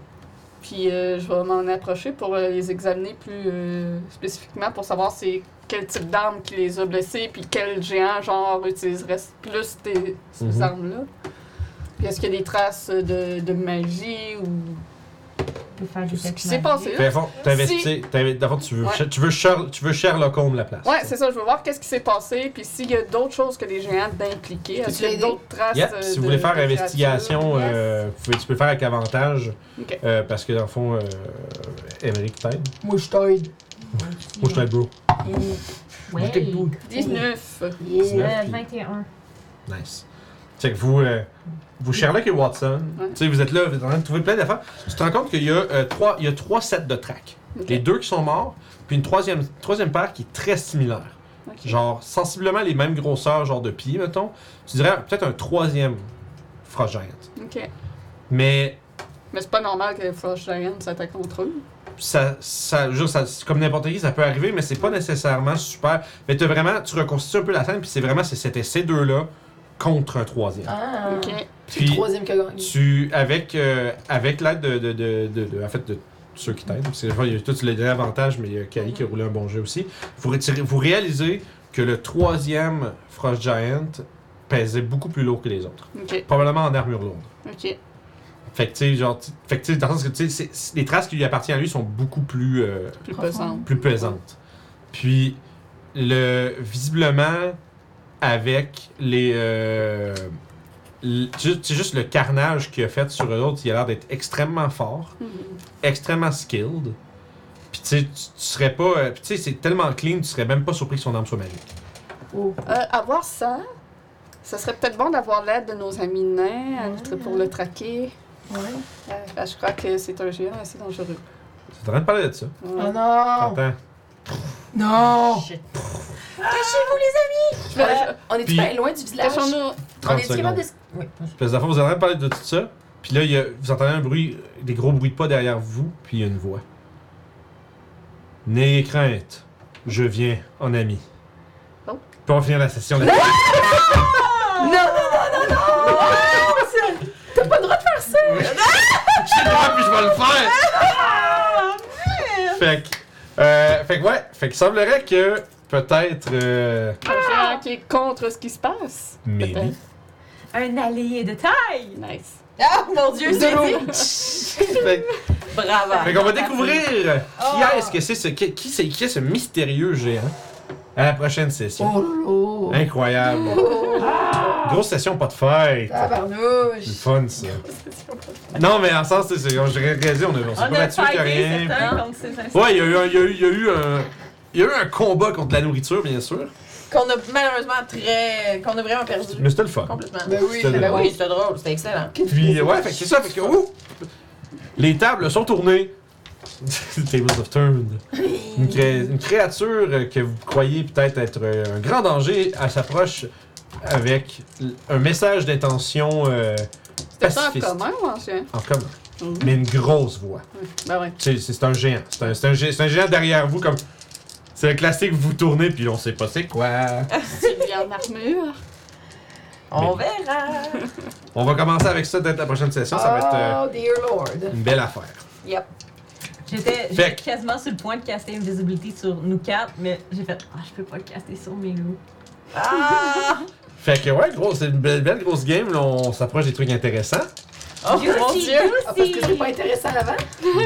Speaker 3: Puis euh, je vais m'en approcher pour euh, les examiner plus euh, spécifiquement pour savoir c'est quel type d'arme qui les a blessés, puis quel géant genre utiliserait plus des- ces
Speaker 1: Mhm.
Speaker 3: armes-là. Puis est-ce qu'il y a des traces de, de magie ou
Speaker 5: on peut faire des
Speaker 3: ce
Speaker 5: tests
Speaker 3: qui s'est
Speaker 5: magiques.
Speaker 3: passé là?
Speaker 1: Fait, fond, t'investis-
Speaker 3: Si-
Speaker 1: t'investis- dans le fond, tu veux,
Speaker 3: Ouais.
Speaker 1: Sher- tu, veux Sher- tu veux Sherlock Holmes la place.
Speaker 3: Ouais, c'est ça, je veux voir qu'est-ce qui s'est passé, puis s'il y a d'autres choses que les géants d'impliquer, est-ce qu'il y a
Speaker 4: l'aider?
Speaker 3: d'autres traces
Speaker 1: Yeah,
Speaker 3: euh,
Speaker 1: Si
Speaker 3: de-
Speaker 1: vous voulez faire
Speaker 3: de créatures?
Speaker 1: investigation, euh, vous pouvez- tu peux le faire avec avantage.
Speaker 3: Ok.
Speaker 1: euh, parce que dans le fond, euh, Emmerich t'aide.
Speaker 4: Moi, je t'aide.
Speaker 1: Moi, je t'aide, bro.
Speaker 5: Ouais.
Speaker 4: Ouais.
Speaker 3: 19.
Speaker 5: Euh,
Speaker 1: Dix-neuf, puis-
Speaker 5: 21.
Speaker 1: Nice. Fait que vous, euh, vous Sherlock et Watson,
Speaker 3: Ouais.
Speaker 1: tu sais, vous êtes là, vous êtes en train de trouver plein d'affaires. Tu te rends compte qu'il y, a, euh, trois- il y a trois sets de tracks.
Speaker 3: Ok.
Speaker 1: Les deux qui sont morts, puis une troisième, troisième paire qui est très similaire.
Speaker 3: Ok.
Speaker 1: Genre, sensiblement les mêmes grosseurs, genre de pieds, mettons. Tu dirais peut-être un troisième Frost Giant.
Speaker 3: Ok.
Speaker 1: Mais
Speaker 3: Mais c'est pas normal que les Frosh Giants s'attaquent entre eux.
Speaker 1: ça, ça, juste, ça- c'est comme n'importe qui, ça peut arriver, mais c'est pas nécessairement super. Mais t'as vraiment, tu reconstitues un peu la scène, puis c'est vraiment, c'est- c'était ces deux-là contre un troisième.
Speaker 4: Ah,
Speaker 3: Ok.
Speaker 1: Puis
Speaker 4: troisième qui a gagné.
Speaker 1: tu, avec, euh, avec l'aide de, de, de, de- de- en fait, de ceux qui t'aident, parce que enfin, il y a tous les derniers avantages, mais il y a Kali qui a roulé un bon jeu aussi, vous, retirez- vous réalisez que le troisième Frost Giant pesait beaucoup plus lourd que les autres.
Speaker 3: Ok.
Speaker 1: Probablement en armure lourde.
Speaker 3: Ok.
Speaker 1: Fait que, tu sais, genre, tu- fait que, tu sais, dans le sens que, tu sais, c'est- c'est- les traces qui lui appartiennent à lui sont beaucoup plus... euh,
Speaker 3: Plus pesant.
Speaker 1: plus pesante. Puis, le, visiblement, avec les. euh, l- c'est juste- c'est juste le carnage qu'il a fait sur eux autres, il a l'air d'être extrêmement fort, extrêmement skilled. Puis, tu sais, tu- tu serais pas. euh, puis, tu sais, c'est tellement clean, tu serais même pas surpris que son arme soit magique.
Speaker 3: Euh, avoir ça, ça serait peut-être bon d'avoir l'aide de nos amis nains à notre- pour le traquer. Ouais. je crois que c'est un géant assez dangereux.
Speaker 1: Tu en train de parler de ça.
Speaker 3: Ouais.
Speaker 8: Oh.
Speaker 1: T'entends?
Speaker 4: Ah Non!
Speaker 3: Je vais-
Speaker 4: Euh,
Speaker 3: je-
Speaker 8: On est-tu
Speaker 1: Puis-
Speaker 8: bien loin du village?
Speaker 3: Cachons-nous.
Speaker 8: On
Speaker 1: 30
Speaker 8: est-tu capable
Speaker 1: secondes.
Speaker 8: de... se- Oui.
Speaker 1: Parce que dans le fond, vous êtes en train de parler de tout ça. Puis là, il y a- vous entendez un bruit, des gros bruits de pas derrière vous, puis il y a une voix. N'ayez crainte, je viens en ami.
Speaker 3: Oh.
Speaker 1: Puis on finit la session là
Speaker 8: Non, non, non, non, non! T'as pas le droit de faire ça!
Speaker 1: Je sais pas, puis je vais le faire!
Speaker 8: Ah,
Speaker 1: fait que, euh, fait que ouais, fait qu'il semblerait que peut-être euh,
Speaker 3: Un géant qui est contre ce qui se passe.
Speaker 1: Mélie.
Speaker 5: Un allié de taille!
Speaker 3: Nice.
Speaker 8: Ah, mon Dieu,
Speaker 3: De
Speaker 8: c'est
Speaker 3: l'eau.
Speaker 1: Fait,
Speaker 8: Bravo!
Speaker 1: fait qu'on va découvrir qui
Speaker 5: Oh.
Speaker 1: est-ce que c'est ce, qui, qui c'est- qui est ce mystérieux géant à la prochaine session.
Speaker 4: Oh lolo!
Speaker 1: Incroyable. Grosse session, pas de fête.
Speaker 8: Ah, bah,
Speaker 1: C'est le
Speaker 4: Tabarnouche!
Speaker 1: fun, ça. non, mais en sens, c'est, c'est, je réalisais, on a, on s'est
Speaker 5: On
Speaker 1: pas
Speaker 5: a
Speaker 1: battu que
Speaker 5: fighté
Speaker 1: rien.
Speaker 5: certains contre ces instants.
Speaker 1: Ouais, il y a eu, un- il y a eu, il y a eu un. Il y a eu un combat contre la nourriture, bien sûr.
Speaker 8: Qu'on a malheureusement très. qu'on a vraiment perdu.
Speaker 1: Mais c'était le fun.
Speaker 8: Complètement.
Speaker 4: Ben oui,
Speaker 1: C'était
Speaker 8: Ben
Speaker 1: drôle.
Speaker 8: oui, c'était drôle, c'était excellent.
Speaker 1: Puis, ouais, fait que c'est ça, fait que. ouh! les tables sont tournées. Tables of turned. Une, cré- une créature que vous croyez peut-être être un grand danger, elle s'approche avec l- un message d'intention euh,
Speaker 3: C'était ça en
Speaker 1: pacifiste.
Speaker 3: commun ou en géant?
Speaker 1: En commun.
Speaker 3: Mhm.
Speaker 1: Mais une grosse voix.
Speaker 3: Ben ouais.
Speaker 1: C'est- C'est c'est un géant. C'est un, c'est un gé- c'est un géant derrière vous, comme. C'est le classique, vous tournez, puis on sait pas c'est quoi.
Speaker 3: C'est bien en armure.
Speaker 8: On verra!
Speaker 1: On va commencer avec ça peut-être la prochaine session, ça va être
Speaker 4: Oh, dear lord!
Speaker 1: euh, une belle affaire.
Speaker 5: J'étais
Speaker 1: Fait
Speaker 5: j'étais
Speaker 1: que-
Speaker 5: quasiment sur le point de caster Invisibility sur nous quatre, mais j'ai fait Ah, je peux pas le caster sur mes loups.
Speaker 1: Fait que, ouais, gros, c'est une belle, belle grosse game, là, on s'approche des trucs intéressants.
Speaker 5: Oh mon dieu!
Speaker 4: Ah, parce que c'est pas intéressant avant?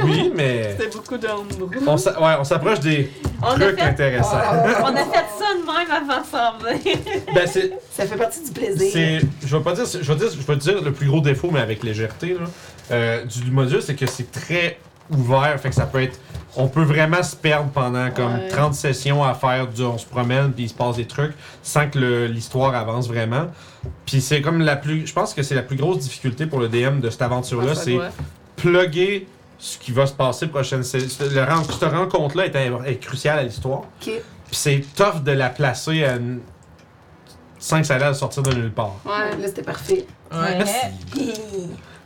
Speaker 1: Oui, mais.
Speaker 3: C'était beaucoup d'ombre.
Speaker 1: On s'a- ouais, on s'approche des
Speaker 5: On a,
Speaker 1: trucs
Speaker 5: fait,
Speaker 1: intéressants.
Speaker 5: on a fait ça de même avant de s'en venir.
Speaker 1: ben, c'est.
Speaker 4: Ça fait partie du plaisir.
Speaker 1: c'est- Je vais pas dire. Je vais dire, je vais dire le plus gros défaut, mais avec légèreté, là, euh, du module, c'est que c'est très ouvert, fait que ça peut être. On peut vraiment se perdre pendant comme
Speaker 4: Ouais.
Speaker 1: 30 sessions à faire du on se promène puis il se passe des trucs sans que le- l'histoire avance vraiment. Puis c'est comme la plus je pense que c'est la plus grosse difficulté pour le DM de cette aventure là,
Speaker 3: Ça
Speaker 1: c'est
Speaker 3: doit.
Speaker 1: plugger ce qui va se passer prochaine session. Le ren- Cette rencontre-là est, im- est cruciale à l'histoire.
Speaker 4: Ok.
Speaker 1: Puis c'est tough de la placer à 5 salaires à sortir de nulle part.
Speaker 3: Ouais.
Speaker 4: Là, c'était parfait.
Speaker 8: Ouais.
Speaker 5: Ouais.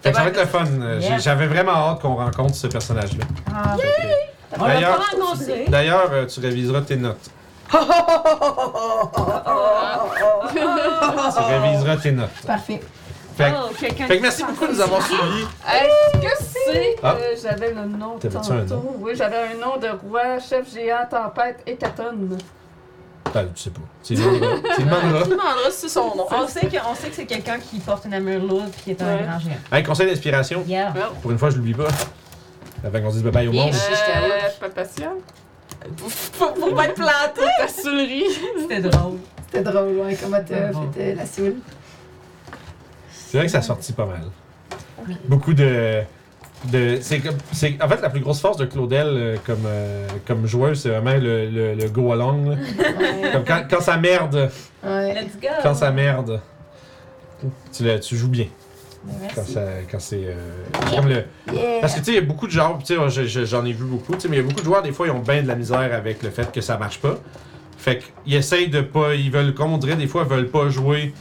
Speaker 1: Fait que ça va être le fun. Euh, j'ai-
Speaker 5: Yeah.
Speaker 1: J'avais vraiment hâte qu'on rencontre ce personnage-là.
Speaker 5: Ah,
Speaker 1: Fait que-
Speaker 5: on l'a pas
Speaker 1: D'ailleurs-
Speaker 5: rencontré.
Speaker 1: D'ailleurs, euh, tu réviseras tes notes. tu réviseras tes notes.
Speaker 4: Parfait.
Speaker 1: Fait, que-
Speaker 5: Oh, quelqu'un
Speaker 1: fait que merci beaucoup de nous avoir suivis.
Speaker 3: Est-ce que c'est.
Speaker 1: Ah.
Speaker 3: Euh, j'avais le nom
Speaker 1: T'avais-tu un
Speaker 3: tantôt. Oui, j'avais un nom de roi, chef géant, tempête, hécatone.
Speaker 1: Ben, tu sais pas. Tu le demanderas. Tu le demanderas.
Speaker 8: demandera si c'est son nom.
Speaker 5: On sait que, on sait que c'est quelqu'un qui porte une armure lourde et qui est un
Speaker 3: Ouais.
Speaker 5: grand géant.
Speaker 1: Hey, conseil d'inspiration.
Speaker 8: Ah,
Speaker 5: Yeah.
Speaker 1: Pour une fois, je l'oublie pas. Fait qu'on dise bye bye au monde.
Speaker 3: Euh, Papatia.
Speaker 8: Faut pas être planté!
Speaker 3: Ta soulerie.
Speaker 5: C'était drôle.
Speaker 4: C'était drôle, ouais, comment
Speaker 1: Ah
Speaker 4: t'as
Speaker 5: Bravo.
Speaker 4: fait euh, la soule.
Speaker 1: C'est vrai que ça sortit pas mal. Beaucoup de. de c'est comme- c'est- en fait, la plus grosse force de Claudel euh, comme, euh, comme joueuse, c'est vraiment le, le, le go-along. là.
Speaker 4: Ouais.
Speaker 1: Comme quand, quand ça merde.
Speaker 4: ouais.
Speaker 5: Let's go!
Speaker 1: Quand ça merde. Tu, le- tu joues bien. Quand,
Speaker 4: Ben, Merci.
Speaker 1: ça, quand c'est. euh, comme le-
Speaker 4: Yeah.
Speaker 1: Parce que tu sais, il y a beaucoup de gens, tu sais, je- je- j'en ai vu beaucoup, tu sais, mais il y a beaucoup de joueurs, des fois, ils ont bien de la misère avec le fait que ça marche pas. Fait qu'ils essayent de pas, ils veulent, comme on dirait, des fois, ils veulent pas jouer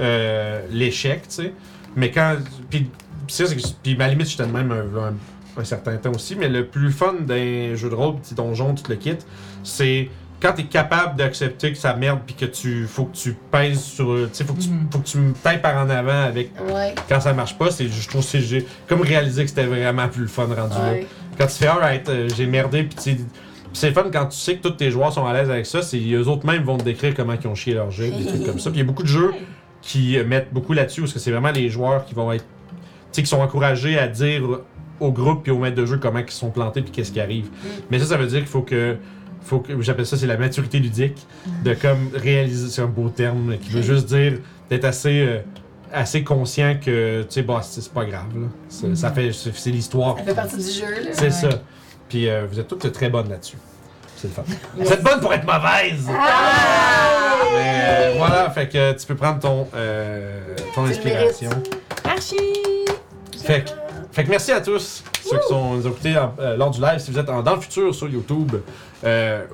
Speaker 1: euh, l'échec, tu sais. Mais quand, puis Puis ça, c'est que- puis ma limite, j'étais de même un, un- un certain temps aussi, mais le plus fun d'un jeu de rôle, petit donjon, tout le kit, c'est quand t'es capable d'accepter que ça merde, puis que tu faut que tu pèses sur, tu sais, faut que tu,
Speaker 8: Mhm.
Speaker 1: faut que tu tailles par en avant avec.
Speaker 4: Ouais.
Speaker 1: Quand ça marche pas, c'est je trouve que c'est j'ai comme réalisé que c'était vraiment plus le fun rendu là.
Speaker 4: ouais.
Speaker 1: Quand tu fais alright, euh, j'ai merdé, puis tu sais, puis c'est le fun quand tu sais que tous tes joueurs sont à l'aise avec ça, c'est eux autres mêmes vont te décrire comment ils ont chié leur jeu, des trucs comme ça. Puis il y a beaucoup de jeux qui euh, mettent beaucoup là-dessus, parce que c'est vraiment les joueurs qui vont être, tu sais, qui sont encouragés à dire au groupe puis au maître de jeu comment ils sont plantés puis qu'est-ce qui arrive.
Speaker 4: Mm.
Speaker 1: Mais ça, ça veut dire qu'il faut que, faut que, j'appelle ça, c'est la maturité ludique, de comme réaliser, c'est un beau terme, qui
Speaker 4: Mm.
Speaker 1: veut juste dire d'être assez, euh, assez conscient que, tu sais, bah, c'est c'est pas grave, là. C'est- Ça fait, c'est c'est l'histoire.
Speaker 4: Mm. Ça fait partie du jeu, là.
Speaker 1: C'est ça. Puis euh, vous êtes toutes très bonnes là-dessus. C'est le fun. Vous êtes bonnes pour être mauvaise!
Speaker 4: Ah!
Speaker 1: Mais euh, voilà, fait que tu peux prendre ton, euh, ton
Speaker 4: le
Speaker 1: inspiration. Fait que, fait que merci à tous ceux qui sont, nous ont écoutés en- euh, lors du live. Si vous êtes en- dans le futur sur YouTube, euh,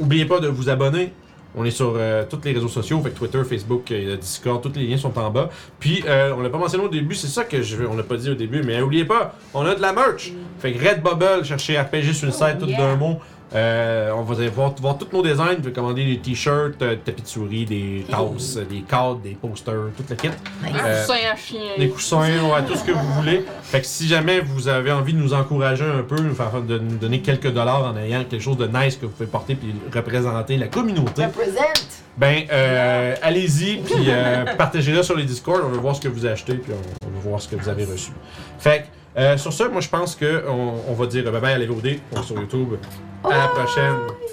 Speaker 1: oubliez pas de vous abonner. On est sur euh, tous les réseaux sociaux, fait que Twitter, Facebook, euh, Discord, tous les liens sont en bas. Puis, euh, on l'a pas mentionné au début, c'est ça que je, on l'a pas dit au début, mais oubliez pas, on a de la merch. Fait que Redbubble, cherchez RPG sur le site, tout d'un mot. Euh, on va voir, voir tous nos designs, vous pouvez commander des t-shirts, euh, des tapis de souris, des tasses, des cadres, des posters, toute la kit. Euh,
Speaker 3: Coussin à chien.
Speaker 1: des coussins, ouais, tout ce que vous voulez. Fait que si jamais vous avez envie de nous encourager un peu, nous faire- de nous donner quelques dollars en ayant quelque chose de nice que vous pouvez porter puis représenter la communauté,
Speaker 4: Represent.
Speaker 1: ben euh, allez-y puis euh, partagez-le sur les Discord. On veut voir ce que vous achetez puis on, on veut voir ce que vous avez reçu. Fait euh, que euh, sur ça, moi je pense que on, on va dire bye bye à l'EVOD, on est sur YouTube. À la prochaine.